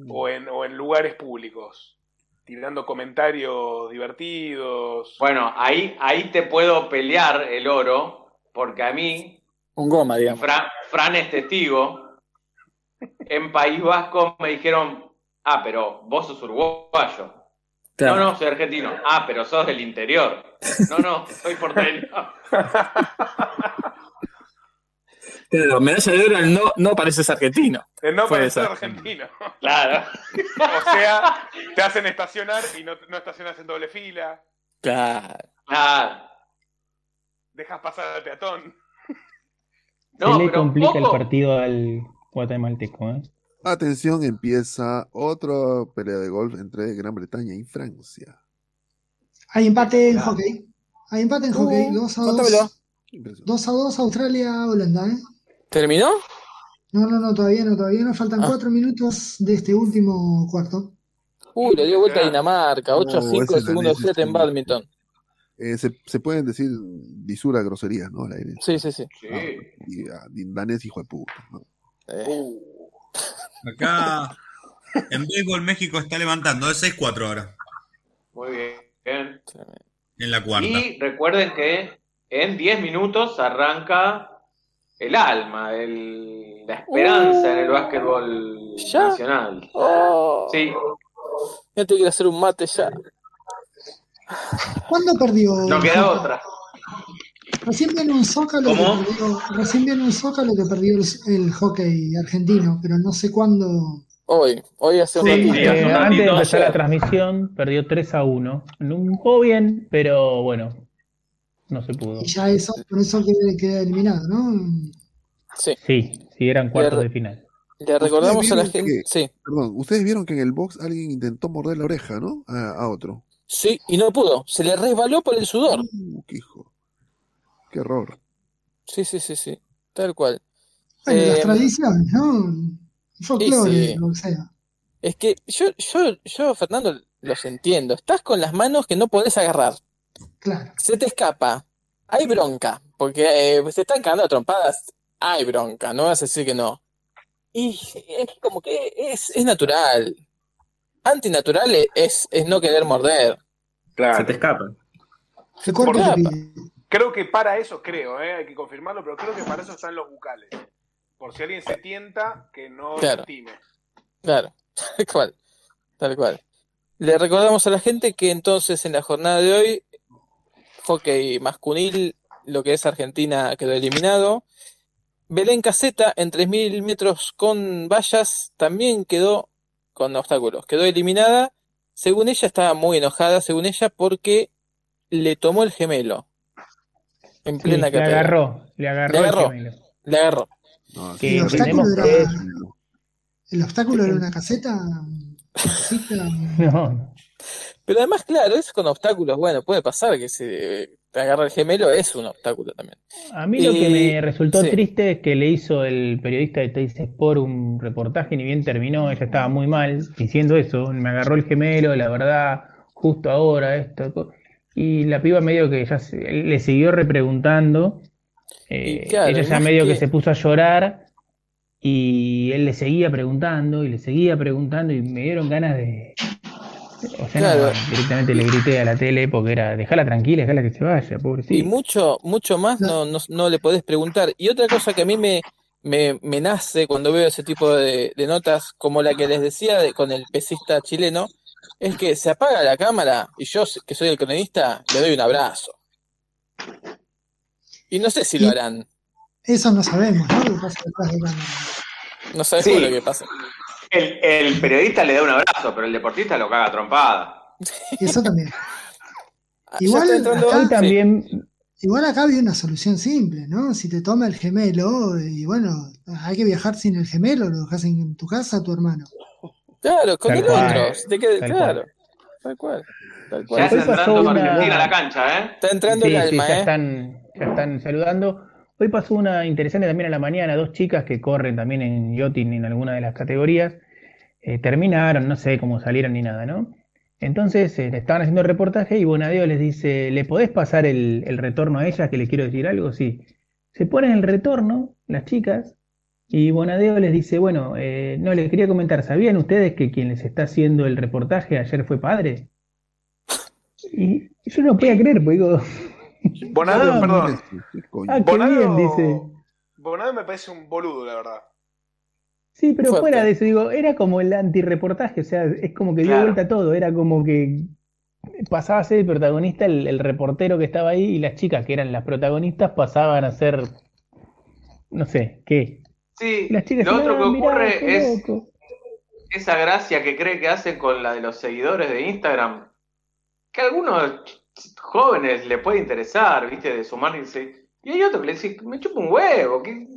[SPEAKER 7] O, en, o en lugares públicos. Tirando comentarios divertidos.
[SPEAKER 9] Bueno, ahí, ahí te puedo pelear el oro, porque a mí,
[SPEAKER 6] Un goma, digamos.
[SPEAKER 9] Fran, Fran es testigo, en País Vasco me dijeron, ah, pero vos sos uruguayo.
[SPEAKER 6] Claro.
[SPEAKER 9] No, no, soy argentino. Ah, pero sos del interior. No, no, soy porteño.
[SPEAKER 6] Claro, medalla de oro, el no, no pareces argentino.
[SPEAKER 7] El no
[SPEAKER 6] Fue
[SPEAKER 7] para ser
[SPEAKER 6] esa.
[SPEAKER 7] argentino.
[SPEAKER 9] Claro.
[SPEAKER 7] O sea, te hacen estacionar y no, no estacionas en doble fila.
[SPEAKER 6] Claro.
[SPEAKER 7] Dejas pasar al peatón.
[SPEAKER 8] Se le complica el partido al guatemalteco, ¿eh?
[SPEAKER 1] Atención, empieza otra pelea de golf entre Gran Bretaña y Francia.
[SPEAKER 2] Hay empate en hockey. Hay empate en
[SPEAKER 6] Uh,
[SPEAKER 2] hockey. 2 a 2.
[SPEAKER 6] contámelo.
[SPEAKER 2] 2 a 2 Australia-Holanda, ¿eh?
[SPEAKER 6] ¿Terminó?
[SPEAKER 2] No, no, no, todavía no, todavía no.
[SPEAKER 9] Ah.
[SPEAKER 2] Faltan 4 minutos de este último cuarto.
[SPEAKER 6] Uy, le dio vuelta a Dinamarca, 8 a
[SPEAKER 1] No,
[SPEAKER 6] 5
[SPEAKER 1] Uh, ese
[SPEAKER 6] el segundo
[SPEAKER 1] análisis
[SPEAKER 6] set en
[SPEAKER 1] es-
[SPEAKER 6] badminton.
[SPEAKER 1] Eh, se, se pueden decir lisura, groserías, ¿no? Al aire.
[SPEAKER 6] Sí, sí, sí.
[SPEAKER 1] Ah, y, ah, danés, hijo de puta. ¿no?
[SPEAKER 5] Acá en béisbol México está levantando. Es 6-4 ahora.
[SPEAKER 9] Muy bien.
[SPEAKER 5] En la cuarta.
[SPEAKER 9] Y recuerden que en 10 minutos arranca el alma, el- la esperanza en el básquetbol
[SPEAKER 6] Uh, ¿Ya?
[SPEAKER 9] nacional.
[SPEAKER 6] Oh,
[SPEAKER 9] Sí,
[SPEAKER 6] ya te quiero hacer un mate ya.
[SPEAKER 2] ¿Cuándo perdió?
[SPEAKER 9] no queda otra.
[SPEAKER 2] Recién viene un zócalo
[SPEAKER 9] ¿Cómo?
[SPEAKER 2] que perdió, recién viene un zócalo que perdió el, el hockey argentino, pero no sé cuándo.
[SPEAKER 6] Hoy, hoy hace un
[SPEAKER 8] Sí,
[SPEAKER 6] ratito.
[SPEAKER 8] eh, antes de empezar la transmisión, perdió 3 a 1. Un jugó bien, pero bueno, no se pudo.
[SPEAKER 2] Y ya eso, por eso queda, queda eliminado, ¿no?
[SPEAKER 6] Sí.
[SPEAKER 8] Sí, eran cuartos
[SPEAKER 2] Le-
[SPEAKER 8] de final.
[SPEAKER 6] Le recordamos a la
[SPEAKER 1] ¿Ustedes vieron
[SPEAKER 6] gente.
[SPEAKER 1] que- Perdón, ustedes vieron que en el box alguien intentó morder la oreja, ¿no? A, a otro.
[SPEAKER 6] Sí, y no pudo. Se le resbaló por el sudor.
[SPEAKER 1] Qué error.
[SPEAKER 6] Sí, sí, sí, sí. Tal cual.
[SPEAKER 2] Bueno,
[SPEAKER 4] Em,
[SPEAKER 2] las
[SPEAKER 6] Eh,
[SPEAKER 2] tradiciones, ¿no? Folclore,
[SPEAKER 6] sí.
[SPEAKER 2] lo que sea.
[SPEAKER 6] Es que yo, yo, yo, Fernando,
[SPEAKER 4] los entiendo. Estás con las manos que no podés agarrar. Se te escapa. Hay bronca, porque eh, se están cagando a trompadas. Hay bronca, no vas a decir que no. Y es como que es, es natural. Antinatural es, es no querer morder.
[SPEAKER 21] Se te escapa.
[SPEAKER 2] Se corta el
[SPEAKER 7] Creo que para eso, creo, eh, hay que confirmarlo, pero creo que para eso están los bucales. Por si alguien se tienta, que no
[SPEAKER 4] Claro.
[SPEAKER 7] se time.
[SPEAKER 4] Claro, tal cual, tal cual. Le recordamos a la gente que entonces en la jornada de hoy, hockey masculino, lo que es Argentina quedó eliminado. Belén Caseta en 3.000 metros con vallas también quedó con obstáculos, quedó eliminada. Según ella estaba muy enojada, según ella, porque le tomó el gemelo en
[SPEAKER 8] Sí,
[SPEAKER 4] plena
[SPEAKER 8] le
[SPEAKER 4] carrera.
[SPEAKER 8] agarró, le agarró.
[SPEAKER 4] Le
[SPEAKER 8] el
[SPEAKER 4] agarró.
[SPEAKER 8] gemelo.
[SPEAKER 4] Le agarró.
[SPEAKER 8] Que
[SPEAKER 2] el, obstáculo
[SPEAKER 8] tenemos
[SPEAKER 2] era,
[SPEAKER 8] que-
[SPEAKER 2] el obstáculo era una caseta. casita,
[SPEAKER 4] Pero además, claro, es con obstáculos. Bueno, puede pasar que se te agarra el gemelo, es un obstáculo también.
[SPEAKER 8] A mí lo que
[SPEAKER 4] Eh,
[SPEAKER 8] me resultó
[SPEAKER 4] sí.
[SPEAKER 8] triste es que le hizo el periodista de Teis Sport un reportaje, ni bien terminó, ella estaba muy mal diciendo eso, me agarró el gemelo, la verdad, justo ahora, esto. co- Y la piba medio que ya se- le siguió repreguntando, eh,
[SPEAKER 4] claro,
[SPEAKER 8] ella ya
[SPEAKER 4] más
[SPEAKER 8] medio que
[SPEAKER 4] que-
[SPEAKER 8] se puso a llorar y él le seguía preguntando y le seguía preguntando y me dieron ganas de... O sea, no,
[SPEAKER 4] Claro.
[SPEAKER 8] directamente le grité a la tele porque era, dejala tranquila, dejala que se vaya, pobrecita.
[SPEAKER 4] Y mucho, mucho más no, no, no le podés preguntar. Y otra cosa que a mí me, me, me nace cuando veo ese tipo de, de notas, como la que les decía de- con el pesista chileno, es que se apaga la cámara y yo, que soy el cronista, le doy un abrazo. Y no sé si lo harán.
[SPEAKER 2] Eso no sabemos, ¿no? Lo que pasa detrás de cámara.
[SPEAKER 4] No sabes
[SPEAKER 9] Sí.
[SPEAKER 4] lo que pasa.
[SPEAKER 9] El, el periodista le da un abrazo, pero el deportista lo caga a trompada.
[SPEAKER 2] Eso también.
[SPEAKER 4] ya
[SPEAKER 2] Igual
[SPEAKER 9] está entrando-
[SPEAKER 2] acá,
[SPEAKER 9] Hoy también-
[SPEAKER 2] igual acá había una solución simple, ¿no? Si te toma el gemelo, y bueno, hay que viajar sin el gemelo, lo dejas en tu casa a tu hermano.
[SPEAKER 4] Claro, con
[SPEAKER 2] Tal
[SPEAKER 4] el
[SPEAKER 2] cual.
[SPEAKER 4] otro. si te queda-
[SPEAKER 2] Tal
[SPEAKER 4] claro. Tal cual. Tal cual.
[SPEAKER 9] Ya está entrando Argentina a la cancha, ¿eh?
[SPEAKER 4] Está entrando
[SPEAKER 8] Sí,
[SPEAKER 4] el
[SPEAKER 8] sí,
[SPEAKER 4] alma,
[SPEAKER 8] ya
[SPEAKER 4] ¿eh?
[SPEAKER 8] están, ya están saludando. Hoy pasó una interesante también a la mañana, dos chicas que corren también en yachting en alguna de las categorías, eh, terminaron, no sé cómo salieron ni nada, ¿no? Entonces eh, estaban haciendo el reportaje y Bonadeo les dice, ¿le podés pasar el, el retorno a ellas que les quiero decir algo? Sí. Se ponen el retorno, las chicas, y Bonadeo les dice, bueno, eh, no, les quería comentar, ¿sabían ustedes que quien les está haciendo el reportaje ayer fue padre? Y yo no podía creer, porque digo,
[SPEAKER 7] Bonadeo,
[SPEAKER 8] Ah,
[SPEAKER 7] perdón.
[SPEAKER 8] Ah, qué bien, dice.
[SPEAKER 7] Bonadeo me parece un boludo, la verdad.
[SPEAKER 8] Sí, pero
[SPEAKER 7] Fuerte.
[SPEAKER 8] fuera de eso, digo, era como el antirreportaje, o sea, es como que dio
[SPEAKER 7] Claro.
[SPEAKER 8] vuelta a todo, era como que pasaba a ser el protagonista el, el reportero que estaba ahí y las chicas que eran las protagonistas pasaban a ser, no sé, ¿qué?
[SPEAKER 9] Sí,
[SPEAKER 8] Las chicas
[SPEAKER 9] lo
[SPEAKER 8] decían,
[SPEAKER 9] otro que
[SPEAKER 8] "Ah, mirá,
[SPEAKER 9] ocurre
[SPEAKER 8] qué
[SPEAKER 9] es-
[SPEAKER 8] loco".
[SPEAKER 9] Esa gracia que cree que hace con la de los seguidores de Instagram, que a algunos ch- jóvenes le puede interesar, ¿viste? De sumarse. Y hay otro que le dice, me chupa un huevo. ¿qué?".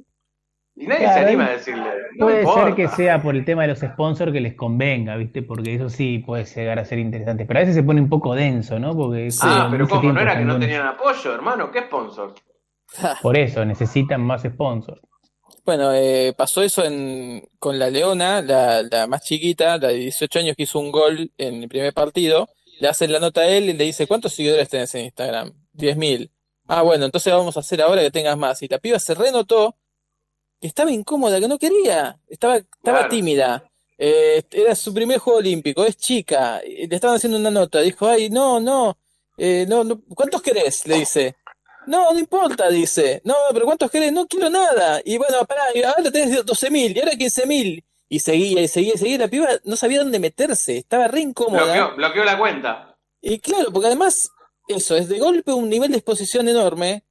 [SPEAKER 9] Y nadie se
[SPEAKER 8] Claro,
[SPEAKER 9] anima
[SPEAKER 8] ahí
[SPEAKER 9] a decirle. No
[SPEAKER 8] Puede ser que
[SPEAKER 9] importa.
[SPEAKER 8] sea por el tema de los sponsors que les convenga, ¿viste? Porque eso sí puede llegar a ser interesante, pero a veces se pone un poco denso, ¿no? Porque es
[SPEAKER 9] Ah,
[SPEAKER 8] como
[SPEAKER 9] pero
[SPEAKER 8] mucho
[SPEAKER 9] ¿cómo?
[SPEAKER 8] tiempo
[SPEAKER 9] ¿No era que no
[SPEAKER 8] con-
[SPEAKER 9] tenían apoyo, hermano? ¿Qué sponsor?
[SPEAKER 8] Por eso, necesitan más sponsors.
[SPEAKER 4] Bueno, eh, pasó eso en, con la Leona, la, la más chiquita, la de 18 años que hizo un gol en el primer partido. Le hacen la nota a él y le dice, ¿cuántos seguidores tenés en Instagram? 10.000. Ah, bueno, entonces vamos a hacer ahora que tengas más. Y la piba se renotó que estaba incómoda, que no quería, estaba, estaba
[SPEAKER 9] Claro.
[SPEAKER 4] tímida. Eh, era su primer juego olímpico, es chica. y Le estaban haciendo una nota, dijo, ay, no, no, eh, no, no, ¿cuántos querés? Le dice. No, no importa, dice. No, pero ¿cuántos querés? No quiero nada. Y bueno, pará, y ahora tenés 12.000 y ahora 15.000. Y seguía, y seguía, y seguía. La piba no sabía dónde meterse, estaba re incómoda.
[SPEAKER 9] Bloqueó, bloqueó la cuenta.
[SPEAKER 4] Y claro, porque además, eso, es de golpe un nivel de exposición enorme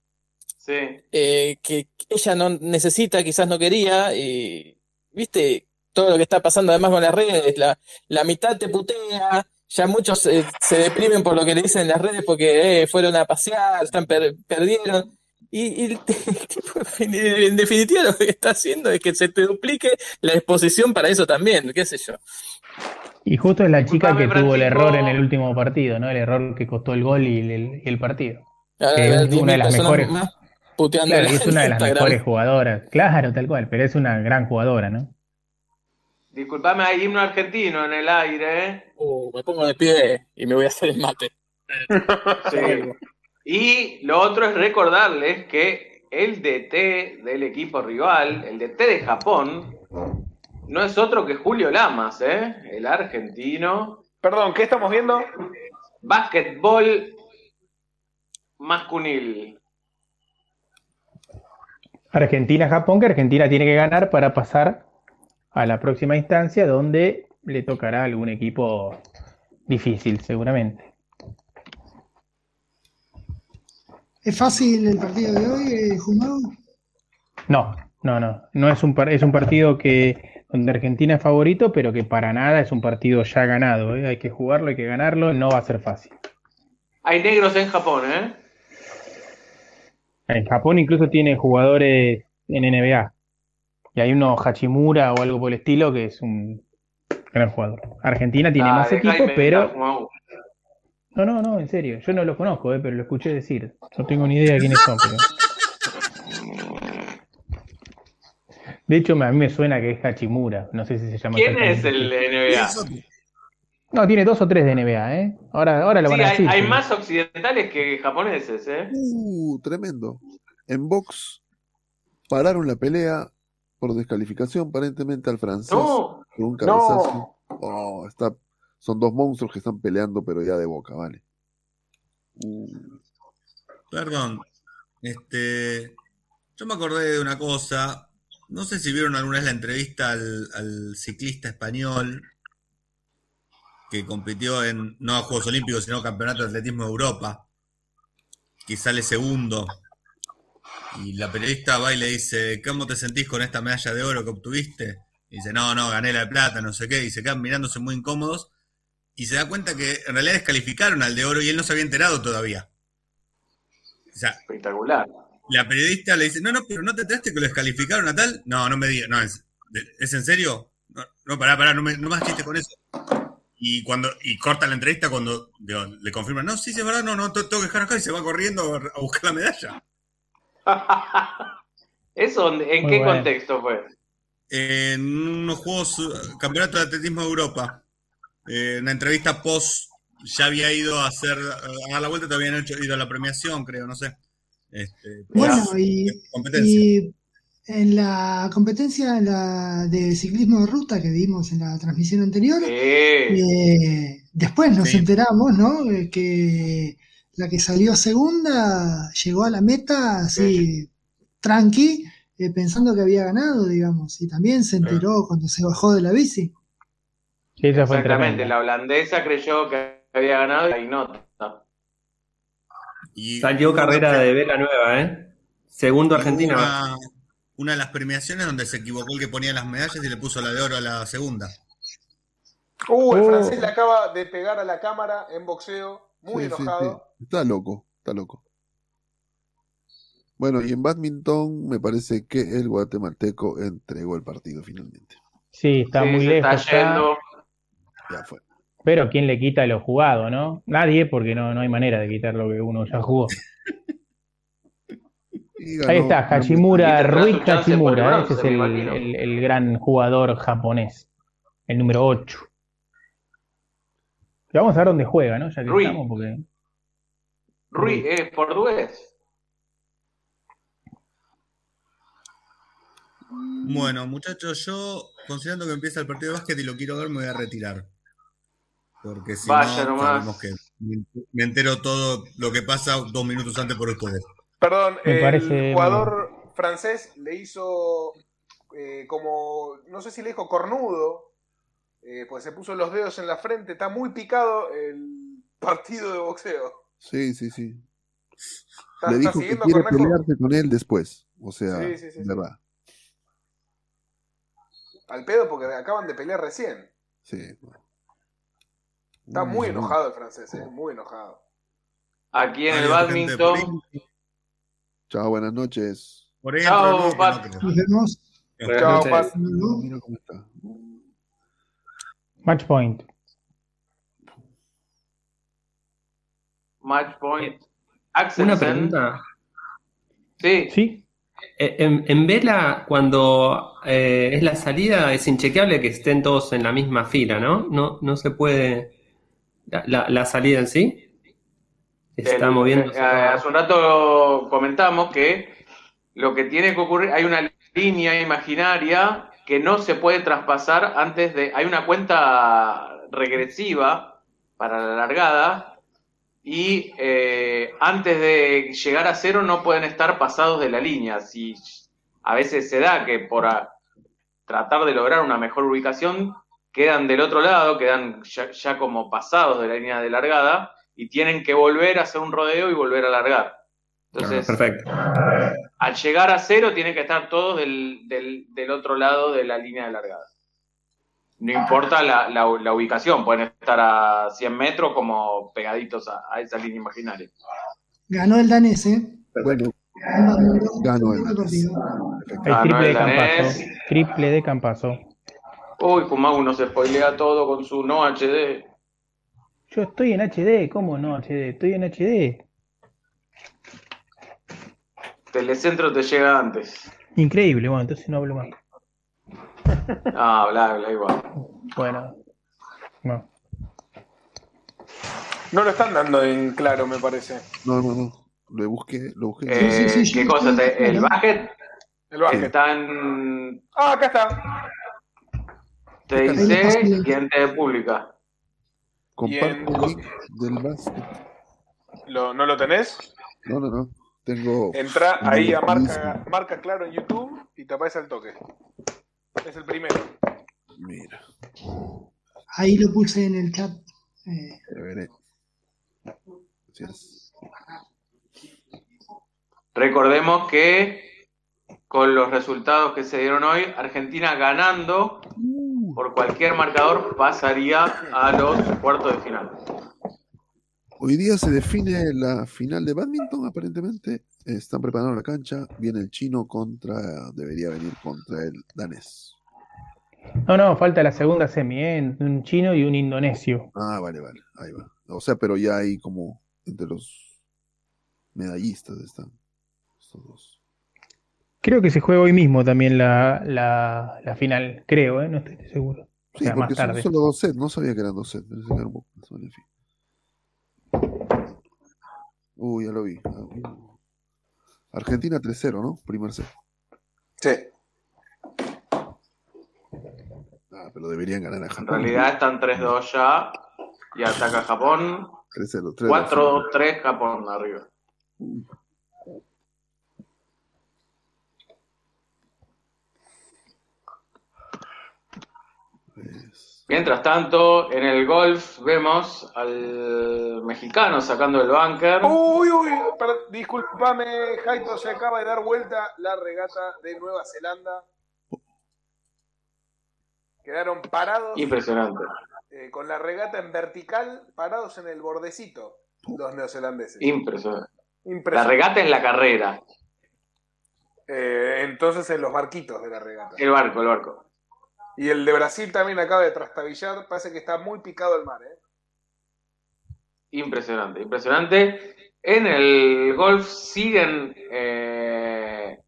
[SPEAKER 9] Sí.
[SPEAKER 4] eh, que ella no necesita, quizás no quería, y viste todo lo que está pasando además con las redes, la, la mitad te putea, ya muchos eh, se deprimen por lo que le dicen en las redes porque eh, fueron a pasear, están per- perdieron. Y, y el t- el tipo, en definitiva, lo que está haciendo es que se te duplique la exposición para eso también, qué sé yo.
[SPEAKER 8] Y justo es la chica que
[SPEAKER 4] Disculpame,
[SPEAKER 8] tuvo el
[SPEAKER 4] Francisco.
[SPEAKER 8] error en el último partido, ¿no? El error que costó el gol y el, el- y el partido.
[SPEAKER 4] Ahora
[SPEAKER 8] Que
[SPEAKER 4] va a haber
[SPEAKER 8] es una de
[SPEAKER 4] 10.000
[SPEAKER 8] las
[SPEAKER 4] personas
[SPEAKER 8] mejores,
[SPEAKER 4] más puteando
[SPEAKER 8] claro,
[SPEAKER 4] en
[SPEAKER 8] y es una de las
[SPEAKER 4] Instagram.
[SPEAKER 8] mejores jugadoras. Claro, tal cual, pero es una gran jugadora, ¿no?
[SPEAKER 9] Disculpame, hay himno argentino en el aire, ¿eh?
[SPEAKER 6] Uh, me pongo de pie y me voy a hacer el mate.
[SPEAKER 9] Sí. Y lo otro es recordarles que el DT del equipo rival, el DT de Japón, no es otro que Julio Lamas, ¿eh? El argentino.
[SPEAKER 7] Perdón, ¿qué estamos viendo?
[SPEAKER 9] Básquetbol masculino.
[SPEAKER 8] Argentina-Japón, que Argentina tiene que ganar para pasar a la próxima instancia donde le tocará algún equipo difícil, seguramente.
[SPEAKER 2] ¿Es fácil el partido de hoy, eh, Jumado?
[SPEAKER 8] No, no, no. No es un par- es un partido que donde Argentina es favorito, pero que para nada es un partido ya ganado. ¿eh? Hay que jugarlo, hay que ganarlo, no va a ser fácil.
[SPEAKER 9] Hay negros en Japón, ¿eh?
[SPEAKER 8] En Japón incluso tiene jugadores en NBA. Y hay uno Hachimura o algo por el estilo que es un gran jugador. Argentina tiene
[SPEAKER 7] Ah,
[SPEAKER 8] más
[SPEAKER 9] deja
[SPEAKER 8] equipos,
[SPEAKER 9] inventar,
[SPEAKER 8] pero
[SPEAKER 9] Jumau.
[SPEAKER 8] No, no, no, en serio. Yo no los conozco, eh, pero lo escuché decir. No tengo ni idea de quiénes son. pero- De hecho, me- a mí me suena que es Hachimura. No sé si se llama.
[SPEAKER 9] ¿Quién es
[SPEAKER 8] exactamente.
[SPEAKER 9] el NBA?
[SPEAKER 8] No, tiene dos o tres de NBA, ¿eh? Ahora, ahora lo
[SPEAKER 9] Sí,
[SPEAKER 8] van a
[SPEAKER 9] hay,
[SPEAKER 8] decir.
[SPEAKER 9] hay
[SPEAKER 8] pero-
[SPEAKER 9] más occidentales que japoneses, ¿eh?
[SPEAKER 1] Uh, tremendo. En box pararon la pelea por descalificación aparentemente al francés
[SPEAKER 9] No.
[SPEAKER 1] por un
[SPEAKER 9] No.
[SPEAKER 1] cabezazo. Oh, está, son dos monstruos que están peleando pero ya de boca, vale. Uh,
[SPEAKER 5] Perdón. Este, yo me acordé de una cosa. No sé si vieron alguna vez la entrevista al, al ciclista español que compitió en, no a Juegos Olímpicos, sino Campeonato de Atletismo de Europa, que sale segundo. Y la periodista va y le dice, ¿cómo te sentís con esta medalla de oro que obtuviste? Y dice, no, no, gané la de plata, no sé qué. Y se quedan mirándose muy incómodos. Y se da cuenta que en realidad descalificaron al de oro y él no se había enterado todavía. O sea,
[SPEAKER 9] Espectacular.
[SPEAKER 5] la periodista le dice, no, no, pero no te enteraste que lo descalificaron a tal. No, no me digas, no, es, ¿es en serio? No, no, pará, pará, no, me, no más chistes con eso. Y cuando, y corta la entrevista cuando digo, le confirman, no, sí, sí, es verdad, no, no, te- tengo que dejar acá y se va corriendo a buscar la medalla.
[SPEAKER 9] ¿Eso en en
[SPEAKER 5] Muy
[SPEAKER 9] qué
[SPEAKER 5] bueno.
[SPEAKER 9] contexto fue?
[SPEAKER 5] En unos juegos, eh, campeonato de atletismo de Europa, eh, en la entrevista post, ya había ido a hacer, eh, a dar la vuelta, te habían hecho, ido a la premiación, creo, no sé. Este,
[SPEAKER 2] Bueno,
[SPEAKER 5] post-
[SPEAKER 2] y,
[SPEAKER 5] competencia.
[SPEAKER 2] y en la competencia la de ciclismo de ruta que vimos en la transmisión anterior, eh, después nos enteramos, ¿no? Eh, Que la que salió segunda llegó a la meta así tranqui, eh, pensando que había ganado, digamos, y también se enteró cuando se bajó de la bici.
[SPEAKER 8] Sí, esa fue
[SPEAKER 9] Exactamente,
[SPEAKER 8] tremenda.
[SPEAKER 9] la holandesa creyó que había ganado y la ignota.
[SPEAKER 19] Salió carrera de vela nueva, ¿eh? Segundo Argentina. va.
[SPEAKER 5] una, una de las premiaciones donde se equivocó el que ponía las medallas y le puso la de oro a la segunda.
[SPEAKER 7] Uh, el
[SPEAKER 5] Oh.
[SPEAKER 7] francés le acaba de pegar a la cámara en boxeo, muy
[SPEAKER 1] Sí, sí,
[SPEAKER 7] enojado.
[SPEAKER 1] sí. Está loco, está loco. Bueno, y en badminton me parece que el guatemalteco entregó el partido finalmente.
[SPEAKER 8] Sí, está
[SPEAKER 9] Sí,
[SPEAKER 8] muy
[SPEAKER 9] se
[SPEAKER 8] lejos.
[SPEAKER 9] está yendo.
[SPEAKER 1] Ya fue.
[SPEAKER 8] Pero ¿quién le quita lo jugado, no? Nadie, porque no, no hay manera de quitar lo que uno ya jugó. Ahí está, Hachimura, Rui Hachimura, ¿eh? ese es el, el- el gran jugador japonés, el número 8. Y vamos a ver dónde juega, ¿no? Ya que
[SPEAKER 9] Rui.
[SPEAKER 8] estamos, porque
[SPEAKER 9] Rui, ¿es portugués?
[SPEAKER 5] Bueno, muchachos, yo considerando que empieza el partido de básquet y lo quiero ver, me voy a retirar. Porque si
[SPEAKER 7] Vaya
[SPEAKER 5] no,
[SPEAKER 7] nomás.
[SPEAKER 5] sabemos que me ent- me entero todo lo que pasa dos minutos antes por ustedes.
[SPEAKER 7] Perdón,
[SPEAKER 5] Me
[SPEAKER 7] el
[SPEAKER 5] parece-
[SPEAKER 7] jugador francés le hizo eh, como, no sé si le dijo cornudo, eh, pues se puso los dedos en la frente, está muy picado el partido de boxeo.
[SPEAKER 1] Sí, sí, sí.
[SPEAKER 7] Está-
[SPEAKER 1] Le
[SPEAKER 7] está
[SPEAKER 1] dijo que
[SPEAKER 7] siguiendo
[SPEAKER 1] quiere
[SPEAKER 7] con Nacho.
[SPEAKER 1] pelearse con él después. O sea,
[SPEAKER 7] Sí, sí, sí, sí.
[SPEAKER 1] verdad.
[SPEAKER 7] Al pedo porque acaban de pelear recién.
[SPEAKER 1] Sí.
[SPEAKER 7] Está
[SPEAKER 9] Mm.
[SPEAKER 7] muy enojado el francés, eh, muy enojado.
[SPEAKER 9] Aquí en el
[SPEAKER 7] Adiós, gente, por
[SPEAKER 9] badminton.
[SPEAKER 1] Chao, buenas noches.
[SPEAKER 5] Por ahí
[SPEAKER 9] Chao,
[SPEAKER 5] entra
[SPEAKER 9] Pat.
[SPEAKER 2] Nos vemos.
[SPEAKER 1] Buenas
[SPEAKER 7] Chao,
[SPEAKER 1] noches.
[SPEAKER 7] Pat.
[SPEAKER 1] Mira cómo está.
[SPEAKER 8] match point.
[SPEAKER 9] Match point. Axelsen.
[SPEAKER 19] Una pregunta.
[SPEAKER 9] Sí.
[SPEAKER 8] Sí.
[SPEAKER 19] Eh, En, en vela, cuando eh, es la salida, es inchequeable que estén todos en la misma fila, ¿no? No, no se puede. La, la- la salida en sí está
[SPEAKER 9] El-
[SPEAKER 19] moviéndose.
[SPEAKER 9] eh, hace un rato comentamos que lo que tiene que ocurrir, hay una línea imaginaria que no se puede traspasar antes de. Hay una cuenta regresiva para la largada y eh, antes de llegar a cero no pueden estar pasados de la línea. Si a veces se da que por a- tratar de lograr una mejor ubicación quedan del otro lado, quedan ya, ya como pasados de la línea de largada y tienen que volver a hacer un rodeo y volver a largar. Entonces,
[SPEAKER 19] Perfecto.
[SPEAKER 9] al llegar a cero tienen que estar todos del, del- del otro lado de la línea de largada. No importa la, la- la ubicación, pueden estar a 100 metros como pegaditos a, a esa línea imaginaria.
[SPEAKER 2] Ganó el danés, ¿eh?
[SPEAKER 1] Bueno, ganó el
[SPEAKER 2] partido.
[SPEAKER 8] El
[SPEAKER 9] Ah, no,
[SPEAKER 8] triple
[SPEAKER 9] el
[SPEAKER 8] de Campazo.
[SPEAKER 9] danés.
[SPEAKER 8] Triple de Campazo.
[SPEAKER 9] Uy, Kumagu nos spoilea todo con su no HD.
[SPEAKER 8] Yo estoy en HD, ¿cómo no HD? Estoy en HD.
[SPEAKER 9] Telecentro te llega antes.
[SPEAKER 8] Increíble, bueno, entonces no hablo más.
[SPEAKER 9] Ah, bla, bla, igual.
[SPEAKER 8] Bueno. No.
[SPEAKER 7] No lo están dando en claro, me parece.
[SPEAKER 1] No, no, no. Lo busqué, lo busqué.
[SPEAKER 9] Eh, ¿Qué cosa? Te- ¿El bucket?
[SPEAKER 7] El básquet.
[SPEAKER 9] Está en
[SPEAKER 7] Ah, acá está.
[SPEAKER 9] TIC y en TV Pública.
[SPEAKER 1] Comparto
[SPEAKER 7] Y
[SPEAKER 1] el
[SPEAKER 7] en-
[SPEAKER 1] link del básquet.
[SPEAKER 7] ¿Lo- ¿No lo tenés?
[SPEAKER 1] No, no, no. Tengo.
[SPEAKER 7] Entra ahí a
[SPEAKER 1] Buenísimo.
[SPEAKER 7] marca, marca claro en YouTube y tapáis al toque. Es el primero.
[SPEAKER 1] Mira,
[SPEAKER 2] Ahí lo puse en el chat. Eh,
[SPEAKER 1] ya veré. Gracias.
[SPEAKER 9] Recordemos que con los resultados que se dieron hoy, Argentina ganando
[SPEAKER 1] Uh,
[SPEAKER 9] por cualquier marcador pasaría a los cuartos de final.
[SPEAKER 1] Hoy día se define la final de badminton, aparentemente. Están preparando la cancha. Viene el chino contra. Debería venir contra el danés.
[SPEAKER 8] No, no, falta la segunda semi, ¿eh? Un chino y un indonesio.
[SPEAKER 1] Ah, vale, vale. Ahí va. O sea, pero ya hay como entre los medallistas están. Estos dos.
[SPEAKER 8] Creo que se juega hoy mismo también la, la, la final, creo, ¿eh? No estoy seguro. O
[SPEAKER 1] Sí,
[SPEAKER 8] sea, más
[SPEAKER 1] porque son
[SPEAKER 8] tarde.
[SPEAKER 1] solo dos sets. No sabía que eran dos sets. Pensé que era un poco más, en fin. Uy, ya lo vi. Ah, uy. Argentina 3-0, ¿no? Primer set.
[SPEAKER 7] Sí.
[SPEAKER 1] Ah, pero deberían ganar a
[SPEAKER 9] En
[SPEAKER 1] Japón.
[SPEAKER 9] realidad están 3-2 ya y ataca Japón.
[SPEAKER 1] 3-0, 3-2.
[SPEAKER 9] 4-3 Japón arriba. Mientras tanto, en el golf vemos al mexicano sacando el bunker.
[SPEAKER 7] Uy, uy, per- disculpame, Jaito, se acaba de dar vuelta la regata de Nueva Zelanda. Quedaron parados.
[SPEAKER 9] Impresionante.
[SPEAKER 7] eh, con la regata en vertical, parados en el bordecito, los neozelandeses.
[SPEAKER 9] Impresionante. La
[SPEAKER 7] Impresionante.
[SPEAKER 9] regata es la carrera.
[SPEAKER 7] Eh, entonces en los barquitos de la regata.
[SPEAKER 9] El barco, el barco.
[SPEAKER 7] Y el de Brasil también acaba de trastabillar, parece que está muy picado el mar, ¿eh?
[SPEAKER 9] Impresionante, impresionante. En el golf siguen eh,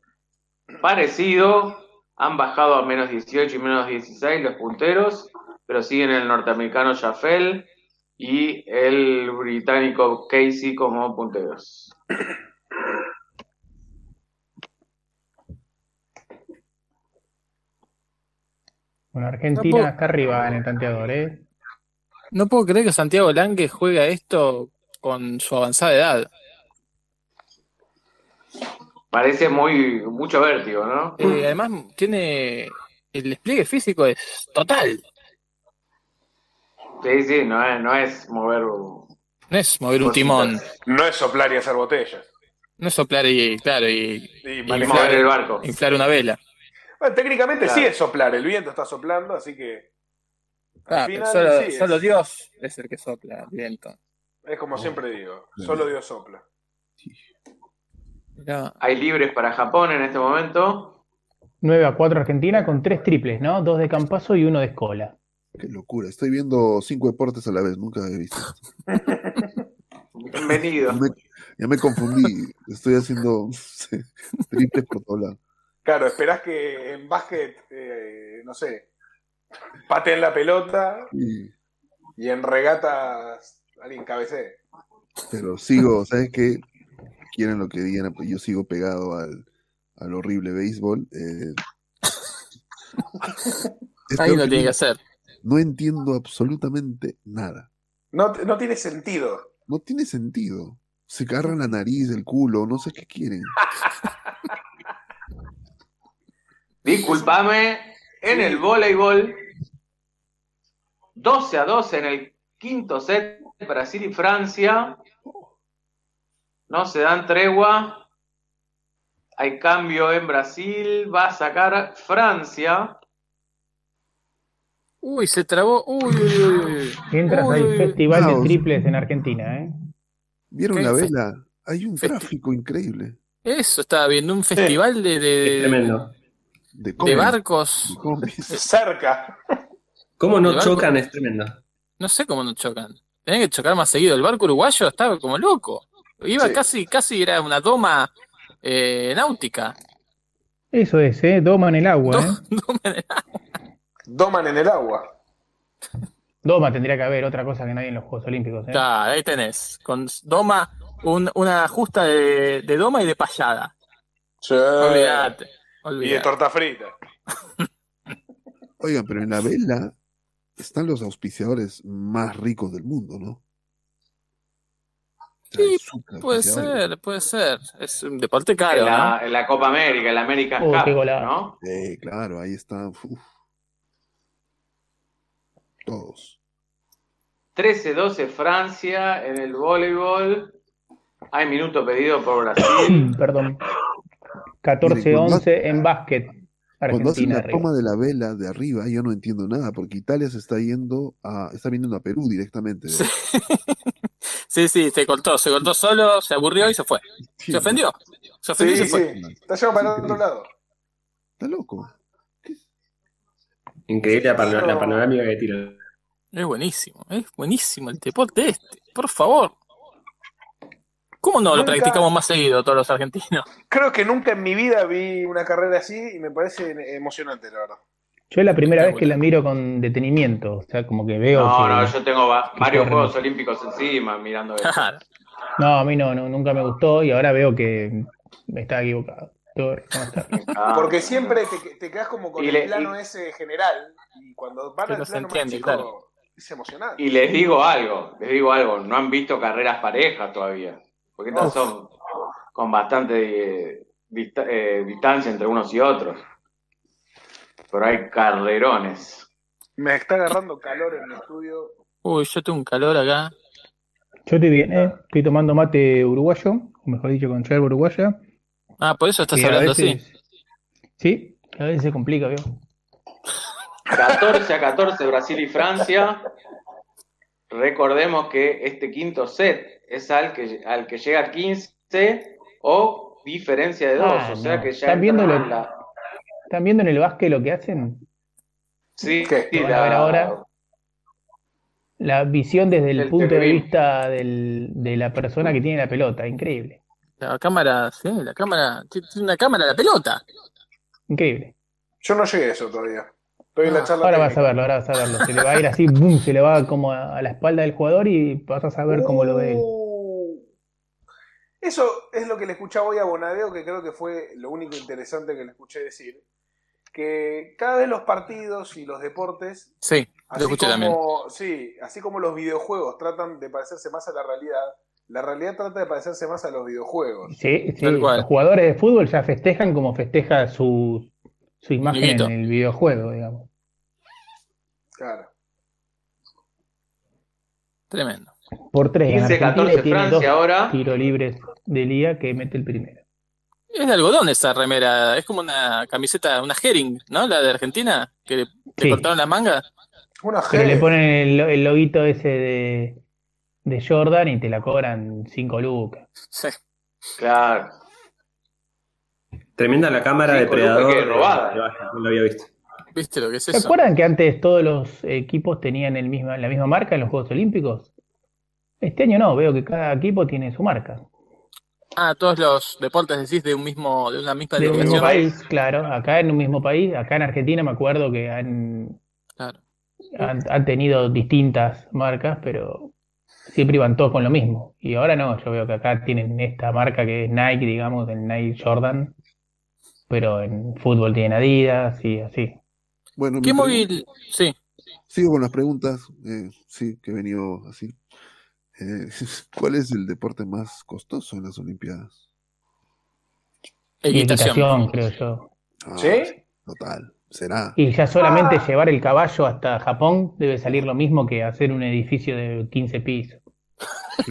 [SPEAKER 9] parecido. Han bajado a menos 18 y menos 16 los punteros, pero siguen el norteamericano Jaffel y el británico Casey como punteros.
[SPEAKER 8] Bueno, Argentina está arriba en el tanteador, ¿eh?
[SPEAKER 6] No puedo creer que Santiago Lange juega esto con su avanzada edad.
[SPEAKER 9] Parece muy mucho vértigo, ¿no?
[SPEAKER 6] Eh, además, tiene. El despliegue físico es total.
[SPEAKER 9] Sí, sí, no es, no es mover un-
[SPEAKER 6] No es mover un timón.
[SPEAKER 7] No es soplar y hacer botellas.
[SPEAKER 6] No es soplar y. Claro, y.
[SPEAKER 7] Y
[SPEAKER 6] inflar-
[SPEAKER 7] manejar el barco.
[SPEAKER 6] Inflar una vela.
[SPEAKER 7] Bueno, técnicamente
[SPEAKER 6] Claro.
[SPEAKER 7] sí es soplar, el viento está soplando, así que
[SPEAKER 6] Ah,
[SPEAKER 7] Al
[SPEAKER 6] pero
[SPEAKER 7] final,
[SPEAKER 6] solo,
[SPEAKER 7] sí, es-
[SPEAKER 6] solo Dios es el que sopla el viento.
[SPEAKER 7] es como siempre digo, solo Dios sopla.
[SPEAKER 9] Hay libres para Japón en este momento.
[SPEAKER 8] 9 a 4 Argentina con tres triples, ¿no? Dos de Campazo y uno de Escola.
[SPEAKER 1] Qué locura. Estoy viendo cinco deportes a la vez. Nunca he visto. esto.
[SPEAKER 9] Bienvenido.
[SPEAKER 1] Me- Ya me confundí. Estoy haciendo triples por todos lados.
[SPEAKER 7] Claro, esperás que en básquet, eh, no sé, pateen la pelota
[SPEAKER 1] Sí,
[SPEAKER 7] y en regatas alguien cabecee.
[SPEAKER 1] pero sigo, ¿sabes qué? Quieren lo que digan, pero yo sigo pegado al, al horrible béisbol. eh. Esta
[SPEAKER 6] Ahí lo tiene que
[SPEAKER 1] película
[SPEAKER 6] hacer.
[SPEAKER 1] No entiendo absolutamente nada.
[SPEAKER 7] No, no tiene sentido.
[SPEAKER 1] No tiene sentido. Se agarran la nariz, el culo, no sé qué quieren.
[SPEAKER 9] Disculpame, en el voleibol, 12 a 12 en el quinto set, Brasil y Francia. No se dan tregua. Hay cambio en Brasil, va a sacar Francia.
[SPEAKER 6] Uy, se trabó. Uy, uy, uy, uy.
[SPEAKER 8] Mientras
[SPEAKER 6] Uy,
[SPEAKER 8] hay
[SPEAKER 6] uy, uy.
[SPEAKER 8] festival
[SPEAKER 1] Caos.
[SPEAKER 8] de triples en Argentina, ¿eh?
[SPEAKER 1] ¿Vieron
[SPEAKER 6] ¿Qué
[SPEAKER 1] la
[SPEAKER 6] fe-
[SPEAKER 1] vela? Hay un
[SPEAKER 6] Este
[SPEAKER 1] tráfico increíble.
[SPEAKER 6] Eso estaba viendo, un festival de, de,
[SPEAKER 19] Es tremendo.
[SPEAKER 1] De,
[SPEAKER 19] combis.
[SPEAKER 6] barcos.
[SPEAKER 7] Cerca.
[SPEAKER 19] ¿Cómo no
[SPEAKER 6] De barco.
[SPEAKER 19] chocan? Es tremendo.
[SPEAKER 6] No sé cómo no chocan. Tenían que chocar más seguido. El barco uruguayo estaba como loco. Iba
[SPEAKER 8] Sí.
[SPEAKER 6] casi, casi era una doma eh, náutica.
[SPEAKER 8] Eso es, ¿eh? Doma en el agua, ¿eh?
[SPEAKER 7] Doman en el agua.
[SPEAKER 8] Doma tendría que haber, otra cosa que nadie en los Juegos Olímpicos, ¿eh?
[SPEAKER 6] Está, ahí tenés. Con doma, un- una justa de, de doma y de payada. Olvídate.
[SPEAKER 7] Y de
[SPEAKER 6] olvídate.
[SPEAKER 7] torta frita.
[SPEAKER 1] Oigan, pero en la vela están los auspiciadores más ricos del mundo, ¿no?
[SPEAKER 6] Sí,
[SPEAKER 1] Azúcar,
[SPEAKER 6] puede
[SPEAKER 1] payada.
[SPEAKER 6] ser, puede ser. Es un deporte caro,
[SPEAKER 9] en, la,
[SPEAKER 6] ¿no?
[SPEAKER 9] en la Copa América, en la América
[SPEAKER 6] Oh,
[SPEAKER 9] Cup,
[SPEAKER 6] qué
[SPEAKER 1] golazo.
[SPEAKER 9] ¿no?
[SPEAKER 1] Sí, claro, ahí están. uf. Todos.
[SPEAKER 9] 13-12 Francia en el voleibol. Hay minuto pedido por Brasil.
[SPEAKER 8] Perdón. 14-11 en básquet.
[SPEAKER 1] Cuando hacen
[SPEAKER 8] Argentina
[SPEAKER 1] la
[SPEAKER 8] arriba.
[SPEAKER 1] toma de la vela de arriba, yo no entiendo nada, porque Italia se está yendo a, está viniendo a Perú directamente.
[SPEAKER 6] Sí, sí, se cortó, se cortó solo, se aburrió y se fue. Se ofendió. Se ofendió y
[SPEAKER 7] Sí,
[SPEAKER 6] se fue.
[SPEAKER 7] sí. Está yendo para el otro lado.
[SPEAKER 1] Está loco.
[SPEAKER 19] Increíble la, pano- la panorámica que tira.
[SPEAKER 6] Es buenísimo, es buenísimo el deporte este, por favor. ¿Cómo no lo
[SPEAKER 7] Nunca-
[SPEAKER 6] practicamos más seguido todos los argentinos?
[SPEAKER 7] Creo que nunca en mi vida vi una carrera así y me parece emocionante, la verdad.
[SPEAKER 8] Yo es la primera vez que la miro con detenimiento, o sea, como que veo
[SPEAKER 9] No,
[SPEAKER 8] que-
[SPEAKER 9] no, yo tengo va-
[SPEAKER 8] que
[SPEAKER 9] varios
[SPEAKER 8] corren.
[SPEAKER 9] Juegos Olímpicos encima mirando eso.
[SPEAKER 8] No, a mí no, no, nunca me gustó y ahora veo que me estaba equivocado. Tengo que reconocer.
[SPEAKER 7] Porque siempre te, te quedas como con
[SPEAKER 9] Y
[SPEAKER 7] el
[SPEAKER 9] le-
[SPEAKER 7] plano ese general y cuando van
[SPEAKER 6] Que
[SPEAKER 7] al
[SPEAKER 6] no se
[SPEAKER 7] plano más
[SPEAKER 6] entiende,
[SPEAKER 7] chico
[SPEAKER 6] claro.
[SPEAKER 7] es emocionante.
[SPEAKER 9] Y les digo algo, les digo algo, no han visto carreras parejas todavía. Porque estas
[SPEAKER 7] Uf.
[SPEAKER 9] son con bastante eh, dista- eh, distancia entre unos y otros. Pero hay carrerones.
[SPEAKER 7] Me está agarrando calor en el estudio.
[SPEAKER 6] Uy, yo tengo un calor acá.
[SPEAKER 8] Yo estoy bien, ¿eh? Estoy tomando mate uruguayo, o mejor dicho, con yerba uruguaya.
[SPEAKER 6] Ah, por eso estás
[SPEAKER 8] que a
[SPEAKER 6] hablando
[SPEAKER 8] veces-
[SPEAKER 6] así.
[SPEAKER 8] Sí, a veces se complica, veo.
[SPEAKER 9] 14 a 14 Brasil y Francia. Recordemos que este quinto set es al que, al que llega 15 o diferencia de dos.
[SPEAKER 8] Ah,
[SPEAKER 9] o sea
[SPEAKER 8] no.
[SPEAKER 9] que ya
[SPEAKER 8] ¿Están viendo
[SPEAKER 9] entramos
[SPEAKER 8] lo-
[SPEAKER 9] en la-
[SPEAKER 8] ¿Están viendo en el básquet lo que hacen?
[SPEAKER 9] Sí, sí,
[SPEAKER 8] Lo van a ver
[SPEAKER 9] la-
[SPEAKER 8] ahora. La visión desde el
[SPEAKER 6] El
[SPEAKER 8] punto de
[SPEAKER 6] terrorismo.
[SPEAKER 8] vista del- de la persona que tiene la pelota, increíble,
[SPEAKER 6] La cámara, sí, la cámara. Tiene una cámara, la pelota.
[SPEAKER 8] increíble.
[SPEAKER 7] Yo no llegué a eso todavía. Estoy en la charla.
[SPEAKER 8] Ahora vas
[SPEAKER 7] técnica.
[SPEAKER 8] a verlo, ahora vas a verlo. Se le va a ir así, boom, se le va como a, a la espalda del jugador y vas a saber cómo lo ve él.
[SPEAKER 7] Uh. Eso es lo que le escuchaba hoy a Bonadeo, que creo que fue lo único interesante que le escuché decir. Que cada vez los partidos y los deportes
[SPEAKER 6] Sí, lo
[SPEAKER 7] Así
[SPEAKER 6] escuché también.
[SPEAKER 7] como, sí, así como los videojuegos tratan de parecerse más a la realidad, la realidad trata de parecerse más a los videojuegos.
[SPEAKER 8] Sí, sí, los jugadores de fútbol ya festejan como festeja su, su imagen
[SPEAKER 7] Muñequito.
[SPEAKER 8] en el videojuego, digamos.
[SPEAKER 7] Claro.
[SPEAKER 6] Tremendo.
[SPEAKER 8] Por tres, en
[SPEAKER 6] 15,
[SPEAKER 8] Argentina
[SPEAKER 6] 14
[SPEAKER 8] tiene
[SPEAKER 6] Francia
[SPEAKER 8] dos
[SPEAKER 6] ahora.
[SPEAKER 8] tiros libres de Lía que mete el primero.
[SPEAKER 6] Es de algodón esa remera, es como una camiseta, una herring, ¿no? La de Argentina, que le, le
[SPEAKER 8] Sí.
[SPEAKER 6] cortaron las mangas.
[SPEAKER 7] Una
[SPEAKER 8] Pero le ponen el, el loguito ese de, de Jordan y te la cobran cinco lucas.
[SPEAKER 9] Claro.
[SPEAKER 19] Tremenda la cámara
[SPEAKER 6] Sí,
[SPEAKER 19] de
[SPEAKER 6] con lupa
[SPEAKER 19] Predador.
[SPEAKER 6] que es
[SPEAKER 19] de-
[SPEAKER 6] robada. eh.
[SPEAKER 19] de Baja, no lo había visto.
[SPEAKER 6] ¿Viste lo que es
[SPEAKER 8] ¿Se
[SPEAKER 6] eso?
[SPEAKER 8] acuerdan que antes todos los equipos tenían el misma, la misma marca en los Juegos Olímpicos? Este año no, veo que cada equipo tiene su marca.
[SPEAKER 6] Ah, todos los deportes decís de un mismo, de una misma
[SPEAKER 8] De un mismo
[SPEAKER 6] delegación.
[SPEAKER 8] país, claro. Acá en un mismo país, acá en Argentina me acuerdo que han,
[SPEAKER 6] Claro.
[SPEAKER 8] han, han tenido distintas marcas, pero siempre iban todos con lo mismo. Y ahora no, yo veo que acá tienen esta marca que es Nike, digamos, el Nike Jordan, pero en fútbol tienen Adidas y así.
[SPEAKER 1] Bueno,
[SPEAKER 6] ¿Qué
[SPEAKER 1] mi pregu-
[SPEAKER 6] móvil? Sí.
[SPEAKER 1] Sigo con las preguntas. eh, sí, que he venido así. Eh, ¿Cuál es el deporte más costoso en las Olimpiadas?
[SPEAKER 8] Y equitación, creo yo.
[SPEAKER 1] Ah,
[SPEAKER 8] ¿Sí?
[SPEAKER 1] Total. Será.
[SPEAKER 8] Y ya solamente llevar el caballo hasta Japón debe salir lo mismo que hacer un edificio de 15 pisos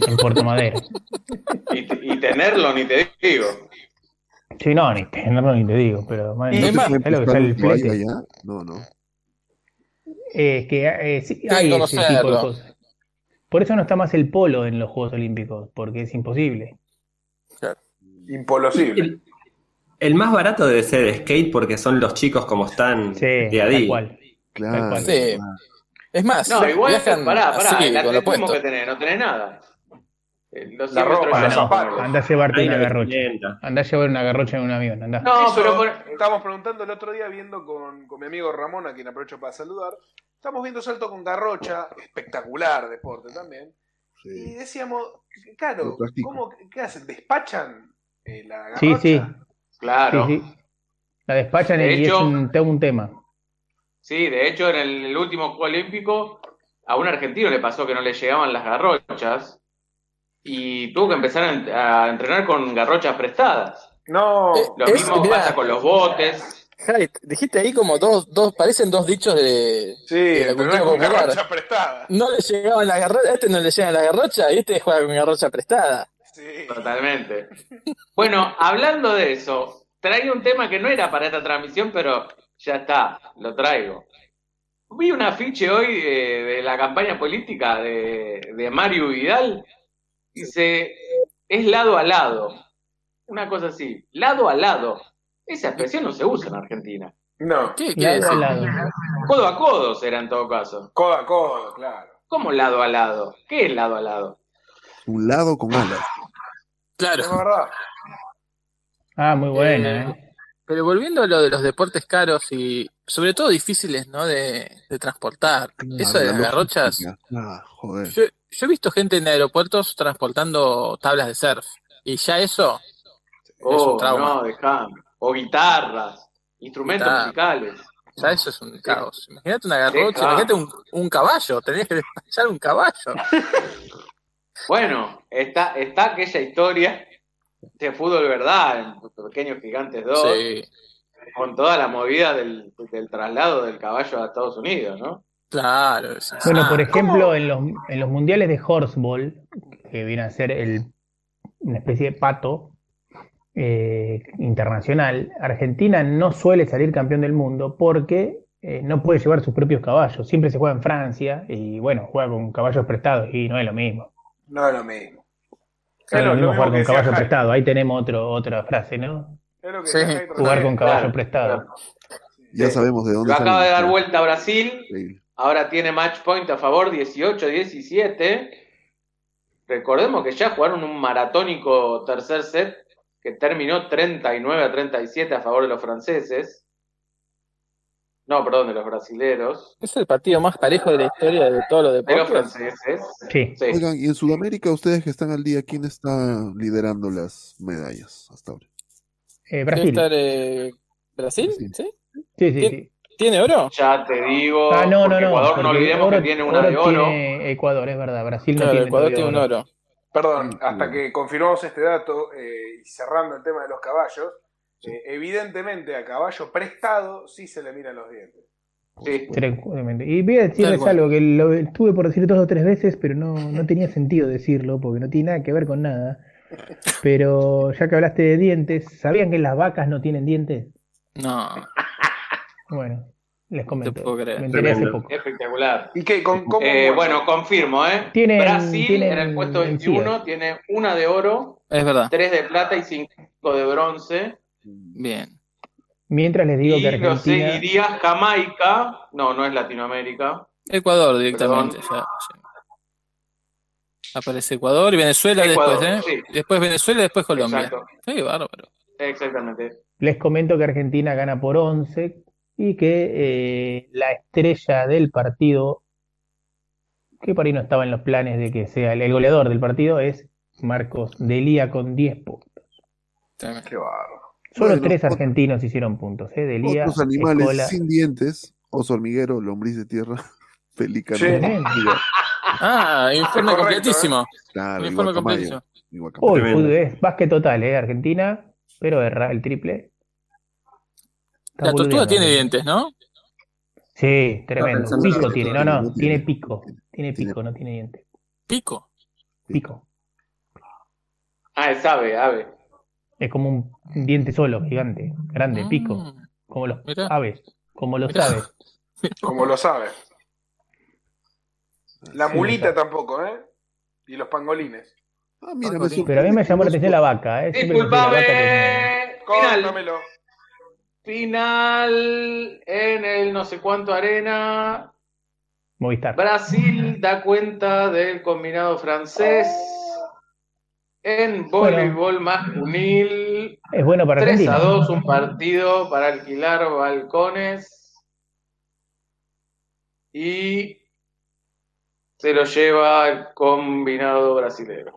[SPEAKER 8] en Puerto Madero.
[SPEAKER 9] Y, y tenerlo, ni te digo.
[SPEAKER 8] Sí, no, ni te, no, ni te digo, pero madre
[SPEAKER 1] ¿No
[SPEAKER 8] mía,
[SPEAKER 1] te pueden
[SPEAKER 8] ¿sabes lo que
[SPEAKER 1] prestar
[SPEAKER 8] sale
[SPEAKER 1] un
[SPEAKER 8] el
[SPEAKER 1] caballo
[SPEAKER 8] flete?
[SPEAKER 1] allá? No, no.
[SPEAKER 8] Eh, que eh, sí,
[SPEAKER 6] que
[SPEAKER 8] hay ese
[SPEAKER 6] conocerlo.
[SPEAKER 8] tipo de cosas. Por eso no está más el polo en los Juegos Olímpicos, porque es imposible.
[SPEAKER 7] Imposible.
[SPEAKER 19] El más barato debe ser skate porque son los chicos como están de
[SPEAKER 8] tal
[SPEAKER 19] Adi.
[SPEAKER 8] cual.
[SPEAKER 1] Claro.
[SPEAKER 19] cual.
[SPEAKER 6] Sí. Es más,
[SPEAKER 9] No, igual,
[SPEAKER 6] viajan
[SPEAKER 9] pará, pará,
[SPEAKER 6] así,
[SPEAKER 9] el
[SPEAKER 6] con lo
[SPEAKER 9] atletismo
[SPEAKER 6] puesto.
[SPEAKER 9] que tenés, no tenés nada. Eh, Los
[SPEAKER 6] La
[SPEAKER 9] 100
[SPEAKER 6] ropa,
[SPEAKER 9] metros
[SPEAKER 8] Anda,
[SPEAKER 9] llanos.
[SPEAKER 8] anda a llevarte
[SPEAKER 9] Ahí
[SPEAKER 8] una
[SPEAKER 9] la
[SPEAKER 8] garrocha. Anda a llevar una garrocha en un avión, anda.
[SPEAKER 7] Eso estábamos preguntando el otro día, viendo con, con mi amigo Ramón, a quien aprovecho para saludar. Estamos viendo salto con garrocha, espectacular deporte también. Y decíamos, claro,
[SPEAKER 8] Lo practico.
[SPEAKER 7] ¿cómo, ¿qué hacen? ¿Despachan eh, la garrocha?
[SPEAKER 8] Sí, sí.
[SPEAKER 9] Claro.
[SPEAKER 8] Sí, sí. La despachan
[SPEAKER 9] De
[SPEAKER 8] y es
[SPEAKER 9] hecho-
[SPEAKER 8] un, te- un tema.
[SPEAKER 9] Sí, de hecho, en el, el último Juego Olímpico, a un argentino le pasó que no le llegaban las garrochas y tuvo que empezar a en- a entrenar con garrochas prestadas.
[SPEAKER 7] No.
[SPEAKER 9] Lo
[SPEAKER 6] Eh, es-
[SPEAKER 9] mismo
[SPEAKER 6] mirá.
[SPEAKER 9] pasa con los botes.
[SPEAKER 6] Jai, dijiste ahí como dos, dos, parecen dos dichos de, de la cultura
[SPEAKER 9] con
[SPEAKER 6] popular.
[SPEAKER 9] garrocha
[SPEAKER 6] No le llegaban la garrocha, a este no le llegan la garrocha y este juega con garrocha prestada.
[SPEAKER 9] Totalmente. Bueno, hablando de eso, traigo un tema que no era para esta transmisión, pero ya está, lo traigo. Vi un afiche hoy de, de la campaña política de, de Mario Vidal. Dice, es lado a lado. Una cosa así, lado a lado. Esa expresión no se usa en Argentina.
[SPEAKER 7] No.
[SPEAKER 6] ¿Qué
[SPEAKER 9] quiere Lado a decir? lado. Codo a codo será en todo caso.
[SPEAKER 7] Codo a codo, claro.
[SPEAKER 9] ¿Cómo lado a lado? ¿Qué es lado a lado?
[SPEAKER 1] Un lado con alas.
[SPEAKER 6] Claro.
[SPEAKER 8] Ah, muy buena, ¿eh?
[SPEAKER 6] Pero volviendo a lo de los deportes caros y sobre todo difíciles, ¿no? De, de transportar. Eso de las garrochas.
[SPEAKER 1] Ah, joder.
[SPEAKER 6] Yo, yo he visto gente en aeropuertos transportando tablas de surf. Y ya eso es
[SPEAKER 9] Oh,
[SPEAKER 6] un trauma.
[SPEAKER 9] no, dejame. O guitarras, instrumentos
[SPEAKER 6] Guitarra.
[SPEAKER 9] musicales.
[SPEAKER 6] Ya eso es un caos. Imagínate una garrocha,
[SPEAKER 9] eh, Sí, claro.
[SPEAKER 6] imagínate un, un caballo. Tenías que despachar un caballo.
[SPEAKER 9] Bueno, está, está aquella historia de fútbol verdad, en Pequeños Gigantes 2,
[SPEAKER 6] Sí.
[SPEAKER 9] con toda la movida del, del traslado del caballo a Estados Unidos, ¿no?
[SPEAKER 6] Claro.
[SPEAKER 8] Bueno,
[SPEAKER 9] Ah,
[SPEAKER 8] por ejemplo, en los, en los mundiales de horseball, que viene a ser el, una especie de pato eh, internacional, Argentina no suele salir campeón del mundo porque eh, no puede llevar sus propios caballos. Siempre se juega en Francia y bueno, juega con caballos prestados y no es lo mismo.
[SPEAKER 7] No es lo mismo.
[SPEAKER 8] No es lo
[SPEAKER 7] Claro, lo
[SPEAKER 8] mismo
[SPEAKER 7] mismo
[SPEAKER 8] jugar
[SPEAKER 7] que
[SPEAKER 8] con
[SPEAKER 7] decía
[SPEAKER 8] caballo
[SPEAKER 7] Jaime.
[SPEAKER 8] prestado. Ahí tenemos otro, otra frase, ¿no?
[SPEAKER 7] Es lo que
[SPEAKER 6] Sí.
[SPEAKER 7] decía Jaime
[SPEAKER 8] Jugar con
[SPEAKER 7] recién.
[SPEAKER 8] caballo prestado.
[SPEAKER 1] Ya sabemos de dónde
[SPEAKER 9] Lo acaba de
[SPEAKER 1] salen.
[SPEAKER 9] dar vuelta a Brasil,
[SPEAKER 1] Increíble.
[SPEAKER 9] ahora tiene match point a favor 18-17. Recordemos que ya jugaron un maratónico tercer set que terminó 39 a 37 a favor de los franceses. No, perdón, de los brasileros.
[SPEAKER 6] Es el partido más parejo de la historia de todos los
[SPEAKER 9] De los
[SPEAKER 6] deportes.
[SPEAKER 9] franceses.
[SPEAKER 1] Oigan, y en Sudamérica, ustedes que están al día, ¿quién está liderando las medallas hasta ahora?
[SPEAKER 8] Eh,
[SPEAKER 6] Debe
[SPEAKER 8] Brasil.
[SPEAKER 6] estar, eh, ¿Brasil? ¿Sí?
[SPEAKER 8] Sí, sí,
[SPEAKER 6] ¿Tien-
[SPEAKER 8] sí.
[SPEAKER 6] ¿Tiene oro?
[SPEAKER 9] Ya te digo.
[SPEAKER 8] Ah, no, no, no.
[SPEAKER 9] Ecuador, no
[SPEAKER 8] porque
[SPEAKER 9] olvidemos
[SPEAKER 8] oro-
[SPEAKER 9] que tiene una de oro.
[SPEAKER 8] tiene Ecuador, es verdad. Brasil no
[SPEAKER 6] Claro,
[SPEAKER 8] tiene
[SPEAKER 6] Ecuador
[SPEAKER 8] todavía
[SPEAKER 6] tiene un oro.
[SPEAKER 7] Perdón, hasta que confirmamos este dato eh, y cerrando el tema de los caballos, eh, evidentemente a caballo prestado sí se le miran los dientes.
[SPEAKER 8] Tremendo. Y voy a decirles
[SPEAKER 7] Tal cual.
[SPEAKER 8] algo que lo estuve por decir dos o tres veces, pero no, no tenía sentido decirlo porque no tiene nada que ver con nada. Pero ya que hablaste de dientes, ¿sabían que las vacas no tienen dientes?
[SPEAKER 6] No.
[SPEAKER 8] Bueno, les comento.
[SPEAKER 6] Te puedo creer.
[SPEAKER 8] Me enteré hace poco.
[SPEAKER 9] Espectacular.
[SPEAKER 7] ¿Y qué? ¿Con, cómo muere?
[SPEAKER 9] Eh, bueno, confirmo, ¿eh?
[SPEAKER 8] Tienen-
[SPEAKER 9] Brasil
[SPEAKER 8] tienen
[SPEAKER 9] en el puesto
[SPEAKER 8] encías.
[SPEAKER 9] 21 tiene una de oro,
[SPEAKER 6] Es verdad.
[SPEAKER 9] tres de plata y cinco de bronce.
[SPEAKER 6] Bien.
[SPEAKER 8] Mientras les digo
[SPEAKER 9] Y
[SPEAKER 8] que
[SPEAKER 9] lo
[SPEAKER 8] Argentina.
[SPEAKER 9] seguiría Jamaica. No, no es Latinoamérica.
[SPEAKER 6] Ecuador directamente. ya, sí. Aparece Ecuador y Venezuela
[SPEAKER 9] Ecuador,
[SPEAKER 6] después, ¿eh?
[SPEAKER 9] sí.
[SPEAKER 6] Después Venezuela y después Colombia.
[SPEAKER 9] Exacto.
[SPEAKER 6] Sí, bárbaro.
[SPEAKER 9] Exactamente.
[SPEAKER 8] Les comento que Argentina gana por 11 y que eh, la estrella del partido, que por ahí no estaba en los planes de que sea el, el goleador del partido, es Marcos Delía con 10 puntos.
[SPEAKER 16] Qué barro.
[SPEAKER 8] Solo
[SPEAKER 16] Bueno,
[SPEAKER 4] pues
[SPEAKER 8] tres argentinos hicieron puntos, ¿eh? Delía,
[SPEAKER 16] Otros animales
[SPEAKER 8] Escola.
[SPEAKER 16] sin dientes, oso hormiguero, lombriz de tierra, pelícano.
[SPEAKER 8] Sí.
[SPEAKER 6] Ah, informe
[SPEAKER 16] Correcto,
[SPEAKER 6] completísimo.
[SPEAKER 16] Claro,
[SPEAKER 6] Un
[SPEAKER 16] y
[SPEAKER 6] informe
[SPEAKER 16] guacamayo.
[SPEAKER 6] completísimo.
[SPEAKER 16] Y guacamayo.
[SPEAKER 8] Hoy fútbol es básquet total, ¿eh? Argentina, pero erra el triple. Está
[SPEAKER 6] La tortuga
[SPEAKER 8] boludeando.
[SPEAKER 6] tiene dientes, ¿no?
[SPEAKER 8] Sí, tremendo.
[SPEAKER 6] pensando en
[SPEAKER 8] Pico
[SPEAKER 6] la
[SPEAKER 8] tiene, no,
[SPEAKER 6] tortuga,
[SPEAKER 8] no,
[SPEAKER 6] no
[SPEAKER 8] tiene pico. Tiene pico, no tiene diente.
[SPEAKER 6] Pico.
[SPEAKER 8] Pico.
[SPEAKER 9] Ah, es ave, ave.
[SPEAKER 8] Es como un un diente solo, gigante, grande,
[SPEAKER 6] Ah,
[SPEAKER 8] pico. Como los aves. Como los
[SPEAKER 7] Mirá.
[SPEAKER 8] aves.
[SPEAKER 7] Como lo sabe. La
[SPEAKER 8] Sí,
[SPEAKER 7] mulita
[SPEAKER 8] lo sabe.
[SPEAKER 7] tampoco, ¿eh? Y los pangolines.
[SPEAKER 16] Ah,
[SPEAKER 7] mira,
[SPEAKER 8] Pero a mí me llamó la atención la vaca, ¿eh? Siempre pensé que la vaca tenía-
[SPEAKER 7] Córtamelo.
[SPEAKER 9] Final en el no sé cuánto arena.
[SPEAKER 8] Movistar.
[SPEAKER 9] Brasil da cuenta del combinado francés. En voleibol masculino.
[SPEAKER 8] Es bueno para
[SPEAKER 9] 3 a
[SPEAKER 8] Argentina.
[SPEAKER 9] 2, un partido para alquilar balcones. Y se lo lleva el combinado brasileño.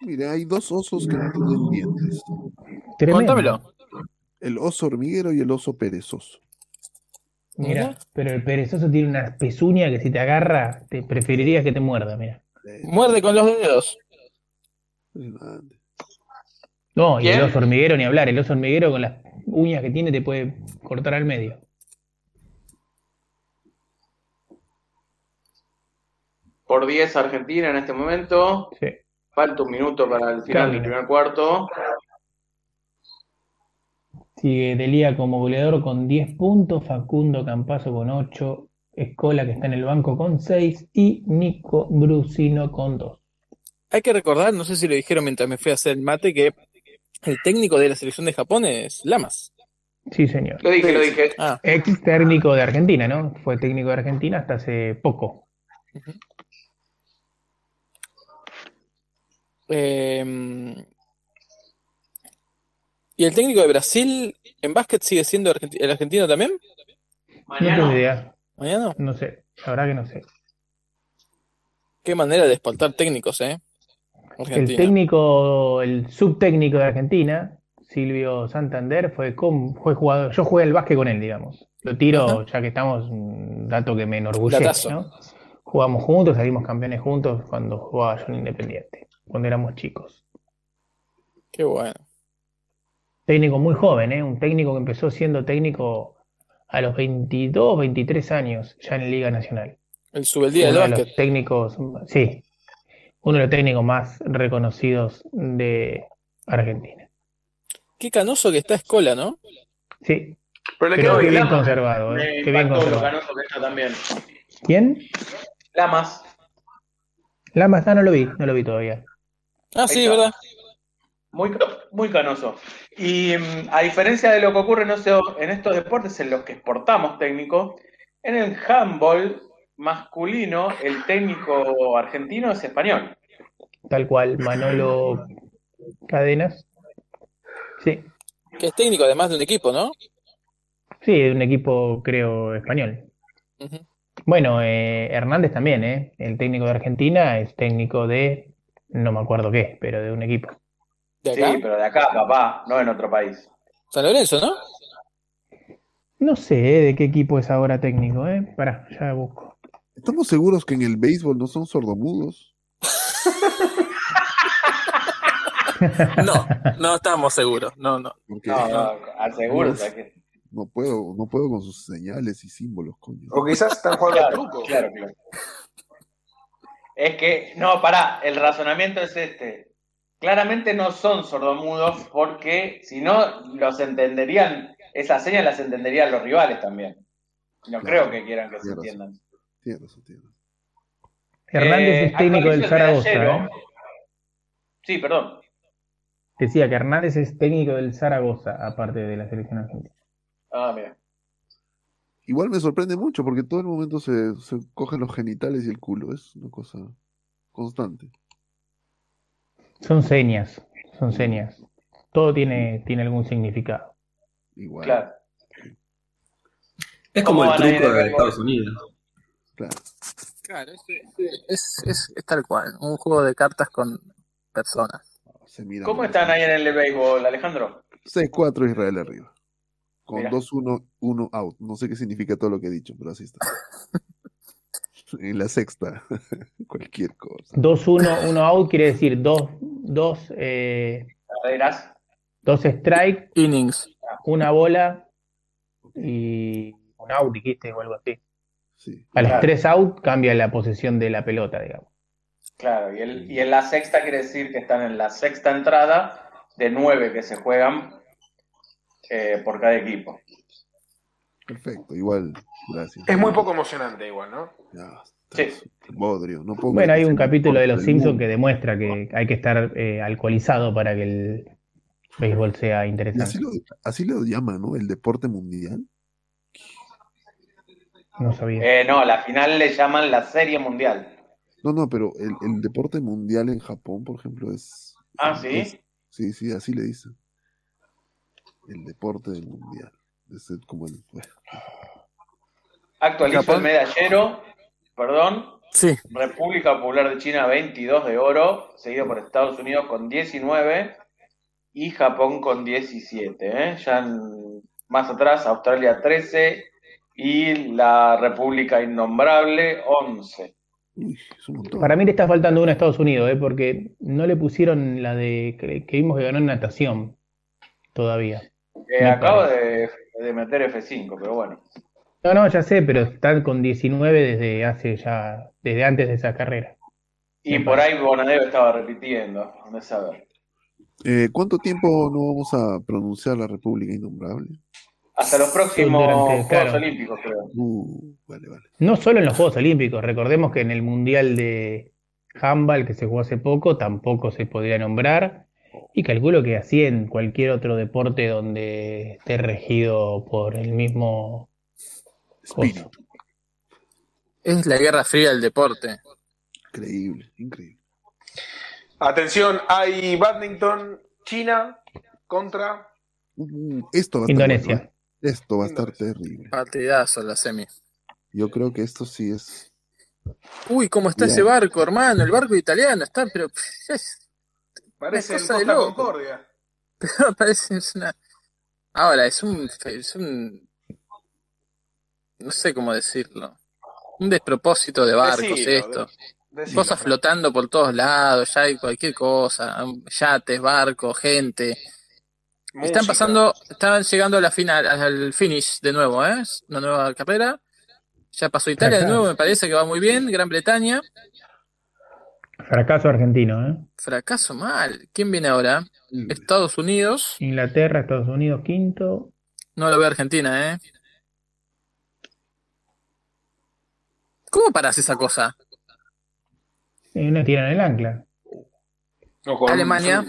[SPEAKER 16] Mira, hay dos osos que no tienen dientes.
[SPEAKER 6] Contámelo.
[SPEAKER 16] El oso hormiguero y el oso perezoso.
[SPEAKER 8] Mira, pero el perezoso tiene una pezuña que si te agarra, te preferirías que te muerda, mira.
[SPEAKER 6] Muerde con los dedos.
[SPEAKER 8] No, y el
[SPEAKER 6] ¿Quién?
[SPEAKER 8] oso hormiguero ni hablar, el oso hormiguero con las uñas que tiene te puede cortar al medio.
[SPEAKER 9] Por 10 Argentina en este momento.
[SPEAKER 8] Sí.
[SPEAKER 9] Falta un minuto para el final del primer cuarto.
[SPEAKER 8] Sigue Delía como goleador con 10 puntos, Facundo Campazo con 8, Escola que está en el banco con 6 y Nico Brusino con 2.
[SPEAKER 6] Hay que recordar, no sé si lo dijeron mientras me fui a hacer el mate, que el técnico de la selección de Japón es Lamas. Ah,
[SPEAKER 8] Sí, señor.
[SPEAKER 9] Lo dije, lo dije.
[SPEAKER 8] Ex técnico de Argentina, ¿no? Fue técnico de Argentina hasta hace poco.
[SPEAKER 6] Eh, ¿Y el técnico de Brasil en básquet sigue siendo argenti- el argentino también?
[SPEAKER 8] No tengo idea.
[SPEAKER 6] ¿Mañana?
[SPEAKER 8] No sé, la verdad que no sé.
[SPEAKER 6] Qué manera de espantar técnicos, ¿eh?
[SPEAKER 8] El
[SPEAKER 6] Argentina.
[SPEAKER 8] técnico, el subtécnico de Argentina, Silvio Santander, fue, con, fue jugador. Yo jugué al básquet con él, digamos. Lo tiro, ya que estamos, un dato que me enorgullece,
[SPEAKER 6] Datazo.
[SPEAKER 8] ¿no? Jugamos juntos, salimos campeones juntos cuando jugaba yo en Independiente, cuando éramos chicos.
[SPEAKER 6] Qué bueno.
[SPEAKER 8] Técnico muy joven, ¿eh? Un técnico que empezó siendo técnico a los 22, 23 años, ya en Liga Nacional.
[SPEAKER 6] El subeldía del
[SPEAKER 8] uno de los
[SPEAKER 6] básquet.
[SPEAKER 8] técnicos, sí, uno de los técnicos más reconocidos de Argentina.
[SPEAKER 6] Qué canoso que está Escola, ¿no?
[SPEAKER 8] Sí,
[SPEAKER 9] Pero
[SPEAKER 8] Pero qué bien conservado, ¿eh?
[SPEAKER 9] Me
[SPEAKER 8] Qué bien
[SPEAKER 9] impactó lo
[SPEAKER 8] conservado.
[SPEAKER 9] canoso que está también.
[SPEAKER 8] ¿Quién?
[SPEAKER 9] Lamas.
[SPEAKER 8] Lamas, ah, no lo vi, no lo vi todavía.
[SPEAKER 6] Ah,
[SPEAKER 9] sí, verdad. Muy, ca- muy canoso. Y mm, a diferencia de lo que ocurre no sé, en estos deportes en los que exportamos técnicos, en el handball masculino, el técnico argentino es español.
[SPEAKER 8] Tal cual, Manolo Cadenas. Sí,
[SPEAKER 6] Que es técnico además de un equipo, ¿no?
[SPEAKER 8] sí, de un equipo, creo, español.
[SPEAKER 6] Ujú.
[SPEAKER 8] Bueno, eh, Hernández también, ¿eh? El técnico de Argentina es técnico de, no me acuerdo qué, pero de un equipo.
[SPEAKER 9] Sí, pero de acá, papá, no en otro país.
[SPEAKER 6] San Lorenzo, ¿no?
[SPEAKER 8] No sé, ¿eh? de qué equipo es ahora técnico, ¿eh? Pará, ya busco.
[SPEAKER 16] ¿Estamos seguros que en el béisbol no son sordomudos?
[SPEAKER 6] No, no estamos seguros. No, no.
[SPEAKER 9] No, no,
[SPEAKER 6] Ah,
[SPEAKER 9] aseguro.
[SPEAKER 16] No, Pues, no puedo, no puedo con sus señales y símbolos, coño.
[SPEAKER 7] O quizás están jugando al
[SPEAKER 9] Claro,
[SPEAKER 7] truco.
[SPEAKER 9] claro, claro. Es que, no, pará, el razonamiento es este. Claramente no son sordomudos porque si no los entenderían, esas señas las entenderían los rivales también. No
[SPEAKER 16] Claro,
[SPEAKER 9] creo que quieran que se
[SPEAKER 16] tienes razón.
[SPEAKER 9] entiendan.
[SPEAKER 16] Tienes razón, tienes razón.
[SPEAKER 9] Eh,
[SPEAKER 8] Hernández es técnico del
[SPEAKER 9] actualizo el
[SPEAKER 8] Zaragoza, eh.
[SPEAKER 9] medallero. Sí, perdón.
[SPEAKER 8] Decía que Hernández es técnico del Zaragoza, aparte de la selección argentina.
[SPEAKER 9] Ah, mira.
[SPEAKER 1] Igual me sorprende mucho porque todo el momento se, se cogen los genitales y el culo. Es una cosa constante.
[SPEAKER 8] Son señas, son señas. Todo tiene, tiene algún significado.
[SPEAKER 1] Igual.
[SPEAKER 13] Claro.
[SPEAKER 19] Es como el
[SPEAKER 6] van a ir
[SPEAKER 19] truco
[SPEAKER 6] a
[SPEAKER 19] de
[SPEAKER 6] ver-
[SPEAKER 19] Estados Unidos.
[SPEAKER 6] Claro, es, es- es- es tal cual, un juego de cartas con personas.
[SPEAKER 1] Ah,
[SPEAKER 9] ¿Cómo están ahí en el béisbol, Alejandro?
[SPEAKER 1] 6-4 Israel arriba. Con
[SPEAKER 9] Mira.
[SPEAKER 1] 2-1, 1 out. No sé qué significa todo lo que he dicho, pero así está. en la sexta. Cualquier cosa.
[SPEAKER 8] 2-1, 1 out quiere decir 2 dos, eh,
[SPEAKER 9] Carreras.
[SPEAKER 8] dos strike,
[SPEAKER 6] innings,
[SPEAKER 8] una bola y un out, dijiste, o algo así. A
[SPEAKER 9] Claro.
[SPEAKER 8] los 3 out cambia la posesión de la pelota, digamos.
[SPEAKER 9] Claro, y, el, y en la sexta quiere decir que están en la sexta entrada de nueve que se juegan eh, por cada equipo.
[SPEAKER 1] Perfecto, igual. Gracias.
[SPEAKER 7] Es muy poco emocionante igual, ¿no?
[SPEAKER 1] Bodrio, no puedo
[SPEAKER 8] Bueno,
[SPEAKER 1] creer
[SPEAKER 8] hay
[SPEAKER 1] que
[SPEAKER 8] un
[SPEAKER 1] sea el
[SPEAKER 8] capítulo de
[SPEAKER 1] mejor
[SPEAKER 8] Los
[SPEAKER 1] del
[SPEAKER 8] Simpsons
[SPEAKER 1] mundo.
[SPEAKER 8] que demuestra que hay que estar eh, alcoholizado para que el béisbol sea
[SPEAKER 1] Y Así
[SPEAKER 8] interesante.
[SPEAKER 1] lo, así lo llaman, ¿no? El deporte mundial.
[SPEAKER 8] No sabía.
[SPEAKER 9] Eh, no, a la final le llaman la Serie Mundial.
[SPEAKER 1] No, no, pero el, el deporte mundial en Japón, por ejemplo, es.
[SPEAKER 9] Ah, ¿sí?
[SPEAKER 1] Sí, sí, así le dicen. El deporte del mundial. Es el- como el. bueno,
[SPEAKER 9] Actualizo el medallero, perdón.
[SPEAKER 6] Sí.
[SPEAKER 9] República Popular de China, 22 de oro, seguido por Estados Unidos con 19 y Japón con 17. ¿eh? Ya en- más atrás, Australia 13 y la República Innombrable 11.
[SPEAKER 8] Para mí le está faltando una a Estados Unidos, eh, porque no le pusieron la de que, que vimos que ganó en natación todavía.
[SPEAKER 9] Eh,
[SPEAKER 8] Me
[SPEAKER 9] acabo de, de meter F5, pero bueno.
[SPEAKER 8] No, no, ya sé, pero están con 19 desde hace ya, desde antes de esa carrera.
[SPEAKER 9] Y por ahí Bonadeo estaba repitiendo, no saber.
[SPEAKER 1] eh, ¿Cuánto tiempo no vamos a pronunciar la República Innombrable?
[SPEAKER 9] Hasta los próximos
[SPEAKER 8] Durante,
[SPEAKER 9] Juegos
[SPEAKER 8] claro.
[SPEAKER 9] Olímpicos, creo.
[SPEAKER 1] Uh, vale, vale.
[SPEAKER 8] No solo en los Juegos Olímpicos, recordemos que en el Mundial de Handball que se jugó hace poco tampoco se podía nombrar. Y calculo que así en cualquier otro deporte donde esté regido por el mismo coso.
[SPEAKER 6] Es la guerra fría del deporte.
[SPEAKER 1] Increíble, increíble.
[SPEAKER 7] Atención, hay badminton China contra
[SPEAKER 1] Uh, esto va a estar
[SPEAKER 6] Indonesia.
[SPEAKER 1] bueno, ¿eh? Esto va a estar terrible.
[SPEAKER 6] Partidazo la semi.
[SPEAKER 1] Yo creo que esto sí es.
[SPEAKER 6] Uy, cómo está ese
[SPEAKER 1] Bien.
[SPEAKER 6] barco, hermano. El barco italiano está, pero pff, es,
[SPEAKER 7] Parece el
[SPEAKER 6] Una cosa de
[SPEAKER 7] Costa
[SPEAKER 6] loco.
[SPEAKER 7] Concordia.
[SPEAKER 6] pero parece es una. Ahora, es un, es un. No sé cómo decirlo. Un despropósito de barcos,
[SPEAKER 9] Decilo,
[SPEAKER 6] esto.
[SPEAKER 9] de- decilo,
[SPEAKER 6] Cosas flotando por todos lados, ya hay cualquier cosa. um, Yates, barcos, gente. Están pasando, están llegando a la final, al finish de nuevo, ¿eh? Es Una nueva carrera. Ya pasó Italia de
[SPEAKER 8] Ajá.
[SPEAKER 6] nuevo, me parece que va muy bien. Gran Bretaña,
[SPEAKER 8] Fracaso argentino, ¿eh?
[SPEAKER 6] fracaso mal. ¿Quién viene ahora? Estados Unidos.
[SPEAKER 8] Inglaterra, Estados Unidos, quinto.
[SPEAKER 6] No lo veo Argentina, ¿eh? ¿Cómo parás esa cosa?
[SPEAKER 8] Y no tiran el ancla.
[SPEAKER 6] Alemania.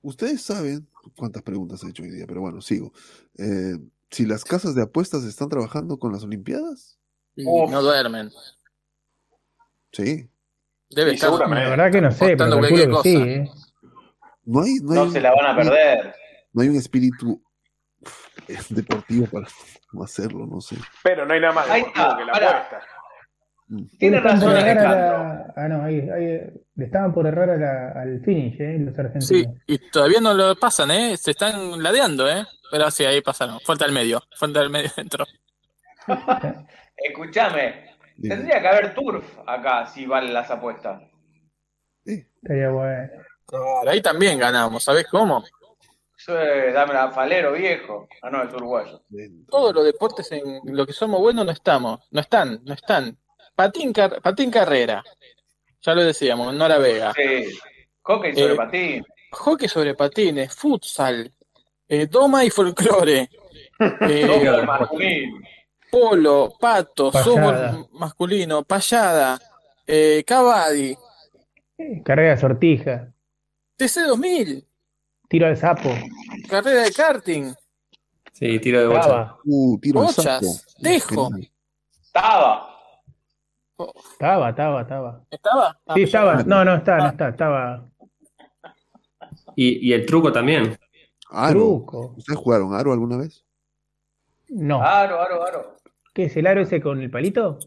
[SPEAKER 1] Ustedes saben cuántas preguntas he hecho hoy día, pero bueno, sigo. Eh, si las casas de apuestas están trabajando con las Olimpiadas,
[SPEAKER 6] Y No duermen.
[SPEAKER 1] sí.
[SPEAKER 6] Debe estar.
[SPEAKER 8] La verdad que no sé, pero
[SPEAKER 6] Apostando
[SPEAKER 8] calculo que
[SPEAKER 6] cualquier
[SPEAKER 8] sí, ¿eh?
[SPEAKER 1] No hay, no,
[SPEAKER 9] No
[SPEAKER 1] hay-
[SPEAKER 9] se la van a perder.
[SPEAKER 1] No hay un espíritu eh, deportivo para no hacerlo, no sé.
[SPEAKER 7] Pero no hay nada más
[SPEAKER 9] Ahí
[SPEAKER 7] deportivo
[SPEAKER 9] está,
[SPEAKER 7] que la
[SPEAKER 9] pará.
[SPEAKER 7] apuesta.
[SPEAKER 9] Tiene
[SPEAKER 8] Están por
[SPEAKER 9] razón,
[SPEAKER 8] errar a la-
[SPEAKER 9] Alejandro.
[SPEAKER 8] Ah, no, ahí, ahí, le estaban por errar a la- al finish, ¿eh? Los
[SPEAKER 6] Sí,
[SPEAKER 8] argentinos.
[SPEAKER 6] y todavía no lo pasan, ¿eh? Se están ladeando, ¿eh? Pero sí, ahí pasaron. Falta el medio. Falta el medio dentro.
[SPEAKER 9] Escúchame, tendría que haber turf acá si valen las apuestas.
[SPEAKER 8] Estaría bueno.
[SPEAKER 6] Claro, ahí también ganamos, ¿sabés cómo?
[SPEAKER 9] Eso es, eh, dame la falero viejo. Ah, no, es uruguayo.
[SPEAKER 6] Todos los deportes en lo que somos buenos no estamos, no están, no están. Patín, car- patín carrera, ya lo decíamos, Nora Vega.
[SPEAKER 9] Sí, hockey sobre
[SPEAKER 6] Eh,
[SPEAKER 9] patín.
[SPEAKER 6] Hockey sobre patines, futsal, eh, doma y folclore, eh,
[SPEAKER 9] Hockey masculino.
[SPEAKER 6] polo, pato,
[SPEAKER 8] Payada.
[SPEAKER 6] softball masculino, payada, eh, cabadi,
[SPEAKER 8] Carrera de sortija,
[SPEAKER 6] TC2000,
[SPEAKER 8] tiro al sapo.
[SPEAKER 6] carrera de karting.
[SPEAKER 19] Sí, tiro de bocha.
[SPEAKER 1] Uh, tiro al
[SPEAKER 6] Bochas,
[SPEAKER 1] saco.
[SPEAKER 6] dejo.
[SPEAKER 9] Estaba.
[SPEAKER 8] Estaba, estaba, estaba.
[SPEAKER 6] ¿Estaba? Ah,
[SPEAKER 8] Sí, estaba. No, no está, no está, estaba.
[SPEAKER 19] Y, y el truco también.
[SPEAKER 1] Aro. ¿Ustedes jugaron aro alguna vez?
[SPEAKER 8] No.
[SPEAKER 9] Aro, aro, aro.
[SPEAKER 8] ¿Qué es el aro ese con el palito?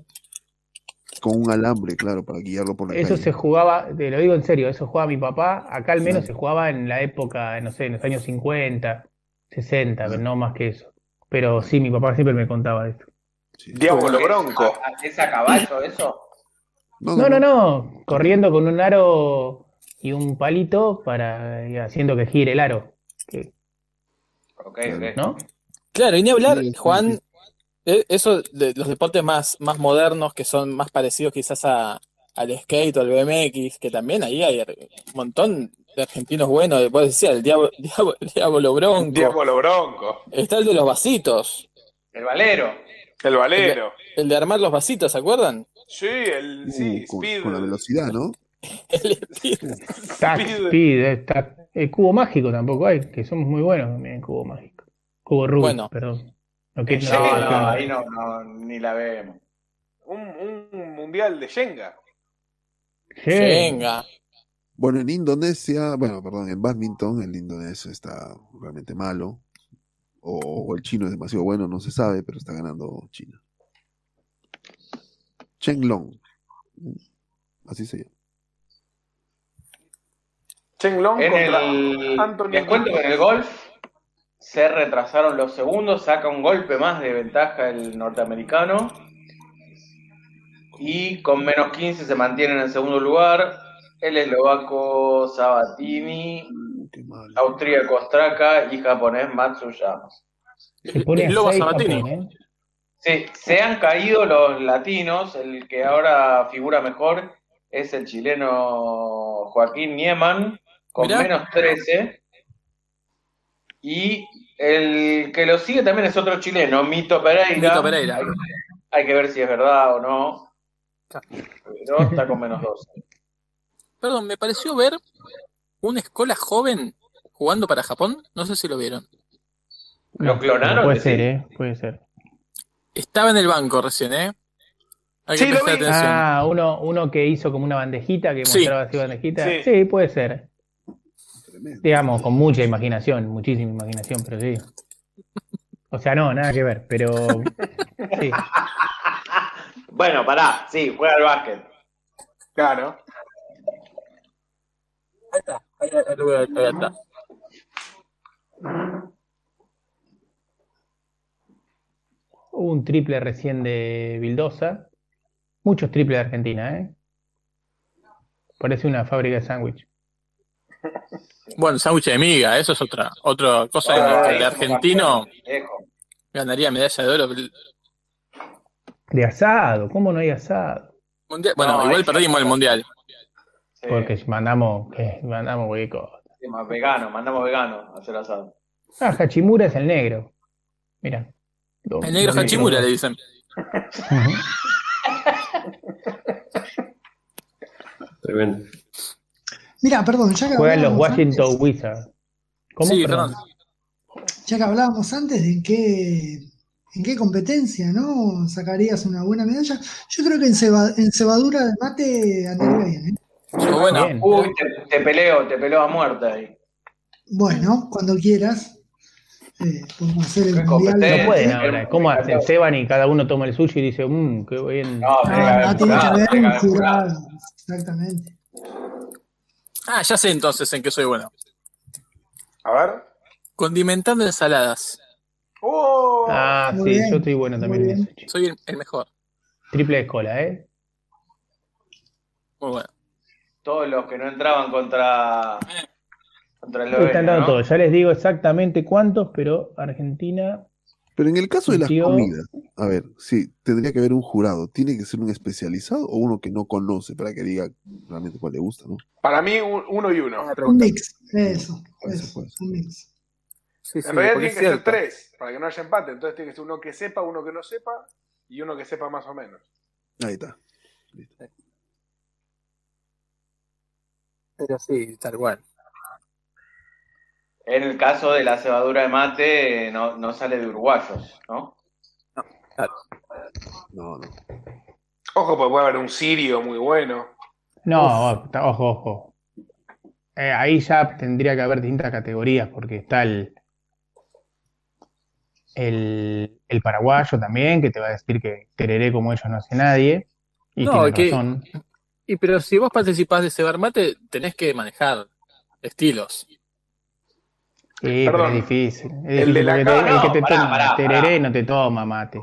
[SPEAKER 1] Con un alambre, claro, para guiarlo por la
[SPEAKER 8] Eso
[SPEAKER 1] calle.
[SPEAKER 8] se jugaba, te lo digo en serio, eso jugaba mi papá. Acá al menos se jugaba en la época, no sé, en los años 50, 60, pero no más que eso. Pero sí, mi papá siempre me contaba de esto.
[SPEAKER 7] Diablo Bronco.
[SPEAKER 9] ¿Es a caballo eso?
[SPEAKER 8] No, no, no, corriendo con un aro y un palito para y haciendo que gire el aro. Que-
[SPEAKER 9] Ok,
[SPEAKER 6] ok.
[SPEAKER 8] ¿No?
[SPEAKER 6] Claro, y ni hablar, Juan, eh, eso de los deportes más, más modernos que son más parecidos quizás a, al skate o al BMX, que también ahí hay er, un montón de argentinos buenos, vos decías, el diablo, diablo, diablo bronco,
[SPEAKER 7] Diablo Bronco.
[SPEAKER 6] está el de los vasitos,
[SPEAKER 9] El valero.
[SPEAKER 7] El valero.
[SPEAKER 6] el de armar los vasitos, ¿se acuerdan?
[SPEAKER 7] Sí, el
[SPEAKER 1] Uh, con, con la velocidad, ¿no?
[SPEAKER 8] Tac, speed, eh, tac. El cubo mágico tampoco hay, que somos muy buenos también en cubo mágico. Cubo Rubik,
[SPEAKER 6] Bueno.
[SPEAKER 8] perdón. No, que-
[SPEAKER 9] Sí,
[SPEAKER 8] no,
[SPEAKER 9] no,
[SPEAKER 8] claro.
[SPEAKER 9] ahí no, no, ni la vemos.
[SPEAKER 7] Un, un mundial de Shenga.
[SPEAKER 6] Venga.
[SPEAKER 1] Bueno, en Indonesia, bueno, perdón, en badminton el indonesio está realmente malo. O, o el chino es demasiado bueno, no se sabe, pero está ganando China. Chen Long. Así se llama.
[SPEAKER 7] Chen Long
[SPEAKER 9] En
[SPEAKER 7] contra
[SPEAKER 9] el,
[SPEAKER 7] Anthony
[SPEAKER 9] les cuento que en el golf se retrasaron los segundos, saca un golpe más de ventaja el norteamericano y con menos 15 se mantiene en el segundo lugar el eslovaco Sabatini, austríaco Straka y japonés Matsuyama.
[SPEAKER 8] Se pone a
[SPEAKER 9] El Lobo
[SPEAKER 8] seis
[SPEAKER 9] Sabatini.
[SPEAKER 8] Japón, ¿eh?
[SPEAKER 9] Sí, se han caído los latinos, el que ahora figura mejor es el chileno Joaquín Nieman, con
[SPEAKER 6] Mirá.
[SPEAKER 9] menos 13. Y el que lo sigue también es otro chileno, Mito Pereira.
[SPEAKER 6] Mito Pereira.
[SPEAKER 9] Hay, hay que ver si es verdad o no. Pero está con menos 12.
[SPEAKER 6] Perdón, me pareció ver una escola joven jugando para Japón, no sé si lo vieron.
[SPEAKER 9] ¿Lo clonaron?
[SPEAKER 8] Puede ser, ¿eh? Puede ser.
[SPEAKER 6] Estaba en el banco recién, ¿eh? Hay que prestar atención.
[SPEAKER 8] Ah, uno, uno que hizo como una bandejita, que
[SPEAKER 6] Sí.
[SPEAKER 8] mostraba así bandejita.
[SPEAKER 6] Sí.
[SPEAKER 8] Sí. puede ser. Digamos, con mucha imaginación, muchísima imaginación, pero sí. O sea, no, nada que ver, pero sí.
[SPEAKER 9] Bueno, pará, sí, juega al básquet.
[SPEAKER 7] Claro.
[SPEAKER 6] Ahí está, ahí, ahí lo veo, ahí está.
[SPEAKER 8] Hubo un triple recién de Bildosa. Muchos triples de Argentina, ¿eh? Parece una fábrica de sándwich.
[SPEAKER 6] Bueno, sándwich de miga, eso es otra, otra cosa
[SPEAKER 9] Ah,
[SPEAKER 6] que el
[SPEAKER 9] eso
[SPEAKER 6] argentino
[SPEAKER 9] Viejo.
[SPEAKER 6] ganaría medalla de oro.
[SPEAKER 8] De asado, ¿cómo no hay asado?
[SPEAKER 6] Mundial- Bueno,
[SPEAKER 8] No,
[SPEAKER 6] igual
[SPEAKER 8] eso-
[SPEAKER 6] perdimos el mundial.
[SPEAKER 8] Porque mandamos, ¿qué? Mandamos hueco.
[SPEAKER 9] Sí, más vegano, mandamos vegano a hacer asado.
[SPEAKER 8] Ah, Hachimura es el negro. Mira.
[SPEAKER 6] El negro Hachimura le dicen.
[SPEAKER 19] Tremendo.
[SPEAKER 2] Mira, perdón, ya que
[SPEAKER 8] Juegan los
[SPEAKER 2] hablábamos
[SPEAKER 8] Washington Wizards. ¿Cómo?
[SPEAKER 6] Sí,
[SPEAKER 8] Perdón.
[SPEAKER 2] Ya que hablábamos antes de en qué, en qué competencia, ¿no? Sacarías una buena medalla. Yo creo que en, ceba- en cebadura de mate andaría bien, ¿eh?
[SPEAKER 9] Uy, te, te peleo, te peleo a muerte ahí.
[SPEAKER 2] Bueno, cuando quieras. Eh, podemos hacer el mundial.
[SPEAKER 8] No pueden ahora. ¿Cómo hacen? Se van y cada uno toma el suyo y dice, mmm, qué bien.
[SPEAKER 9] No,
[SPEAKER 2] Ah, no, tiene que haber un jurado. Exactamente.
[SPEAKER 6] Ah, ya sé entonces en qué soy bueno.
[SPEAKER 7] A ver.
[SPEAKER 6] Condimentando ensaladas.
[SPEAKER 7] ¡Oh!
[SPEAKER 8] Ah, sí, yo estoy bueno también en eso.
[SPEAKER 6] Soy el, el mejor.
[SPEAKER 8] Triple de cola, ¿eh?
[SPEAKER 6] Muy bueno.
[SPEAKER 9] Todos los que no entraban contra. Contra el
[SPEAKER 8] Uy, Están
[SPEAKER 9] Eslovenia,
[SPEAKER 8] dando
[SPEAKER 9] ¿no?
[SPEAKER 8] todo. Ya les digo exactamente cuántos, pero Argentina.
[SPEAKER 1] Pero en el caso de las
[SPEAKER 8] Tío.
[SPEAKER 1] comidas, a ver, sí, tendría que haber un jurado. ¿Tiene que ser un especializado o uno que no conoce para que diga realmente cuál le gusta, no?
[SPEAKER 7] Para mí, un- uno y
[SPEAKER 6] Ah,
[SPEAKER 7] uno.
[SPEAKER 2] Un mix. Eso.
[SPEAKER 1] eso,
[SPEAKER 2] un mix.
[SPEAKER 7] en realidad
[SPEAKER 6] porque
[SPEAKER 7] tienen que
[SPEAKER 6] es
[SPEAKER 7] ser
[SPEAKER 6] cierto.
[SPEAKER 7] tres, para que no haya empate. Entonces tiene que ser uno que sepa, uno que no sepa y uno que sepa más o menos.
[SPEAKER 1] Ahí está.
[SPEAKER 6] Pero sí, tal cual.
[SPEAKER 9] En el caso de la cebadura de mate, eh, no, no sale de uruguayos, ¿no?
[SPEAKER 7] No, no. Ojo, pues puede haber un sirio muy bueno.
[SPEAKER 8] No, ojo, ojo. Eh, ahí ya tendría que haber distintas categorías, porque está el, el, el paraguayo también, que te va a decir que tereré como ellos no hace nadie. Y
[SPEAKER 6] No,
[SPEAKER 8] tiene
[SPEAKER 6] que-
[SPEAKER 8] razón.
[SPEAKER 6] Y pero si vos participás de ese bar mate, tenés que manejar estilos.
[SPEAKER 8] Sí, pero es difícil. Es
[SPEAKER 6] El
[SPEAKER 8] difícil
[SPEAKER 6] de la
[SPEAKER 8] porque
[SPEAKER 6] cara,
[SPEAKER 8] te- el que
[SPEAKER 6] no,
[SPEAKER 8] te
[SPEAKER 6] pará,
[SPEAKER 8] toma
[SPEAKER 9] pará,
[SPEAKER 8] tereré no te toma mate.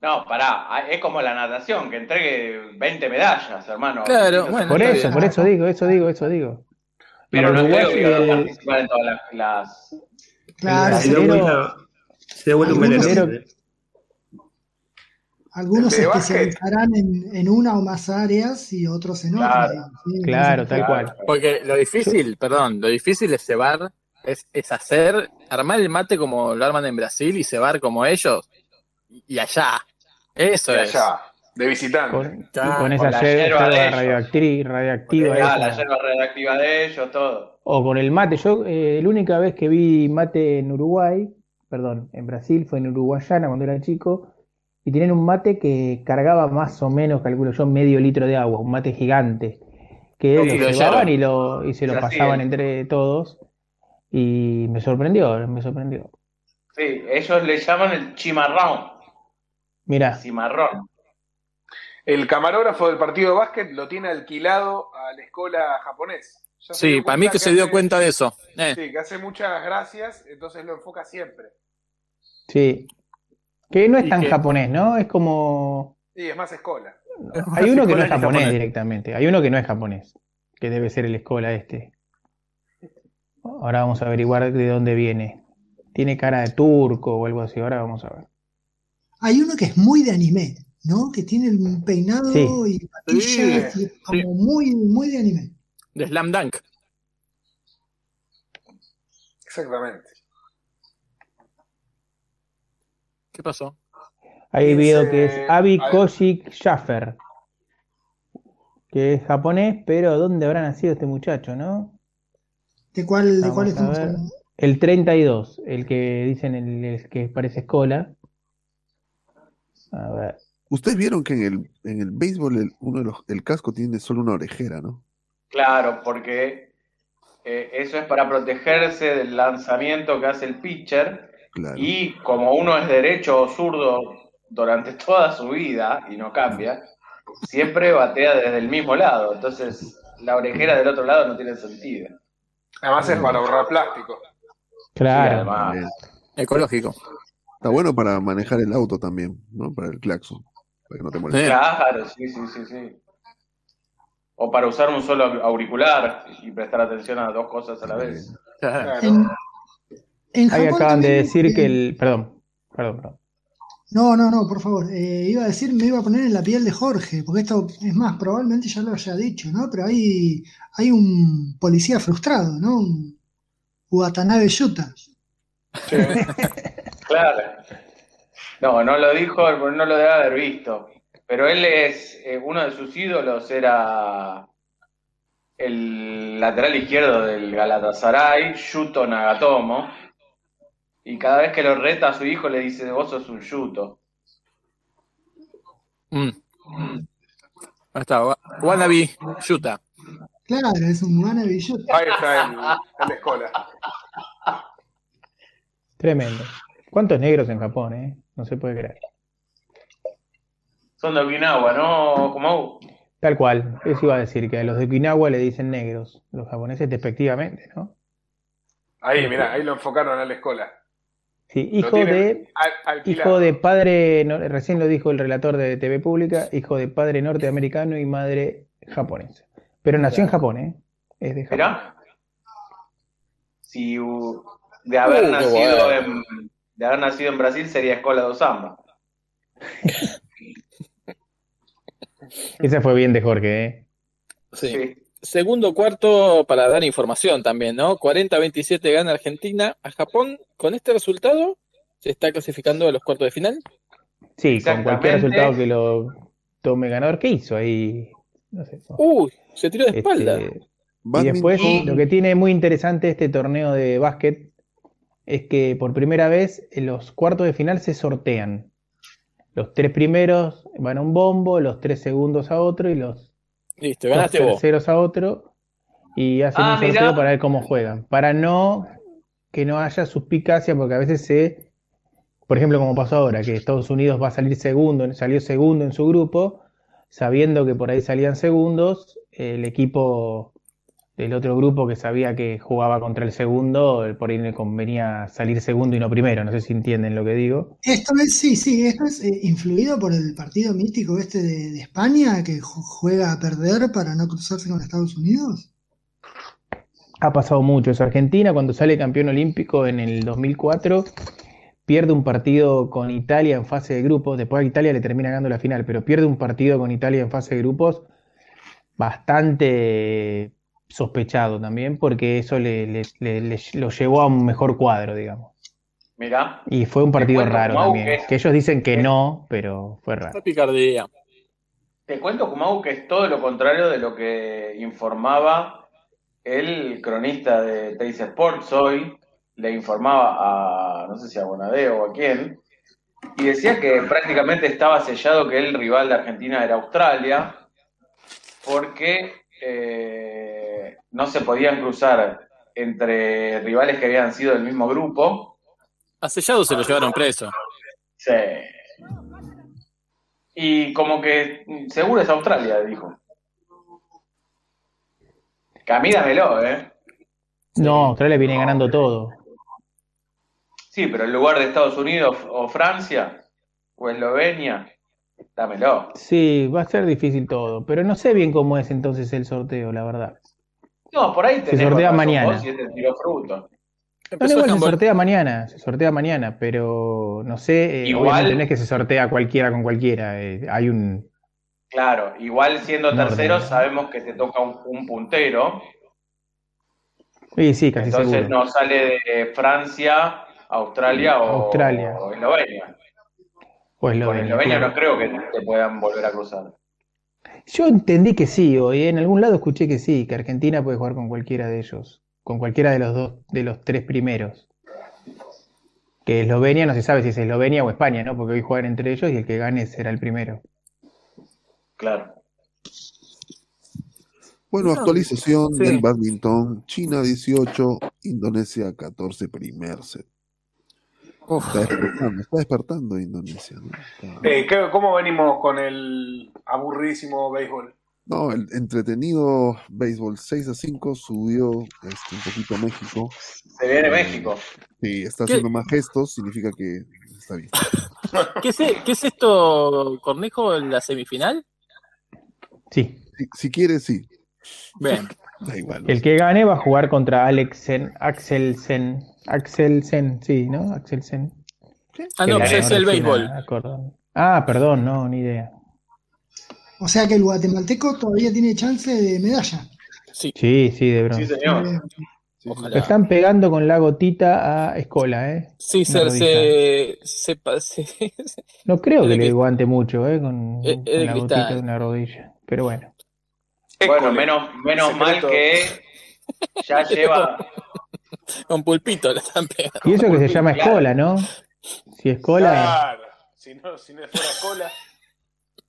[SPEAKER 9] No, pará, ah, es como la natación, que entregue 20 medallas, hermano.
[SPEAKER 6] Claro, bueno,
[SPEAKER 8] Por
[SPEAKER 6] está
[SPEAKER 8] eso,
[SPEAKER 6] bien.
[SPEAKER 8] por eso digo, eso digo, eso digo.
[SPEAKER 9] Pero
[SPEAKER 8] Los
[SPEAKER 9] no creo
[SPEAKER 8] uruguayos
[SPEAKER 9] que
[SPEAKER 8] y
[SPEAKER 9] va a
[SPEAKER 8] el-
[SPEAKER 9] participar en todas las... las-
[SPEAKER 2] Claro,
[SPEAKER 19] se, da vuelta- se devuelve un
[SPEAKER 2] Algunos-
[SPEAKER 19] velero.
[SPEAKER 2] Algunos se
[SPEAKER 19] De básquet.
[SPEAKER 2] especializarán en, en una o más áreas y otros en otras. Sí, sí.
[SPEAKER 6] Porque lo difícil, perdón, lo difícil de cebar es, es hacer, armar el mate como lo arman en Brasil y cebar como ellos. Y allá. Eso
[SPEAKER 7] De
[SPEAKER 6] es.
[SPEAKER 7] allá, de visitante.
[SPEAKER 8] y con
[SPEAKER 6] Ah,
[SPEAKER 8] esa
[SPEAKER 6] con la
[SPEAKER 8] lle-
[SPEAKER 6] yerba de
[SPEAKER 8] yerba
[SPEAKER 6] ellos.
[SPEAKER 8] radioactri- radioactiva.
[SPEAKER 9] Ah,
[SPEAKER 8] esa.
[SPEAKER 9] la yerba radioactiva de ellos, todo.
[SPEAKER 8] O con el mate. Yo, eh, la única vez que vi mate en Uruguay, perdón, en Brasil, fue en Uruguayana cuando era chico, y tenían un mate que cargaba más o menos, calculo yo, medio litro de agua, un mate gigante, que
[SPEAKER 6] Un
[SPEAKER 8] lo
[SPEAKER 6] kilo de
[SPEAKER 8] llevaban
[SPEAKER 6] yerba.
[SPEAKER 8] y, lo, y se lo
[SPEAKER 6] Así
[SPEAKER 8] pasaban
[SPEAKER 6] es.
[SPEAKER 8] entre todos, y me sorprendió, me sorprendió.
[SPEAKER 9] Sí, ellos le llaman el chimarrón,
[SPEAKER 8] Mirá,
[SPEAKER 9] cimarrón.
[SPEAKER 7] El camarógrafo del partido de básquet lo tiene alquilado a la escuela japonés. Ya se
[SPEAKER 6] Sí,
[SPEAKER 7] dio
[SPEAKER 6] para mí
[SPEAKER 7] cuenta
[SPEAKER 6] que se dio
[SPEAKER 7] hace-
[SPEAKER 6] cuenta de eso. Eh,
[SPEAKER 7] Sí, que hace muchas gracias, entonces lo enfoca siempre.
[SPEAKER 8] sí. Que no es
[SPEAKER 7] Y
[SPEAKER 8] tan
[SPEAKER 7] que-
[SPEAKER 8] japonés, ¿no? Es como...
[SPEAKER 7] Sí, es más escola.
[SPEAKER 8] Hay uno que no es
[SPEAKER 7] Escola
[SPEAKER 8] japonés
[SPEAKER 7] japonés.
[SPEAKER 8] directamente, hay uno que no es japonés, que debe ser el escola este. Ahora vamos a averiguar de dónde viene. Tiene cara de turco o algo así, ahora vamos a ver.
[SPEAKER 2] Hay uno que es muy de anime, ¿no? Que tiene un peinado
[SPEAKER 8] Sí.
[SPEAKER 2] y patillas
[SPEAKER 6] Sí.
[SPEAKER 2] y es como muy, muy de anime.
[SPEAKER 6] de Slam Dunk.
[SPEAKER 7] Exactamente.
[SPEAKER 6] ¿Qué pasó?
[SPEAKER 8] Hay
[SPEAKER 6] Es,
[SPEAKER 8] video que es
[SPEAKER 6] eh,
[SPEAKER 8] Abi
[SPEAKER 6] a ver.
[SPEAKER 8] Koshi Schaffer, que es japonés, pero ¿dónde habrá nacido este muchacho, no?
[SPEAKER 2] ¿De cuál, de
[SPEAKER 8] Vamos
[SPEAKER 2] cuál
[SPEAKER 8] a
[SPEAKER 2] estamos
[SPEAKER 8] ver.
[SPEAKER 2] hablando?
[SPEAKER 8] El 32, el que dicen el, el que parece escola. A ver.
[SPEAKER 1] Ustedes vieron que en el, en el béisbol el, uno de los, el casco tiene solo una orejera, ¿no?
[SPEAKER 9] Claro, porque eh, eso es para protegerse del lanzamiento que hace el pitcher. Y como uno es derecho o zurdo durante toda su vida y no cambia, siempre batea desde el mismo lado. Entonces, la orejera del otro lado no tiene sentido.
[SPEAKER 7] Además es para ahorrar plástico.
[SPEAKER 8] Claro.
[SPEAKER 6] Ecológico.
[SPEAKER 1] Está bueno para manejar el auto también, ¿no? Para el claxon, para que no te moleste.
[SPEAKER 9] Claro, sí, Ah. sí, sí, sí. O para usar un solo auricular y prestar atención a dos cosas a la vez.
[SPEAKER 2] En- en
[SPEAKER 8] Ahí
[SPEAKER 2] Japón
[SPEAKER 8] acaban de
[SPEAKER 2] también,
[SPEAKER 8] decir que
[SPEAKER 2] eh,
[SPEAKER 8] el. Perdón, perdón, perdón.
[SPEAKER 2] No, no, no, por favor. Eh, iba a decir, me iba a poner en la piel de Jorge, porque esto es más, probablemente ya lo haya dicho, ¿no? Pero hay, hay un policía frustrado, ¿no? Un Watanabe Yuta.
[SPEAKER 9] Claro. No, no lo dijo, no lo debe haber visto. Pero él es, eh, uno de sus ídolos era el lateral izquierdo del Galatasaray, Yuto Nagatomo. Y cada vez que lo reta a su hijo le dice, vos sos un Yuto.
[SPEAKER 6] Mm. Ahí está, wa- Wannabe Yuta.
[SPEAKER 2] Claro, es un wannabe Yuta.
[SPEAKER 7] Ahí está el, el escola.
[SPEAKER 8] Tremendo. ¿Cuántos negros en Japón, eh? No se puede creer.
[SPEAKER 9] Son de Okinawa, ¿no? Como
[SPEAKER 8] Tal cual, eso iba a decir, que a los de Okinawa le dicen negros, los japoneses despectivamente, ¿no?
[SPEAKER 7] Ahí, mirá, ahí lo enfocaron al escola.
[SPEAKER 8] Sí,
[SPEAKER 7] Lo
[SPEAKER 8] hijo
[SPEAKER 7] tienen
[SPEAKER 8] de,
[SPEAKER 7] al- alquilado.
[SPEAKER 8] hijo de padre, no- recién lo dijo el relator de TV Pública, hijo de padre norteamericano y madre japonesa. Pero nació en Japón, ¿eh? Es de Japón.
[SPEAKER 9] Mirá. Si uh, de haber
[SPEAKER 8] Uh, qué
[SPEAKER 9] nacido
[SPEAKER 8] bueno.
[SPEAKER 9] en, de haber nacido en Brasil sería Escola do Samba.
[SPEAKER 8] Esa fue bien de Jorge, ¿eh?
[SPEAKER 6] Sí. Segundo cuarto para dar información también, ¿no? 40-27 gana Argentina a Japón. Con este resultado se está clasificando a los cuartos de final.
[SPEAKER 8] Sí, con cualquier
[SPEAKER 6] Exactamente.
[SPEAKER 8] resultado que lo tome ganador, ¿qué hizo ahí?
[SPEAKER 6] Uy, se tiró de espalda.
[SPEAKER 8] Este, Y después,
[SPEAKER 2] Badminton.
[SPEAKER 8] lo que tiene muy interesante este torneo de básquet es que por primera vez en los cuartos de final se sortean. Los tres primeros van a un bombo, los tres segundos a otro y los
[SPEAKER 6] Listo,
[SPEAKER 8] dos
[SPEAKER 6] ganaste vos.
[SPEAKER 8] terceros a otro. Y hacen
[SPEAKER 6] Ah,
[SPEAKER 8] un sorteo
[SPEAKER 6] mirá.
[SPEAKER 8] para ver cómo juegan. Para no que no haya suspicacia, porque a veces se. Por ejemplo, como pasó ahora, que Estados Unidos va a salir segundo, salió segundo en su grupo, sabiendo que por ahí salían segundos, el equipo del otro grupo que sabía que jugaba contra el segundo, eh, por ahí le convenía salir segundo y no primero, no sé si entienden lo que digo.
[SPEAKER 2] Esto es, sí, sí, esto es eh, influido por el partido mítico este de, de España que ju- juega a perder para no cruzarse con Estados Unidos.
[SPEAKER 8] Ha pasado mucho, es Argentina cuando sale campeón olímpico en el 2004, pierde un partido con Italia en fase de grupos, después a Italia le termina ganando la final, pero pierde un partido con Italia en fase de grupos bastante sospechado también, porque eso le, le- le- le- lo llevó a un mejor cuadro, digamos.
[SPEAKER 9] Mirá.
[SPEAKER 8] Y fue un partido
[SPEAKER 9] cuento,
[SPEAKER 8] raro
[SPEAKER 9] Mau,
[SPEAKER 8] también,
[SPEAKER 9] que-
[SPEAKER 8] que ellos dicen que no, pero fue raro.
[SPEAKER 6] Esa picardía.
[SPEAKER 9] Te cuento, Kumau, que es todo lo contrario de lo que informaba el cronista de Teis Sports hoy. Le informaba a, no sé si a Bonadeo o a quién, y decía que prácticamente estaba sellado que el rival de Argentina era Australia, porque eh, no se podían cruzar entre rivales que habían sido del mismo grupo.
[SPEAKER 6] A Sellado se lo llevaron preso.
[SPEAKER 9] Sí. Y como que mm, seguro es Australia, dijo. Camínamelo, ¿eh?
[SPEAKER 8] No, Australia viene ganando todo.
[SPEAKER 9] Sí, pero en lugar de Estados Unidos o Francia o Eslovenia, dámelo.
[SPEAKER 8] Sí, va a ser difícil todo, pero no sé bien cómo es entonces el sorteo, la verdad.
[SPEAKER 9] No, por ahí
[SPEAKER 8] Se
[SPEAKER 9] tenés
[SPEAKER 8] sortea
[SPEAKER 9] razón
[SPEAKER 8] mañana.
[SPEAKER 9] vos y este tiró fruto.
[SPEAKER 8] No, no, igual se sortea mañana, se sortea mañana, pero no sé, eh,
[SPEAKER 9] Igual.
[SPEAKER 8] obviamente no es que se sortea cualquiera con cualquiera, eh, hay un...
[SPEAKER 9] Claro, igual siendo
[SPEAKER 8] No,
[SPEAKER 9] tercero
[SPEAKER 8] no.
[SPEAKER 9] sabemos que te toca un, un puntero,
[SPEAKER 8] Sí, eh, sí, casi
[SPEAKER 9] entonces
[SPEAKER 8] seguro.
[SPEAKER 9] no sale de Francia, Australia o,
[SPEAKER 8] Australia.
[SPEAKER 9] o Eslovenia.
[SPEAKER 8] O Eslovenia,
[SPEAKER 9] Con Eslovenia
[SPEAKER 8] claro.
[SPEAKER 9] no creo que te puedan volver a cruzar.
[SPEAKER 8] Yo entendí que sí, hoy eh, en algún lado escuché que sí, que Argentina puede jugar con cualquiera de ellos, con cualquiera de los dos, de los tres primeros. Que Eslovenia no se sabe si es Eslovenia o España, ¿no? Porque hoy juegan entre ellos y el que gane será el primero.
[SPEAKER 9] Claro.
[SPEAKER 1] Bueno, actualización
[SPEAKER 19] Sí.
[SPEAKER 1] del badminton. China 18, Indonesia 14, primer set. Está despertando, está despertando Indonesia. ¿no? Está-
[SPEAKER 7] Eh, ¿qué- ¿Cómo venimos con el aburridísimo béisbol?
[SPEAKER 1] No, el entretenido béisbol 6 a 5 subió este, un poquito México.
[SPEAKER 9] Se viene México.
[SPEAKER 1] Sí, está
[SPEAKER 6] ¿Qué?
[SPEAKER 1] haciendo más gestos, significa que está bien.
[SPEAKER 6] ¿Qué es, e- qué es esto, Cornejo, en la semifinal?
[SPEAKER 8] Sí.
[SPEAKER 1] Si, si quieres, sí.
[SPEAKER 6] Bien.
[SPEAKER 1] Da igual.
[SPEAKER 8] El que gane va a jugar contra Alexen, Axelsen, Axelsen, sí, ¿no? Axelsen.
[SPEAKER 6] Ah,
[SPEAKER 8] Que
[SPEAKER 6] no, pues
[SPEAKER 8] ganó
[SPEAKER 6] es el
[SPEAKER 8] recién a
[SPEAKER 6] béisbol.
[SPEAKER 8] Cordón. Ah, perdón, no, ni idea.
[SPEAKER 2] O sea que el guatemalteco todavía tiene chance de medalla.
[SPEAKER 6] Sí,
[SPEAKER 8] sí, de bronce.
[SPEAKER 2] Eh,
[SPEAKER 8] Lo están pegando con la gotita a Escola, ¿eh?
[SPEAKER 6] Sí,
[SPEAKER 8] Una
[SPEAKER 6] se,
[SPEAKER 8] rodilla.
[SPEAKER 6] se, se, pa- se- se-
[SPEAKER 8] No creo que le guante mucho, ¿eh? Con,
[SPEAKER 6] Es- es
[SPEAKER 8] con
[SPEAKER 6] de
[SPEAKER 8] la
[SPEAKER 6] cristal.
[SPEAKER 8] gotita de una rodilla. Pero bueno.
[SPEAKER 9] Bueno, menos, menos mal que ya lleva.
[SPEAKER 6] con pulpito la están pegando.
[SPEAKER 8] Y eso que se llama
[SPEAKER 6] Claro.
[SPEAKER 8] Escola, ¿no? Si
[SPEAKER 6] Ah.
[SPEAKER 8] Escola.
[SPEAKER 7] Claro, si no, si no fuera cola.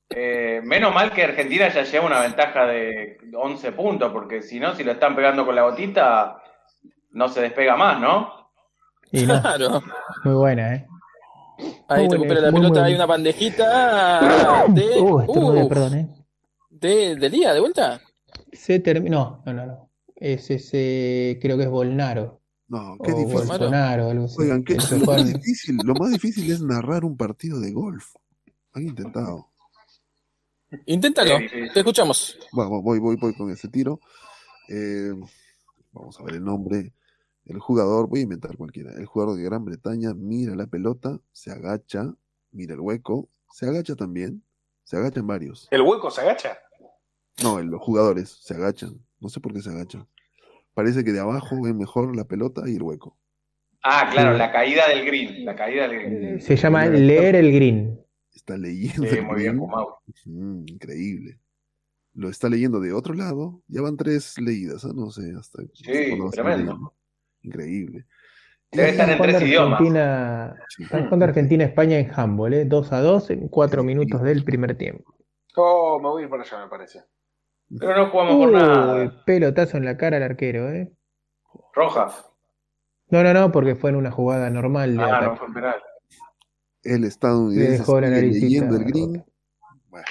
[SPEAKER 9] eh, menos mal que Argentina ya lleva una ventaja de 11 puntos, porque si no, si lo están pegando con la gotita, no se despega más, ¿no?
[SPEAKER 8] Y no,
[SPEAKER 6] Claro.
[SPEAKER 8] muy buena, ¿eh?
[SPEAKER 6] Ahí
[SPEAKER 8] Muy buena,
[SPEAKER 6] recupera la
[SPEAKER 8] muy
[SPEAKER 6] pelota,
[SPEAKER 8] buena.
[SPEAKER 6] hay una bandejita de,
[SPEAKER 8] Uh, estornudé,
[SPEAKER 6] uh,
[SPEAKER 8] perdón, ¿eh?
[SPEAKER 6] de, de día, de vuelta.
[SPEAKER 8] Se terminó. No, no, no. Es ese, creo que es Bolnaro.
[SPEAKER 1] No,
[SPEAKER 8] qué
[SPEAKER 1] difícil.
[SPEAKER 8] Bolsonaro, algo así.
[SPEAKER 1] Oigan, ¿qué-
[SPEAKER 8] Eso
[SPEAKER 1] lo,
[SPEAKER 8] fue
[SPEAKER 1] más
[SPEAKER 8] en-
[SPEAKER 1] difícil, lo más difícil es narrar un partido de golf. Han intentado.
[SPEAKER 6] Inténtalo, te escuchamos.
[SPEAKER 1] Bueno, voy, voy, voy con ese tiro. Eh, vamos a ver el nombre. El jugador, voy a inventar cualquiera. El jugador de Gran Bretaña mira la pelota, se agacha, mira el hueco, se agacha también. Se agachan varios.
[SPEAKER 7] ¿El hueco se agacha?
[SPEAKER 1] No, el- los jugadores se agachan. No sé por qué se agachan. Parece que de abajo ven mejor la pelota y el hueco.
[SPEAKER 9] Ah, claro, la caída del green. La caída del green.
[SPEAKER 8] Se llama Leer el Green.
[SPEAKER 1] Eh, Está leyendo.
[SPEAKER 9] Sí, muy bien, Kumau.
[SPEAKER 1] Mm, increíble. lo está leyendo de otro lado. Ya van tres leídas, ¿ah? no sé, hasta cuándo va a ser
[SPEAKER 9] tremendo.
[SPEAKER 1] leído. Increíble.
[SPEAKER 9] Debe estar en
[SPEAKER 8] Están
[SPEAKER 9] tres
[SPEAKER 8] jugando
[SPEAKER 9] idiomas.
[SPEAKER 8] Argentina, están jugando Argentina España en handball, ¿eh? 2 a 2 en 4 minutos del primer tiempo.
[SPEAKER 7] Oh, me voy a ir para allá, me parece.
[SPEAKER 9] Pero no jugamos
[SPEAKER 8] Uy,
[SPEAKER 9] por nada.
[SPEAKER 8] pelotazo en la cara al arquero, ¿eh?
[SPEAKER 9] Roja.
[SPEAKER 8] No, no, no, porque fue en una jugada normal de
[SPEAKER 7] Ah,
[SPEAKER 8] ataque.
[SPEAKER 7] no fue penal.
[SPEAKER 1] El
[SPEAKER 8] Le
[SPEAKER 1] estadounidense
[SPEAKER 8] dejó la
[SPEAKER 1] sigue
[SPEAKER 8] naricita
[SPEAKER 1] leyendo el
[SPEAKER 8] rota.
[SPEAKER 1] green. Bueno,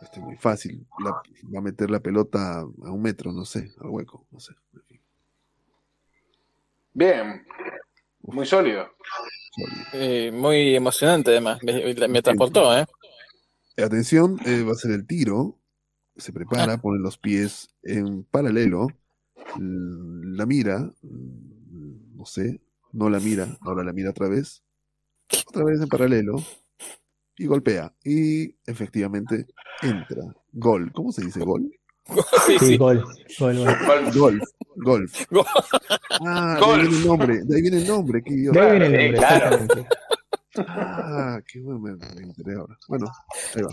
[SPEAKER 1] este es muy fácil. La- va a meter la pelota a un metro, no sé, al hueco, no sé.
[SPEAKER 7] Bien. Muy sólido.
[SPEAKER 6] Eh, muy emocionante, además. Me, me transportó, ¿eh?
[SPEAKER 1] Atención, eh, va a ser el tiro. Se prepara, pone los pies en paralelo. l- La mira, mm, no sé, no la mira, ahora la mira otra vez. Otra vez en paralelo. Y golpea. Y efectivamente entra. Gol. ¿Cómo se dice gol?
[SPEAKER 8] Sí, gol. Gol, gol.
[SPEAKER 1] Golf. Golf. Ah, de ahí viene el nombre. De ahí viene el nombre. Qué idiota.
[SPEAKER 8] De ahí viene el nombre, exactamente.
[SPEAKER 1] Ah, qué bueno, me, me enteré ahora. Bueno, ahí va.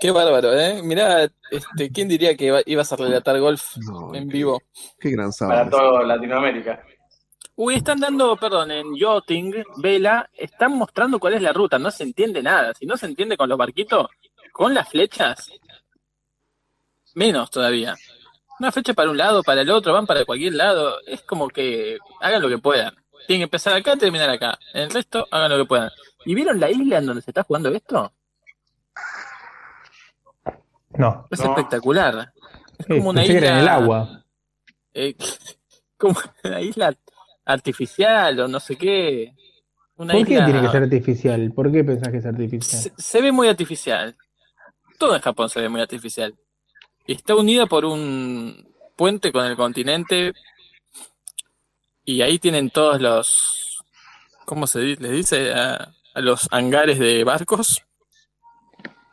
[SPEAKER 6] Qué bárbaro, ¿eh? Mirá, este, ¿quién diría que iba- ibas a relatar golf en vivo?
[SPEAKER 1] Qué gran sábado.
[SPEAKER 9] Para toda Latinoamérica.
[SPEAKER 6] Uy, están dando, perdón, en Yachting, Vela, están mostrando cuál es la ruta, no se entiende nada. Si no se entiende con los barquitos, con las flechas, menos todavía. Una flecha para un lado, para el otro, van para cualquier lado. Es como que hagan lo que puedan. Tienen que empezar acá, terminar acá. El resto, hagan lo que puedan. ¿Y vieron la isla en donde se está jugando esto?
[SPEAKER 8] No. Eh,
[SPEAKER 6] Es espectacular. Es como una
[SPEAKER 8] Pensé que era en el
[SPEAKER 6] isla-
[SPEAKER 8] agua.
[SPEAKER 6] eh, como una isla artificial o no sé qué. Una
[SPEAKER 8] ¿Por qué
[SPEAKER 6] isla-
[SPEAKER 8] tiene que ser artificial? ¿Por qué pensás que es artificial?
[SPEAKER 6] Se ve muy artificial. Todo en Japón se ve muy artificial. Y está unida por un puente con el continente. Y ahí tienen todos los. ¿Cómo se di- les dice? A, a los hangares de barcos.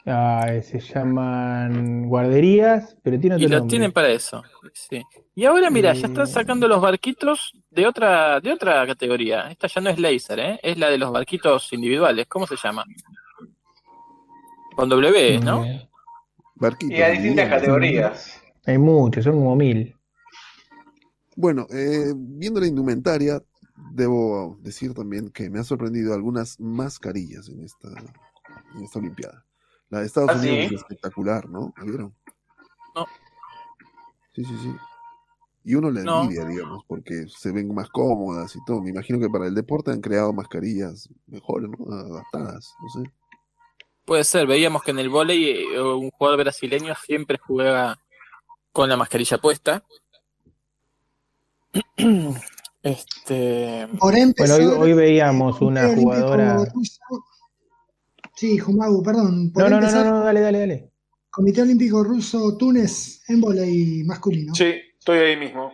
[SPEAKER 8] Ah, se llaman guarderías, pero tiene
[SPEAKER 6] Y
[SPEAKER 8] otro
[SPEAKER 6] los
[SPEAKER 8] nombre. Eh.
[SPEAKER 6] tienen para eso. Sí. Y ahora, mira, ya están sacando los barquitos de otra, de otra categoría. Esta ya no es laser, ¿eh? es la de los barquitos individuales. ¿Cómo se llama? Con W, ¿no?
[SPEAKER 1] Barquito.
[SPEAKER 9] Y hay distintas categorías.
[SPEAKER 8] Hay muchos, son como mil.
[SPEAKER 1] Bueno, eh, viendo la indumentaria, debo decir también que me ha sorprendido algunas mascarillas en esta, en esta Olimpiada. La de Estados
[SPEAKER 6] ¿Ah, sí?
[SPEAKER 1] Unidos es espectacular, ¿no? ¿La vieron?
[SPEAKER 6] No.
[SPEAKER 1] Sí, sí, sí. Y uno la
[SPEAKER 6] No.
[SPEAKER 1] envidia, digamos, porque se ven más cómodas y todo. Me imagino que para el deporte han creado mascarillas mejores, ¿no? Adaptadas, no sé.
[SPEAKER 6] Puede ser, veíamos que en el vóley eh, un jugador brasileño siempre jugaba con la mascarilla puesta. Este.
[SPEAKER 2] Por
[SPEAKER 8] Bueno,
[SPEAKER 2] empezar,
[SPEAKER 8] hoy, hoy veíamos
[SPEAKER 2] el
[SPEAKER 8] una
[SPEAKER 2] olímpico
[SPEAKER 8] jugadora.
[SPEAKER 2] ruso- Sí, Jumagu, perdón.
[SPEAKER 8] No, no, no, no, no, dale, dale, dale.
[SPEAKER 2] Comité Olímpico Ruso Túnez en volei masculino.
[SPEAKER 7] Sí, estoy ahí mismo.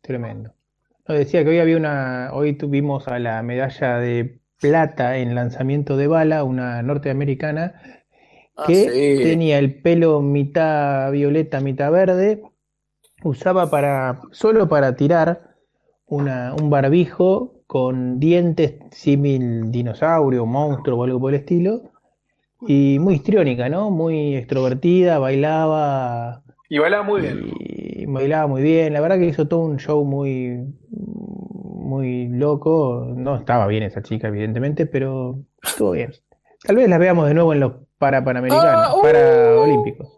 [SPEAKER 8] Tremendo. No, decía que hoy había una, hoy tuvimos a la medalla de plata en lanzamiento de bala, una norteamericana,
[SPEAKER 6] Ah,
[SPEAKER 8] que
[SPEAKER 6] sí.
[SPEAKER 8] tenía el pelo mitad violeta, mitad verde, usaba para, solo para tirar una, un barbijo con dientes símil dinosaurio, monstruo o algo por el estilo, y muy histriónica, ¿no? Muy extrovertida, bailaba.
[SPEAKER 7] Y bailaba muy bien.
[SPEAKER 8] Y bailaba muy bien, la verdad que hizo todo un show muy, muy loco. No estaba bien esa chica, evidentemente, pero estuvo bien. Tal vez la veamos de nuevo en los para panamericanos,
[SPEAKER 6] Ah, uh.
[SPEAKER 8] para olímpicos.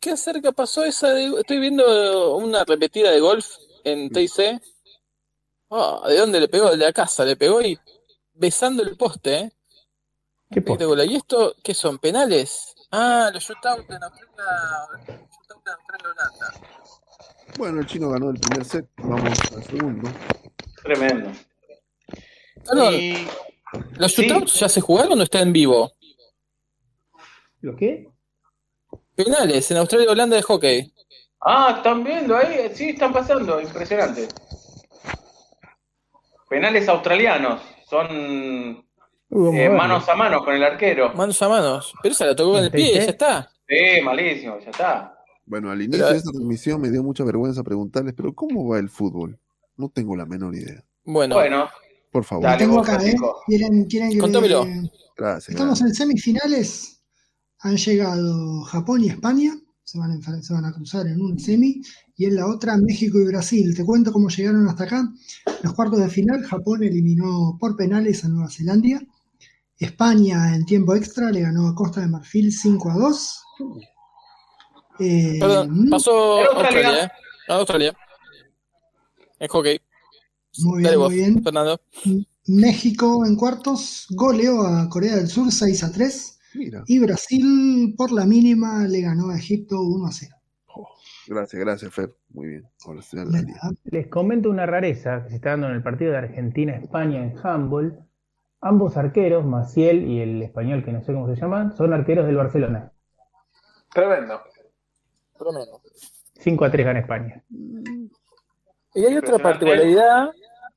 [SPEAKER 6] ¿Qué cerca pasó esa? de- estoy viendo una repetida de golf en TIC. Ah, ¿de dónde le pegó? De la casa, le pegó y besando el poste, ¿eh? Espectacular. ¿Y esto qué son? ¿Penales? Ah, los shootouts en Australia, shootout en Australia y Holanda.
[SPEAKER 1] Bueno, el chino ganó el primer set, vamos al segundo.
[SPEAKER 9] Tremendo.
[SPEAKER 6] Perdón, ¿los shootouts ya se jugaron o está en vivo?
[SPEAKER 8] ¿Los qué?
[SPEAKER 6] Penales en Australia y Holanda de hockey.
[SPEAKER 9] Ah, están viendo ahí. Sí, están pasando. Impresionante. Penales australianos. Son eh, manos a manos con el arquero.
[SPEAKER 6] Manos a manos. Pero esa la tocó con el pie, ya está.
[SPEAKER 9] Sí, malísimo, ya está.
[SPEAKER 1] Bueno, al inicio de esta transmisión me dio mucha vergüenza preguntarles, pero ¿cómo va el fútbol? No tengo la menor idea.
[SPEAKER 6] Bueno.
[SPEAKER 9] Bueno.
[SPEAKER 1] Por favor.
[SPEAKER 2] ¿eh? Lo tengo acá, ¿eh? ¿Quieren, quieren que le-
[SPEAKER 1] Gracias.
[SPEAKER 2] Estamos en semifinales. han llegado Japón y España, se van, a, enf- se van a cruzar en una semi, y en la otra México y Brasil. Te cuento cómo llegaron hasta acá. Los cuartos de final, Japón eliminó por penales a Nueva Zelanda. España en tiempo extra le ganó a Costa de Marfil 5 a 2. Eh,
[SPEAKER 4] Perdón, pasó
[SPEAKER 2] Era
[SPEAKER 4] Australia,
[SPEAKER 2] Australia.
[SPEAKER 4] ¿eh? A Australia. En hockey.
[SPEAKER 2] Muy bien,
[SPEAKER 4] Dale vos,
[SPEAKER 2] muy bien.
[SPEAKER 4] Fernando.
[SPEAKER 2] México en cuartos goleó a Corea del Sur 6 a 3. Y Brasil por la mínima le ganó a Egipto 1 a 0.
[SPEAKER 1] Gracias, gracias, Fer. Muy bien. Ahora sí, a la línea.
[SPEAKER 8] Les comento una rareza que se está dando en el partido de Argentina-España en handball. Ambos arqueros, Maciel y el español que no sé cómo se llaman, son arqueros del Barcelona.
[SPEAKER 7] Tremendo.
[SPEAKER 4] Tremendo.
[SPEAKER 8] 5 a 3 gana España.
[SPEAKER 4] Y hay otra particularidad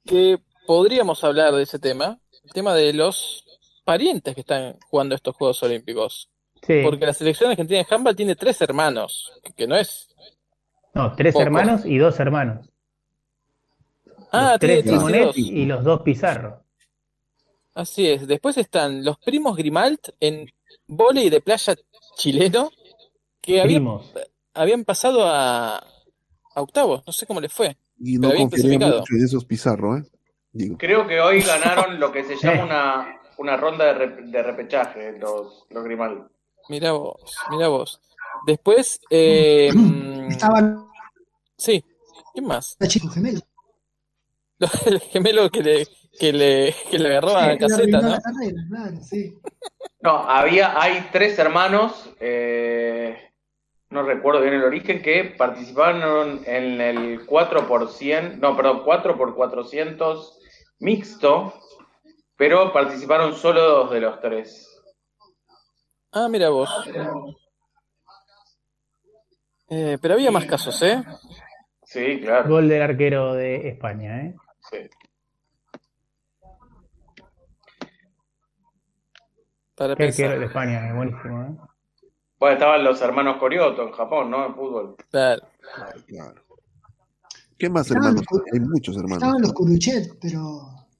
[SPEAKER 4] que podríamos hablar de ese tema, el tema de los parientes que están jugando estos Juegos Olímpicos.
[SPEAKER 8] Sí.
[SPEAKER 4] Porque la selección argentina de handball tiene tres hermanos, que no es.
[SPEAKER 8] No, tres
[SPEAKER 4] Poco.
[SPEAKER 8] hermanos y dos hermanos.
[SPEAKER 4] Ah, tiene
[SPEAKER 8] Tres
[SPEAKER 4] tiene
[SPEAKER 8] Timonet
[SPEAKER 4] dos.
[SPEAKER 8] y los dos Pizarro.
[SPEAKER 4] Así es. Después están los primos Grimalt en volei de playa chileno, que habían,
[SPEAKER 8] Primos.
[SPEAKER 4] habían pasado a, a octavos, no sé cómo les fue.
[SPEAKER 1] Y
[SPEAKER 4] pero
[SPEAKER 1] no
[SPEAKER 4] habían
[SPEAKER 1] confiaría
[SPEAKER 4] clasificado.
[SPEAKER 1] mucho en esos Pizarro, ¿eh? Digo,
[SPEAKER 9] Creo que hoy ganaron lo que se llama una, una ronda de, re- de repechaje, los, los Grimal.
[SPEAKER 4] Mirá vos, mirá vos. Después, eh, mm,
[SPEAKER 2] Estaban
[SPEAKER 4] sí, ¿quién más?
[SPEAKER 2] los chicos gemelos.
[SPEAKER 4] El gemelo que le, que le, que le agarró a
[SPEAKER 9] Sí,
[SPEAKER 4] caseta,
[SPEAKER 2] Arruinó
[SPEAKER 4] ¿no?
[SPEAKER 2] la carrera, claro, sí.
[SPEAKER 9] No, había, hay tres hermanos, eh, no recuerdo bien el origen, que participaron en el 4 por 100, no, perdón, 4 por 400 mixto, pero participaron solo dos de los tres.
[SPEAKER 4] Ah, mira vos. Eh, pero había más casos, ¿eh?
[SPEAKER 9] Sí, claro.
[SPEAKER 8] Gol del arquero de España, ¿eh?
[SPEAKER 4] Para
[SPEAKER 8] Qué
[SPEAKER 4] pensar.
[SPEAKER 8] arquero de España, eh, buenísimo, ¿eh?
[SPEAKER 9] Bueno, Pues estaban los hermanos Corioto en Japón, ¿no? En fútbol.
[SPEAKER 1] claro. ¿Qué más
[SPEAKER 2] Estaban
[SPEAKER 1] hermanos? Hay muchos hermanos.
[SPEAKER 2] Estaban los Curuchet, pero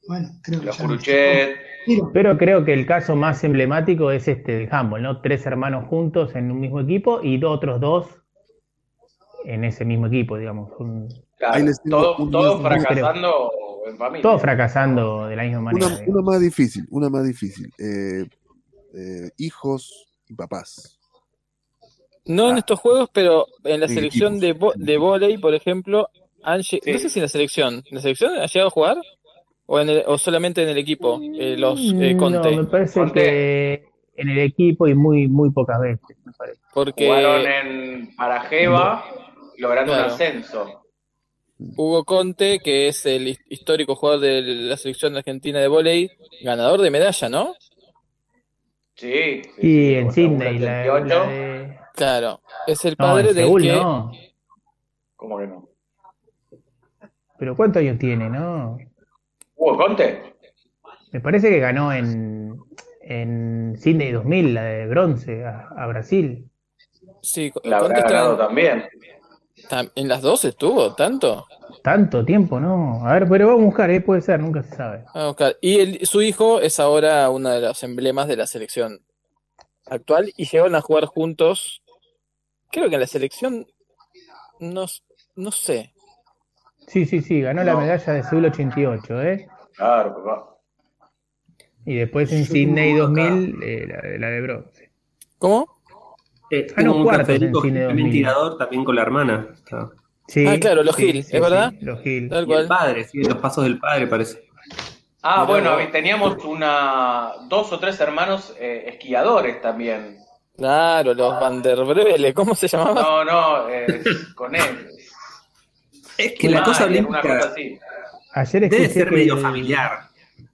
[SPEAKER 2] bueno, creo que ya no.
[SPEAKER 8] Pero creo que el caso más emblemático es este del handball, ¿no? Tres hermanos juntos en un mismo equipo y do- otros dos en ese mismo equipo, digamos. Un-
[SPEAKER 9] Claro, todos todos fracasando en familia.
[SPEAKER 8] Todos fracasando de la misma manera.
[SPEAKER 1] Una,
[SPEAKER 8] digamos.
[SPEAKER 1] una más difícil, una más difícil. Eh, eh, hijos y papás.
[SPEAKER 4] No en estos juegos, pero Ah. en la
[SPEAKER 1] Sí,
[SPEAKER 4] selección de, vo- de volei, por ejemplo, han lle- no sé si en la selección, ¿en la selección ha llegado a jugar? ¿O, en el- o solamente en el equipo? eh, los eh, Conte.
[SPEAKER 8] No, me parece que en el equipo y muy, muy pocas veces, me parece.
[SPEAKER 4] Porque
[SPEAKER 9] Jugaron en Parajeva, logrando
[SPEAKER 4] Claro.
[SPEAKER 9] un ascenso.
[SPEAKER 4] Hugo Conte, que es el his- histórico jugador de la selección argentina de volei, ganador de medalla, ¿no?
[SPEAKER 9] Sí.
[SPEAKER 8] Y en Sydney, la- la
[SPEAKER 4] 38.
[SPEAKER 8] de-
[SPEAKER 4] Claro, es el
[SPEAKER 8] No,
[SPEAKER 4] padre
[SPEAKER 8] en
[SPEAKER 4] del
[SPEAKER 8] Seúl,
[SPEAKER 4] que...
[SPEAKER 8] no.
[SPEAKER 9] ¿Cómo que no?
[SPEAKER 8] Pero ¿cuántos años tiene, no?
[SPEAKER 9] Hugo Conte.
[SPEAKER 8] Me parece que ganó en, en Sydney 2000, la de bronce, a, a Brasil.
[SPEAKER 4] Sí,
[SPEAKER 9] La habrá
[SPEAKER 4] Conte está-
[SPEAKER 9] ganado también.
[SPEAKER 4] tam- ¿En las dos estuvo? ¿Tanto?
[SPEAKER 8] Tanto tiempo, ¿no? A ver, pero vamos a buscar, ¿eh? puede ser, nunca se sabe.
[SPEAKER 4] Ah, ok. Y el- su hijo es ahora uno de los emblemas de la selección actual y llegaron a jugar juntos. Creo que en la selección no, s- no sé.
[SPEAKER 8] Sí, sí, sí, ganó la
[SPEAKER 4] No.
[SPEAKER 8] medalla de Seúl 88, ¿eh?
[SPEAKER 9] Claro, papá.
[SPEAKER 8] Y después en
[SPEAKER 19] Yo
[SPEAKER 8] Sydney
[SPEAKER 19] tengo
[SPEAKER 8] 2000, eh, la, de- la de bronce.
[SPEAKER 4] ¿Cómo?
[SPEAKER 19] Eh,
[SPEAKER 8] Ah, no,
[SPEAKER 19] tengo un
[SPEAKER 8] cuartos en
[SPEAKER 19] cafecito
[SPEAKER 8] cine
[SPEAKER 19] Gil
[SPEAKER 8] 2000.
[SPEAKER 19] también tirador, también con la hermana. Está.
[SPEAKER 8] Sí,
[SPEAKER 4] Ah, claro, los
[SPEAKER 8] sí,
[SPEAKER 4] Gil,
[SPEAKER 8] sí,
[SPEAKER 4] ¿es
[SPEAKER 8] sí,
[SPEAKER 4] verdad?
[SPEAKER 8] los Gil.
[SPEAKER 4] Tal
[SPEAKER 19] Y el
[SPEAKER 4] cual.
[SPEAKER 19] padre, sí, los pasos del padre parece.
[SPEAKER 4] Mirá
[SPEAKER 9] Ah, bueno,
[SPEAKER 4] vos.
[SPEAKER 9] teníamos una dos o tres hermanos eh, esquiadores también.
[SPEAKER 4] Claro, los Vanderbrele, ¿cómo se llamaba?
[SPEAKER 9] No, no, eh, con él.
[SPEAKER 19] Es que la cosa
[SPEAKER 9] Una
[SPEAKER 19] olímpica-
[SPEAKER 9] cosa así.
[SPEAKER 8] Ayer
[SPEAKER 19] Debe
[SPEAKER 8] escuché
[SPEAKER 19] ser
[SPEAKER 8] que
[SPEAKER 19] medio
[SPEAKER 8] el-
[SPEAKER 19] familiar.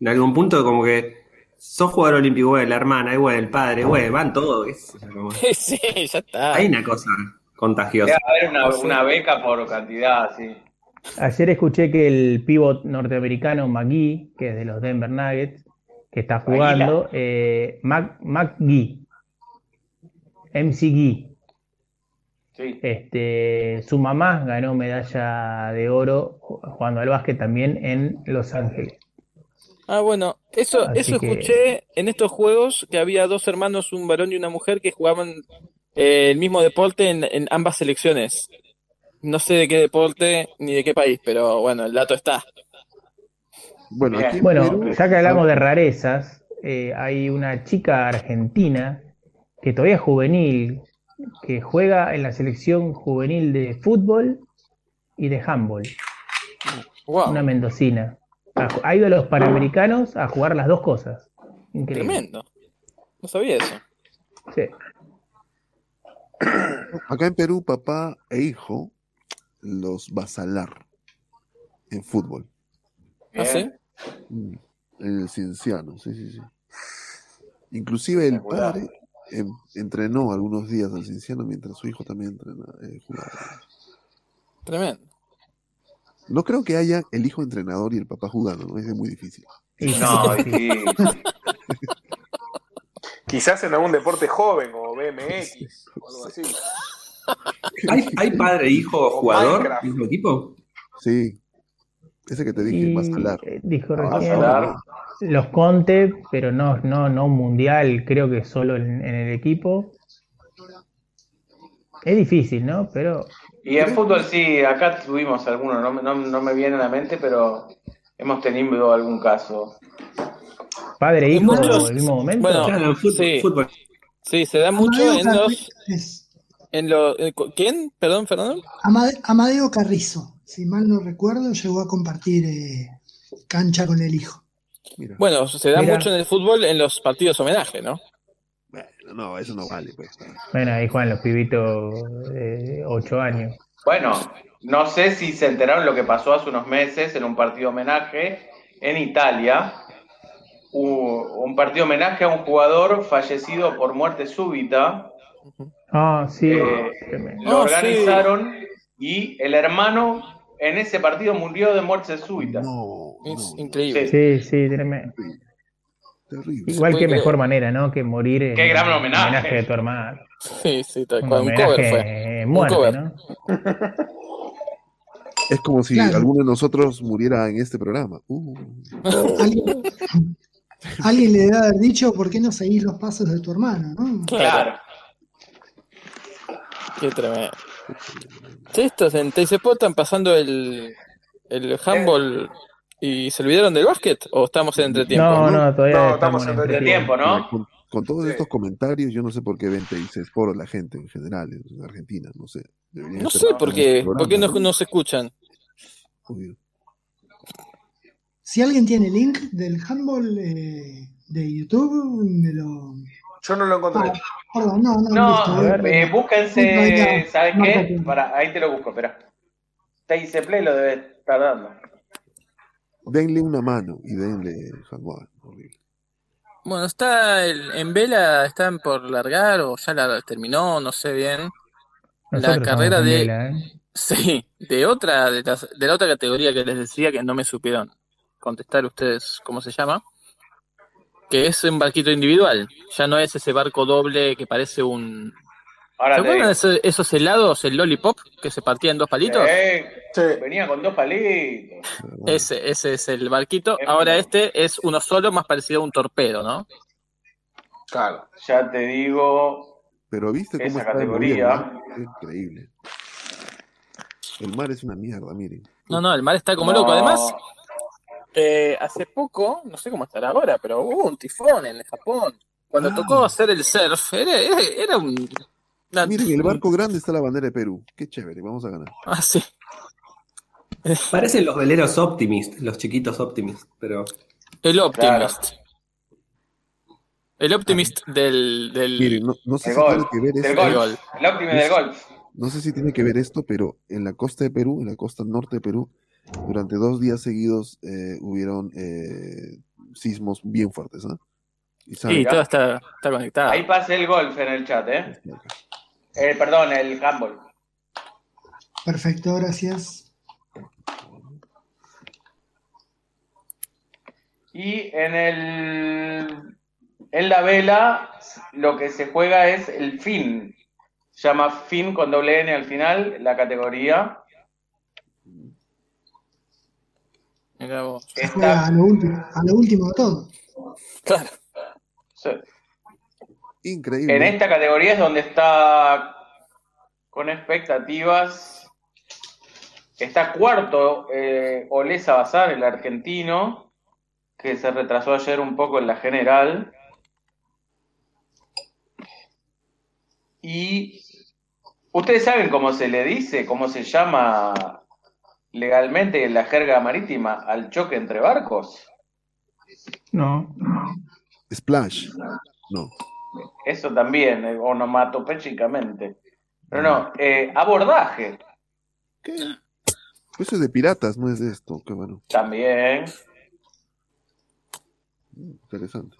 [SPEAKER 19] En algún punto, como que sos jugador olímpico, güey, la hermana, güey, el padre, güey, van todos. qué sé yo, como-
[SPEAKER 4] sí, ya está.
[SPEAKER 19] Hay una cosa
[SPEAKER 9] Debe
[SPEAKER 19] contagiosa.
[SPEAKER 9] haber una, una beca por cantidad, sí.
[SPEAKER 8] Ayer escuché que el pívot norteamericano McGee, que es de los Denver Nuggets, que está jugando, eh, Mac, McGee, MC Gee, este, su mamá ganó medalla de oro ju- jugando al básquet también en Los Ángeles.
[SPEAKER 4] Ah, bueno, eso,
[SPEAKER 22] Así
[SPEAKER 4] eso
[SPEAKER 22] que-
[SPEAKER 4] escuché en estos juegos que había dos hermanos, un varón y una mujer, que jugaban eh, el mismo deporte en, en ambas selecciones. No sé de qué deporte ni de qué país, pero bueno, el dato está.
[SPEAKER 1] Bueno, aquí en
[SPEAKER 8] Bueno,
[SPEAKER 1] Perú-
[SPEAKER 8] ya que hablamos de rarezas, eh, hay una chica argentina que todavía es juvenil, que juega en la selección juvenil de fútbol y de handball. Una mendocina. Ha, ha ido a los Panamericanos a jugar las dos cosas. Increíble.
[SPEAKER 4] Tremendo. No sabía eso.
[SPEAKER 8] Sí.
[SPEAKER 1] Acá en Perú, papá e hijo los vasalar en fútbol.
[SPEAKER 4] ¿Ah, sí?
[SPEAKER 1] Mm, El cienciano, sí, sí, sí. Inclusive el padre em, entrenó algunos días al cienciano mientras su hijo también entrenaba, jugaba.
[SPEAKER 4] Tremendo.
[SPEAKER 1] No creo que haya el hijo entrenador y el papá jugando, ¿no? es muy difícil.
[SPEAKER 7] No, y- Quizás en algún deporte joven como BMX o algo así.
[SPEAKER 19] ¿Hay, hay padre, hijo, jugador,
[SPEAKER 7] Minecraft.
[SPEAKER 19] mismo equipo?
[SPEAKER 1] Sí. Ese que te dije,
[SPEAKER 8] Y,
[SPEAKER 1] vasalar.
[SPEAKER 8] eh, dijo
[SPEAKER 1] Ah,
[SPEAKER 8] recién
[SPEAKER 1] vasalar.
[SPEAKER 8] los Conte, pero no, no, no un mundial, creo que solo en, en el equipo. Es difícil, ¿no? Pero
[SPEAKER 9] Y en fútbol sí, acá tuvimos algunos, no, me- no- no me viene a la mente, pero hemos tenido algún caso.
[SPEAKER 8] padre e hijo
[SPEAKER 4] muchos-
[SPEAKER 8] en el mismo momento.
[SPEAKER 4] Bueno, sí. Sí, se da mucho
[SPEAKER 2] Amadeo
[SPEAKER 4] en los, en los... en cu- ¿Quién? Perdón, Fernando.
[SPEAKER 2] Amade- Amadeo Carrizo, si mal no recuerdo, llegó a compartir eh, cancha con el hijo.
[SPEAKER 4] Bueno, se da
[SPEAKER 8] Mira.
[SPEAKER 4] mucho en el fútbol en los partidos homenaje, ¿no?
[SPEAKER 1] Bueno, no, eso no vale, pues.
[SPEAKER 8] Bueno, ahí juegan los pibitos de 8 años.
[SPEAKER 9] Bueno, no sé si se enteraron lo que pasó hace unos meses en un partido homenaje en Italia. Hubo Un partido homenaje a un jugador fallecido por muerte súbita.
[SPEAKER 8] Ah, sí.
[SPEAKER 9] Eh,
[SPEAKER 8] Tremendo.
[SPEAKER 9] Lo organizaron y el hermano en ese partido murió de muerte súbita.
[SPEAKER 4] es increíble.
[SPEAKER 8] Sí, sí, tremendo. Igual
[SPEAKER 4] Se
[SPEAKER 8] que
[SPEAKER 4] puede
[SPEAKER 8] mejor
[SPEAKER 4] creer.
[SPEAKER 8] manera, ¿no? Que morir en
[SPEAKER 4] Qué gran homenaje.
[SPEAKER 8] de tu hermano.
[SPEAKER 4] Sí, sí, tal
[SPEAKER 8] Un
[SPEAKER 4] cual. Un cover
[SPEAKER 8] homenaje
[SPEAKER 4] fue.
[SPEAKER 8] en
[SPEAKER 4] Un
[SPEAKER 8] Eh, muerte,
[SPEAKER 4] cover.
[SPEAKER 8] ¿no?
[SPEAKER 1] Es como si
[SPEAKER 2] Claro.
[SPEAKER 1] alguno de nosotros muriera en este programa. Uh.
[SPEAKER 2] Alguien, alguien le debe haber dicho, ¿por qué no seguís los pasos de tu hermano? no?"
[SPEAKER 4] Claro. Qué tremendo. Sí, estos en TCP están pasando el, el handball y se olvidaron del básquet o estamos en entretiempo.
[SPEAKER 8] No, no, todavía No, estamos estamos en en
[SPEAKER 4] entretiempo, ¿no?
[SPEAKER 1] Con, con todos estos comentarios, yo no sé por qué vente y se por la gente en general en Argentina, no sé. Deberían
[SPEAKER 4] No
[SPEAKER 1] estar
[SPEAKER 4] sé por
[SPEAKER 1] en este
[SPEAKER 4] qué, por qué no,
[SPEAKER 1] programa,
[SPEAKER 4] no se escuchan.
[SPEAKER 2] Si alguien tiene link del handball eh, de YouTube, me lo. Ah,
[SPEAKER 7] Yo no lo encontré.
[SPEAKER 2] Perdón, no, no. listo,
[SPEAKER 9] No,
[SPEAKER 2] a ver.
[SPEAKER 9] eh, búsquense, ¿sabes
[SPEAKER 2] No,
[SPEAKER 9] qué?
[SPEAKER 2] no,
[SPEAKER 9] Pará, ahí te lo busco, espera. TIC Play lo debe estar dando.
[SPEAKER 1] Denle una mano y denle jaguar.
[SPEAKER 4] Bueno, está el- en vela, están por largar o ya la terminó, no sé bien. La
[SPEAKER 8] Nosotros
[SPEAKER 4] carrera
[SPEAKER 8] estamos en
[SPEAKER 4] de,
[SPEAKER 8] vela, ¿eh?
[SPEAKER 4] sí, de otra, de, las- de la otra categoría que les decía que no me supieron contestar ustedes cómo se llama, que es un barquito individual, ya no es ese barco doble que parece un...
[SPEAKER 9] Ahora
[SPEAKER 4] ¿Se
[SPEAKER 9] te
[SPEAKER 4] acuerdan de
[SPEAKER 9] digo.
[SPEAKER 4] ese- esos helados, el lollipop, que se partía en dos palitos?
[SPEAKER 9] Eh, Venía con dos palitos.
[SPEAKER 4] Ese, ese es el barquito. Ahora este es uno solo, más parecido a un torpedo, ¿no?
[SPEAKER 9] Claro. Ya te digo.
[SPEAKER 1] Pero viste cómo
[SPEAKER 9] Esa
[SPEAKER 1] está el
[SPEAKER 9] categoría.
[SPEAKER 1] gobierno, ¿eh? Es increíble. El mar es una mierda, miren.
[SPEAKER 4] No, no, el mar está como
[SPEAKER 1] No.
[SPEAKER 4] loco. Además, eh, hace poco, no sé cómo estará ahora, pero hubo un tifón en Japón. Cuando tocó hacer el surf, era, era, era un... una-
[SPEAKER 1] Miren, el barco grande está la bandera de Perú. Qué chévere, vamos a ganar.
[SPEAKER 4] Ah, sí.
[SPEAKER 19] Parecen los veleros Optimist, los chiquitos Optimist, pero.
[SPEAKER 4] El Optimist. El Optimist del... del
[SPEAKER 1] Miren, no, no sé
[SPEAKER 4] Del
[SPEAKER 1] si tiene
[SPEAKER 4] gol,
[SPEAKER 1] que ver
[SPEAKER 4] del
[SPEAKER 1] esto. ¿eh?
[SPEAKER 4] gol, el óptimo del gol.
[SPEAKER 1] No sé si tiene que ver esto, pero en la costa de Perú, en la costa norte de Perú, durante dos días seguidos eh, hubieron eh, sismos bien fuertes. ¿ah? Y saben-
[SPEAKER 4] Sí, todo está, está conectado.
[SPEAKER 9] Ahí pasa el golf en el chat, ¿eh? Eh, perdón, el handball.
[SPEAKER 2] Perfecto, gracias.
[SPEAKER 9] Y en el. En la vela, lo que se juega es el fin. Se Llama fin con doble N al final, la categoría.
[SPEAKER 6] Mirá vos.
[SPEAKER 2] Juega a lo último, a lo último de todo.
[SPEAKER 16] Increíble.
[SPEAKER 9] En
[SPEAKER 4] este-
[SPEAKER 9] esta categoría es donde está con expectativas. Está cuarto eh, Olesa Bazar, el argentino, que se retrasó ayer un poco en la general. Y ustedes saben cómo se le dice, cómo se llama legalmente en la jerga marítima al choque entre barcos.
[SPEAKER 8] No.
[SPEAKER 1] Splash. No.
[SPEAKER 9] Eso también, eh, onomatopéchicamente. Pero no, eh, abordaje
[SPEAKER 1] Eso es de piratas, no es de esto. Qué bueno.
[SPEAKER 9] también.
[SPEAKER 1] Interesante.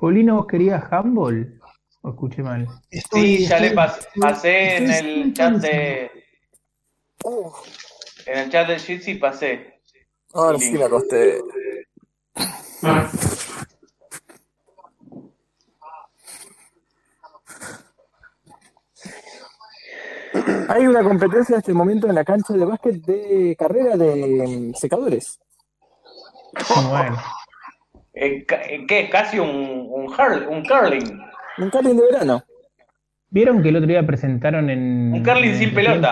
[SPEAKER 8] Paulino, ¿vos querías handball? O escuché mal.
[SPEAKER 9] Sí, ya le pas- pasé en el chat de.
[SPEAKER 4] Oh.
[SPEAKER 9] En el chat de Jitsi pasé. Ah,
[SPEAKER 4] Ahora sí me acosté. Hay una competencia en este momento en la cancha de básquet de carrera de mm, secadores.
[SPEAKER 8] Bueno.
[SPEAKER 9] Eh, ca- eh, ¿Qué? Casi un, un, hurl- un curling.
[SPEAKER 8] Un curling de verano. ¿Vieron que el otro día presentaron en. Un
[SPEAKER 9] curling sin pelota.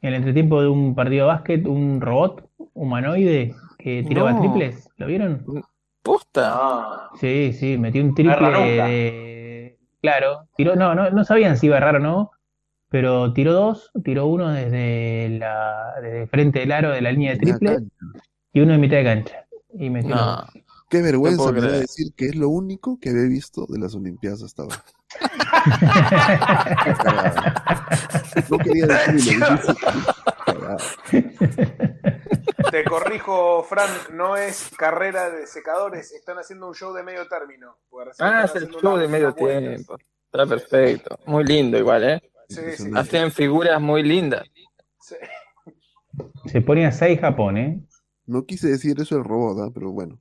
[SPEAKER 8] En el entretiempo de un partido de básquet, un robot humanoide que tiraba
[SPEAKER 4] No.
[SPEAKER 8] triples. ¿Lo vieron?
[SPEAKER 4] ¡Posta!
[SPEAKER 8] Sí, sí, metió un triple
[SPEAKER 4] Garra nunca.
[SPEAKER 8] de. Claro, tiró, no, no, no sabían si iba raro o no, pero tiró dos, tiró uno desde la, desde el frente del aro de la línea de triple y uno en mitad de cancha. Y metió
[SPEAKER 1] No.
[SPEAKER 8] los-
[SPEAKER 1] Qué vergüenza
[SPEAKER 8] puedo
[SPEAKER 1] me da
[SPEAKER 8] creer.
[SPEAKER 1] decir que es lo único que había visto de las Olimpiadas hasta ahora. Qué cagada. no quería decirlo. dije, qué cagada.
[SPEAKER 7] Te corrijo, Fran, no es carrera de secadores, están haciendo un show de medio término. porque recién
[SPEAKER 4] Ah, es
[SPEAKER 7] están
[SPEAKER 4] el
[SPEAKER 7] haciendo
[SPEAKER 4] show
[SPEAKER 7] una-
[SPEAKER 4] de medio
[SPEAKER 7] unas vueltas.
[SPEAKER 4] tiempo. Está perfecto. Muy lindo igual, ¿eh?
[SPEAKER 7] Sí, sí.
[SPEAKER 4] Hacen figuras muy lindas.
[SPEAKER 8] Se pone a 6 Japón, ¿eh?
[SPEAKER 1] No quise decir eso el robot, ¿ah? pero bueno.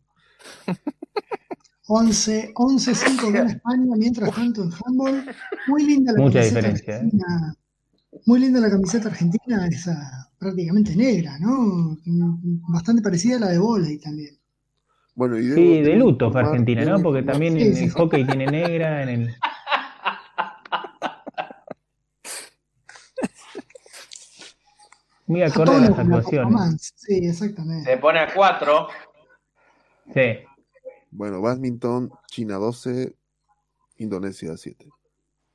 [SPEAKER 2] 11, 11-5 gana España, mientras tanto en handball. Muy linda la
[SPEAKER 8] Mucha
[SPEAKER 2] camiseta
[SPEAKER 8] diferencia, ¿eh?
[SPEAKER 2] argentina. Muy linda la camiseta argentina, esa prácticamente negra, ¿no? Bastante parecida a la de volei también.
[SPEAKER 1] Bueno, y
[SPEAKER 8] Sí,
[SPEAKER 1] debo
[SPEAKER 8] de luto fue
[SPEAKER 1] informar-
[SPEAKER 8] Argentina,
[SPEAKER 1] debo
[SPEAKER 8] ¿no? Porque
[SPEAKER 1] informar-
[SPEAKER 8] también en el hockey tiene negra, en el. Muy acorde a
[SPEAKER 2] Todo
[SPEAKER 8] las
[SPEAKER 2] con la
[SPEAKER 8] actuaciones.
[SPEAKER 2] performance, Sí, exactamente.
[SPEAKER 9] Se pone a cuatro.
[SPEAKER 8] Sí.
[SPEAKER 1] Bueno, badminton, China 12, Indonesia 7.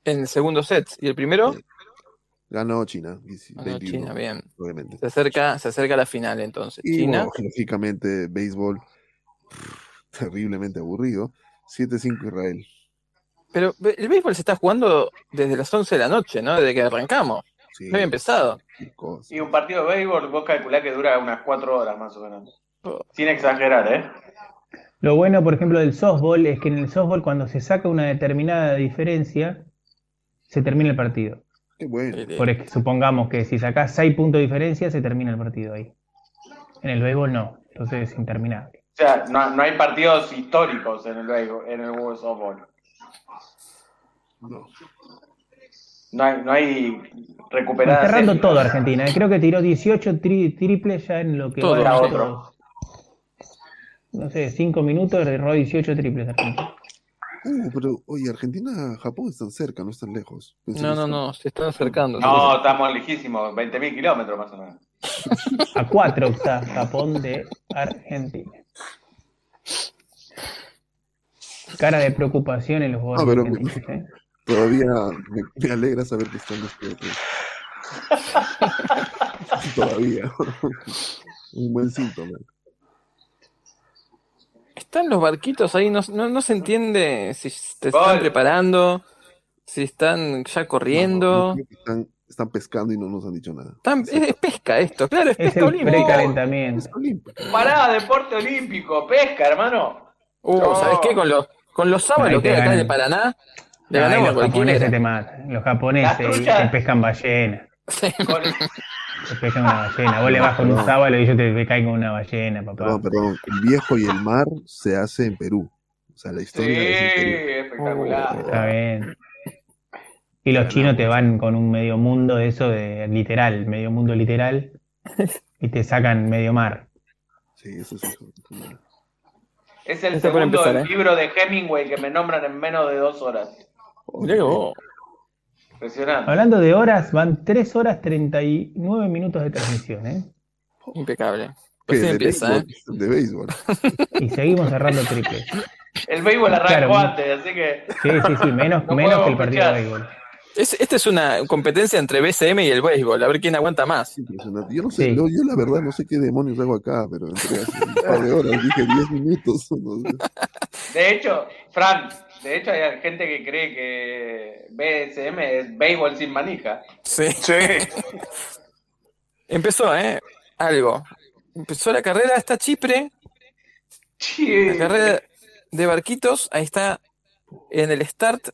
[SPEAKER 4] En segundo set. ¿Y el primero?
[SPEAKER 1] Ganó China. 10,
[SPEAKER 4] Ganó
[SPEAKER 1] 21,
[SPEAKER 4] China, bien.
[SPEAKER 1] Obviamente.
[SPEAKER 4] Se acerca, se acerca a la final entonces.
[SPEAKER 1] Y
[SPEAKER 4] China.
[SPEAKER 1] bueno, lógicamente, béisbol terriblemente aburrido. 7-5 Israel.
[SPEAKER 4] Pero ve- el béisbol se está jugando desde las 11 de la noche, ¿no? Desde que arrancamos. No había empezado.
[SPEAKER 9] Y un partido de béisbol, vos calculás que dura unas cuatro horas más o menos. Sin exagerar, ¿eh?
[SPEAKER 8] Lo bueno, por ejemplo, del softball es que en el softball, cuando se saca una determinada diferencia, se termina el partido.
[SPEAKER 1] Qué bueno.
[SPEAKER 8] Por ej- supongamos que si sacás 6 puntos de diferencia, se termina el partido ahí. En el béisbol no, entonces es interminable.
[SPEAKER 9] O sea, no, no hay partidos históricos en el béisbol- en el World Softball.
[SPEAKER 1] No.
[SPEAKER 9] hay, no hay recuperadas.
[SPEAKER 8] Enterrando
[SPEAKER 9] series.
[SPEAKER 8] todo Argentina. ¿eh? Creo que tiró 18 tri- triples ya en lo que
[SPEAKER 9] Todo,
[SPEAKER 8] va de
[SPEAKER 9] era
[SPEAKER 8] estos,
[SPEAKER 9] otro.
[SPEAKER 8] no sé, 5 minutos, erró 18 triples Argentina.
[SPEAKER 1] Uh, pero oye, Argentina, Japón están cerca, no están lejos. Pensé
[SPEAKER 4] No,
[SPEAKER 1] que
[SPEAKER 4] no, no. Se están acercando.
[SPEAKER 9] No, estamos lejísimos, 20.000 kilómetros más o menos.
[SPEAKER 8] A 4 está Japón de Argentina. Cara de preocupación en los
[SPEAKER 1] Ah,
[SPEAKER 8] jugadores
[SPEAKER 1] pero
[SPEAKER 8] argentinos, ¿eh?
[SPEAKER 1] Todavía me, me alegra saber que están despiertos. Todavía. Un buen síntoma.
[SPEAKER 4] Están los barquitos ahí, no, no, no
[SPEAKER 8] Ah.
[SPEAKER 4] se entiende si te están preparando, si están ya corriendo.
[SPEAKER 1] Están, están pescando y no nos han dicho nada.
[SPEAKER 4] Están- es, es pesca esto, claro, es pesca olímpica.
[SPEAKER 8] precalentamiento.
[SPEAKER 9] Pará, deporte olímpico, pesca, hermano.
[SPEAKER 4] Uh,
[SPEAKER 9] No.
[SPEAKER 4] ¿sabes qué? Con los, con los
[SPEAKER 8] Ahí
[SPEAKER 4] sábados
[SPEAKER 8] te
[SPEAKER 4] que hay acá
[SPEAKER 8] ganan.
[SPEAKER 4] de Paraná, le
[SPEAKER 8] Ay,
[SPEAKER 4] ganamos a
[SPEAKER 8] los japoneses
[SPEAKER 4] cualquiera.
[SPEAKER 8] te matan. ¿eh? Los japoneses
[SPEAKER 4] Las truchas.
[SPEAKER 8] te pescan ballenas.
[SPEAKER 9] Con-
[SPEAKER 8] Te pescan una ballena. Vos le vas con un
[SPEAKER 1] Perdón.
[SPEAKER 8] sábalo y ellos te, te caen con una ballena, papá.
[SPEAKER 1] Perdón, perdón. El viejo y el mar se hace en Perú. O sea, la
[SPEAKER 9] Sí,
[SPEAKER 1] historia es en Perú.
[SPEAKER 9] espectacular.
[SPEAKER 8] Está bien. Y los chinos te van con un medio mundo de eso, de literal, medio mundo literal, y te sacan medio mar.
[SPEAKER 1] Sí, eso es
[SPEAKER 9] Es el
[SPEAKER 8] Está por
[SPEAKER 9] segundo
[SPEAKER 8] empezar, ¿eh?
[SPEAKER 9] libro de Hemingway que me nombran en menos de dos horas. Impresionante.
[SPEAKER 8] Hablando de horas, van 3 horas 39 minutos de transmisión, ¿eh?
[SPEAKER 4] Impecable.
[SPEAKER 8] ¿Qué?
[SPEAKER 4] Recién
[SPEAKER 8] ¿De
[SPEAKER 4] empieza, ¿eh?
[SPEAKER 8] béisbol?
[SPEAKER 1] de béisbol.
[SPEAKER 8] Y seguimos cerrando triples.
[SPEAKER 9] El béisbol arrancó
[SPEAKER 8] Claro.
[SPEAKER 9] antes, así que.
[SPEAKER 8] Sí, sí, sí, menos,
[SPEAKER 4] No
[SPEAKER 8] menos que el
[SPEAKER 4] podemos
[SPEAKER 8] partido de
[SPEAKER 4] escuchar.
[SPEAKER 8] béisbol.
[SPEAKER 4] Es, esta es una competencia entre BCM y el béisbol, a ver quién aguanta más.
[SPEAKER 1] Impresionante. Yo no sé, yo, yo la verdad no sé qué demonios hago acá, pero entré hace un par de horas, dije 10 minutos. no sé.
[SPEAKER 9] De hecho, Fran, de hecho hay gente que cree que BSM es béisbol sin manija.
[SPEAKER 4] Sí. Empezó, ¿eh? Algo. Empezó la carrera, está Chipre. La carrera de barquitos, ahí está en el start.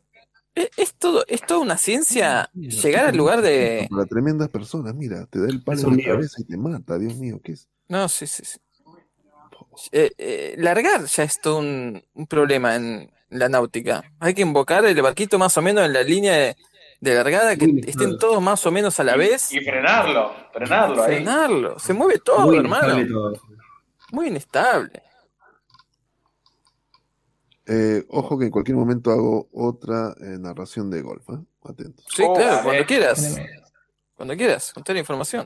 [SPEAKER 4] Es, es todo, es toda una ciencia llegar al lugar de.
[SPEAKER 1] Para tremendas personas, mira, te da el palo
[SPEAKER 4] Es
[SPEAKER 1] en
[SPEAKER 4] un
[SPEAKER 1] la
[SPEAKER 4] dios.
[SPEAKER 1] cabeza y te mata, Dios mío, ¿qué es?
[SPEAKER 4] No, sí, sí. sí. Eh, eh, largar ya es todo un, un problema en la náutica. Hay que invocar el barquito más o menos en la línea de, de largada, que estén todos más o menos a la vez.
[SPEAKER 9] Y frenarlo, frenarlo ahí.
[SPEAKER 4] Frenarlo. Se mueve todo,
[SPEAKER 9] Muy
[SPEAKER 4] hermano.
[SPEAKER 9] inestable todo.
[SPEAKER 4] Muy inestable.
[SPEAKER 1] Eh, ojo que en cualquier momento hago otra eh, narración de golf, ¿eh? Atentos.
[SPEAKER 4] Sí,
[SPEAKER 9] Oh,
[SPEAKER 4] claro, cuando quieras. Cuando quieras, contar información.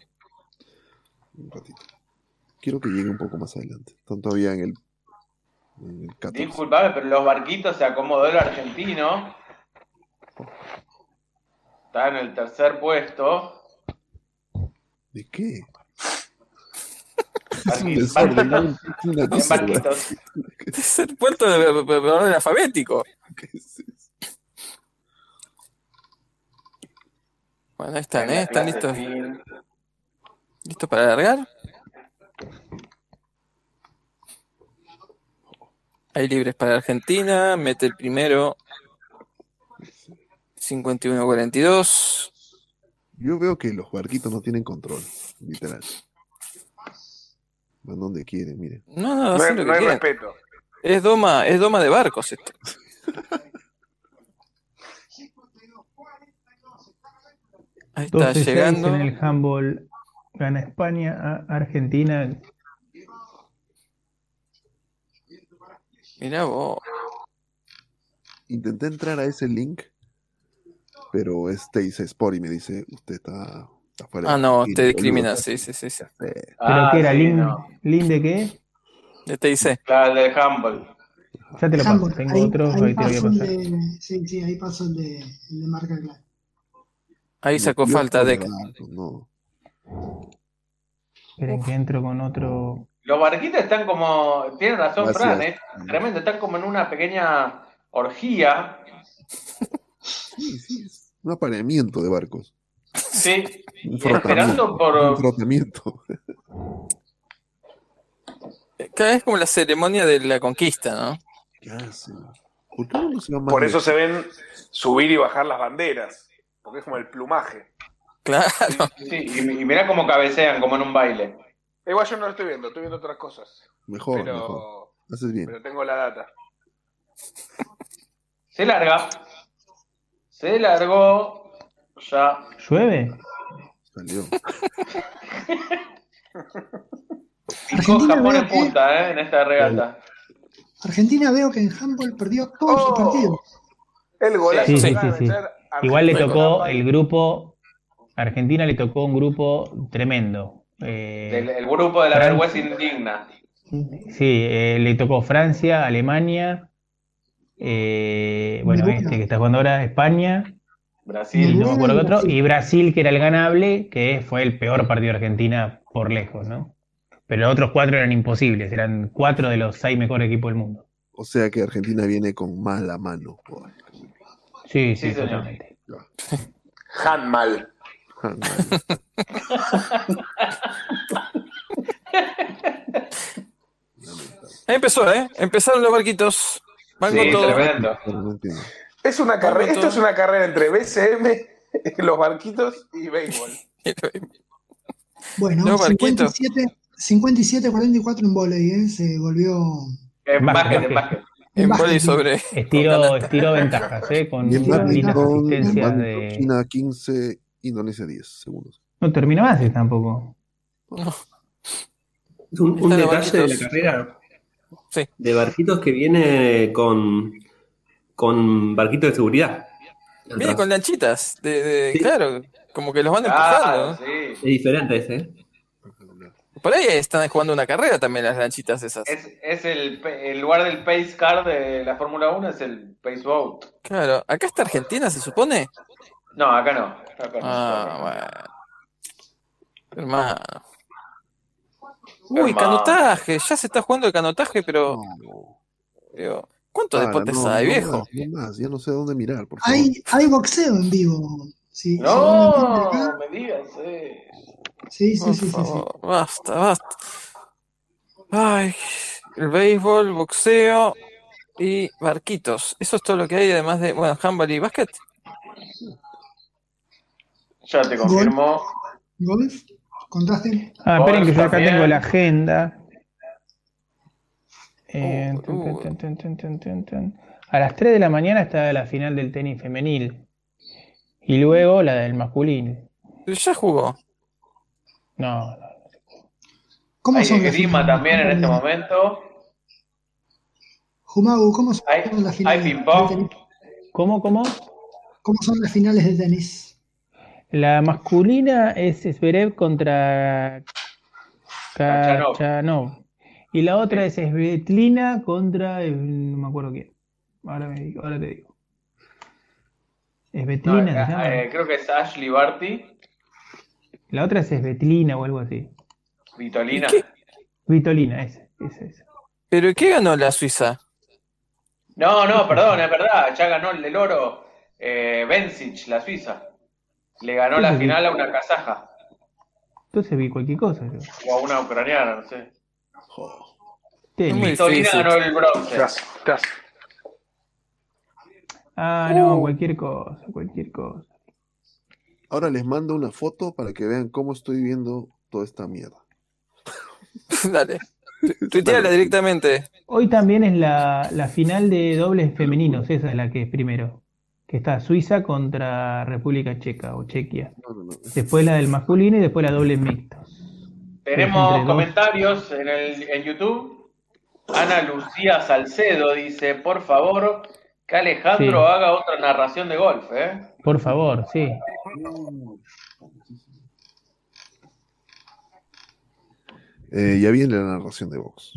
[SPEAKER 1] Quiero que llegue un poco más adelante. Están todavía en el, en el 14.
[SPEAKER 9] Disculpame, pero los barquitos se acomodó el argentino. Está en el tercer puesto.
[SPEAKER 1] ¿De qué?
[SPEAKER 9] Es
[SPEAKER 1] un desorden, ¿no? Es una
[SPEAKER 4] Bien,
[SPEAKER 1] desorden.
[SPEAKER 9] Barquitos.
[SPEAKER 4] Es el puerto de, de- de- de orden alfabético. Bueno, ahí están, ¿eh? Están listos. ¿Listos para largar? Hay libres para Argentina. Mete el primero. 51-42.
[SPEAKER 1] Yo veo que los barquitos no tienen control, literal. Van donde quieren, miren.
[SPEAKER 4] No, no,
[SPEAKER 1] No hay-
[SPEAKER 4] hacen lo que
[SPEAKER 1] no hay
[SPEAKER 4] quieran.
[SPEAKER 1] respeto.
[SPEAKER 4] Es doma, es doma de barcos esto. Ahí está
[SPEAKER 8] 12-6
[SPEAKER 4] llegando.
[SPEAKER 8] en el handball. Gana España a Argentina.
[SPEAKER 4] Mirá vos.
[SPEAKER 1] Intenté entrar a ese link, pero este dice Sport y me dice, usted está, está fuera.
[SPEAKER 4] Ah, no,
[SPEAKER 1] Y
[SPEAKER 4] te
[SPEAKER 1] yo
[SPEAKER 4] discrimina,
[SPEAKER 1] digo,
[SPEAKER 4] sí, sí, sí. sí.
[SPEAKER 8] Pero que era Lin, Lin de qué?
[SPEAKER 4] Ya te Este dice.
[SPEAKER 9] La del Humble.
[SPEAKER 8] Ya te lo paso.
[SPEAKER 2] Handball.
[SPEAKER 8] Tengo
[SPEAKER 2] Ahí,
[SPEAKER 8] otro,
[SPEAKER 2] ahí
[SPEAKER 8] ahí te lo voy a
[SPEAKER 2] pasó el
[SPEAKER 8] pasar.
[SPEAKER 2] de, sí, sí, ahí pasó el de, el de marca clara.
[SPEAKER 4] Ahí sacó
[SPEAKER 1] Dios,
[SPEAKER 4] falta
[SPEAKER 1] pobre
[SPEAKER 4] Deca.
[SPEAKER 1] barco, Ah, no.
[SPEAKER 8] Esperen que entro con otro.
[SPEAKER 9] Los barquitos están como. Tienen razón,
[SPEAKER 8] Gracias.
[SPEAKER 9] Fran, ¿eh? Tremendo, están como en una pequeña orgía.
[SPEAKER 1] Un apareamiento de barcos.
[SPEAKER 9] Sí.
[SPEAKER 1] Un
[SPEAKER 9] Y esperando
[SPEAKER 1] frotamiento.
[SPEAKER 9] por.
[SPEAKER 1] Un frotamiento.
[SPEAKER 4] Cada vez como la ceremonia de la conquista, ¿no?
[SPEAKER 1] ¿Por qué no se va más
[SPEAKER 7] Por eso
[SPEAKER 1] lejos?
[SPEAKER 7] se ven subir y bajar las banderas, porque es como el plumaje.
[SPEAKER 4] Claro.
[SPEAKER 9] Sí, y, y mirá cómo cabecean, como en un baile.
[SPEAKER 7] Igual yo no lo estoy viendo, estoy viendo otras cosas.
[SPEAKER 1] Mejor,
[SPEAKER 7] pero,
[SPEAKER 1] mejor. Haces bien.
[SPEAKER 7] pero tengo la data.
[SPEAKER 9] Se larga. Se largó. Ya.
[SPEAKER 8] ¿Llueve?
[SPEAKER 1] Salió.
[SPEAKER 9] Picó Japón en punta, ¿eh? En esta regata.
[SPEAKER 2] Argentina veo que en handball perdió todos sus partidos.
[SPEAKER 7] El golazo
[SPEAKER 8] Sí,
[SPEAKER 7] que
[SPEAKER 8] sí, sí,
[SPEAKER 7] acaba de
[SPEAKER 8] sí.
[SPEAKER 7] meter Argentina
[SPEAKER 8] Igual le
[SPEAKER 7] con
[SPEAKER 8] tocó el grupo. Argentina le tocó un grupo tremendo. Eh,
[SPEAKER 9] El, el grupo de la vergüenza indigna.
[SPEAKER 8] Sí, eh, le tocó Francia, Alemania, eh, bueno,
[SPEAKER 9] Noruega.
[SPEAKER 8] este que está jugando ahora, España, y
[SPEAKER 9] Brasil.
[SPEAKER 8] no me acuerdo qué otro, y Brasil, que era el ganable, que fue el peor partido de Argentina por lejos, ¿no? Pero los otros cuatro eran imposibles, eran cuatro de los seis mejores equipos del mundo.
[SPEAKER 1] O sea que Argentina viene con mala mano. Joder.
[SPEAKER 7] Sí,
[SPEAKER 8] Sí, sí,
[SPEAKER 7] señor.
[SPEAKER 8] totalmente.
[SPEAKER 7] Handmal.
[SPEAKER 4] Ahí empezó, ¿eh? Empezaron los barquitos. Van con todo.
[SPEAKER 7] Es una
[SPEAKER 4] Vamos
[SPEAKER 7] carrera, esto
[SPEAKER 4] todos.
[SPEAKER 7] es una carrera entre BCM, los barquitos y béisbol.
[SPEAKER 2] Bueno,
[SPEAKER 7] No, Marquito.
[SPEAKER 2] 57, 57-44 en volei, ¿eh? se volvió
[SPEAKER 9] En
[SPEAKER 7] Básquet,
[SPEAKER 9] básquet, en
[SPEAKER 7] básquet.
[SPEAKER 9] básquet.
[SPEAKER 4] En vóley sobre.
[SPEAKER 8] Estiro, estiro ventajas, ¿eh? Con lindas
[SPEAKER 1] badminton,
[SPEAKER 8] asistencias
[SPEAKER 1] badminton,
[SPEAKER 8] de.
[SPEAKER 1] China 15, Indonesia 10 segundos.
[SPEAKER 8] No terminó así tampoco.
[SPEAKER 19] Un, un
[SPEAKER 1] Está de
[SPEAKER 19] detalle de la
[SPEAKER 1] barquitos.
[SPEAKER 19] carrera de barquitos que viene con, con barquito de seguridad.
[SPEAKER 4] Viene con lanchitas. De, de- Claro, como que los van
[SPEAKER 19] Claro,
[SPEAKER 4] empujando.
[SPEAKER 19] Es diferente ese. ¿eh?
[SPEAKER 4] Por ahí están jugando una carrera también las lanchitas esas.
[SPEAKER 9] Es el, pe- el lugar del pace car de la Fórmula 1, es el pace boat.
[SPEAKER 4] Claro, acá está Argentina, se supone.
[SPEAKER 9] No, acá no. Acá no.
[SPEAKER 4] Ah, bueno. Hermano. Uy,
[SPEAKER 9] Hermano.
[SPEAKER 4] canotaje. Ya se está jugando el canotaje, pero. Digo, ¿Cuántos
[SPEAKER 1] Para,
[SPEAKER 4] deportes
[SPEAKER 1] Ah, no,
[SPEAKER 4] hay,
[SPEAKER 1] no
[SPEAKER 4] viejo?
[SPEAKER 1] más, no más, ya no sé a dónde mirar. Por favor.
[SPEAKER 2] Hay, hay boxeo en vivo. Sí,
[SPEAKER 9] No, me digas, eh.
[SPEAKER 2] Sí, sí,
[SPEAKER 4] Por
[SPEAKER 2] sí, sí, sí.
[SPEAKER 4] favor, Basta, basta. Ay, el béisbol, boxeo y barquitos. Eso es todo lo que hay, además de, bueno, handball y básquet.
[SPEAKER 9] Ya te confirmo.
[SPEAKER 2] ¿Golf? ¿Contaste?
[SPEAKER 8] Ah, esperen que yo acá
[SPEAKER 9] también. Uh,
[SPEAKER 8] tengo la agenda. Eh,
[SPEAKER 4] Uh, uh.
[SPEAKER 8] tun, tun, tun, tun, tun, tun. A las 3 de la mañana está la final del tenis femenil. Y luego la del masculino.
[SPEAKER 4] Ya jugó.
[SPEAKER 8] No, no.
[SPEAKER 2] ¿Cómo
[SPEAKER 9] Hay
[SPEAKER 2] son las
[SPEAKER 9] esgrima
[SPEAKER 2] finales?
[SPEAKER 9] también en este
[SPEAKER 2] ¿Cómo-
[SPEAKER 9] momento.
[SPEAKER 2] Jumagu, ¿cómo son las finales? de tenis?
[SPEAKER 8] ¿Cómo, cómo?
[SPEAKER 2] ¿Cómo son las finales de tenis?
[SPEAKER 8] La masculina es Zverev contra
[SPEAKER 9] Kachanov.
[SPEAKER 8] Kachanov. Y la otra es Svetlina contra. eh, No me acuerdo quién. Ahora, me digo- ahora te digo.
[SPEAKER 9] No,
[SPEAKER 8] Svetlina se llama.
[SPEAKER 9] acá, eh, creo que es Ashley Barty,
[SPEAKER 8] La otra es Svetlina o algo así.
[SPEAKER 9] Vitolina.
[SPEAKER 8] Vitolina, esa. esa, esa.
[SPEAKER 4] ¿Pero ¿y qué ganó la Suiza?
[SPEAKER 9] No, no, perdón, es verdad. Ya ganó el del oro eh, Bencic, la Suiza. Le ganó la final a una kazaja
[SPEAKER 8] Entonces vi cualquier cosa. yo.
[SPEAKER 9] o a una ucraniana, no sé.
[SPEAKER 8] Tenis.
[SPEAKER 9] Vitolina ganó el bronce.
[SPEAKER 8] Ah,
[SPEAKER 9] Uh.
[SPEAKER 8] no, cualquier cosa, cualquier cosa.
[SPEAKER 1] Ahora les mando una foto para que vean cómo estoy viendo toda esta mierda.
[SPEAKER 4] Dale. Tu- Tuiteala directamente.
[SPEAKER 8] Hoy también es la, la final de dobles femeninos, esa es la que es primero. Que está Suiza contra República Checa o Chequia. Después la del masculino y después la doble mixta. Entre
[SPEAKER 9] Tenemos
[SPEAKER 8] dos.
[SPEAKER 9] comentarios en, el, en YouTube. Ana Lucía Salcedo dice, por favor, que Alejandro
[SPEAKER 8] Sí.
[SPEAKER 9] haga otra narración de golf, ¿eh?
[SPEAKER 8] Por favor, sí.
[SPEAKER 1] Eh, ya viene la narración de Vox.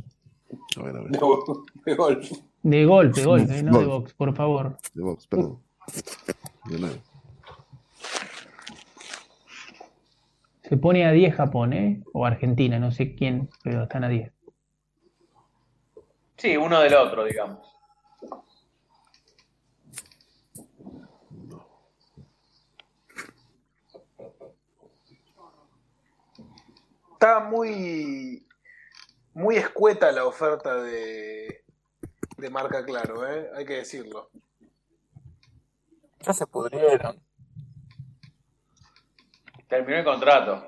[SPEAKER 1] A ver, a ver.
[SPEAKER 13] De golf.
[SPEAKER 8] De golpe, de golpe, no de
[SPEAKER 1] Golf.
[SPEAKER 8] box, por favor.
[SPEAKER 1] De Vox, perdón. De nada.
[SPEAKER 8] Se pone a 10 Japón, ¿eh? O Argentina, no sé quién, pero están a 10.
[SPEAKER 9] Sí, uno del otro, digamos.
[SPEAKER 7] Está muy, muy escueta la oferta de, de marca Claro, ¿eh? hay que decirlo.
[SPEAKER 4] Ya se pudrieron.
[SPEAKER 9] Terminó el contrato.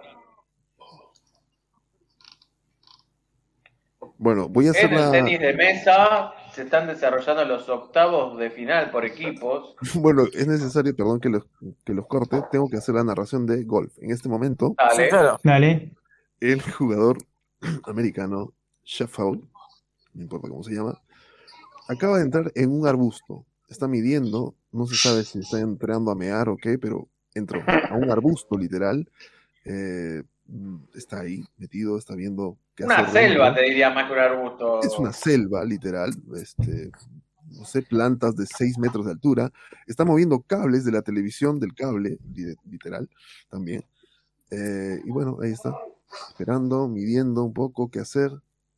[SPEAKER 1] Bueno, voy a hacer
[SPEAKER 9] En el
[SPEAKER 1] la.
[SPEAKER 9] tenis de mesa se están desarrollando los octavos de final por equipos.
[SPEAKER 1] Bueno, es necesario, perdón que los, que los corte. Tengo que hacer la narración de golf. En este momento,
[SPEAKER 9] Dale. Sí, claro.
[SPEAKER 8] Dale.
[SPEAKER 1] el jugador americano Sheffield, no importa cómo se llama, acaba de entrar en un arbusto. Está midiendo, no se sabe si está entrando a mear o qué, pero entró a un arbusto literal. Eh, mm, está ahí metido, está viendo qué
[SPEAKER 9] Una
[SPEAKER 1] hacer
[SPEAKER 9] selva,
[SPEAKER 1] dentro.
[SPEAKER 9] te diría más que un arbusto.
[SPEAKER 1] Es una selva, literal. Este, no sé, plantas de 6 metros de altura. Está moviendo cables de la televisión del cable, li- literal, también. Eh, y bueno, ahí está. Esperando, midiendo un poco qué hacer.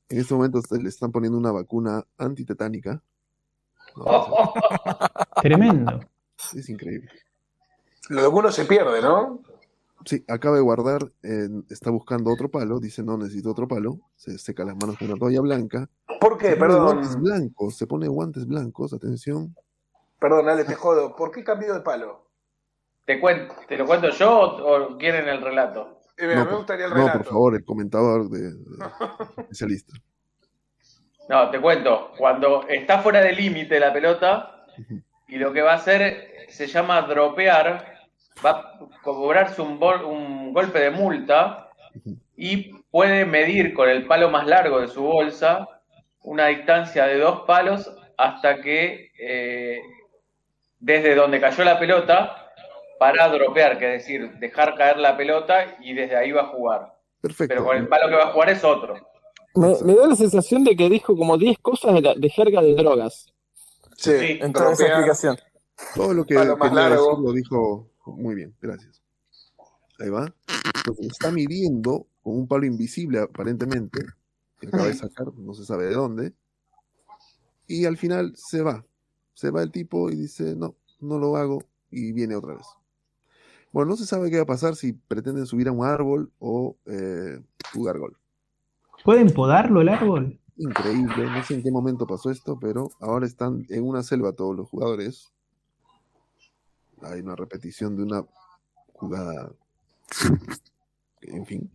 [SPEAKER 1] En este momento se- le están poniendo una vacuna antitetánica. No,
[SPEAKER 8] Oh.
[SPEAKER 1] o
[SPEAKER 8] Tremendo.
[SPEAKER 1] sea, es increíble.
[SPEAKER 7] Lo de uno se pierde, ¿no?
[SPEAKER 1] Sí, acaba de guardar, eh, está buscando otro palo, dice no necesito otro palo, se seca las manos con una toalla blanca.
[SPEAKER 7] ¿Por qué?
[SPEAKER 1] Se pone
[SPEAKER 7] Perdón.
[SPEAKER 1] guantes blancos, se pone guantes blancos, atención.
[SPEAKER 7] Perdón, Ale, te jodo. ¿Por qué cambió de palo?
[SPEAKER 9] ¿Te, cuen- ¿Te lo cuento yo o, o quieren el relato?
[SPEAKER 7] Eh, me
[SPEAKER 1] No,
[SPEAKER 7] gustaría el
[SPEAKER 1] por- no,
[SPEAKER 7] relato.
[SPEAKER 1] por favor, el comentador de, de- especialista.
[SPEAKER 9] No, te cuento. Cuando está fuera del límite la pelota y lo que va a hacer se llama dropear, va a cobrarse un, bol- un golpe de multa y puede medir con el palo más largo de su bolsa una distancia de dos palos hasta que eh, desde donde cayó la pelota para dropear, que es decir, dejar caer la pelota y desde ahí va a jugar.
[SPEAKER 1] Perfecto.
[SPEAKER 9] Pero con el palo que va a jugar es otro.
[SPEAKER 4] Me, me da la sensación de que dijo como 10 cosas de, la- de jerga de drogas.
[SPEAKER 23] Sí,
[SPEAKER 4] en toda esa explicación.
[SPEAKER 1] Todo lo que
[SPEAKER 4] Palo más
[SPEAKER 1] quería
[SPEAKER 4] largo.
[SPEAKER 1] decir lo dijo muy bien, gracias. Ahí va. Entonces, está midiendo con un palo invisible aparentemente, que acaba de sacar, no se sabe de dónde. Y al final se va. Se va el tipo y dice, no, no lo hago. Y viene otra vez. Bueno, no se sabe qué va a pasar si pretenden subir a un árbol o eh, jugar golf.
[SPEAKER 8] ¿Pueden podarlo el árbol?
[SPEAKER 1] Increíble, no sé en qué momento pasó esto, pero ahora están en una selva todos los jugadores. Hay una repetición de una jugada. En fin.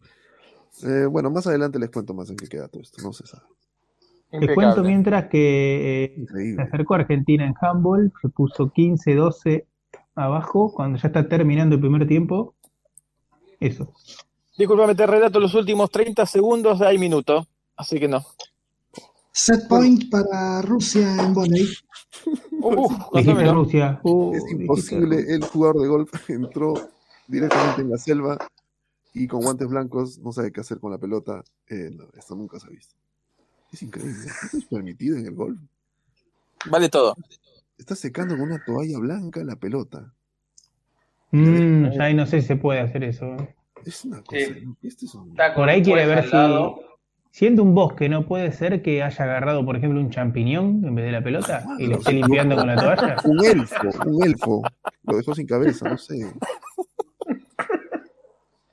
[SPEAKER 1] Eh, bueno, más adelante les cuento más en qué queda todo esto, no se sabe.
[SPEAKER 8] Te cuento mientras que eh, se acercó Argentina en handball, se puso 15-12 abajo cuando ya está terminando el primer tiempo. Eso.
[SPEAKER 4] Disculpame, te relato los últimos 30 segundos, hay minuto, así que no.
[SPEAKER 2] Set point para Rusia en volei.
[SPEAKER 1] Dijiste
[SPEAKER 8] Rusia.
[SPEAKER 1] es imposible, el jugador de golf entró directamente en la selva y con guantes blancos no sabe qué hacer con la pelota. Eh, no, esto nunca se ha visto. Es increíble. ¿Esto es permitido en el golf?
[SPEAKER 4] Vale todo.
[SPEAKER 1] Está secando con una toalla blanca la pelota.
[SPEAKER 8] Mm, ya ahí no sé si se puede hacer eso. ¿eh.
[SPEAKER 1] Es una cosa. ¿no? Este es un-
[SPEAKER 8] Por ahí quiere
[SPEAKER 4] Pues
[SPEAKER 8] ver
[SPEAKER 1] al
[SPEAKER 8] si,
[SPEAKER 1] lado.
[SPEAKER 8] siendo un bosque, no puede ser que haya agarrado, por ejemplo, un champiñón en vez de la pelota y lo esté limpiando con la toalla.
[SPEAKER 1] Un elfo, un elfo. Lo dejó sin cabeza, no sé.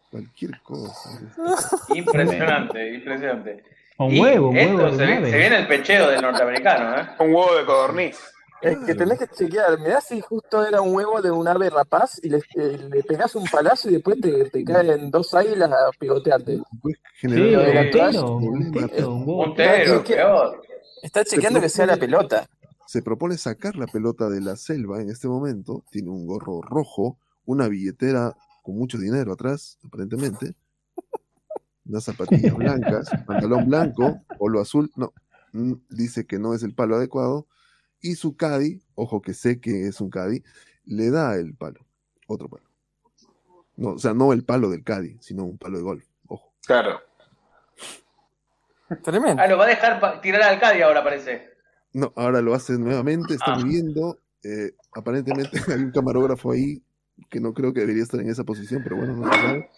[SPEAKER 1] Cualquier cosa.
[SPEAKER 9] Impresionante, impresionante.
[SPEAKER 8] O
[SPEAKER 9] Y
[SPEAKER 8] huevo, un
[SPEAKER 9] esto
[SPEAKER 8] huevo.
[SPEAKER 9] se, ve-
[SPEAKER 8] grave.
[SPEAKER 9] se viene el pecheo del norteamericano, ¿eh? Un huevo de codorniz.
[SPEAKER 4] Es que tenés que chequear, mirá si justo era un huevo de un ave rapaz y le, eh, le pegás un palazo y después te, te caen dos águilas a pigotearte.
[SPEAKER 1] generar
[SPEAKER 4] Lo de la
[SPEAKER 1] un
[SPEAKER 4] toalla-
[SPEAKER 1] tero, un
[SPEAKER 4] tero,
[SPEAKER 1] un
[SPEAKER 4] huevo. Tero, peor. Está chequeando que sea la pelota.
[SPEAKER 1] Se propone sacar la pelota de la selva en este momento. Tiene un gorro rojo, una billetera con mucho dinero atrás, aparentemente. Unas zapatillas blancas, pantalón blanco, polo azul. No, mm, dice que no es el palo adecuado. Y su caddy, ojo que sé que es un caddy, le da el palo, otro palo. No, o sea, no el palo del caddy, sino un palo de golf. Ojo.
[SPEAKER 7] Claro.
[SPEAKER 4] Tremendo.
[SPEAKER 9] Ah, lo va a dejar pa- tirar al Cádiz ahora, parece.
[SPEAKER 1] No, ahora lo hace nuevamente, está viviendo. eh, aparentemente hay un camarógrafo ahí que no creo que debería estar en esa posición, pero bueno, no se sabe.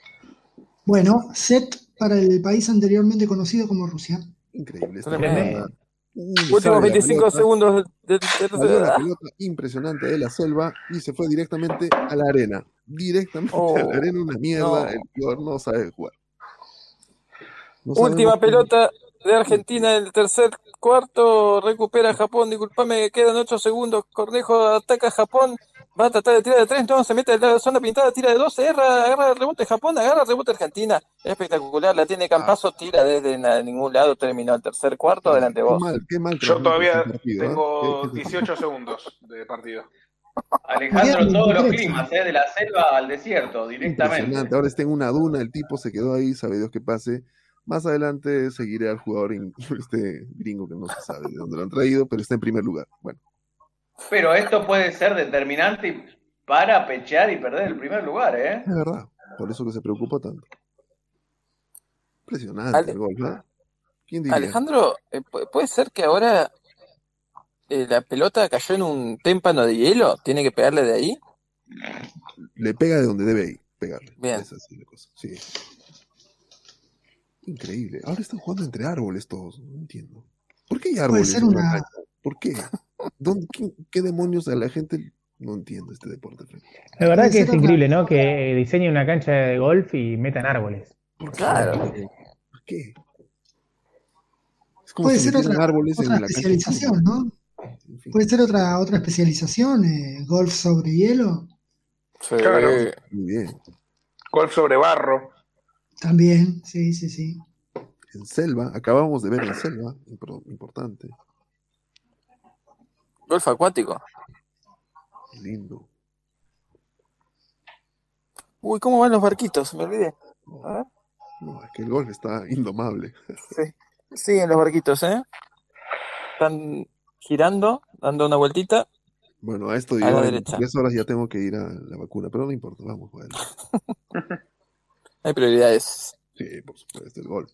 [SPEAKER 2] Bueno, set para el país anteriormente conocido como Rusia.
[SPEAKER 1] Increíble. esta
[SPEAKER 4] Tremendo.
[SPEAKER 1] jugada. Uh, sale
[SPEAKER 4] Últimos
[SPEAKER 1] la
[SPEAKER 4] 25
[SPEAKER 1] pelota,
[SPEAKER 4] segundos de, de- de-
[SPEAKER 1] salió la pelota impresionante de la selva y se fue directamente a la arena. Directamente a la arena, una mierda.
[SPEAKER 4] Oh, no.
[SPEAKER 1] El jugador no sabe jugar. No
[SPEAKER 4] Última
[SPEAKER 1] sabemos
[SPEAKER 4] pelota de Argentina en el tercer cuarto. Recupera Japón. Disculpame, quedan 8 segundos. Cornejo ataca a Japón. Va a tratar de tirar de 3. No, se mete en la zona pintada. Tira de 12. Erra, agarra el rebote Japón. Agarra el rebote Argentina. Es espectacular. La
[SPEAKER 1] Ah.
[SPEAKER 4] tiene Campazo. Tira desde na- ningún lado. Terminó el tercer cuarto. Adelante
[SPEAKER 1] Qué
[SPEAKER 4] vos.
[SPEAKER 1] mal, qué mal.
[SPEAKER 7] Yo todavía
[SPEAKER 1] partido, ¿eh?
[SPEAKER 7] tengo
[SPEAKER 1] Qué- qué-
[SPEAKER 7] 18 segundos de partido.
[SPEAKER 9] Alejandro,
[SPEAKER 1] Bien,
[SPEAKER 9] todos los
[SPEAKER 1] bien.
[SPEAKER 9] climas, ¿eh? De la selva al desierto, directamente.
[SPEAKER 1] Impresionante. Ahora está en una duna, el tipo se quedó ahí, sabe Dios qué pase. Más adelante seguiré al jugador in- este gringo que no se sabe de dónde lo han traído, pero está en primer lugar. Bueno,
[SPEAKER 9] Pero esto puede ser determinante y- para pechear y perder el primer lugar, ¿eh?
[SPEAKER 1] es verdad, por eso que se preocupa tanto. Impresionante
[SPEAKER 4] Ale-
[SPEAKER 1] el gol, ¿verdad? ¿Quién diría?
[SPEAKER 4] Alejandro, eh, pu- ¿puede ser que ahora eh, la pelota cayó en un témpano de hielo? ¿Tiene que pegarle de ahí?
[SPEAKER 1] Le pega de donde debe ir, pegarle.
[SPEAKER 4] Bien.
[SPEAKER 1] Es así la cosa. Sí. Increíble. Ahora están jugando entre árboles todos. No entiendo. ¿Por qué hay
[SPEAKER 2] Puede
[SPEAKER 1] árboles?
[SPEAKER 2] ser
[SPEAKER 1] en la
[SPEAKER 2] una-
[SPEAKER 1] cancha? ¿Por qué? ¿Dónde- qué, qué demonios a la gente no entiende este deporte? Frank?
[SPEAKER 8] La verdad que
[SPEAKER 1] Puede
[SPEAKER 8] es
[SPEAKER 1] ser
[SPEAKER 8] increíble, ¿no? Que eh, diseñen una cancha de golf y metan árboles.
[SPEAKER 4] Claro.
[SPEAKER 1] ¿Por qué? Es como
[SPEAKER 2] Puede
[SPEAKER 1] si
[SPEAKER 2] ser
[SPEAKER 1] metieran
[SPEAKER 2] otra,
[SPEAKER 1] árboles en
[SPEAKER 2] otra
[SPEAKER 1] la cancha.
[SPEAKER 2] especialización, ¿no? Puede ser otra, otra especialización, eh, golf sobre hielo,
[SPEAKER 7] Claro.
[SPEAKER 1] Muy bien.
[SPEAKER 7] Golf sobre barro.
[SPEAKER 2] también, sí, sí, sí.
[SPEAKER 1] en Selva. Acabamos de ver en Selva, impor- importante.
[SPEAKER 4] Golf acuático.
[SPEAKER 1] Lindo.
[SPEAKER 4] Uy, ¿cómo van los barquitos? Me olvidé.
[SPEAKER 1] Mm.
[SPEAKER 4] A ver.
[SPEAKER 1] No, es que el golf está indomable.
[SPEAKER 4] Sí, en los barquitos, ¿eh? Están girando, dando una vueltita.
[SPEAKER 1] Bueno, a esto
[SPEAKER 4] A
[SPEAKER 1] yo
[SPEAKER 4] la
[SPEAKER 1] en
[SPEAKER 4] derecha.
[SPEAKER 1] tres horas ya tengo que ir a la vacuna, pero no importa, vamos, bueno.
[SPEAKER 4] Hay prioridades.
[SPEAKER 1] Sí, por supuesto, el golf.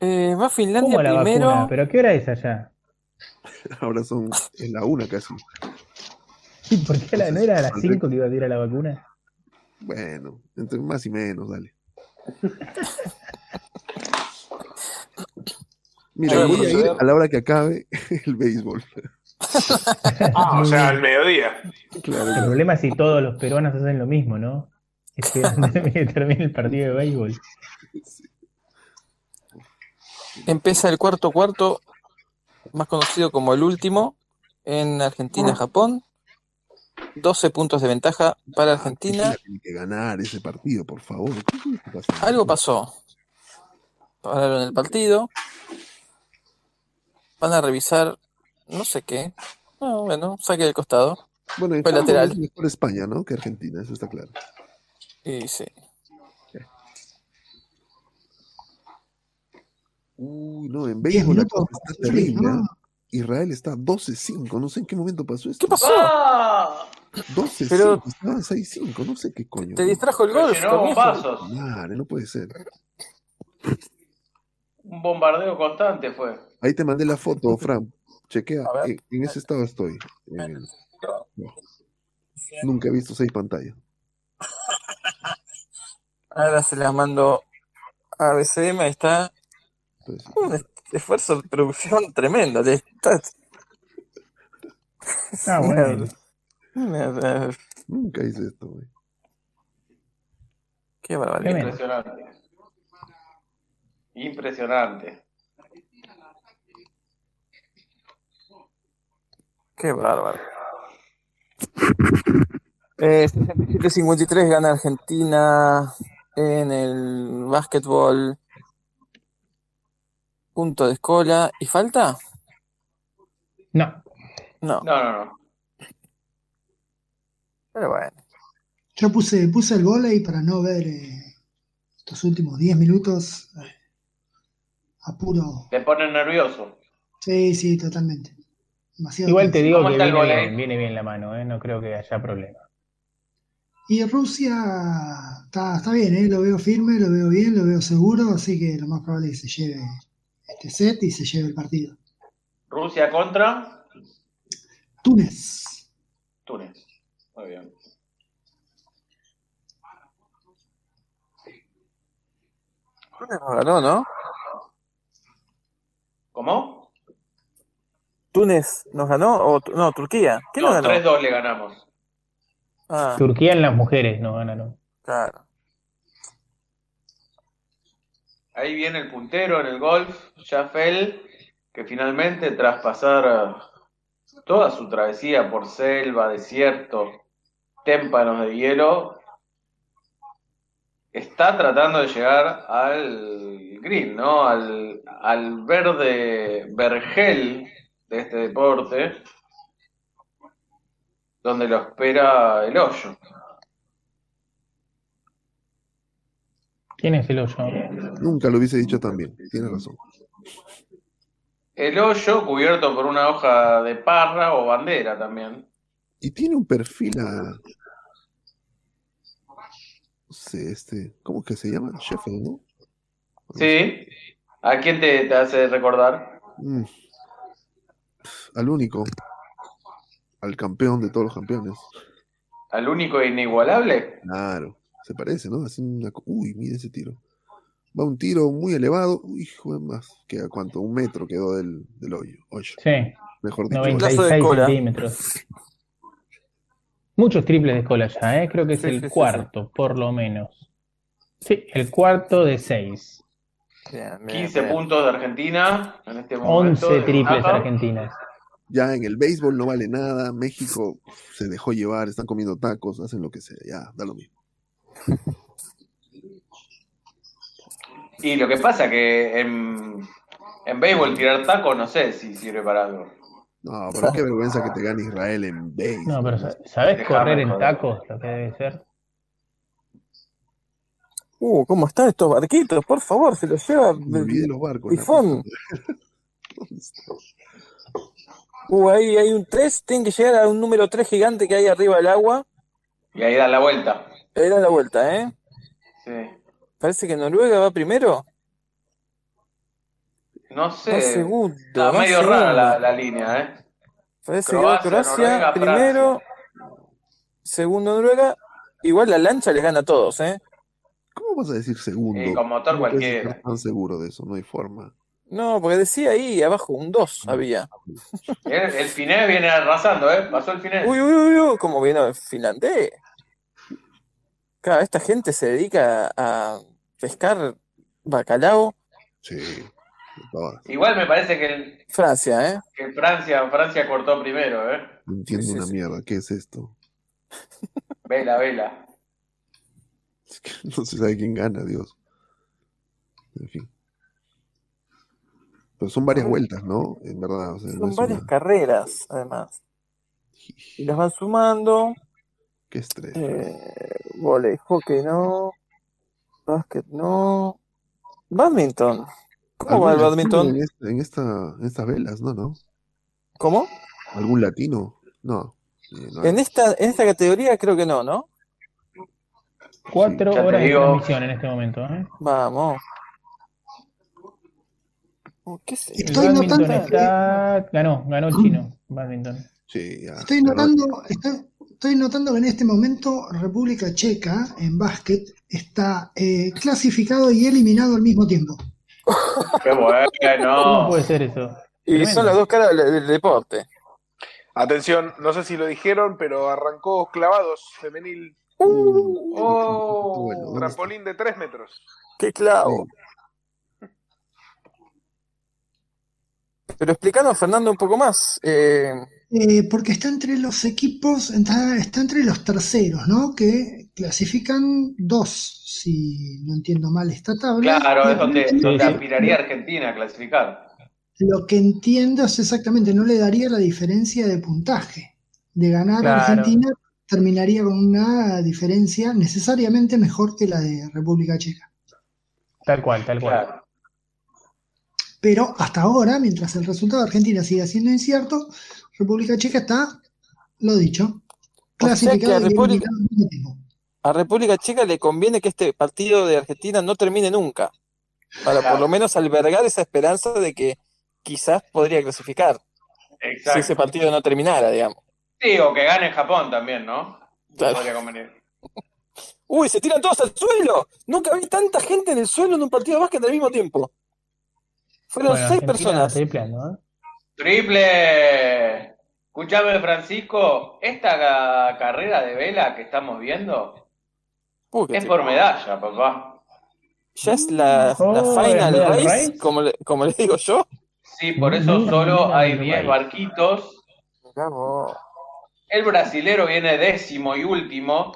[SPEAKER 4] Eh, va Finlandia
[SPEAKER 8] ¿Cómo la
[SPEAKER 4] primero.
[SPEAKER 8] vacuna? ¿Pero qué hora es allá?
[SPEAKER 1] Ahora son en la una casi.
[SPEAKER 8] ¿Y por qué la- no era a las 5 que iba a tirar la vacuna?
[SPEAKER 1] Bueno, entre más y menos, dale. Mira,
[SPEAKER 9] Ahí,
[SPEAKER 1] voy a
[SPEAKER 9] ahí.
[SPEAKER 1] ir a la hora que acabe el béisbol.
[SPEAKER 9] Ah, o sea, al mediodía.
[SPEAKER 8] El problema es si todos los peruanos hacen lo mismo, ¿no? Esperando que termine el partido de béisbol.
[SPEAKER 4] Empieza el cuarto cuarto, más conocido como el último, en
[SPEAKER 1] Mm.
[SPEAKER 4] Argentina-Japón. 12 puntos de ventaja para Argentina.
[SPEAKER 1] Tiene que ganar ese partido, por favor.
[SPEAKER 4] Algo pasó. Pararon el partido. Van a revisar no sé qué. Ah, bueno, saque del costado.
[SPEAKER 1] Bueno, en
[SPEAKER 4] Fue
[SPEAKER 1] campo
[SPEAKER 4] lateral.
[SPEAKER 1] es mejor España, ¿no? Que Argentina, eso está claro.
[SPEAKER 4] Y sí.
[SPEAKER 1] Uy, no, en béisbol la
[SPEAKER 4] minutos,
[SPEAKER 1] cosa está
[SPEAKER 4] sí,
[SPEAKER 1] terrible.
[SPEAKER 4] ¿no?
[SPEAKER 1] ¿eh? Israel está 12-5, no sé en qué momento pasó esto.
[SPEAKER 4] ¿Qué pasó?
[SPEAKER 8] ¡Oh!
[SPEAKER 1] 12-5,
[SPEAKER 4] Pero-
[SPEAKER 1] estaban 6-5, no sé qué coño.
[SPEAKER 4] Te distrajo el golf.
[SPEAKER 9] Llenó
[SPEAKER 4] conejo.
[SPEAKER 9] bombazos.
[SPEAKER 1] Madre, no puede ser.
[SPEAKER 9] Un bombardeo constante fue.
[SPEAKER 1] Ahí te mandé la foto, Fran. Chequea, en, en ese estado estoy. Eh, no. Nunca he visto seis pantallas.
[SPEAKER 4] Ahora se las mando a BCM. Ahí está. Un es- esfuerzo de producción tremendo. le está-
[SPEAKER 8] Ah, bueno.
[SPEAKER 1] Nunca hice esto, güey.
[SPEAKER 4] Qué barbaridad.
[SPEAKER 9] Impresionante. Impresionante.
[SPEAKER 4] Qué bárbaro. Eh, 53 gana Argentina en el básquetbol. Punto de escola. ¿Y falta?
[SPEAKER 8] No.
[SPEAKER 4] No.
[SPEAKER 9] No, no, no.
[SPEAKER 4] Pero bueno.
[SPEAKER 2] Yo puse, puse el volei para no ver eh, estos últimos 10 minutos eh, a puro.
[SPEAKER 9] Te pone nervioso.
[SPEAKER 2] Sí, sí, totalmente. Demasiado
[SPEAKER 8] Igual te
[SPEAKER 2] tenso.
[SPEAKER 8] digo que viene
[SPEAKER 9] volei?
[SPEAKER 8] bien, viene bien la mano, ¿eh? No creo que haya problema.
[SPEAKER 2] Y Rusia está, está bien, ¿eh? lo veo firme, lo veo bien, lo veo seguro, así que lo más probable es que se lleve este set y se lleve el partido.
[SPEAKER 9] Rusia contra
[SPEAKER 2] Túnez.
[SPEAKER 9] Túnez. Muy bien.
[SPEAKER 4] Túnez no ganó, ¿no?
[SPEAKER 9] ¿Cómo?
[SPEAKER 4] ¿Túnez nos ganó? ¿O tu- no, Turquía? ¿Quién
[SPEAKER 9] No,
[SPEAKER 4] nos ganó?
[SPEAKER 9] 3-2 le ganamos.
[SPEAKER 4] Ah,
[SPEAKER 8] Turquía en las mujeres no ganaron.
[SPEAKER 4] claro.
[SPEAKER 9] Ahí viene el puntero en el golf, Jaffel, que finalmente tras pasar eh, toda su travesía por selva, desierto, témpanos de hielo, está tratando de llegar al green, ¿no? Al, al verde vergel de este deporte, donde lo espera el hoyo.
[SPEAKER 8] ¿Quién es el hoyo?
[SPEAKER 1] Nunca lo hubiese dicho también. Tiene razón.
[SPEAKER 9] El hoyo cubierto por una hoja de parra o bandera también.
[SPEAKER 1] Y tiene un perfil a. No sé, este. ¿Cómo que se llama? Sheffield, ¿no?
[SPEAKER 9] ¿Sí? ¿A quién te, te hace recordar?
[SPEAKER 1] Mm. Al único. Al campeón de todos los campeones.
[SPEAKER 9] ¿Al único e inigualable?
[SPEAKER 1] Claro. Se parece, ¿no? Hace una co- Uy, mira ese tiro. Va un tiro muy elevado. Uy, joder, más. Que a cuánto, un metro quedó del, del hoyo. hoyo.
[SPEAKER 8] Sí.
[SPEAKER 1] Mejor dicho.
[SPEAKER 8] 96 centímetros. Muchos triples de escola ya, ¿eh? Creo que es
[SPEAKER 1] Sí,
[SPEAKER 8] el
[SPEAKER 1] sí, sí,
[SPEAKER 8] cuarto, por lo menos. Sí, el cuarto de 6.
[SPEAKER 9] 15 puntos de Argentina en este momento.
[SPEAKER 8] 11
[SPEAKER 9] de
[SPEAKER 8] triples
[SPEAKER 9] ventaja.
[SPEAKER 8] argentinas.
[SPEAKER 1] Ya en el béisbol no vale nada. México se dejó llevar. Están comiendo tacos. Hacen lo que sea. Ya, da lo mismo.
[SPEAKER 9] Y lo que pasa que en, en béisbol tirar taco no sé si sirve para algo.
[SPEAKER 1] No, pero qué vergüenza que te gane Israel en base.
[SPEAKER 8] No, pero sa- ¿sabés
[SPEAKER 1] Dejame
[SPEAKER 8] correr en
[SPEAKER 1] joder.
[SPEAKER 8] tacos lo que debe ser?
[SPEAKER 4] Uh, ¿cómo están estos barquitos? Por favor, se los lleva
[SPEAKER 1] Me olvidé de los barcos. la
[SPEAKER 4] Tifón. Uh, ahí hay un 3, tienen que llegar a un número 3 gigante que hay arriba del agua.
[SPEAKER 9] Y ahí dan la vuelta.
[SPEAKER 4] Ahí da la vuelta, ¿eh?
[SPEAKER 9] Sí.
[SPEAKER 4] Parece que Noruega va primero.
[SPEAKER 9] No sé.
[SPEAKER 4] Va segundo,
[SPEAKER 9] Está
[SPEAKER 4] va
[SPEAKER 9] medio
[SPEAKER 4] segundo.
[SPEAKER 9] rara la, la línea, ¿eh?
[SPEAKER 4] Parece que
[SPEAKER 9] Croacia,
[SPEAKER 4] va Croacia
[SPEAKER 9] Noruega,
[SPEAKER 4] primero. Segundo Noruega. Igual la lancha les gana a todos, ¿eh?
[SPEAKER 1] ¿Cómo vas a decir segundo?
[SPEAKER 4] Sí, con motor
[SPEAKER 1] No puedes estar
[SPEAKER 4] cualquiera.
[SPEAKER 1] tan seguro de eso, no hay forma.
[SPEAKER 4] No, porque decía ahí abajo un 2 había.
[SPEAKER 9] El, el Finés viene arrasando, ¿eh? Pasó el Finés.
[SPEAKER 4] Uy, uy, uy, uy, como vino el finlandés. Claro, esta gente se dedica a pescar bacalao.
[SPEAKER 1] Sí.
[SPEAKER 9] Igual me parece que, el-
[SPEAKER 4] Francia, ¿eh?
[SPEAKER 9] que Francia, Francia cortó primero, ¿eh?
[SPEAKER 1] No entiendo una mierda. ¿Qué es esto?
[SPEAKER 9] Vela, vela.
[SPEAKER 1] No se sabe quién gana, Dios. En fin. Pero son varias vueltas, ¿no? En verdad. o sea, no
[SPEAKER 4] Son
[SPEAKER 1] es
[SPEAKER 4] varias
[SPEAKER 1] una-
[SPEAKER 4] carreras, además. Y las van sumando.
[SPEAKER 1] Qué estrés.
[SPEAKER 4] Eh, volei, hockey no. Básquet no. Badminton. ¿Cómo va el
[SPEAKER 1] ¿Algún latino
[SPEAKER 4] badminton?
[SPEAKER 1] En, esta- en esta, en estas velas, ¿no? ¿No?
[SPEAKER 4] ¿Cómo?
[SPEAKER 1] ¿Algún latino? No. Eh, no hay.
[SPEAKER 4] En esta, en esta categoría creo que no, ¿no?
[SPEAKER 8] Cuatro
[SPEAKER 4] ya te
[SPEAKER 8] horas de
[SPEAKER 4] digo.
[SPEAKER 8] transmisión en este momento. ¿eh?
[SPEAKER 4] Vamos. Oh, ¿Qué sé?
[SPEAKER 2] Estoy
[SPEAKER 8] Badminton
[SPEAKER 2] notando-
[SPEAKER 8] está- Ganó, ganó chino. Badminton.
[SPEAKER 1] Sí, ya.
[SPEAKER 2] Estoy notando, estoy, estoy notando que en este momento República Checa en básquet está eh, clasificado y eliminado al mismo tiempo.
[SPEAKER 9] Qué bueno.
[SPEAKER 8] ¿Cómo puede ser eso?
[SPEAKER 4] Y son las dos caras del, del deporte.
[SPEAKER 7] Atención, no sé si lo dijeron, pero arrancó clavados femenil.
[SPEAKER 8] Uh,
[SPEAKER 7] oh, trampolín de 3 metros.
[SPEAKER 4] ¡Qué clavo! Pero explicanos, Fernando, un poco más. Eh,
[SPEAKER 2] Eh, porque está entre los equipos, está, está entre los terceros, ¿no? Que clasifican dos, si no entiendo mal esta tabla.
[SPEAKER 9] Claro,
[SPEAKER 2] Y
[SPEAKER 9] es donde,
[SPEAKER 2] aparentemente
[SPEAKER 9] donde aspiraría Argentina a clasificar.
[SPEAKER 2] Lo que entiendo es exactamente, no le daría la diferencia de puntaje. De ganar
[SPEAKER 9] Claro.
[SPEAKER 2] Argentina, terminaría con una diferencia necesariamente mejor que la de República Checa.
[SPEAKER 8] Tal cual, tal cual.
[SPEAKER 2] Pero hasta ahora, mientras el resultado de Argentina siga siendo incierto, República Checa está, lo dicho,
[SPEAKER 4] O sea que
[SPEAKER 2] clasificada
[SPEAKER 4] a
[SPEAKER 2] y
[SPEAKER 4] República,
[SPEAKER 2] eliminada al mismo tiempo.
[SPEAKER 4] a República Checa le conviene que este partido de Argentina no termine nunca. Para por lo menos albergar esa esperanza de que quizás podría clasificar. Si ese partido no terminara, digamos.
[SPEAKER 9] Sí, o que gane Japón también, ¿no?
[SPEAKER 4] Claro.
[SPEAKER 9] Podría convenir.
[SPEAKER 4] ¡Uy, se tiran todos al suelo! Nunca vi tanta gente en el suelo en un partido de básquet al mismo tiempo. Fueron
[SPEAKER 8] Bueno,
[SPEAKER 4] seis
[SPEAKER 8] Argentina
[SPEAKER 4] personas.
[SPEAKER 8] tripleando, ¿eh?
[SPEAKER 9] Triple. Escúchame, Francisco, esta ca- carrera de vela que estamos viendo
[SPEAKER 4] Uy, qué
[SPEAKER 9] es
[SPEAKER 4] tri-
[SPEAKER 9] por medalla, papá.
[SPEAKER 4] Ya es
[SPEAKER 8] Mm,
[SPEAKER 4] la, la
[SPEAKER 9] Oh,
[SPEAKER 4] final
[SPEAKER 9] ¿el
[SPEAKER 4] race,
[SPEAKER 9] race?
[SPEAKER 4] Como, le, como le digo yo.
[SPEAKER 9] Sí, por eso solo hay 10 barquitos. El brasilero viene décimo y último.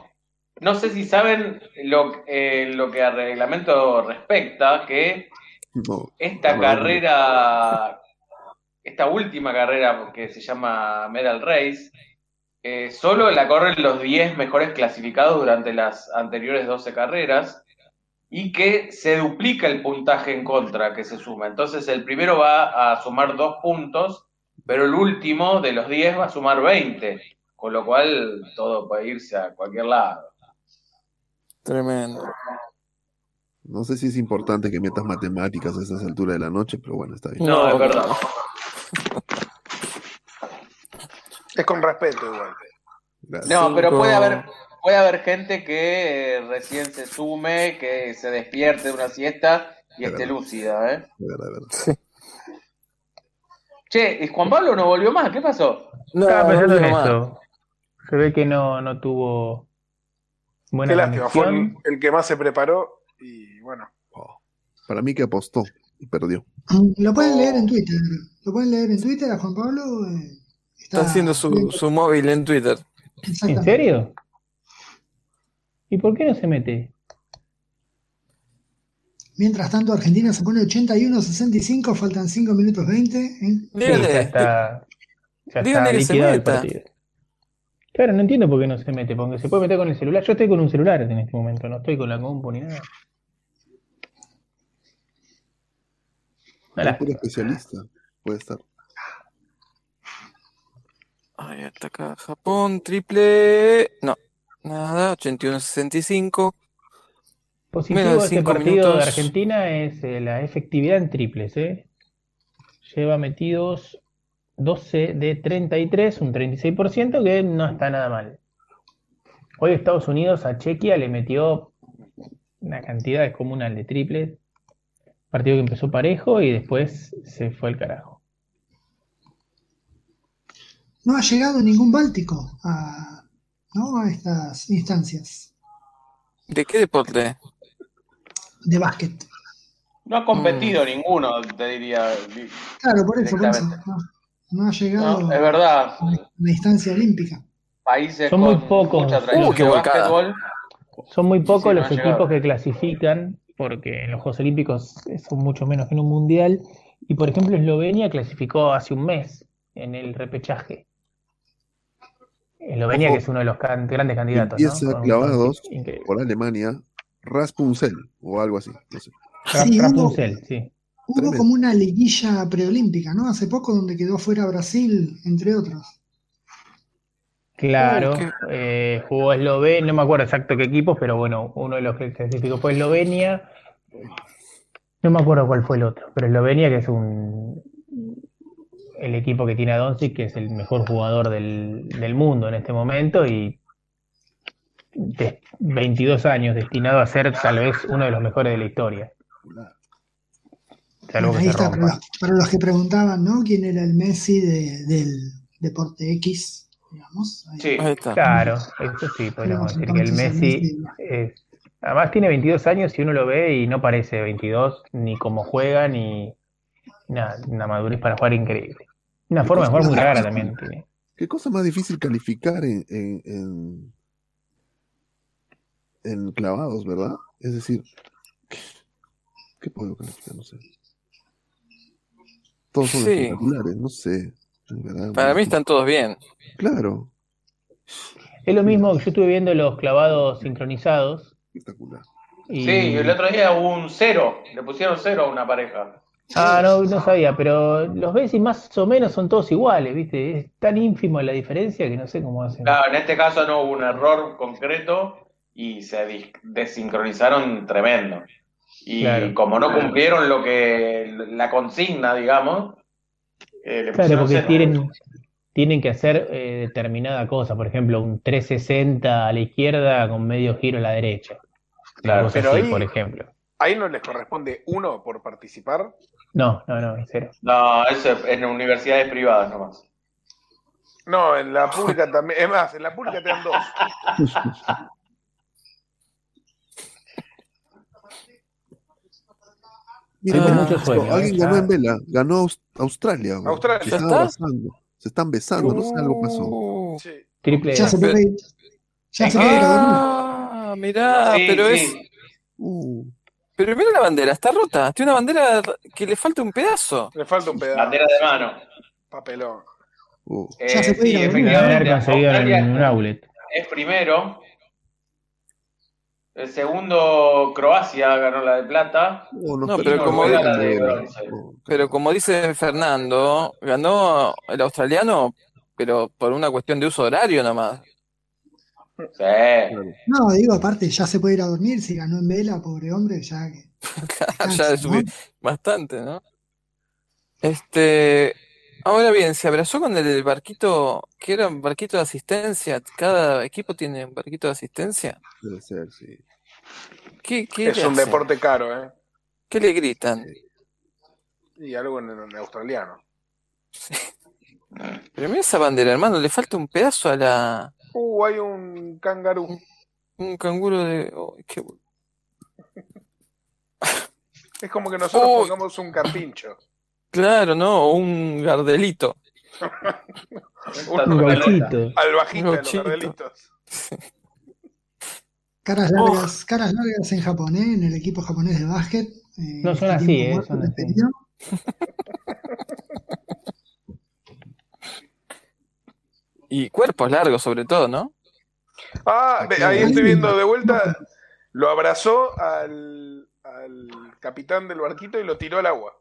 [SPEAKER 9] No sé si saben lo, eh, lo que al reglamento respecta, que
[SPEAKER 1] No.
[SPEAKER 9] Esta
[SPEAKER 1] Vamos,
[SPEAKER 9] carrera, esta última carrera que se llama Medal Race, eh, solo la corren los 10 mejores clasificados durante las anteriores 12 carreras y que se duplica el puntaje en contra que se suma. Entonces el primero va a sumar dos puntos, pero el último de los 10 va a sumar 20, con lo cual todo puede irse a cualquier lado.
[SPEAKER 4] Tremendo.
[SPEAKER 8] Ah.
[SPEAKER 1] No sé si es importante que metas matemáticas a esas alturas de la noche, pero bueno, está bien.
[SPEAKER 9] No, es verdad.
[SPEAKER 7] Es con respeto igual.
[SPEAKER 9] No, pero puede haber, puede haber gente que eh, recién se sume, que se despierte de una siesta y esté lúcida, ¿eh?
[SPEAKER 1] De verdad, de verdad.
[SPEAKER 9] Che, y Juan Pablo no volvió más, ¿qué pasó?
[SPEAKER 8] Estaba pensando en eso. Se ve que no, no tuvo buena
[SPEAKER 7] Qué lástima, fue
[SPEAKER 8] conexión.
[SPEAKER 7] el, el que más se preparó y bueno.
[SPEAKER 1] Para mí que apostó y perdió.
[SPEAKER 2] Lo pueden leer
[SPEAKER 8] Oh.
[SPEAKER 2] en Twitter. Lo pueden leer en Twitter a Juan Pablo. eh,
[SPEAKER 4] Está haciendo su, su móvil en Twitter.
[SPEAKER 8] ¿En serio? ¿Y por qué no se mete?
[SPEAKER 2] Mientras tanto, Argentina se pone 81-65, faltan 5 minutos 20. ¿eh?
[SPEAKER 8] Sí, ya está, ya está liquidado el partido. Claro, no entiendo por qué no se mete, porque se puede meter con el celular. Yo estoy con un celular en este momento, no estoy con la compu ni nada.
[SPEAKER 1] Un puro especialista puede estar.
[SPEAKER 4] Ahí ataca Japón, triple. E. No, nada, 81-65.
[SPEAKER 8] Positivo
[SPEAKER 4] Menos
[SPEAKER 8] de este
[SPEAKER 4] cinco
[SPEAKER 8] partido de
[SPEAKER 4] minutos.
[SPEAKER 8] Argentina es eh, la efectividad en triples, ¿eh? Lleva metidos 12 de 33, un 36%, que no está nada mal. Hoy Estados Unidos a Chequia le metió una cantidad descomunal de triples. Partido que empezó parejo y después se fue al carajo.
[SPEAKER 2] No ha llegado ningún báltico a, ¿no? a estas instancias
[SPEAKER 4] ¿De qué deporte?
[SPEAKER 2] de básquet.
[SPEAKER 9] No ha competido ninguno, te diría. di-
[SPEAKER 2] Claro, por eso, por eso,
[SPEAKER 9] directamente.
[SPEAKER 2] no, no ha llegado
[SPEAKER 9] No, es verdad.
[SPEAKER 2] a la instancia olímpica.
[SPEAKER 9] Países
[SPEAKER 8] Son
[SPEAKER 9] con
[SPEAKER 8] muy pocos.
[SPEAKER 9] mucha tradición
[SPEAKER 8] Uh, qué
[SPEAKER 9] de
[SPEAKER 8] volcada.
[SPEAKER 9] básquetbol.
[SPEAKER 8] Son muy pocos
[SPEAKER 9] no
[SPEAKER 8] los
[SPEAKER 9] ha llegado.
[SPEAKER 8] equipos que clasifican, porque en los Juegos Olímpicos son mucho menos que en un mundial. Y por ejemplo, Eslovenia clasificó hace un mes en el repechaje. Eslovenia,
[SPEAKER 1] Ojo.
[SPEAKER 8] que es uno de los can- grandes candidatos. ¿no?
[SPEAKER 1] Empieza
[SPEAKER 8] Con un
[SPEAKER 1] clavados
[SPEAKER 8] partido increíble.
[SPEAKER 1] por Alemania, Raspuncel o algo así. No sé.
[SPEAKER 8] Ra-
[SPEAKER 2] Sí, hubo-
[SPEAKER 8] Rapunzel, sí.
[SPEAKER 2] Hubo como una liguilla preolímpica, ¿no? Hace poco donde quedó fuera Brasil, entre otros.
[SPEAKER 8] Claro,
[SPEAKER 2] Uy,
[SPEAKER 8] eh, jugó Eslovenia, no me acuerdo exacto qué equipos, pero bueno, uno de los que clasificó fue Eslovenia. No me acuerdo cuál fue el otro, pero Eslovenia, que es un el equipo que tiene a Doncic, que es el mejor jugador del, del mundo en este momento y de 22 años destinado a ser tal vez uno de los mejores de la historia. Salvo que
[SPEAKER 2] Ahí
[SPEAKER 8] se
[SPEAKER 2] está, para
[SPEAKER 8] rompa.
[SPEAKER 2] los, para los que preguntaban, ¿no? ¿Quién era el Messi de- del deporte X? Digamos.
[SPEAKER 9] Sí,
[SPEAKER 8] Claro, eso sí, podríamos decir que el Messi es- además tiene 22 años y uno lo ve y no parece 22, ni cómo juega, ni nada, una madurez para jugar increíble. Una forma de jugar muy rara también tiene.
[SPEAKER 1] ¿Qué cosa más difícil calificar en, en, en- en clavados, verdad? Es decir, ¿qué puedo calificar? No sé. Todos son
[SPEAKER 4] Sí.
[SPEAKER 1] espectaculares, no sé. en verdad,
[SPEAKER 4] Para
[SPEAKER 1] bueno.
[SPEAKER 4] mí están todos bien.
[SPEAKER 1] Claro.
[SPEAKER 8] Es lo mismo que yo estuve viendo los clavados sincronizados. Y-
[SPEAKER 9] Sí, y el otro día hubo un cero. Le pusieron cero a una pareja.
[SPEAKER 8] Ah, no, no sabía, pero los ves y más o menos son todos iguales, ¿viste? Es tan ínfimo la diferencia que no sé cómo hacen.
[SPEAKER 9] Claro, en este caso no hubo un error concreto y se dis- desincronizaron tremendo. Y
[SPEAKER 8] Claro.
[SPEAKER 9] como no cumplieron lo que la consigna, digamos, eh, le
[SPEAKER 8] Claro,
[SPEAKER 9] pusieron
[SPEAKER 8] porque
[SPEAKER 9] cero.
[SPEAKER 8] tienen, tienen que hacer eh, determinada cosa, por ejemplo, un 360 a la izquierda con medio giro a la derecha. Una
[SPEAKER 7] Claro,
[SPEAKER 8] cosa
[SPEAKER 7] pero
[SPEAKER 8] así,
[SPEAKER 7] ahí-
[SPEAKER 8] por ejemplo.
[SPEAKER 7] ¿Ahí no les corresponde uno por participar?
[SPEAKER 8] No, no, no, es cero.
[SPEAKER 9] No, eso es en universidades privadas nomás.
[SPEAKER 7] No, en la pública también. Es más, en la pública te dan dos.
[SPEAKER 8] Tengo muchos
[SPEAKER 1] chico,
[SPEAKER 8] sueños,
[SPEAKER 1] Alguien
[SPEAKER 8] ¿eh?
[SPEAKER 1] ganó
[SPEAKER 8] Ya.
[SPEAKER 1] en vela, ganó Aus- Australia. güey.
[SPEAKER 7] Australia.
[SPEAKER 1] Se
[SPEAKER 7] ¿Ya
[SPEAKER 1] estaban
[SPEAKER 7] está? Uh.
[SPEAKER 1] besando, se están besando, no sé, algo pasó.
[SPEAKER 8] Triple
[SPEAKER 2] Ya se puede ir. Ya se puede ir a dormir.
[SPEAKER 4] Ah, mirá,
[SPEAKER 2] Sí,
[SPEAKER 4] pero
[SPEAKER 2] sí.
[SPEAKER 4] es. uh. Pero mira la bandera, está rota. Tiene una bandera que le falta un pedazo.
[SPEAKER 7] Le falta un pedazo.
[SPEAKER 4] Bandera de mano.
[SPEAKER 7] Papelón.
[SPEAKER 9] Eh,
[SPEAKER 8] Ya se puede ir a dormir. Haber conseguido en un outlet.
[SPEAKER 9] Es primero. El segundo, Croacia ganó la de plata.
[SPEAKER 4] Uh, No, pero
[SPEAKER 9] Y
[SPEAKER 4] como,
[SPEAKER 9] Noruega la de bronce.
[SPEAKER 4] pero como dice Fernando, ganó el australiano, pero por una cuestión de uso horario nomás.
[SPEAKER 9] Sí.
[SPEAKER 2] No, digo, aparte, ya se puede ir a dormir. Si ganó en vela, pobre hombre, ya que.
[SPEAKER 4] ya subí bastante, ¿no? Este, ahora bien, se abrazó con el barquito, que era un barquito de asistencia. Cada equipo tiene un barquito de asistencia.
[SPEAKER 1] Debe ser, sí.
[SPEAKER 4] ¿Qué, qué
[SPEAKER 7] Es
[SPEAKER 4] le
[SPEAKER 7] un
[SPEAKER 4] hacen?
[SPEAKER 7] deporte caro, ¿eh?
[SPEAKER 4] ¿Qué le gritan?
[SPEAKER 7] Y algo en, en australiano.
[SPEAKER 4] Pero mira esa bandera, hermano, le falta un pedazo a la.
[SPEAKER 7] Uh, hay un kangaroo.
[SPEAKER 4] Un canguro de. oh, qué bu-
[SPEAKER 7] Es como que nosotros
[SPEAKER 4] Uy.
[SPEAKER 7] pongamos un carpincho.
[SPEAKER 4] Claro, ¿no? O un gardelito.
[SPEAKER 7] Un
[SPEAKER 4] gauchito.
[SPEAKER 7] Al bajito de los
[SPEAKER 4] Gauchito.
[SPEAKER 7] gardelitos.
[SPEAKER 2] Caras largas, caras largas en Japón, ¿eh? en el equipo japonés de básquet.
[SPEAKER 8] No son así, ¿eh? Son así.
[SPEAKER 4] Y cuerpos largos, sobre todo, ¿no?
[SPEAKER 7] Ah, ve, ahí estoy viendo de vuelta. Lo abrazó al, al capitán del barquito y lo tiró al agua.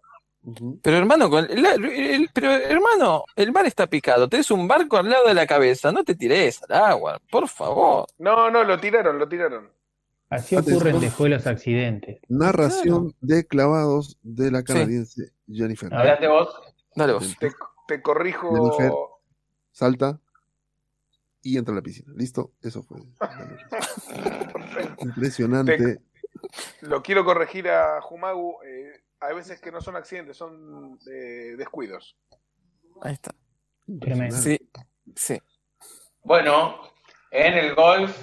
[SPEAKER 4] Pero hermano, con el- el- el- pero hermano, el mar está picado. Tenés un barco al lado de la cabeza. No te tires al agua, por favor.
[SPEAKER 7] No, no, lo tiraron, lo tiraron.
[SPEAKER 8] Así ocurren después los accidentes.
[SPEAKER 1] Narración de clavados de la canadiense Jennifer.
[SPEAKER 13] Hablaste vos.
[SPEAKER 4] Dale
[SPEAKER 7] Te, te corrijo.
[SPEAKER 1] Jennifer salta y entra a la piscina. ¿Listo? Eso fue. Impresionante.
[SPEAKER 7] Lo quiero corregir a Jumagu. eh, hay veces que no son accidentes, son eh, descuidos.
[SPEAKER 4] Ahí está.
[SPEAKER 8] Tremendo.
[SPEAKER 4] Sí, sí.
[SPEAKER 9] Bueno, en el golf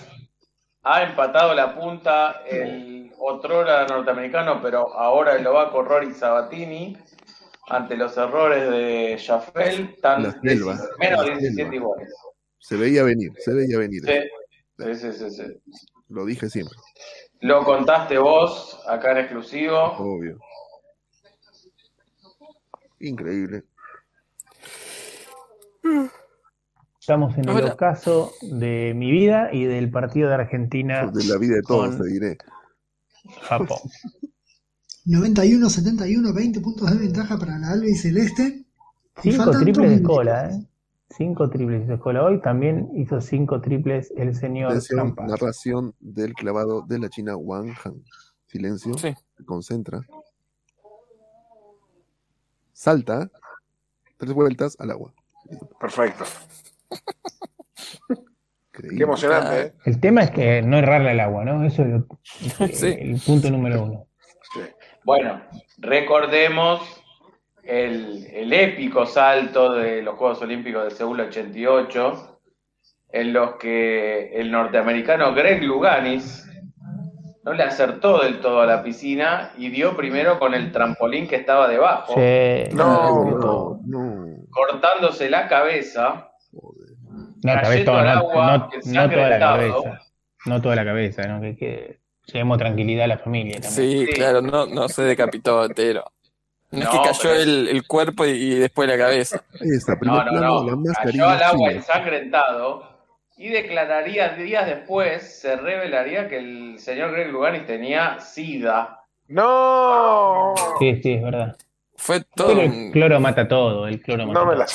[SPEAKER 9] ha empatado la punta el otrora norteamericano, pero ahora el lobaco Rory Sabatini ante los errores de Jaffel, tan
[SPEAKER 1] La selva.
[SPEAKER 9] menos
[SPEAKER 1] La
[SPEAKER 9] 17
[SPEAKER 1] selva.
[SPEAKER 9] iguales.
[SPEAKER 1] Se veía venir, se veía venir.
[SPEAKER 9] Sí, sí, sí, sí, sí.
[SPEAKER 1] Lo dije siempre,
[SPEAKER 9] Lo contaste vos acá en exclusivo.
[SPEAKER 1] obvio. Increíble.
[SPEAKER 8] Estamos en el
[SPEAKER 1] Ahora-
[SPEAKER 8] ocaso de mi vida y del partido de Argentina
[SPEAKER 1] De la vida de todos,
[SPEAKER 8] Con-
[SPEAKER 1] te diré.
[SPEAKER 8] Japón.
[SPEAKER 2] 91, 71, 20 puntos de ventaja para la Albi Celeste. Y
[SPEAKER 8] Cinco
[SPEAKER 2] faltan
[SPEAKER 8] triples de
[SPEAKER 2] dos
[SPEAKER 8] cola, ¿eh? Cinco triples de cola. Hoy también hizo cinco triples el señor
[SPEAKER 1] Atención,
[SPEAKER 8] Campa.
[SPEAKER 1] narración del clavado de la China Wang Han. Silencio. Se concentra. Salta. Tres vueltas al agua.
[SPEAKER 7] Perfecto.
[SPEAKER 1] Increíble.
[SPEAKER 7] Qué emocionante, ¿eh?
[SPEAKER 8] El tema es que no errarle al agua, ¿no? Eso es lo- el punto número uno.
[SPEAKER 9] Bueno, recordemos el, el épico salto de los Juegos Olímpicos de Seúl 88, en los que el norteamericano Greg Luganis no le acertó del todo a la piscina y dio primero con el trampolín que estaba debajo,
[SPEAKER 1] No, no.
[SPEAKER 9] cortándose la cabeza.
[SPEAKER 8] No, tal vez
[SPEAKER 9] Cayendo
[SPEAKER 8] todo,
[SPEAKER 9] al
[SPEAKER 8] no,
[SPEAKER 9] agua,
[SPEAKER 8] no-
[SPEAKER 9] que
[SPEAKER 8] no
[SPEAKER 9] sangre
[SPEAKER 8] toda la
[SPEAKER 9] del agua.
[SPEAKER 8] cabeza. No toda la cabeza, ¿no? Que, que llevemos tranquilidad a la familia también.
[SPEAKER 4] Sí, claro, no, no se decapitó entero. No, es
[SPEAKER 8] No,
[SPEAKER 4] que cayó
[SPEAKER 8] pero-
[SPEAKER 4] el, el cuerpo y, y después la cabeza.
[SPEAKER 1] Esta, primer
[SPEAKER 4] no,
[SPEAKER 1] plano,
[SPEAKER 4] no,
[SPEAKER 1] la
[SPEAKER 9] Cayó al
[SPEAKER 1] mascarilla
[SPEAKER 9] agua
[SPEAKER 1] china.
[SPEAKER 9] ensangrentado y declararía días después, se revelaría que el señor Greg Luganis tenía SIDA.
[SPEAKER 7] ¡No! ¡Oh!
[SPEAKER 8] Sí, sí, es verdad.
[SPEAKER 4] Fue
[SPEAKER 9] todo
[SPEAKER 8] Pero el
[SPEAKER 9] un-
[SPEAKER 8] cloro mata todo, el cloro mata
[SPEAKER 9] No me
[SPEAKER 8] todo.
[SPEAKER 9] la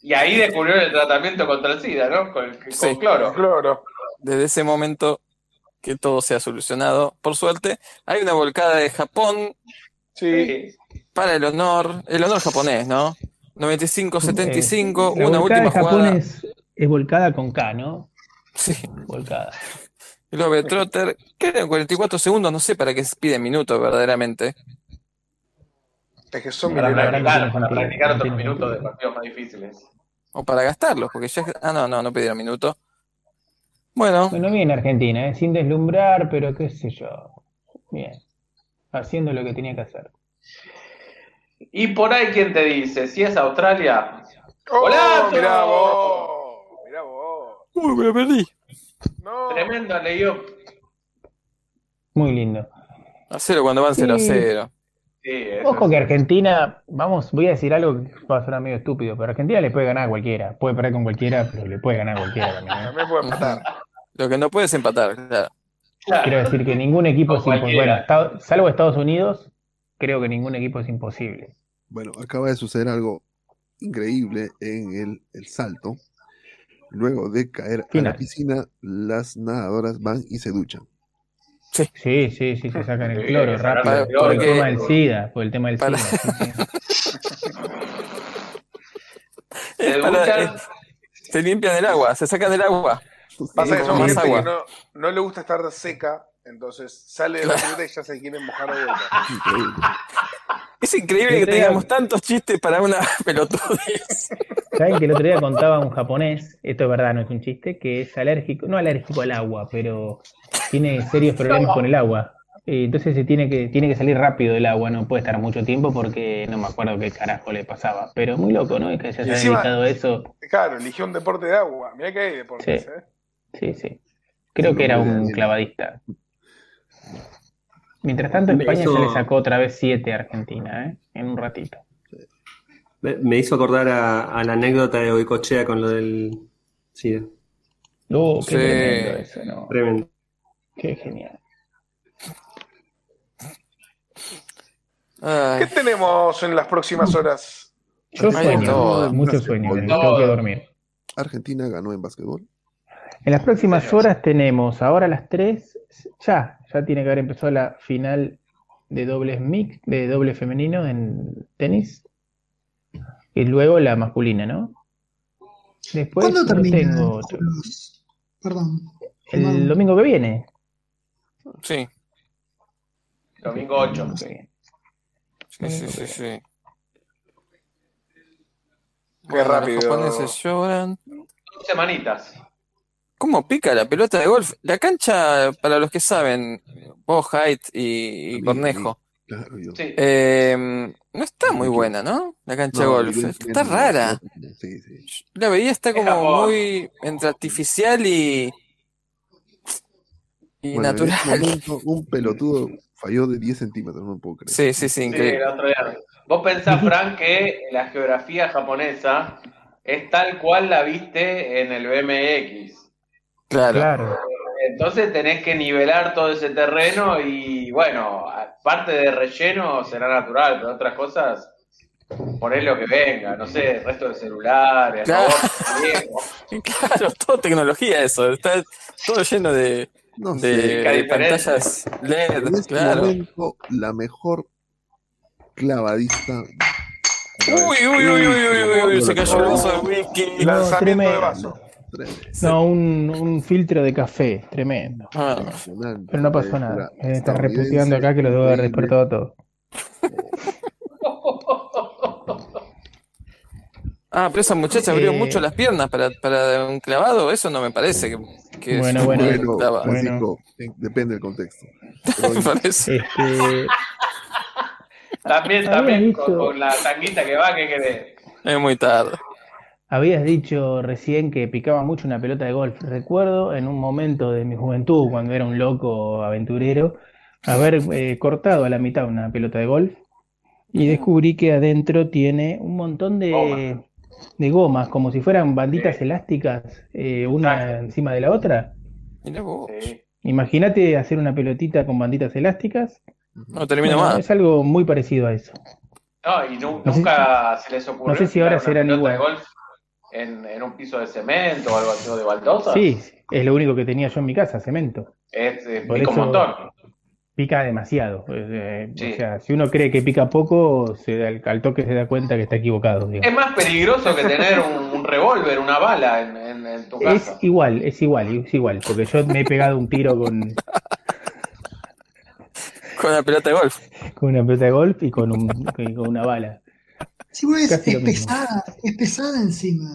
[SPEAKER 9] Y ahí descubrió el tratamiento contra el SIDA, ¿no? Con, con cloro.
[SPEAKER 4] Desde ese momento que todo se ha solucionado, por suerte, hay una volcada de Japón.
[SPEAKER 7] Sí.
[SPEAKER 4] Para el honor, el honor japonés, ¿no? 95-75,
[SPEAKER 8] Eh, La
[SPEAKER 4] una
[SPEAKER 8] volcada
[SPEAKER 4] última
[SPEAKER 8] de Japón
[SPEAKER 4] jugada.
[SPEAKER 8] Es, es volcada con K, ¿no?
[SPEAKER 4] Sí.
[SPEAKER 8] Volcada.
[SPEAKER 4] Globe Trotter, quedan 44 segundos, no sé para qué se piden minutos verdaderamente.
[SPEAKER 7] Es que son
[SPEAKER 4] Para
[SPEAKER 7] milenarios.
[SPEAKER 4] practicar, para practicar
[SPEAKER 9] Practicar otros
[SPEAKER 4] Tiene
[SPEAKER 9] minutos de
[SPEAKER 4] sentido.
[SPEAKER 9] partidos más difíciles.
[SPEAKER 4] O para gastarlos, porque ya. Ah, no, no, no pidieron minutos. Bueno.
[SPEAKER 8] Bueno, bien Argentina, ¿eh? sin deslumbrar, pero qué sé yo. Bien. Haciendo lo que tenía que hacer.
[SPEAKER 9] Y por ahí, ¿quién te dice? Si es Australia.
[SPEAKER 7] ¡Hola!
[SPEAKER 9] ¡Golazo!
[SPEAKER 7] Mirá vos. Mirá vos.
[SPEAKER 4] Uy, me lo perdí.
[SPEAKER 9] Tremendo leyó.
[SPEAKER 8] Muy lindo.
[SPEAKER 4] A cero cuando van 0 a
[SPEAKER 8] Sí.
[SPEAKER 4] 0.
[SPEAKER 8] Ojo que Argentina, vamos, voy a decir algo que va a sonar medio estúpido, pero Argentina le puede ganar a cualquiera. Puede perder con cualquiera, pero le puede ganar a cualquiera también. ¿eh?
[SPEAKER 4] Lo que no puedes empatar, claro.
[SPEAKER 8] Quiero decir que ningún equipo es imposible.
[SPEAKER 4] cualquiera.
[SPEAKER 8] Bueno, esta- salvo Estados Unidos, creo que ningún equipo es imposible.
[SPEAKER 1] Bueno, acaba de suceder algo increíble en el, el salto. Luego de caer a la piscina, las nadadoras van y se duchan.
[SPEAKER 4] Sí,
[SPEAKER 8] sí, sí, se sacan el
[SPEAKER 1] Sí,
[SPEAKER 8] cloro
[SPEAKER 1] sacan el
[SPEAKER 8] rápido.
[SPEAKER 1] cloro,
[SPEAKER 8] Por el
[SPEAKER 1] que-
[SPEAKER 8] tema del SIDA, por el tema del
[SPEAKER 1] Para-
[SPEAKER 8] SIDA. sí, sí.
[SPEAKER 4] Es para- es- eh, se limpian del agua, se sacan del agua.
[SPEAKER 7] Pasa que
[SPEAKER 4] Con
[SPEAKER 7] son
[SPEAKER 4] más
[SPEAKER 7] gente
[SPEAKER 4] agua.
[SPEAKER 7] que no, no le gusta estar seca, entonces sale de la pileta y ya se quieren mojar de vuelta.
[SPEAKER 4] Es increíble que
[SPEAKER 8] Entrega-
[SPEAKER 4] tengamos tantos chistes para una pelotudez.
[SPEAKER 8] ¿Saben que el otro día contaba un japonés, esto es verdad, no es un chiste, que es alérgico, no alérgico al agua, pero tiene serios problemas con el agua. Y entonces se tiene que, tiene que salir rápido del agua, no puede estar mucho tiempo porque no me acuerdo qué carajo le pasaba. Pero muy loco, ¿no? Es que ya se
[SPEAKER 7] Y
[SPEAKER 8] ha
[SPEAKER 7] encima-
[SPEAKER 8] dedicado a eso.
[SPEAKER 7] Claro, eligió un deporte de agua. Mirá que hay deportes,
[SPEAKER 8] Sí.
[SPEAKER 7] ¿eh?
[SPEAKER 8] Sí, sí. Creo que era un clavadista. Mientras tanto,
[SPEAKER 19] Me
[SPEAKER 8] España
[SPEAKER 19] hizo-
[SPEAKER 8] se le sacó otra vez 7 a Argentina, ¿eh? En un ratito.
[SPEAKER 19] Me, me hizo acordar a, a la anécdota de Boicochea con lo del SIDA.
[SPEAKER 8] No,
[SPEAKER 19] qué
[SPEAKER 8] qué Sí. tremendo eso, ¿no?
[SPEAKER 19] Tremendo.
[SPEAKER 8] Qué genial.
[SPEAKER 7] ¿Qué tenemos en las próximas horas?
[SPEAKER 8] Yo sueño, mucho sueño, ¿eh? tengo, tengo que dormir.
[SPEAKER 1] Argentina ganó en básquetbol.
[SPEAKER 8] En las próximas horas tenemos, ahora a las 3, ya, ya tiene que haber empezado la final de dobles mix, de doble femenino en tenis. Y luego la masculina, ¿no? Después
[SPEAKER 2] ¿Cuándo
[SPEAKER 8] no
[SPEAKER 2] termina?
[SPEAKER 8] tengo otro.
[SPEAKER 2] Perdón.
[SPEAKER 8] El domingo que viene.
[SPEAKER 4] Sí.
[SPEAKER 9] Domingo 8.
[SPEAKER 4] Sí, sí, sí, sí.
[SPEAKER 9] Qué rápido.
[SPEAKER 4] Los japoneses lloran.
[SPEAKER 9] Dos semanitas.
[SPEAKER 4] ¿Cómo pica la pelota de golf? La cancha, para los que saben, vos, Haidt y, y Cornejo,
[SPEAKER 1] Claro, yo.
[SPEAKER 9] Sí.
[SPEAKER 4] eh, no está muy buena, ¿no? La cancha
[SPEAKER 1] No,
[SPEAKER 4] de golf.
[SPEAKER 1] yo
[SPEAKER 4] Está
[SPEAKER 1] entiendo.
[SPEAKER 4] rara.
[SPEAKER 1] Sí, sí.
[SPEAKER 4] La veía está como
[SPEAKER 9] Japón.
[SPEAKER 4] muy entre artificial y, y
[SPEAKER 1] Bueno, en ese
[SPEAKER 4] natural.
[SPEAKER 1] momento, un pelotudo falló de 10 centímetros, no puedo creer.
[SPEAKER 4] Sí, sí, sí,
[SPEAKER 9] Sí, el otro día. Vos pensás, Fran, que la geografía japonesa es tal cual la viste en el BMX.
[SPEAKER 4] Claro.
[SPEAKER 9] Entonces tenés que nivelar todo ese terreno y bueno, parte de relleno será natural, pero otras cosas poner lo que venga, no sé, resto de celulares,
[SPEAKER 4] Claro.
[SPEAKER 9] robots,
[SPEAKER 4] Claro, todo tecnología eso. Está todo lleno de, de-
[SPEAKER 1] sé.
[SPEAKER 4] de pantallas LED,
[SPEAKER 1] En ese
[SPEAKER 4] claro.
[SPEAKER 1] momento, la mejor clavadista.
[SPEAKER 4] Uy, uy, uy, uy, uy, uy, uy, se cayó el vaso de
[SPEAKER 8] No,
[SPEAKER 4] whisky.
[SPEAKER 8] tremendo. No, un, un filtro de café, tremendo. Pero no pasó nada. Me estás reputeando acá que lo debo haber despertado a todos.
[SPEAKER 4] Ah, pero esa muchacha abrió
[SPEAKER 8] Eh.
[SPEAKER 4] mucho las piernas para, para un clavado, eso no me parece que, que es-
[SPEAKER 1] Bueno,
[SPEAKER 4] clava.
[SPEAKER 1] Francisco, eh, depende del contexto.
[SPEAKER 4] Me parece.
[SPEAKER 9] también,
[SPEAKER 8] Habías
[SPEAKER 9] también con,
[SPEAKER 8] visto-
[SPEAKER 9] con la tanguita que va, que querés.
[SPEAKER 4] Es muy tarde.
[SPEAKER 8] Habías dicho recién que picaba mucho una pelota de golf. Recuerdo en un momento de mi juventud, cuando era un loco aventurero, haber eh, cortado a la mitad una pelota de golf y descubrí que adentro tiene un montón de, de gomas, como si fueran banditas elásticas, eh, una encima de la otra.
[SPEAKER 4] Mirá vos.
[SPEAKER 8] Imagínate hacer una pelotita con banditas elásticas.
[SPEAKER 4] No termina
[SPEAKER 8] Bueno,
[SPEAKER 4] más.
[SPEAKER 8] Es algo muy parecido a eso.
[SPEAKER 9] No, y nu-
[SPEAKER 8] No sé
[SPEAKER 9] nunca se les ocurrió
[SPEAKER 8] no sé si
[SPEAKER 9] tirar
[SPEAKER 8] ahora
[SPEAKER 9] una
[SPEAKER 8] serán
[SPEAKER 9] pelota
[SPEAKER 8] igual.
[SPEAKER 9] de golf en, en un piso de cemento o algo así o de baldosa.
[SPEAKER 8] Sí, es lo único que tenía yo en mi casa, cemento.
[SPEAKER 9] Es, eh,
[SPEAKER 8] Por
[SPEAKER 9] pica un
[SPEAKER 8] eso-
[SPEAKER 9] montón.
[SPEAKER 8] Pica demasiado. eh, eh,
[SPEAKER 9] Sí.
[SPEAKER 8] O sea, si uno cree que pica poco, se da- al, al toque se da cuenta que está equivocado. digo.
[SPEAKER 9] Es más peligroso que tener un, un revólver, una bala en, en- en tu
[SPEAKER 8] Es
[SPEAKER 9] casa.
[SPEAKER 8] igual, es igual, es igual, porque yo me he pegado un tiro con,
[SPEAKER 4] Con la pelota de golf.
[SPEAKER 8] con una pelota de golf y con, un- y con una bala.
[SPEAKER 2] Sí, pues, es,
[SPEAKER 8] Casi lo mismo.
[SPEAKER 2] pesada, es pesada encima.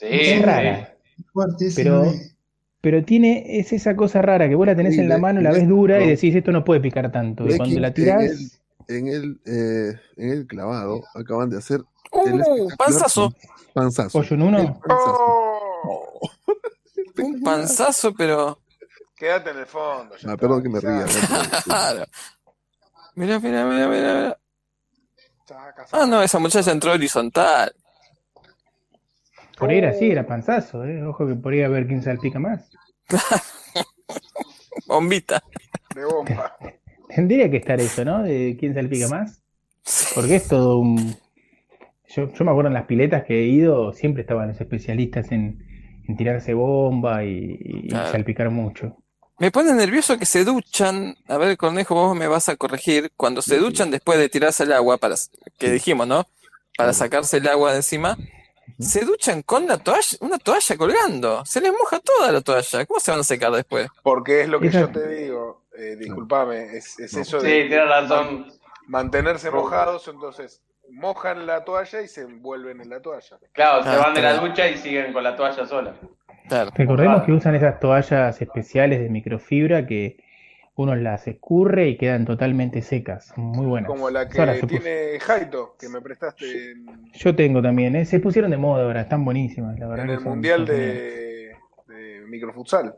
[SPEAKER 9] Eh,
[SPEAKER 8] es rara,
[SPEAKER 2] Fuerte, ese
[SPEAKER 8] pero,
[SPEAKER 2] no es.
[SPEAKER 8] pero tiene, es esa cosa rara que vos la tenés en la mano, la ves dura y decís, esto no puede picar tanto. Y cuando la
[SPEAKER 1] Lekin,
[SPEAKER 8] tirás,
[SPEAKER 1] En el, en el, eh, en el clavado acaban de hacer.
[SPEAKER 4] ¡Uh!
[SPEAKER 1] el espectacular
[SPEAKER 4] ¡Panzazo!
[SPEAKER 1] pan- Panzazo.
[SPEAKER 8] ¿Pollo en uno?
[SPEAKER 1] El panzazo.
[SPEAKER 4] Un panzazo, pero.
[SPEAKER 7] Quédate en el fondo.
[SPEAKER 1] Ah, perdón que me ría.
[SPEAKER 4] Claro. Mirá, mirá, mirá, mirá, mirá. Ah, no, esa muchacha entró horizontal.
[SPEAKER 8] por ahí era así, era panzazo, eh, Ojo que por ahí a ver quién salpica más.
[SPEAKER 4] Bombita.
[SPEAKER 7] De bomba.
[SPEAKER 8] Tendría que estar eso, ¿no? De quién salpica más. Porque es todo un. Yo, yo me acuerdo en las piletas que he ido, siempre estaban los especialistas en, en tirarse bomba y, y
[SPEAKER 4] Claro.
[SPEAKER 8] salpicar mucho.
[SPEAKER 4] Me pone nervioso que se duchan. A ver, Cornejo, vos me vas a corregir. Cuando se duchan después de tirarse el agua, para que dijimos, ¿no? Para sacarse el agua de encima. Se duchan con la toalla, una toalla colgando. Se les moja toda la toalla. ¿Cómo se van a secar después?
[SPEAKER 7] Porque es lo que
[SPEAKER 4] Esa-
[SPEAKER 7] yo te digo, eh, disculpame, es, es eso
[SPEAKER 4] Sí,
[SPEAKER 7] de
[SPEAKER 4] tienes
[SPEAKER 9] razón.
[SPEAKER 7] man- mantenerse mojados, entonces mojan la toalla y se envuelven en la toalla.
[SPEAKER 9] Claro, se
[SPEAKER 8] Ah,
[SPEAKER 9] van de la
[SPEAKER 8] claro.
[SPEAKER 9] ducha y siguen con la toalla sola.
[SPEAKER 8] Recordemos que usan esas toallas especiales de microfibra que uno las escurre y quedan totalmente secas. Muy buenas.
[SPEAKER 7] Como la que
[SPEAKER 8] Ahora se pus-
[SPEAKER 7] tiene Jaito, que me prestaste en,
[SPEAKER 8] Yo tengo también, eh, Se pusieron de moda ahora, están buenísimas, la verdad.
[SPEAKER 7] en
[SPEAKER 8] que
[SPEAKER 7] el
[SPEAKER 8] son-
[SPEAKER 7] Mundial
[SPEAKER 8] son
[SPEAKER 7] de, de Microfutsal.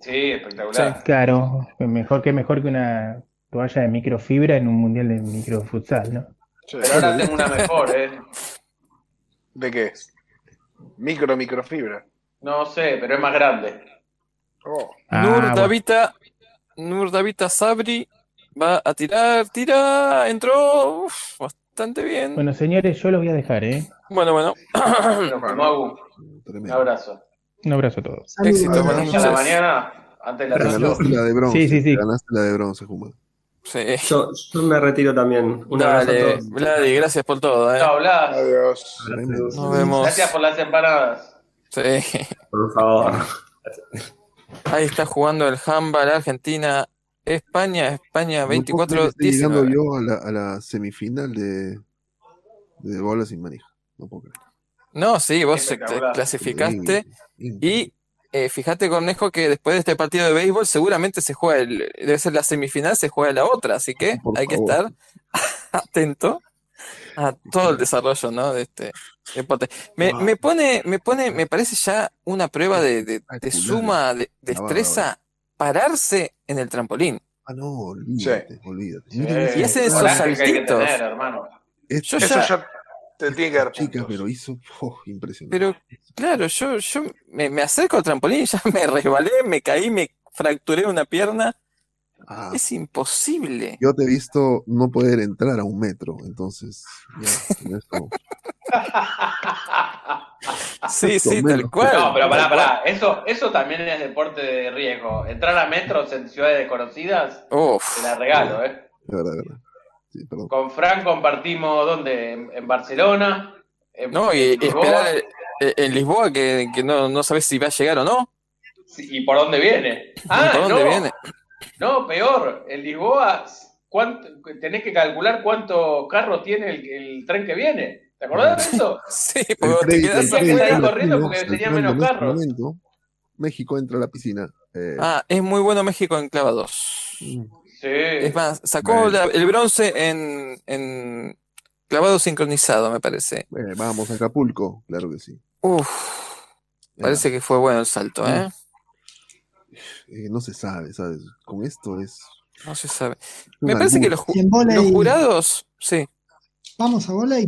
[SPEAKER 13] Sí, espectacular.
[SPEAKER 8] Claro, mejor que mejor que una toalla de microfibra en un mundial de microfutsal, ¿no?
[SPEAKER 7] Pero ahora tengo una mejor, ¿eh? ¿De qué es? Micro, microfibra. Oh.
[SPEAKER 9] No sé, pero es más grande.
[SPEAKER 4] Nur Davita, Nur Davita Sabri va a tirar, tira, entró uf, bastante bien.
[SPEAKER 8] Bueno, señores, yo los voy a dejar, ¿eh?
[SPEAKER 4] Bueno, bueno.
[SPEAKER 9] Magu, un abrazo.
[SPEAKER 8] Un abrazo a todos.
[SPEAKER 9] Éxito, buenas noches. A la mañana, Ah, antes de la
[SPEAKER 1] Ganaste
[SPEAKER 9] noche.
[SPEAKER 1] la de bronce.
[SPEAKER 8] Sí, sí, sí.
[SPEAKER 1] Ganaste la de bronce, Juma.
[SPEAKER 19] Yo, yo me retiro también. Un abrazo a
[SPEAKER 4] Dale,
[SPEAKER 19] todos.
[SPEAKER 4] Vladi, gracias por todo, ¿eh?
[SPEAKER 9] Chao, Blas.
[SPEAKER 7] Adiós.
[SPEAKER 4] Nos vemos.
[SPEAKER 9] Gracias por las empanadas.
[SPEAKER 4] Sí.
[SPEAKER 19] Por favor.
[SPEAKER 4] Ahí está jugando el handball Argentina, España, España
[SPEAKER 1] No puedo creer que esté llegando
[SPEAKER 4] 24-19.
[SPEAKER 1] yo a la, a la semifinal de, de bola sin manija. No puedo creer.
[SPEAKER 4] No, sí, vos te
[SPEAKER 1] Espectacular.
[SPEAKER 4] clasificaste y eh, fíjate Cornejo que después de este partido de béisbol seguramente se juega, el, debe ser la semifinal, se juega la otra, así que hay que estar atento a todo el desarrollo, ¿no? De este deporte. Me,
[SPEAKER 6] Wow.
[SPEAKER 4] me pone, me pone, me parece ya una prueba de, de- de suma, de de
[SPEAKER 1] Ah, bueno,
[SPEAKER 4] destreza, pararse en el trampolín.
[SPEAKER 1] Ah, no, olvídate, olvídate.
[SPEAKER 4] Y hacen esos saltitos.
[SPEAKER 1] Esto-
[SPEAKER 4] Yo ya-
[SPEAKER 1] Eso
[SPEAKER 7] te tiene que dar
[SPEAKER 1] Este Chicas, pero hizo oh, impresionante.
[SPEAKER 4] Pero
[SPEAKER 9] Ah,
[SPEAKER 4] claro, yo, yo me, me acerco al trampolín, ya me resbalé, me caí, me fracturé una pierna.
[SPEAKER 1] Ah.
[SPEAKER 4] Es imposible.
[SPEAKER 1] Yo te he visto no poder entrar a un metro, entonces. Ya, con esto-
[SPEAKER 4] Sí,
[SPEAKER 1] sí, tal cual.
[SPEAKER 9] No, pero pará,
[SPEAKER 1] Tal cual.
[SPEAKER 9] pará. Eso, eso también es deporte de riesgo. Entrar a metros en ciudades desconocidas,
[SPEAKER 4] Uf.
[SPEAKER 9] te la regalo, ¿eh?
[SPEAKER 1] De verdad, de verdad. Sí, perdón.
[SPEAKER 9] Con Fran compartimos, ¿dónde? En, en Barcelona. en-
[SPEAKER 4] No, y eh.
[SPEAKER 9] en Lisboa.
[SPEAKER 4] esperar el- el- en Lisboa que, que no, no sabes si va a llegar o no.
[SPEAKER 9] ¿Y por dónde viene? Ah,
[SPEAKER 4] ¿Por dónde
[SPEAKER 9] no,
[SPEAKER 4] viene?
[SPEAKER 9] no, peor. En Lisboa, ¿cuánto, tenés que calcular cuánto carro tiene el, el tren que viene. ¿Te acordás de eso?
[SPEAKER 4] sí,
[SPEAKER 1] El
[SPEAKER 9] te
[SPEAKER 1] crédito,
[SPEAKER 9] quedás
[SPEAKER 1] el
[SPEAKER 9] afuera
[SPEAKER 1] crédito,
[SPEAKER 9] corriendo
[SPEAKER 1] el
[SPEAKER 9] porque
[SPEAKER 1] crédito,
[SPEAKER 9] tenía
[SPEAKER 1] el crédito,
[SPEAKER 9] menos
[SPEAKER 1] en este
[SPEAKER 9] carros.
[SPEAKER 1] momento, México entra a la piscina. eh, mm.
[SPEAKER 4] Ah, es muy bueno México en clavados. Es más, sacó
[SPEAKER 1] Bueno.
[SPEAKER 4] la- el bronce eh, en, en clavado sincronizado, me parece.
[SPEAKER 1] eh, vamos a Acapulco, claro que sí.
[SPEAKER 4] Uf, parece que fue bueno el salto, ¿eh?
[SPEAKER 1] Eh, no se sabe, ¿sabes? Con esto es.
[SPEAKER 4] No se sabe.
[SPEAKER 1] Un
[SPEAKER 4] Me parece que
[SPEAKER 1] albur.
[SPEAKER 4] los, ju-
[SPEAKER 1] Y en volei.
[SPEAKER 4] los jurados, sí,
[SPEAKER 2] Vamos a volei.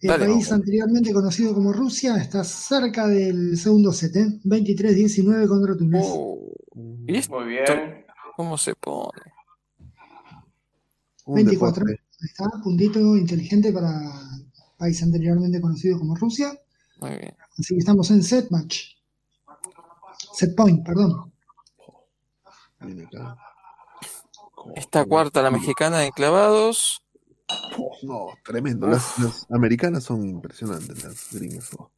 [SPEAKER 2] El
[SPEAKER 4] Dale,
[SPEAKER 2] país
[SPEAKER 4] vamos.
[SPEAKER 2] anteriormente conocido como Rusia está cerca del segundo set, ¿eh? 23-19 contra Túnez.
[SPEAKER 4] Oh.
[SPEAKER 1] Mm.
[SPEAKER 4] ¿Y esto?
[SPEAKER 9] Muy bien.
[SPEAKER 4] ¿Cómo se pone?
[SPEAKER 1] Un
[SPEAKER 2] 24.
[SPEAKER 1] deporte.
[SPEAKER 2] Ahí Está puntito inteligente para país anteriormente conocido como Rusia.
[SPEAKER 4] Muy bien.
[SPEAKER 2] Así que estamos en set match. Set point, perdón.
[SPEAKER 1] Viene acá.
[SPEAKER 4] Está cuarta la mexicana en clavados.
[SPEAKER 1] No, tremendo. Las, las americanas son impresionantes, las gringas. oh.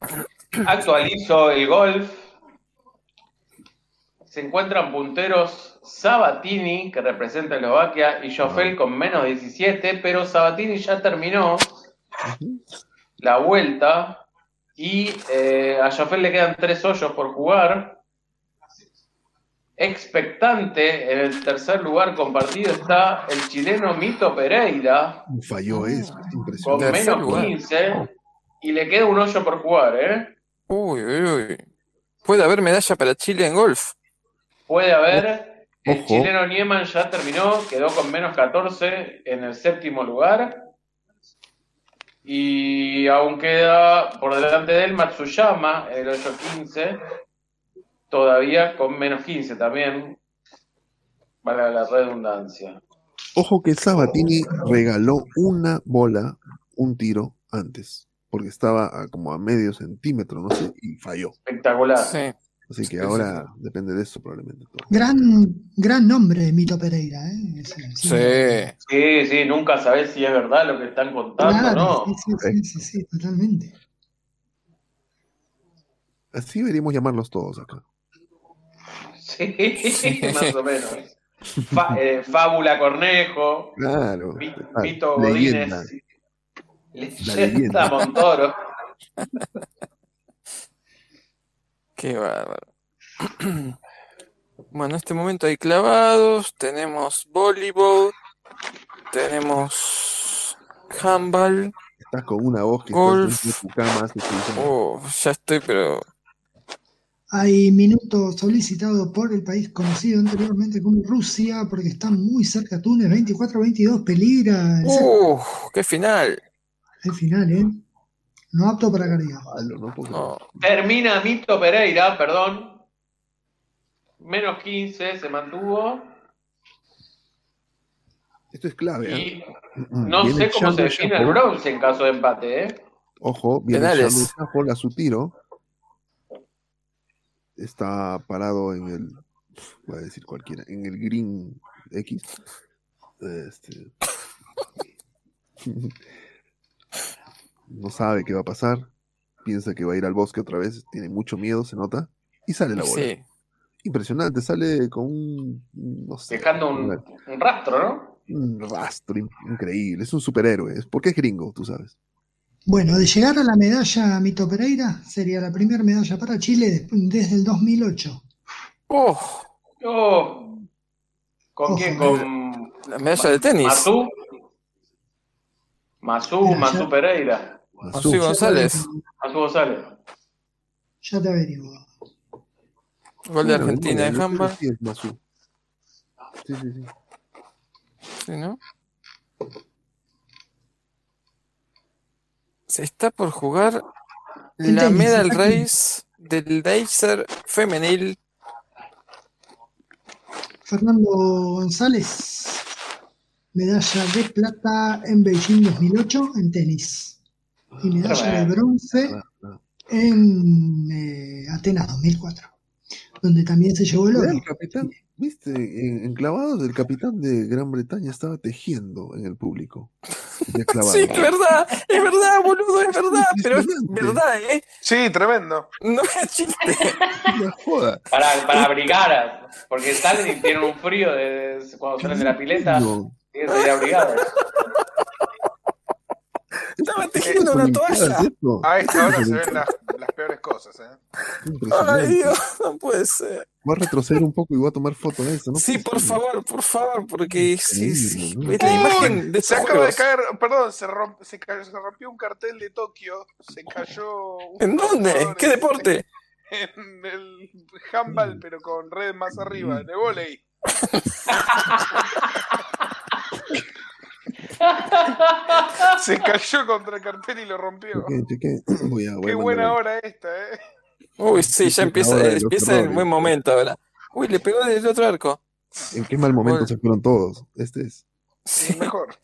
[SPEAKER 9] Actualizo el golf. Se encuentran punteros Sabatini, que representa a Eslovaquia, y Joffel con menos 17, pero Sabatini ya terminó la vuelta y eh, a Joffel le quedan tres hoyos por jugar. Expectante en el tercer lugar compartido está el chileno Mito Pereira
[SPEAKER 1] Falló
[SPEAKER 2] Ah.
[SPEAKER 1] eso, es
[SPEAKER 9] con
[SPEAKER 1] impresionante.
[SPEAKER 9] menos 15 y le queda un hoyo por jugar, ¿eh?
[SPEAKER 4] Uy, uy, uy. Puede haber medalla para Chile en golf.
[SPEAKER 9] Puede haber. El
[SPEAKER 4] Ojo.
[SPEAKER 9] chileno Nieman ya terminó, quedó con menos 14 en el séptimo lugar. Y aún queda por delante de él Matsuyama, el 8-15, todavía con menos 15 también. Vale la redundancia.
[SPEAKER 1] Ojo que Sabatini regaló una bola, un tiro antes, porque estaba a como a medio centímetro, no sé, y falló.
[SPEAKER 9] Espectacular.
[SPEAKER 1] Así que ahora depende de eso probablemente.
[SPEAKER 2] Gran, gran nombre de Mito Pereira, ¿eh? Ese, sí.
[SPEAKER 4] Sí.
[SPEAKER 9] Sí, sí, nunca sabés si es verdad lo que están contando,
[SPEAKER 2] Claro,
[SPEAKER 9] ¿no?
[SPEAKER 2] sí, sí, sí, sí, sí, totalmente.
[SPEAKER 1] Así deberíamos llamarlos todos acá.
[SPEAKER 9] Sí, más o menos. Fa- eh, Fábula Cornejo,
[SPEAKER 1] Claro.
[SPEAKER 9] Vi-
[SPEAKER 1] Ah,
[SPEAKER 9] Vito
[SPEAKER 1] leyenda.
[SPEAKER 9] Godínez,
[SPEAKER 1] La
[SPEAKER 9] Leyenda
[SPEAKER 1] leyenda.
[SPEAKER 9] Montoro.
[SPEAKER 4] Qué bárbaro. Bueno, en este momento hay clavados, tenemos voleibol, tenemos handball.
[SPEAKER 1] Estás con una voz que
[SPEAKER 4] Golf.
[SPEAKER 1] estás dentro de tu cama. hace seis años.
[SPEAKER 4] Oh, ya estoy, pero
[SPEAKER 2] Hay minutos solicitados por el país conocido anteriormente como Rusia, porque está muy cerca Túnez, 24-22, peligra. el
[SPEAKER 4] ¡Uf! ¡Qué final!
[SPEAKER 2] el final, ¿eh? No apto para cardíaco.
[SPEAKER 1] Ah,
[SPEAKER 4] No.
[SPEAKER 9] Termina Mito Pereira, perdón. Menos 15 se mantuvo.
[SPEAKER 1] Esto es clave. ¿eh?
[SPEAKER 9] Y no
[SPEAKER 1] Viene
[SPEAKER 9] sé cómo se
[SPEAKER 1] Chandler
[SPEAKER 9] define el
[SPEAKER 1] Chapo.
[SPEAKER 9] bronce en caso de empate, ¿eh?
[SPEAKER 1] Ojo, viene
[SPEAKER 9] Penales.
[SPEAKER 1] Charles Chafford a su tiro. Está parado en el. Voy a decir cualquiera. En el Green X. Este. no sabe qué va a pasar. Piensa que va a ir al bosque otra vez. Tiene mucho miedo, se nota. Y sale la bola.
[SPEAKER 9] Sí.
[SPEAKER 1] Impresionante. Sale con un. No sé.
[SPEAKER 9] Dejando un, un rastro, ¿no?
[SPEAKER 1] un rastro in- increíble. Es un superhéroe. Es porque es gringo, tú sabes.
[SPEAKER 2] Bueno, de llegar a la medalla Mito Pereira, sería la primera medalla para Chile des- desde el 2008.
[SPEAKER 9] Oh. ¿Con quién? Con.
[SPEAKER 4] La medalla de tenis.
[SPEAKER 9] Mazú. Mazú, Mazú Pereira.
[SPEAKER 4] Mazú Mazú. González.
[SPEAKER 9] Mazú González.
[SPEAKER 2] Ya te averiguo.
[SPEAKER 4] Gol
[SPEAKER 1] Bueno,
[SPEAKER 4] de Argentina
[SPEAKER 1] bueno,
[SPEAKER 4] de
[SPEAKER 1] yo creo
[SPEAKER 4] Jamba.
[SPEAKER 1] que sí es Mazú. Sí, sí, sí.
[SPEAKER 4] Sí, ¿no? Se está por jugar
[SPEAKER 6] En
[SPEAKER 4] la
[SPEAKER 6] tenis,
[SPEAKER 4] Medal
[SPEAKER 6] está aquí.
[SPEAKER 4] Race del Dacer femenil.
[SPEAKER 2] Fernando González, medalla de plata en Beijing 2008 en tenis. Y medalla de bronce
[SPEAKER 1] Ah,
[SPEAKER 2] en eh, Atenas 2004, donde también se llevó el
[SPEAKER 1] Mirá,
[SPEAKER 2] oro.
[SPEAKER 1] el capitán, viste, en- enclavados del capitán de Gran Bretaña estaba tejiendo en el público. Tenía clavado.
[SPEAKER 4] Sí, es verdad, es verdad, boludo, es verdad, pero es verdad, ¿eh?
[SPEAKER 7] Sí, tremendo.
[SPEAKER 4] No es chiste.
[SPEAKER 9] Para, para abrigar. Porque salen y tienen un frío de, de- cuando salen de la pileta.
[SPEAKER 1] No.
[SPEAKER 9] Tienen que salir abrigados.
[SPEAKER 4] Estaba tejiendo una toalla.
[SPEAKER 7] A esta hora se ven las, las peores cosas, ¿eh?
[SPEAKER 4] Ay, Dios, no puede ser.
[SPEAKER 1] Voy a retroceder un poco y voy a tomar foto de eso, ¿no?
[SPEAKER 4] Sí, por favor, por favor, porque sí, sí,
[SPEAKER 1] Increíble, ¿no?
[SPEAKER 4] es la imagen de
[SPEAKER 7] Se
[SPEAKER 4] estos
[SPEAKER 7] acaba
[SPEAKER 4] juegos.
[SPEAKER 7] de caer, perdón, se, romp- se ca- se rompió un cartel de Tokio, se cayó un
[SPEAKER 4] ¿En dónde? ¿Qué deporte?
[SPEAKER 7] en el handball, pero con red más arriba, en el volei. Se cayó contra el cartel y lo rompió.
[SPEAKER 1] Chequen, chequen. Voy a, voy
[SPEAKER 7] Qué
[SPEAKER 1] a
[SPEAKER 7] buena
[SPEAKER 1] mandar-
[SPEAKER 7] hora esta, ¿eh?
[SPEAKER 4] Uy, sí, ya empieza,
[SPEAKER 1] Ahora de los
[SPEAKER 4] empieza el
[SPEAKER 1] errores.
[SPEAKER 4] buen momento, ¿verdad? Uy, le pegó desde el otro arco.
[SPEAKER 1] En qué mal momento se fueron todos. Este es.
[SPEAKER 4] Sí.
[SPEAKER 7] Mejor.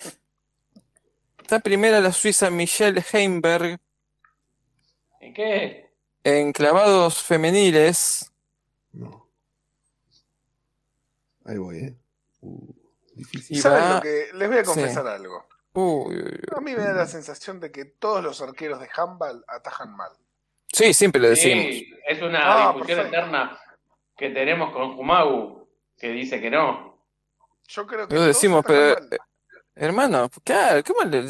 [SPEAKER 4] Está primera la suiza Michelle Heimberg
[SPEAKER 9] ¿En qué?
[SPEAKER 4] en clavados femeniles.
[SPEAKER 1] Ahí voy, ¿eh? Uh, difícil.
[SPEAKER 4] Y
[SPEAKER 7] ¿Saben
[SPEAKER 4] va-
[SPEAKER 7] lo que? Les voy a confesar
[SPEAKER 4] Sí.
[SPEAKER 7] algo.
[SPEAKER 4] Uy, uy, uy.
[SPEAKER 7] A mí me da la sensación de que todos los arqueros de handball atajan mal.
[SPEAKER 4] Sí, siempre lo decimos.
[SPEAKER 9] Sí, es una
[SPEAKER 7] Ah,
[SPEAKER 9] discusión
[SPEAKER 7] perfecto.
[SPEAKER 9] eterna que tenemos con Jumagu, que dice que no.
[SPEAKER 7] Yo creo
[SPEAKER 4] Lo decimos, pero. eh, Hermano, claro, ¿cómo le.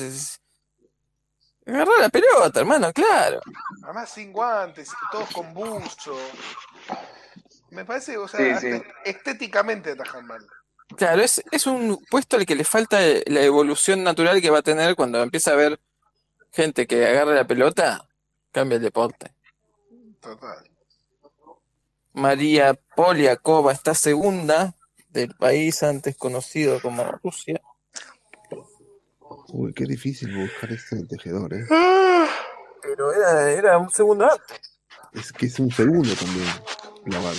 [SPEAKER 4] Agarrá la pelota, hermano, claro.
[SPEAKER 7] Además sin guantes, todos con buzo. Me parece, o sea,
[SPEAKER 4] Sí,
[SPEAKER 7] hasta
[SPEAKER 4] sí.
[SPEAKER 7] estéticamente atajan mal.
[SPEAKER 4] Claro, es, es un puesto al que le falta eh, la evolución natural que va a tener cuando empieza a ver gente que agarra la pelota, cambia el deporte.
[SPEAKER 7] Total.
[SPEAKER 4] María Poliakova está segunda del país antes conocido como Rusia.
[SPEAKER 1] Uy, qué difícil buscar este del tejedor, ¿eh?
[SPEAKER 9] Ah.
[SPEAKER 4] Pero era, era un segundo antes.
[SPEAKER 1] Es que es un segundo también clavado.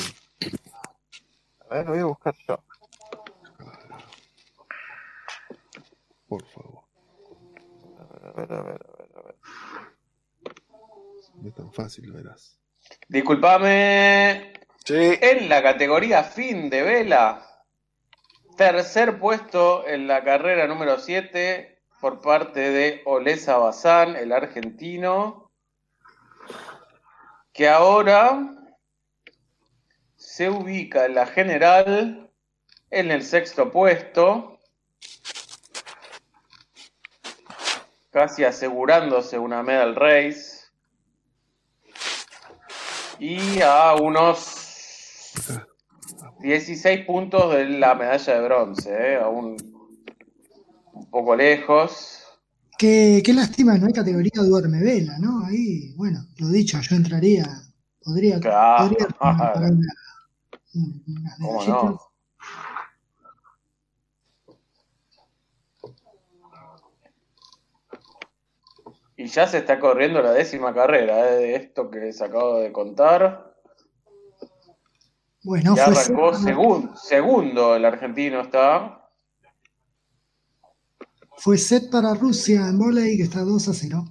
[SPEAKER 4] A ver, lo voy a buscar yo.
[SPEAKER 1] Por favor.
[SPEAKER 4] A ver, a ver, a ver, a ver.
[SPEAKER 1] No es tan fácil, verás.
[SPEAKER 9] Disculpame. En la categoría fin de vela, tercer puesto en la carrera número 7 por parte de Olesa Bazán, el argentino, que ahora se ubica en la general en el sexto puesto, casi asegurándose una medal race y a unos 16 puntos de la medalla de bronce, ¿eh? aún un poco lejos.
[SPEAKER 2] Qué, qué lástima, no hay categoría duerme vela, ¿no? Ahí, bueno, lo dicho, yo entraría Podría,
[SPEAKER 11] Claro.
[SPEAKER 2] podría armar para una- unas de
[SPEAKER 11] ¿Cómo
[SPEAKER 2] galletas.
[SPEAKER 11] no?
[SPEAKER 9] Y ya se está corriendo la décima carrera eh, de esto que les acabo de contar.
[SPEAKER 2] Bueno,
[SPEAKER 9] ya
[SPEAKER 2] fue séptimo.
[SPEAKER 9] arrancó segun- segundo el argentino está.
[SPEAKER 2] Fue set para Rusia en volei que está 2 a 0.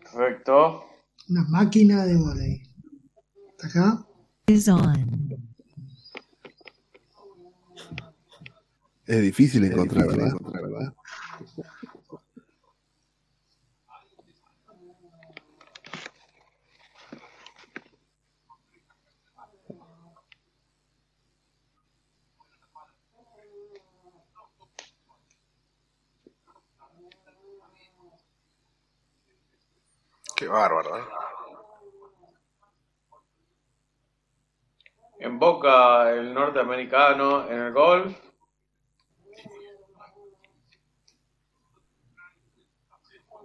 [SPEAKER 9] Perfecto.
[SPEAKER 2] Una máquina de volei. ¿Está acá?
[SPEAKER 1] Es difícil encontrar, ¿verdad?
[SPEAKER 7] Qué bárbaro, ¿eh?
[SPEAKER 9] En Boca el norteamericano en el golf.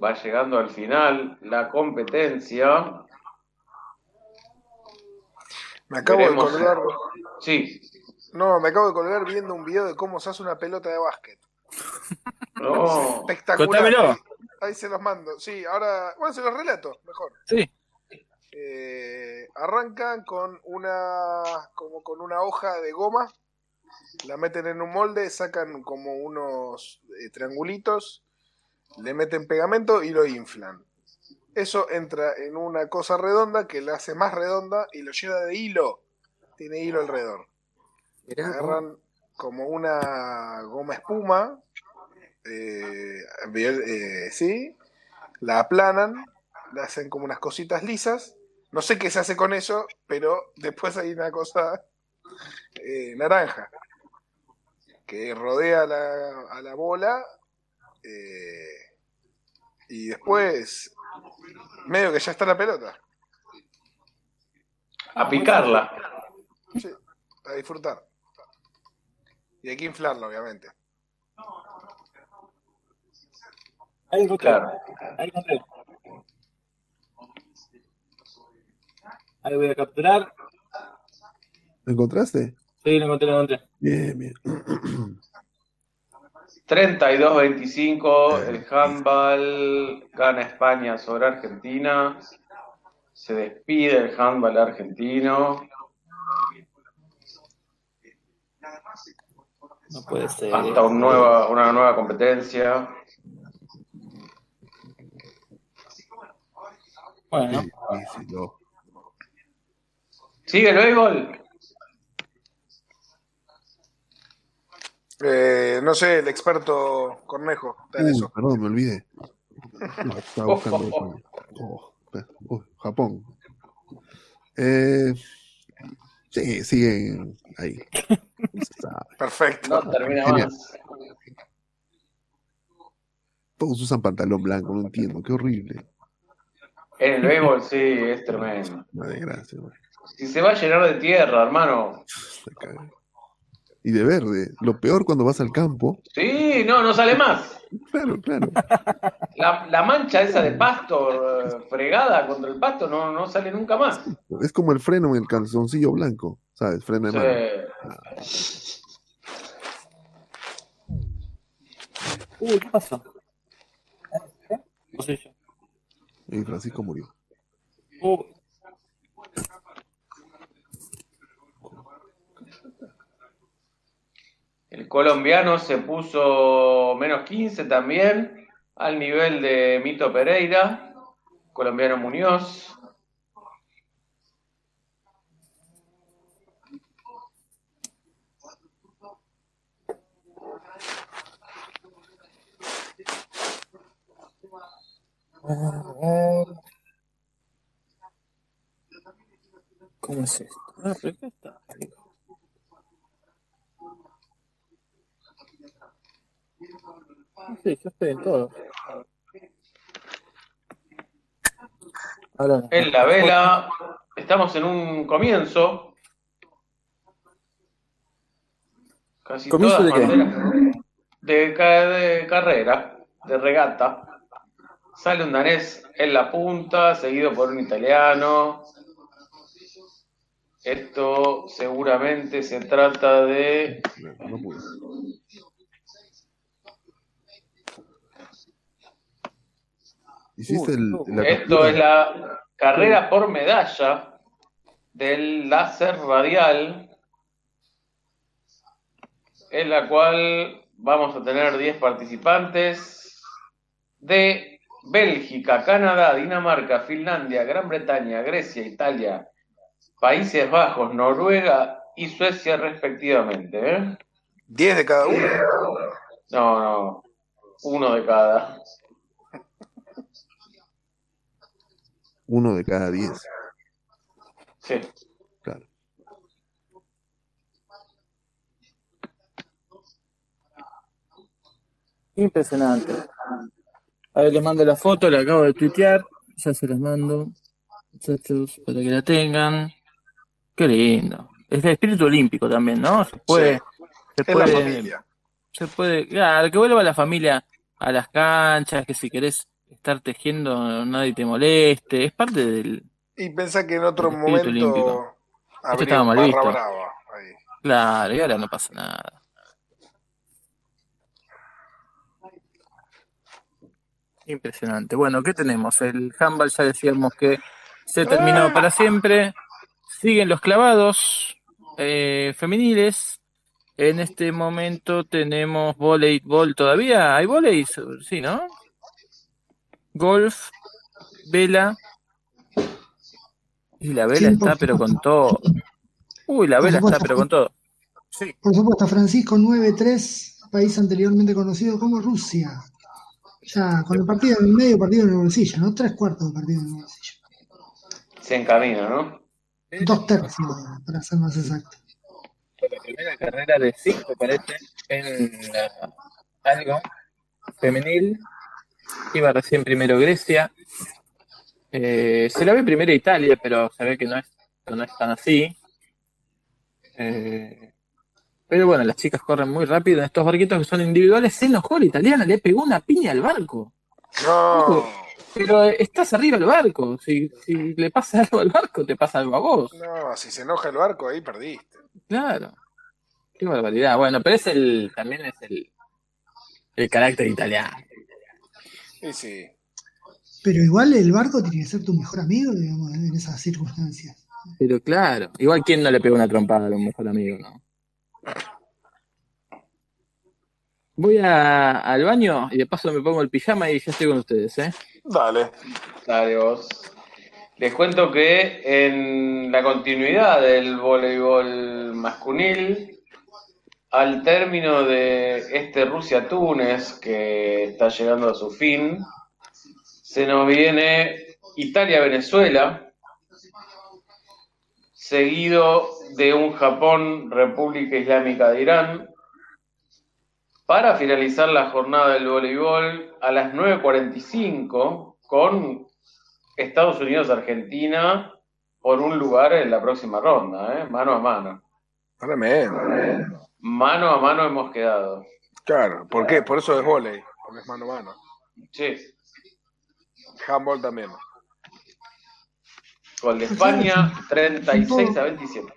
[SPEAKER 9] Va llegando al final la competencia.
[SPEAKER 7] Me acabo de
[SPEAKER 9] Veremos.
[SPEAKER 7] acordar.
[SPEAKER 9] Sí.
[SPEAKER 7] No, me acabo de colgar viendo un video de cómo se hace una pelota de básquet.
[SPEAKER 9] No.
[SPEAKER 7] Espectacular.
[SPEAKER 9] Contámelo.
[SPEAKER 7] Ahí se los mando. Sí, ahora, bueno, se los relato, mejor.
[SPEAKER 6] Sí.
[SPEAKER 7] Eh, arrancan con una como con una hoja de goma, la meten en un molde, sacan como unos eh, triangulitos, le meten pegamento y lo inflan. Eso entra en una cosa redonda que la hace más redonda y lo llena de hilo. Tiene hilo alrededor. Agarran como una goma espuma, eh, bien, eh, sí, la aplanan, le hacen como unas cositas lisas. No sé qué se hace con eso, pero después hay una cosa eh, naranja que rodea la- a la bola eh, y después medio que ya está la pelota
[SPEAKER 9] A picarla.
[SPEAKER 7] a disfrutar. Y hay que inflarla, obviamente.
[SPEAKER 6] Ahí
[SPEAKER 9] encontré.
[SPEAKER 6] Ahí encontré. Ahí voy a capturar.
[SPEAKER 1] ¿Lo encontraste?
[SPEAKER 6] Sí, lo encontré, lo encontré.
[SPEAKER 1] Bien, bien.
[SPEAKER 6] Eh,
[SPEAKER 9] 32-25, el handball gana España sobre Argentina. Se despide el handball argentino.
[SPEAKER 6] No puede ser.
[SPEAKER 9] Hasta un nueva, una nueva competencia.
[SPEAKER 6] Bueno.
[SPEAKER 9] ¿Sigue el béisbol?
[SPEAKER 7] Eh, no sé, el experto Cornejo. está en
[SPEAKER 1] Uy,
[SPEAKER 7] eso.
[SPEAKER 1] perdón, me olvidé. Estaba buscando Japón. Oh, espera. Uy, Japón. Eh, sí, siguen ahí. No se sabe.
[SPEAKER 7] Perfecto.
[SPEAKER 9] No termina
[SPEAKER 1] Genial.
[SPEAKER 9] más.
[SPEAKER 1] Todos usan pantalón blanco, no entiendo, qué horrible.
[SPEAKER 9] En el béisbol, sí, es tremendo.
[SPEAKER 1] Una desgracia. man.
[SPEAKER 9] Si se va a llenar de tierra, hermano.
[SPEAKER 1] Y de verde, lo peor cuando vas al campo,
[SPEAKER 9] Sí, no, no sale más.
[SPEAKER 1] Claro, claro.
[SPEAKER 9] La, la mancha esa de pasto eh, fregada contra el pasto no, no sale nunca más.
[SPEAKER 1] es como el freno en el calzoncillo blanco, ¿sabes? Freno de mano.
[SPEAKER 9] Sí.
[SPEAKER 6] Uy, Uh, ¿qué pasó? No sé yo.
[SPEAKER 1] Y Francisco murió.
[SPEAKER 6] Uh,
[SPEAKER 9] El colombiano se puso menos 15 también, al nivel de Mito Pereira, colombiano Muñoz.
[SPEAKER 6] ¿Cómo es esto? Ah, pero acá está. Sí, yo estoy en todo. Ahora no.
[SPEAKER 9] En la vela, estamos en un comienzo. Casi
[SPEAKER 6] ¿Comienzo
[SPEAKER 9] todas
[SPEAKER 6] de qué?
[SPEAKER 9] banderas de, ca- de carrera, de regata. Sale un danés en la punta, seguido por un italiano. Esto seguramente se trata de.
[SPEAKER 1] Hiciste el, la
[SPEAKER 9] Esto
[SPEAKER 1] captura.
[SPEAKER 9] es la carrera por medalla del láser radial, en la cual vamos a tener 10 participantes de Bélgica, Canadá, Dinamarca, Finlandia, Gran Bretaña, Grecia, Italia, Países Bajos, Noruega y Suecia respectivamente. ¿eh?
[SPEAKER 3] ¿Diez de cada uno?
[SPEAKER 9] No, no, uno de cada.
[SPEAKER 1] Uno de cada diez.
[SPEAKER 9] Sí.
[SPEAKER 1] Claro.
[SPEAKER 6] Impresionante. A ver, les mando la foto, la acabo de tuitear. Ya se las mando, muchachos, para que la tengan. Qué lindo. Es de espíritu olímpico también, ¿no? Se puede. Se
[SPEAKER 3] Es la
[SPEAKER 6] puede,
[SPEAKER 3] familia.
[SPEAKER 6] Se puede. Claro, que vuelva la familia a las canchas, que si querés estar tejiendo, nadie te moleste. Es parte del.
[SPEAKER 3] Y pensá que en otro
[SPEAKER 6] El
[SPEAKER 3] momento
[SPEAKER 6] espíritu olímpico. Este
[SPEAKER 3] habría
[SPEAKER 6] estaba mal
[SPEAKER 3] barra
[SPEAKER 6] visto.
[SPEAKER 3] brava ahí.
[SPEAKER 6] Claro, y ahora no pasa nada. Impresionante. Bueno, ¿qué tenemos? El handball ya decíamos que se terminó para siempre. Siguen los clavados eh, femeniles. En este momento tenemos voleibol todavía. ¿Hay voleibol? Sí, ¿no? Golf, vela. Y la vela
[SPEAKER 2] Sí,
[SPEAKER 6] está
[SPEAKER 2] por
[SPEAKER 6] pero con todo. Uy, la
[SPEAKER 2] Por
[SPEAKER 6] vela está
[SPEAKER 2] supuesto.
[SPEAKER 6] pero con todo.
[SPEAKER 2] Por supuesto, Francisco 9-3, país anteriormente conocido como Rusia. Ya, con el partido en el medio partido en el bolsillo, ¿no? Tres cuartos de partido en el bolsillo.
[SPEAKER 9] Se encamina, ¿no?
[SPEAKER 2] Dos tercios, para ser más exacto.
[SPEAKER 6] la primera carrera de cinco, parece, en la- algo femenil. Iba recién primero Grecia. Eh, se la ve primero Italia, pero se ve que no es, no es tan así. Eh, pero bueno, las chicas corren muy rápido en estos barquitos que son individuales. Se enojó la italiana, le pegó una piña al barco.
[SPEAKER 3] No.
[SPEAKER 6] Pero eh, estás arriba del barco. Si, si le pasa algo al barco, te pasa algo a vos.
[SPEAKER 3] No, si se enoja el barco, ahí perdiste.
[SPEAKER 6] Claro. Qué barbaridad. Bueno, pero es el, también es el, el carácter italiano.
[SPEAKER 3] Y sí.
[SPEAKER 2] Pero igual el barco tiene que ser tu mejor amigo, digamos, en esas circunstancias.
[SPEAKER 6] Pero claro. Igual quien no le pegó una trompada a un mejor amigo, ¿no? Voy a- al baño y de paso me pongo el pijama y ya estoy con ustedes, ¿eh?
[SPEAKER 9] Dale. Dale vos. Les cuento que en la continuidad del voleibol masculino, al término de este Rusia-Túnez que está llegando a su fin, se nos viene Italia-Venezuela, seguido de un Japón-República Islámica de Irán, para finalizar la jornada del voleibol a las 9.45 con Estados Unidos-Argentina por un lugar en la próxima ronda, ¿eh? mano a mano.
[SPEAKER 7] Tremendo.
[SPEAKER 9] Mano a mano hemos quedado.
[SPEAKER 7] Claro, ¿por qué? Por eso es volei, porque es mano a mano.
[SPEAKER 9] Sí.
[SPEAKER 7] Handball también.
[SPEAKER 9] Con España 36 a 27.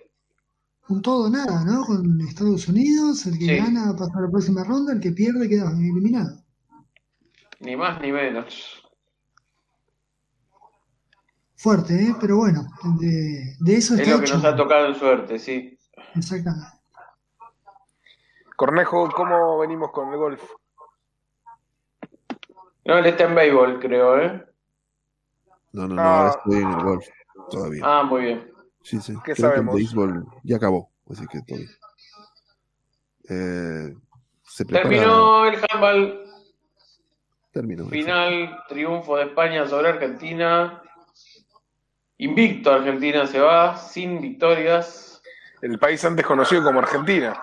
[SPEAKER 2] Un todo o nada, ¿no? Con Estados Unidos, el que
[SPEAKER 9] Sí.
[SPEAKER 2] gana pasa a la próxima ronda, el que pierde queda eliminado.
[SPEAKER 9] Ni más ni menos.
[SPEAKER 2] Fuerte, ¿eh? Pero bueno, de, de eso
[SPEAKER 9] Es
[SPEAKER 2] está
[SPEAKER 9] lo que
[SPEAKER 2] hecho.
[SPEAKER 9] nos ha tocado en suerte, sí.
[SPEAKER 2] Exactamente.
[SPEAKER 7] Cornejo, ¿cómo venimos con el golf?
[SPEAKER 9] No, él está en béisbol, creo, ¿eh?
[SPEAKER 1] No, no, no,
[SPEAKER 9] Ah.
[SPEAKER 1] ahora estoy en el golf. Todavía.
[SPEAKER 9] Ah, muy bien.
[SPEAKER 1] Sí, sí.
[SPEAKER 9] ¿Qué
[SPEAKER 1] Creo que
[SPEAKER 9] sabemos?
[SPEAKER 1] el béisbol ya acabó, así que todo bien. Eh, se prepara.
[SPEAKER 9] Terminó el handball
[SPEAKER 1] Terminó.
[SPEAKER 9] final, triunfo de España sobre Argentina. Invicto Argentina se va, sin victorias.
[SPEAKER 7] El país antes conocido como Argentina.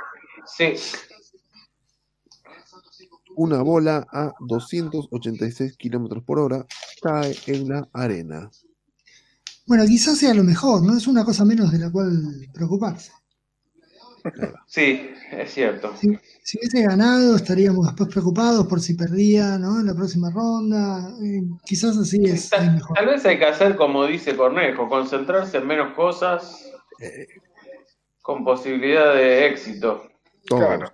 [SPEAKER 9] Sí.
[SPEAKER 1] Una bola a 286 kilómetros por hora cae en la arena.
[SPEAKER 2] Bueno, quizás sea lo mejor, ¿no? Es una cosa menos de la cual preocuparse.
[SPEAKER 9] Sí, es cierto.
[SPEAKER 2] Si, si hubiese ganado, estaríamos después preocupados por si perdía ¿no? en la próxima ronda. Eh, quizás así es. es mejor.
[SPEAKER 9] Tal vez hay que hacer como dice Cornejo, concentrarse en menos cosas con posibilidad de éxito.
[SPEAKER 1] Todos.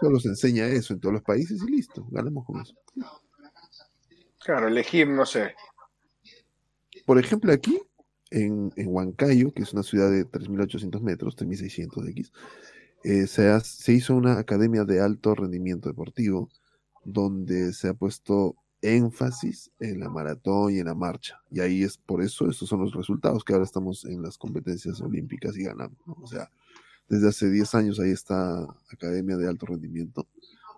[SPEAKER 1] Solo se enseña eso en todos los países y listo, ganamos con eso.
[SPEAKER 7] Claro, elegir, no sé.
[SPEAKER 1] Por ejemplo, aquí, en, en Huancayo, que es una ciudad de 3.800 metros, 3.600 X, eh, se, ha- se hizo una academia de alto rendimiento deportivo donde se ha puesto énfasis en la maratón y en la marcha. Y ahí es por eso, esos son los resultados que ahora estamos en las competencias olímpicas y ganamos. ¿no? O sea, desde hace 10 años ahí está academia de alto rendimiento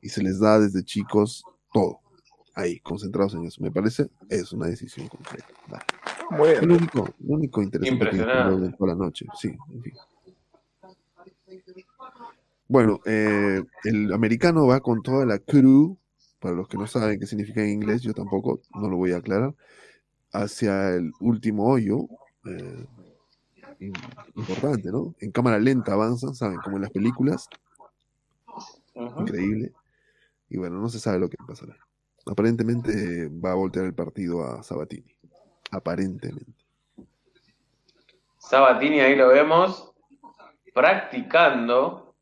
[SPEAKER 1] y se les da desde chicos todo. Ahí, concentrados en eso. Me parece, es una decisión completa. Vale.
[SPEAKER 7] Muy bien.
[SPEAKER 1] El único, lo único interesante que
[SPEAKER 7] Impresionante.
[SPEAKER 1] encontré de toda la noche. Sí, en fin. Bueno, eh, el americano va con toda la crew, para los que no saben qué significa en inglés, yo tampoco, no lo voy a aclarar, hacia el último hoyo, eh, im- importante, ¿no? En cámara lenta avanzan, ¿saben? Como en las películas. Increíble. Y bueno, no se sabe lo que pasará. Aparentemente eh, va a voltear el partido a Sabatini. Aparentemente.
[SPEAKER 9] Sabatini ahí lo vemos practicando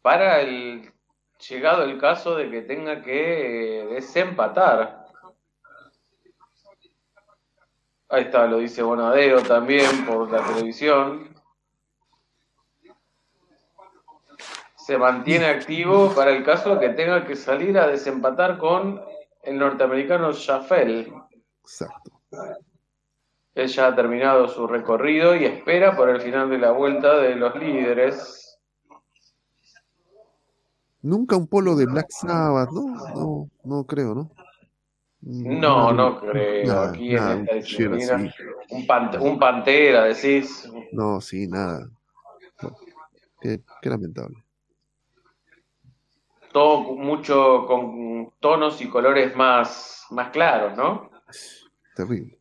[SPEAKER 9] para el llegado el caso de que tenga que eh, desempatar. Ahí está, lo dice Bonadeo también por la televisión. Se mantiene activo para el caso de que tenga que salir a desempatar con el norteamericano Shafel.
[SPEAKER 1] Exacto.
[SPEAKER 9] Él ya ha terminado su recorrido y espera por el final de la vuelta de los líderes.
[SPEAKER 1] Nunca un polo de Black Sabbath, ¿no? No, no creo, ¿no?
[SPEAKER 9] No, no
[SPEAKER 1] Nada,
[SPEAKER 9] creo.
[SPEAKER 1] nada,
[SPEAKER 9] Aquí
[SPEAKER 1] nada,
[SPEAKER 9] en esta
[SPEAKER 1] un shit
[SPEAKER 9] disciplina.
[SPEAKER 1] así.
[SPEAKER 9] Un, pan- un pantera, decís.
[SPEAKER 1] No, sí, nada. No. Qué, qué lamentable.
[SPEAKER 9] Todo cu- mucho con tonos y colores más, más claros, ¿no?
[SPEAKER 1] Terrible.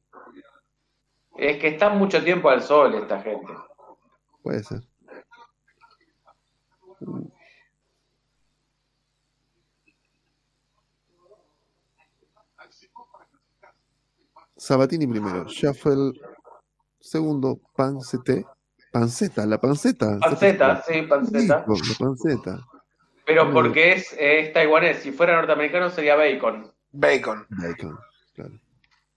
[SPEAKER 9] Es que están mucho tiempo al sol esta gente.
[SPEAKER 1] Puede ser. Sabatini primero, Shuffle segundo, Pancete, Panceta, la panceta.
[SPEAKER 9] Panceta, sí, panceta.
[SPEAKER 1] Listo, la panceta.
[SPEAKER 9] Pero porque es, es taiwanés. Si fuera norteamericano sería bacon.
[SPEAKER 7] Bacon.
[SPEAKER 1] Bacon, claro.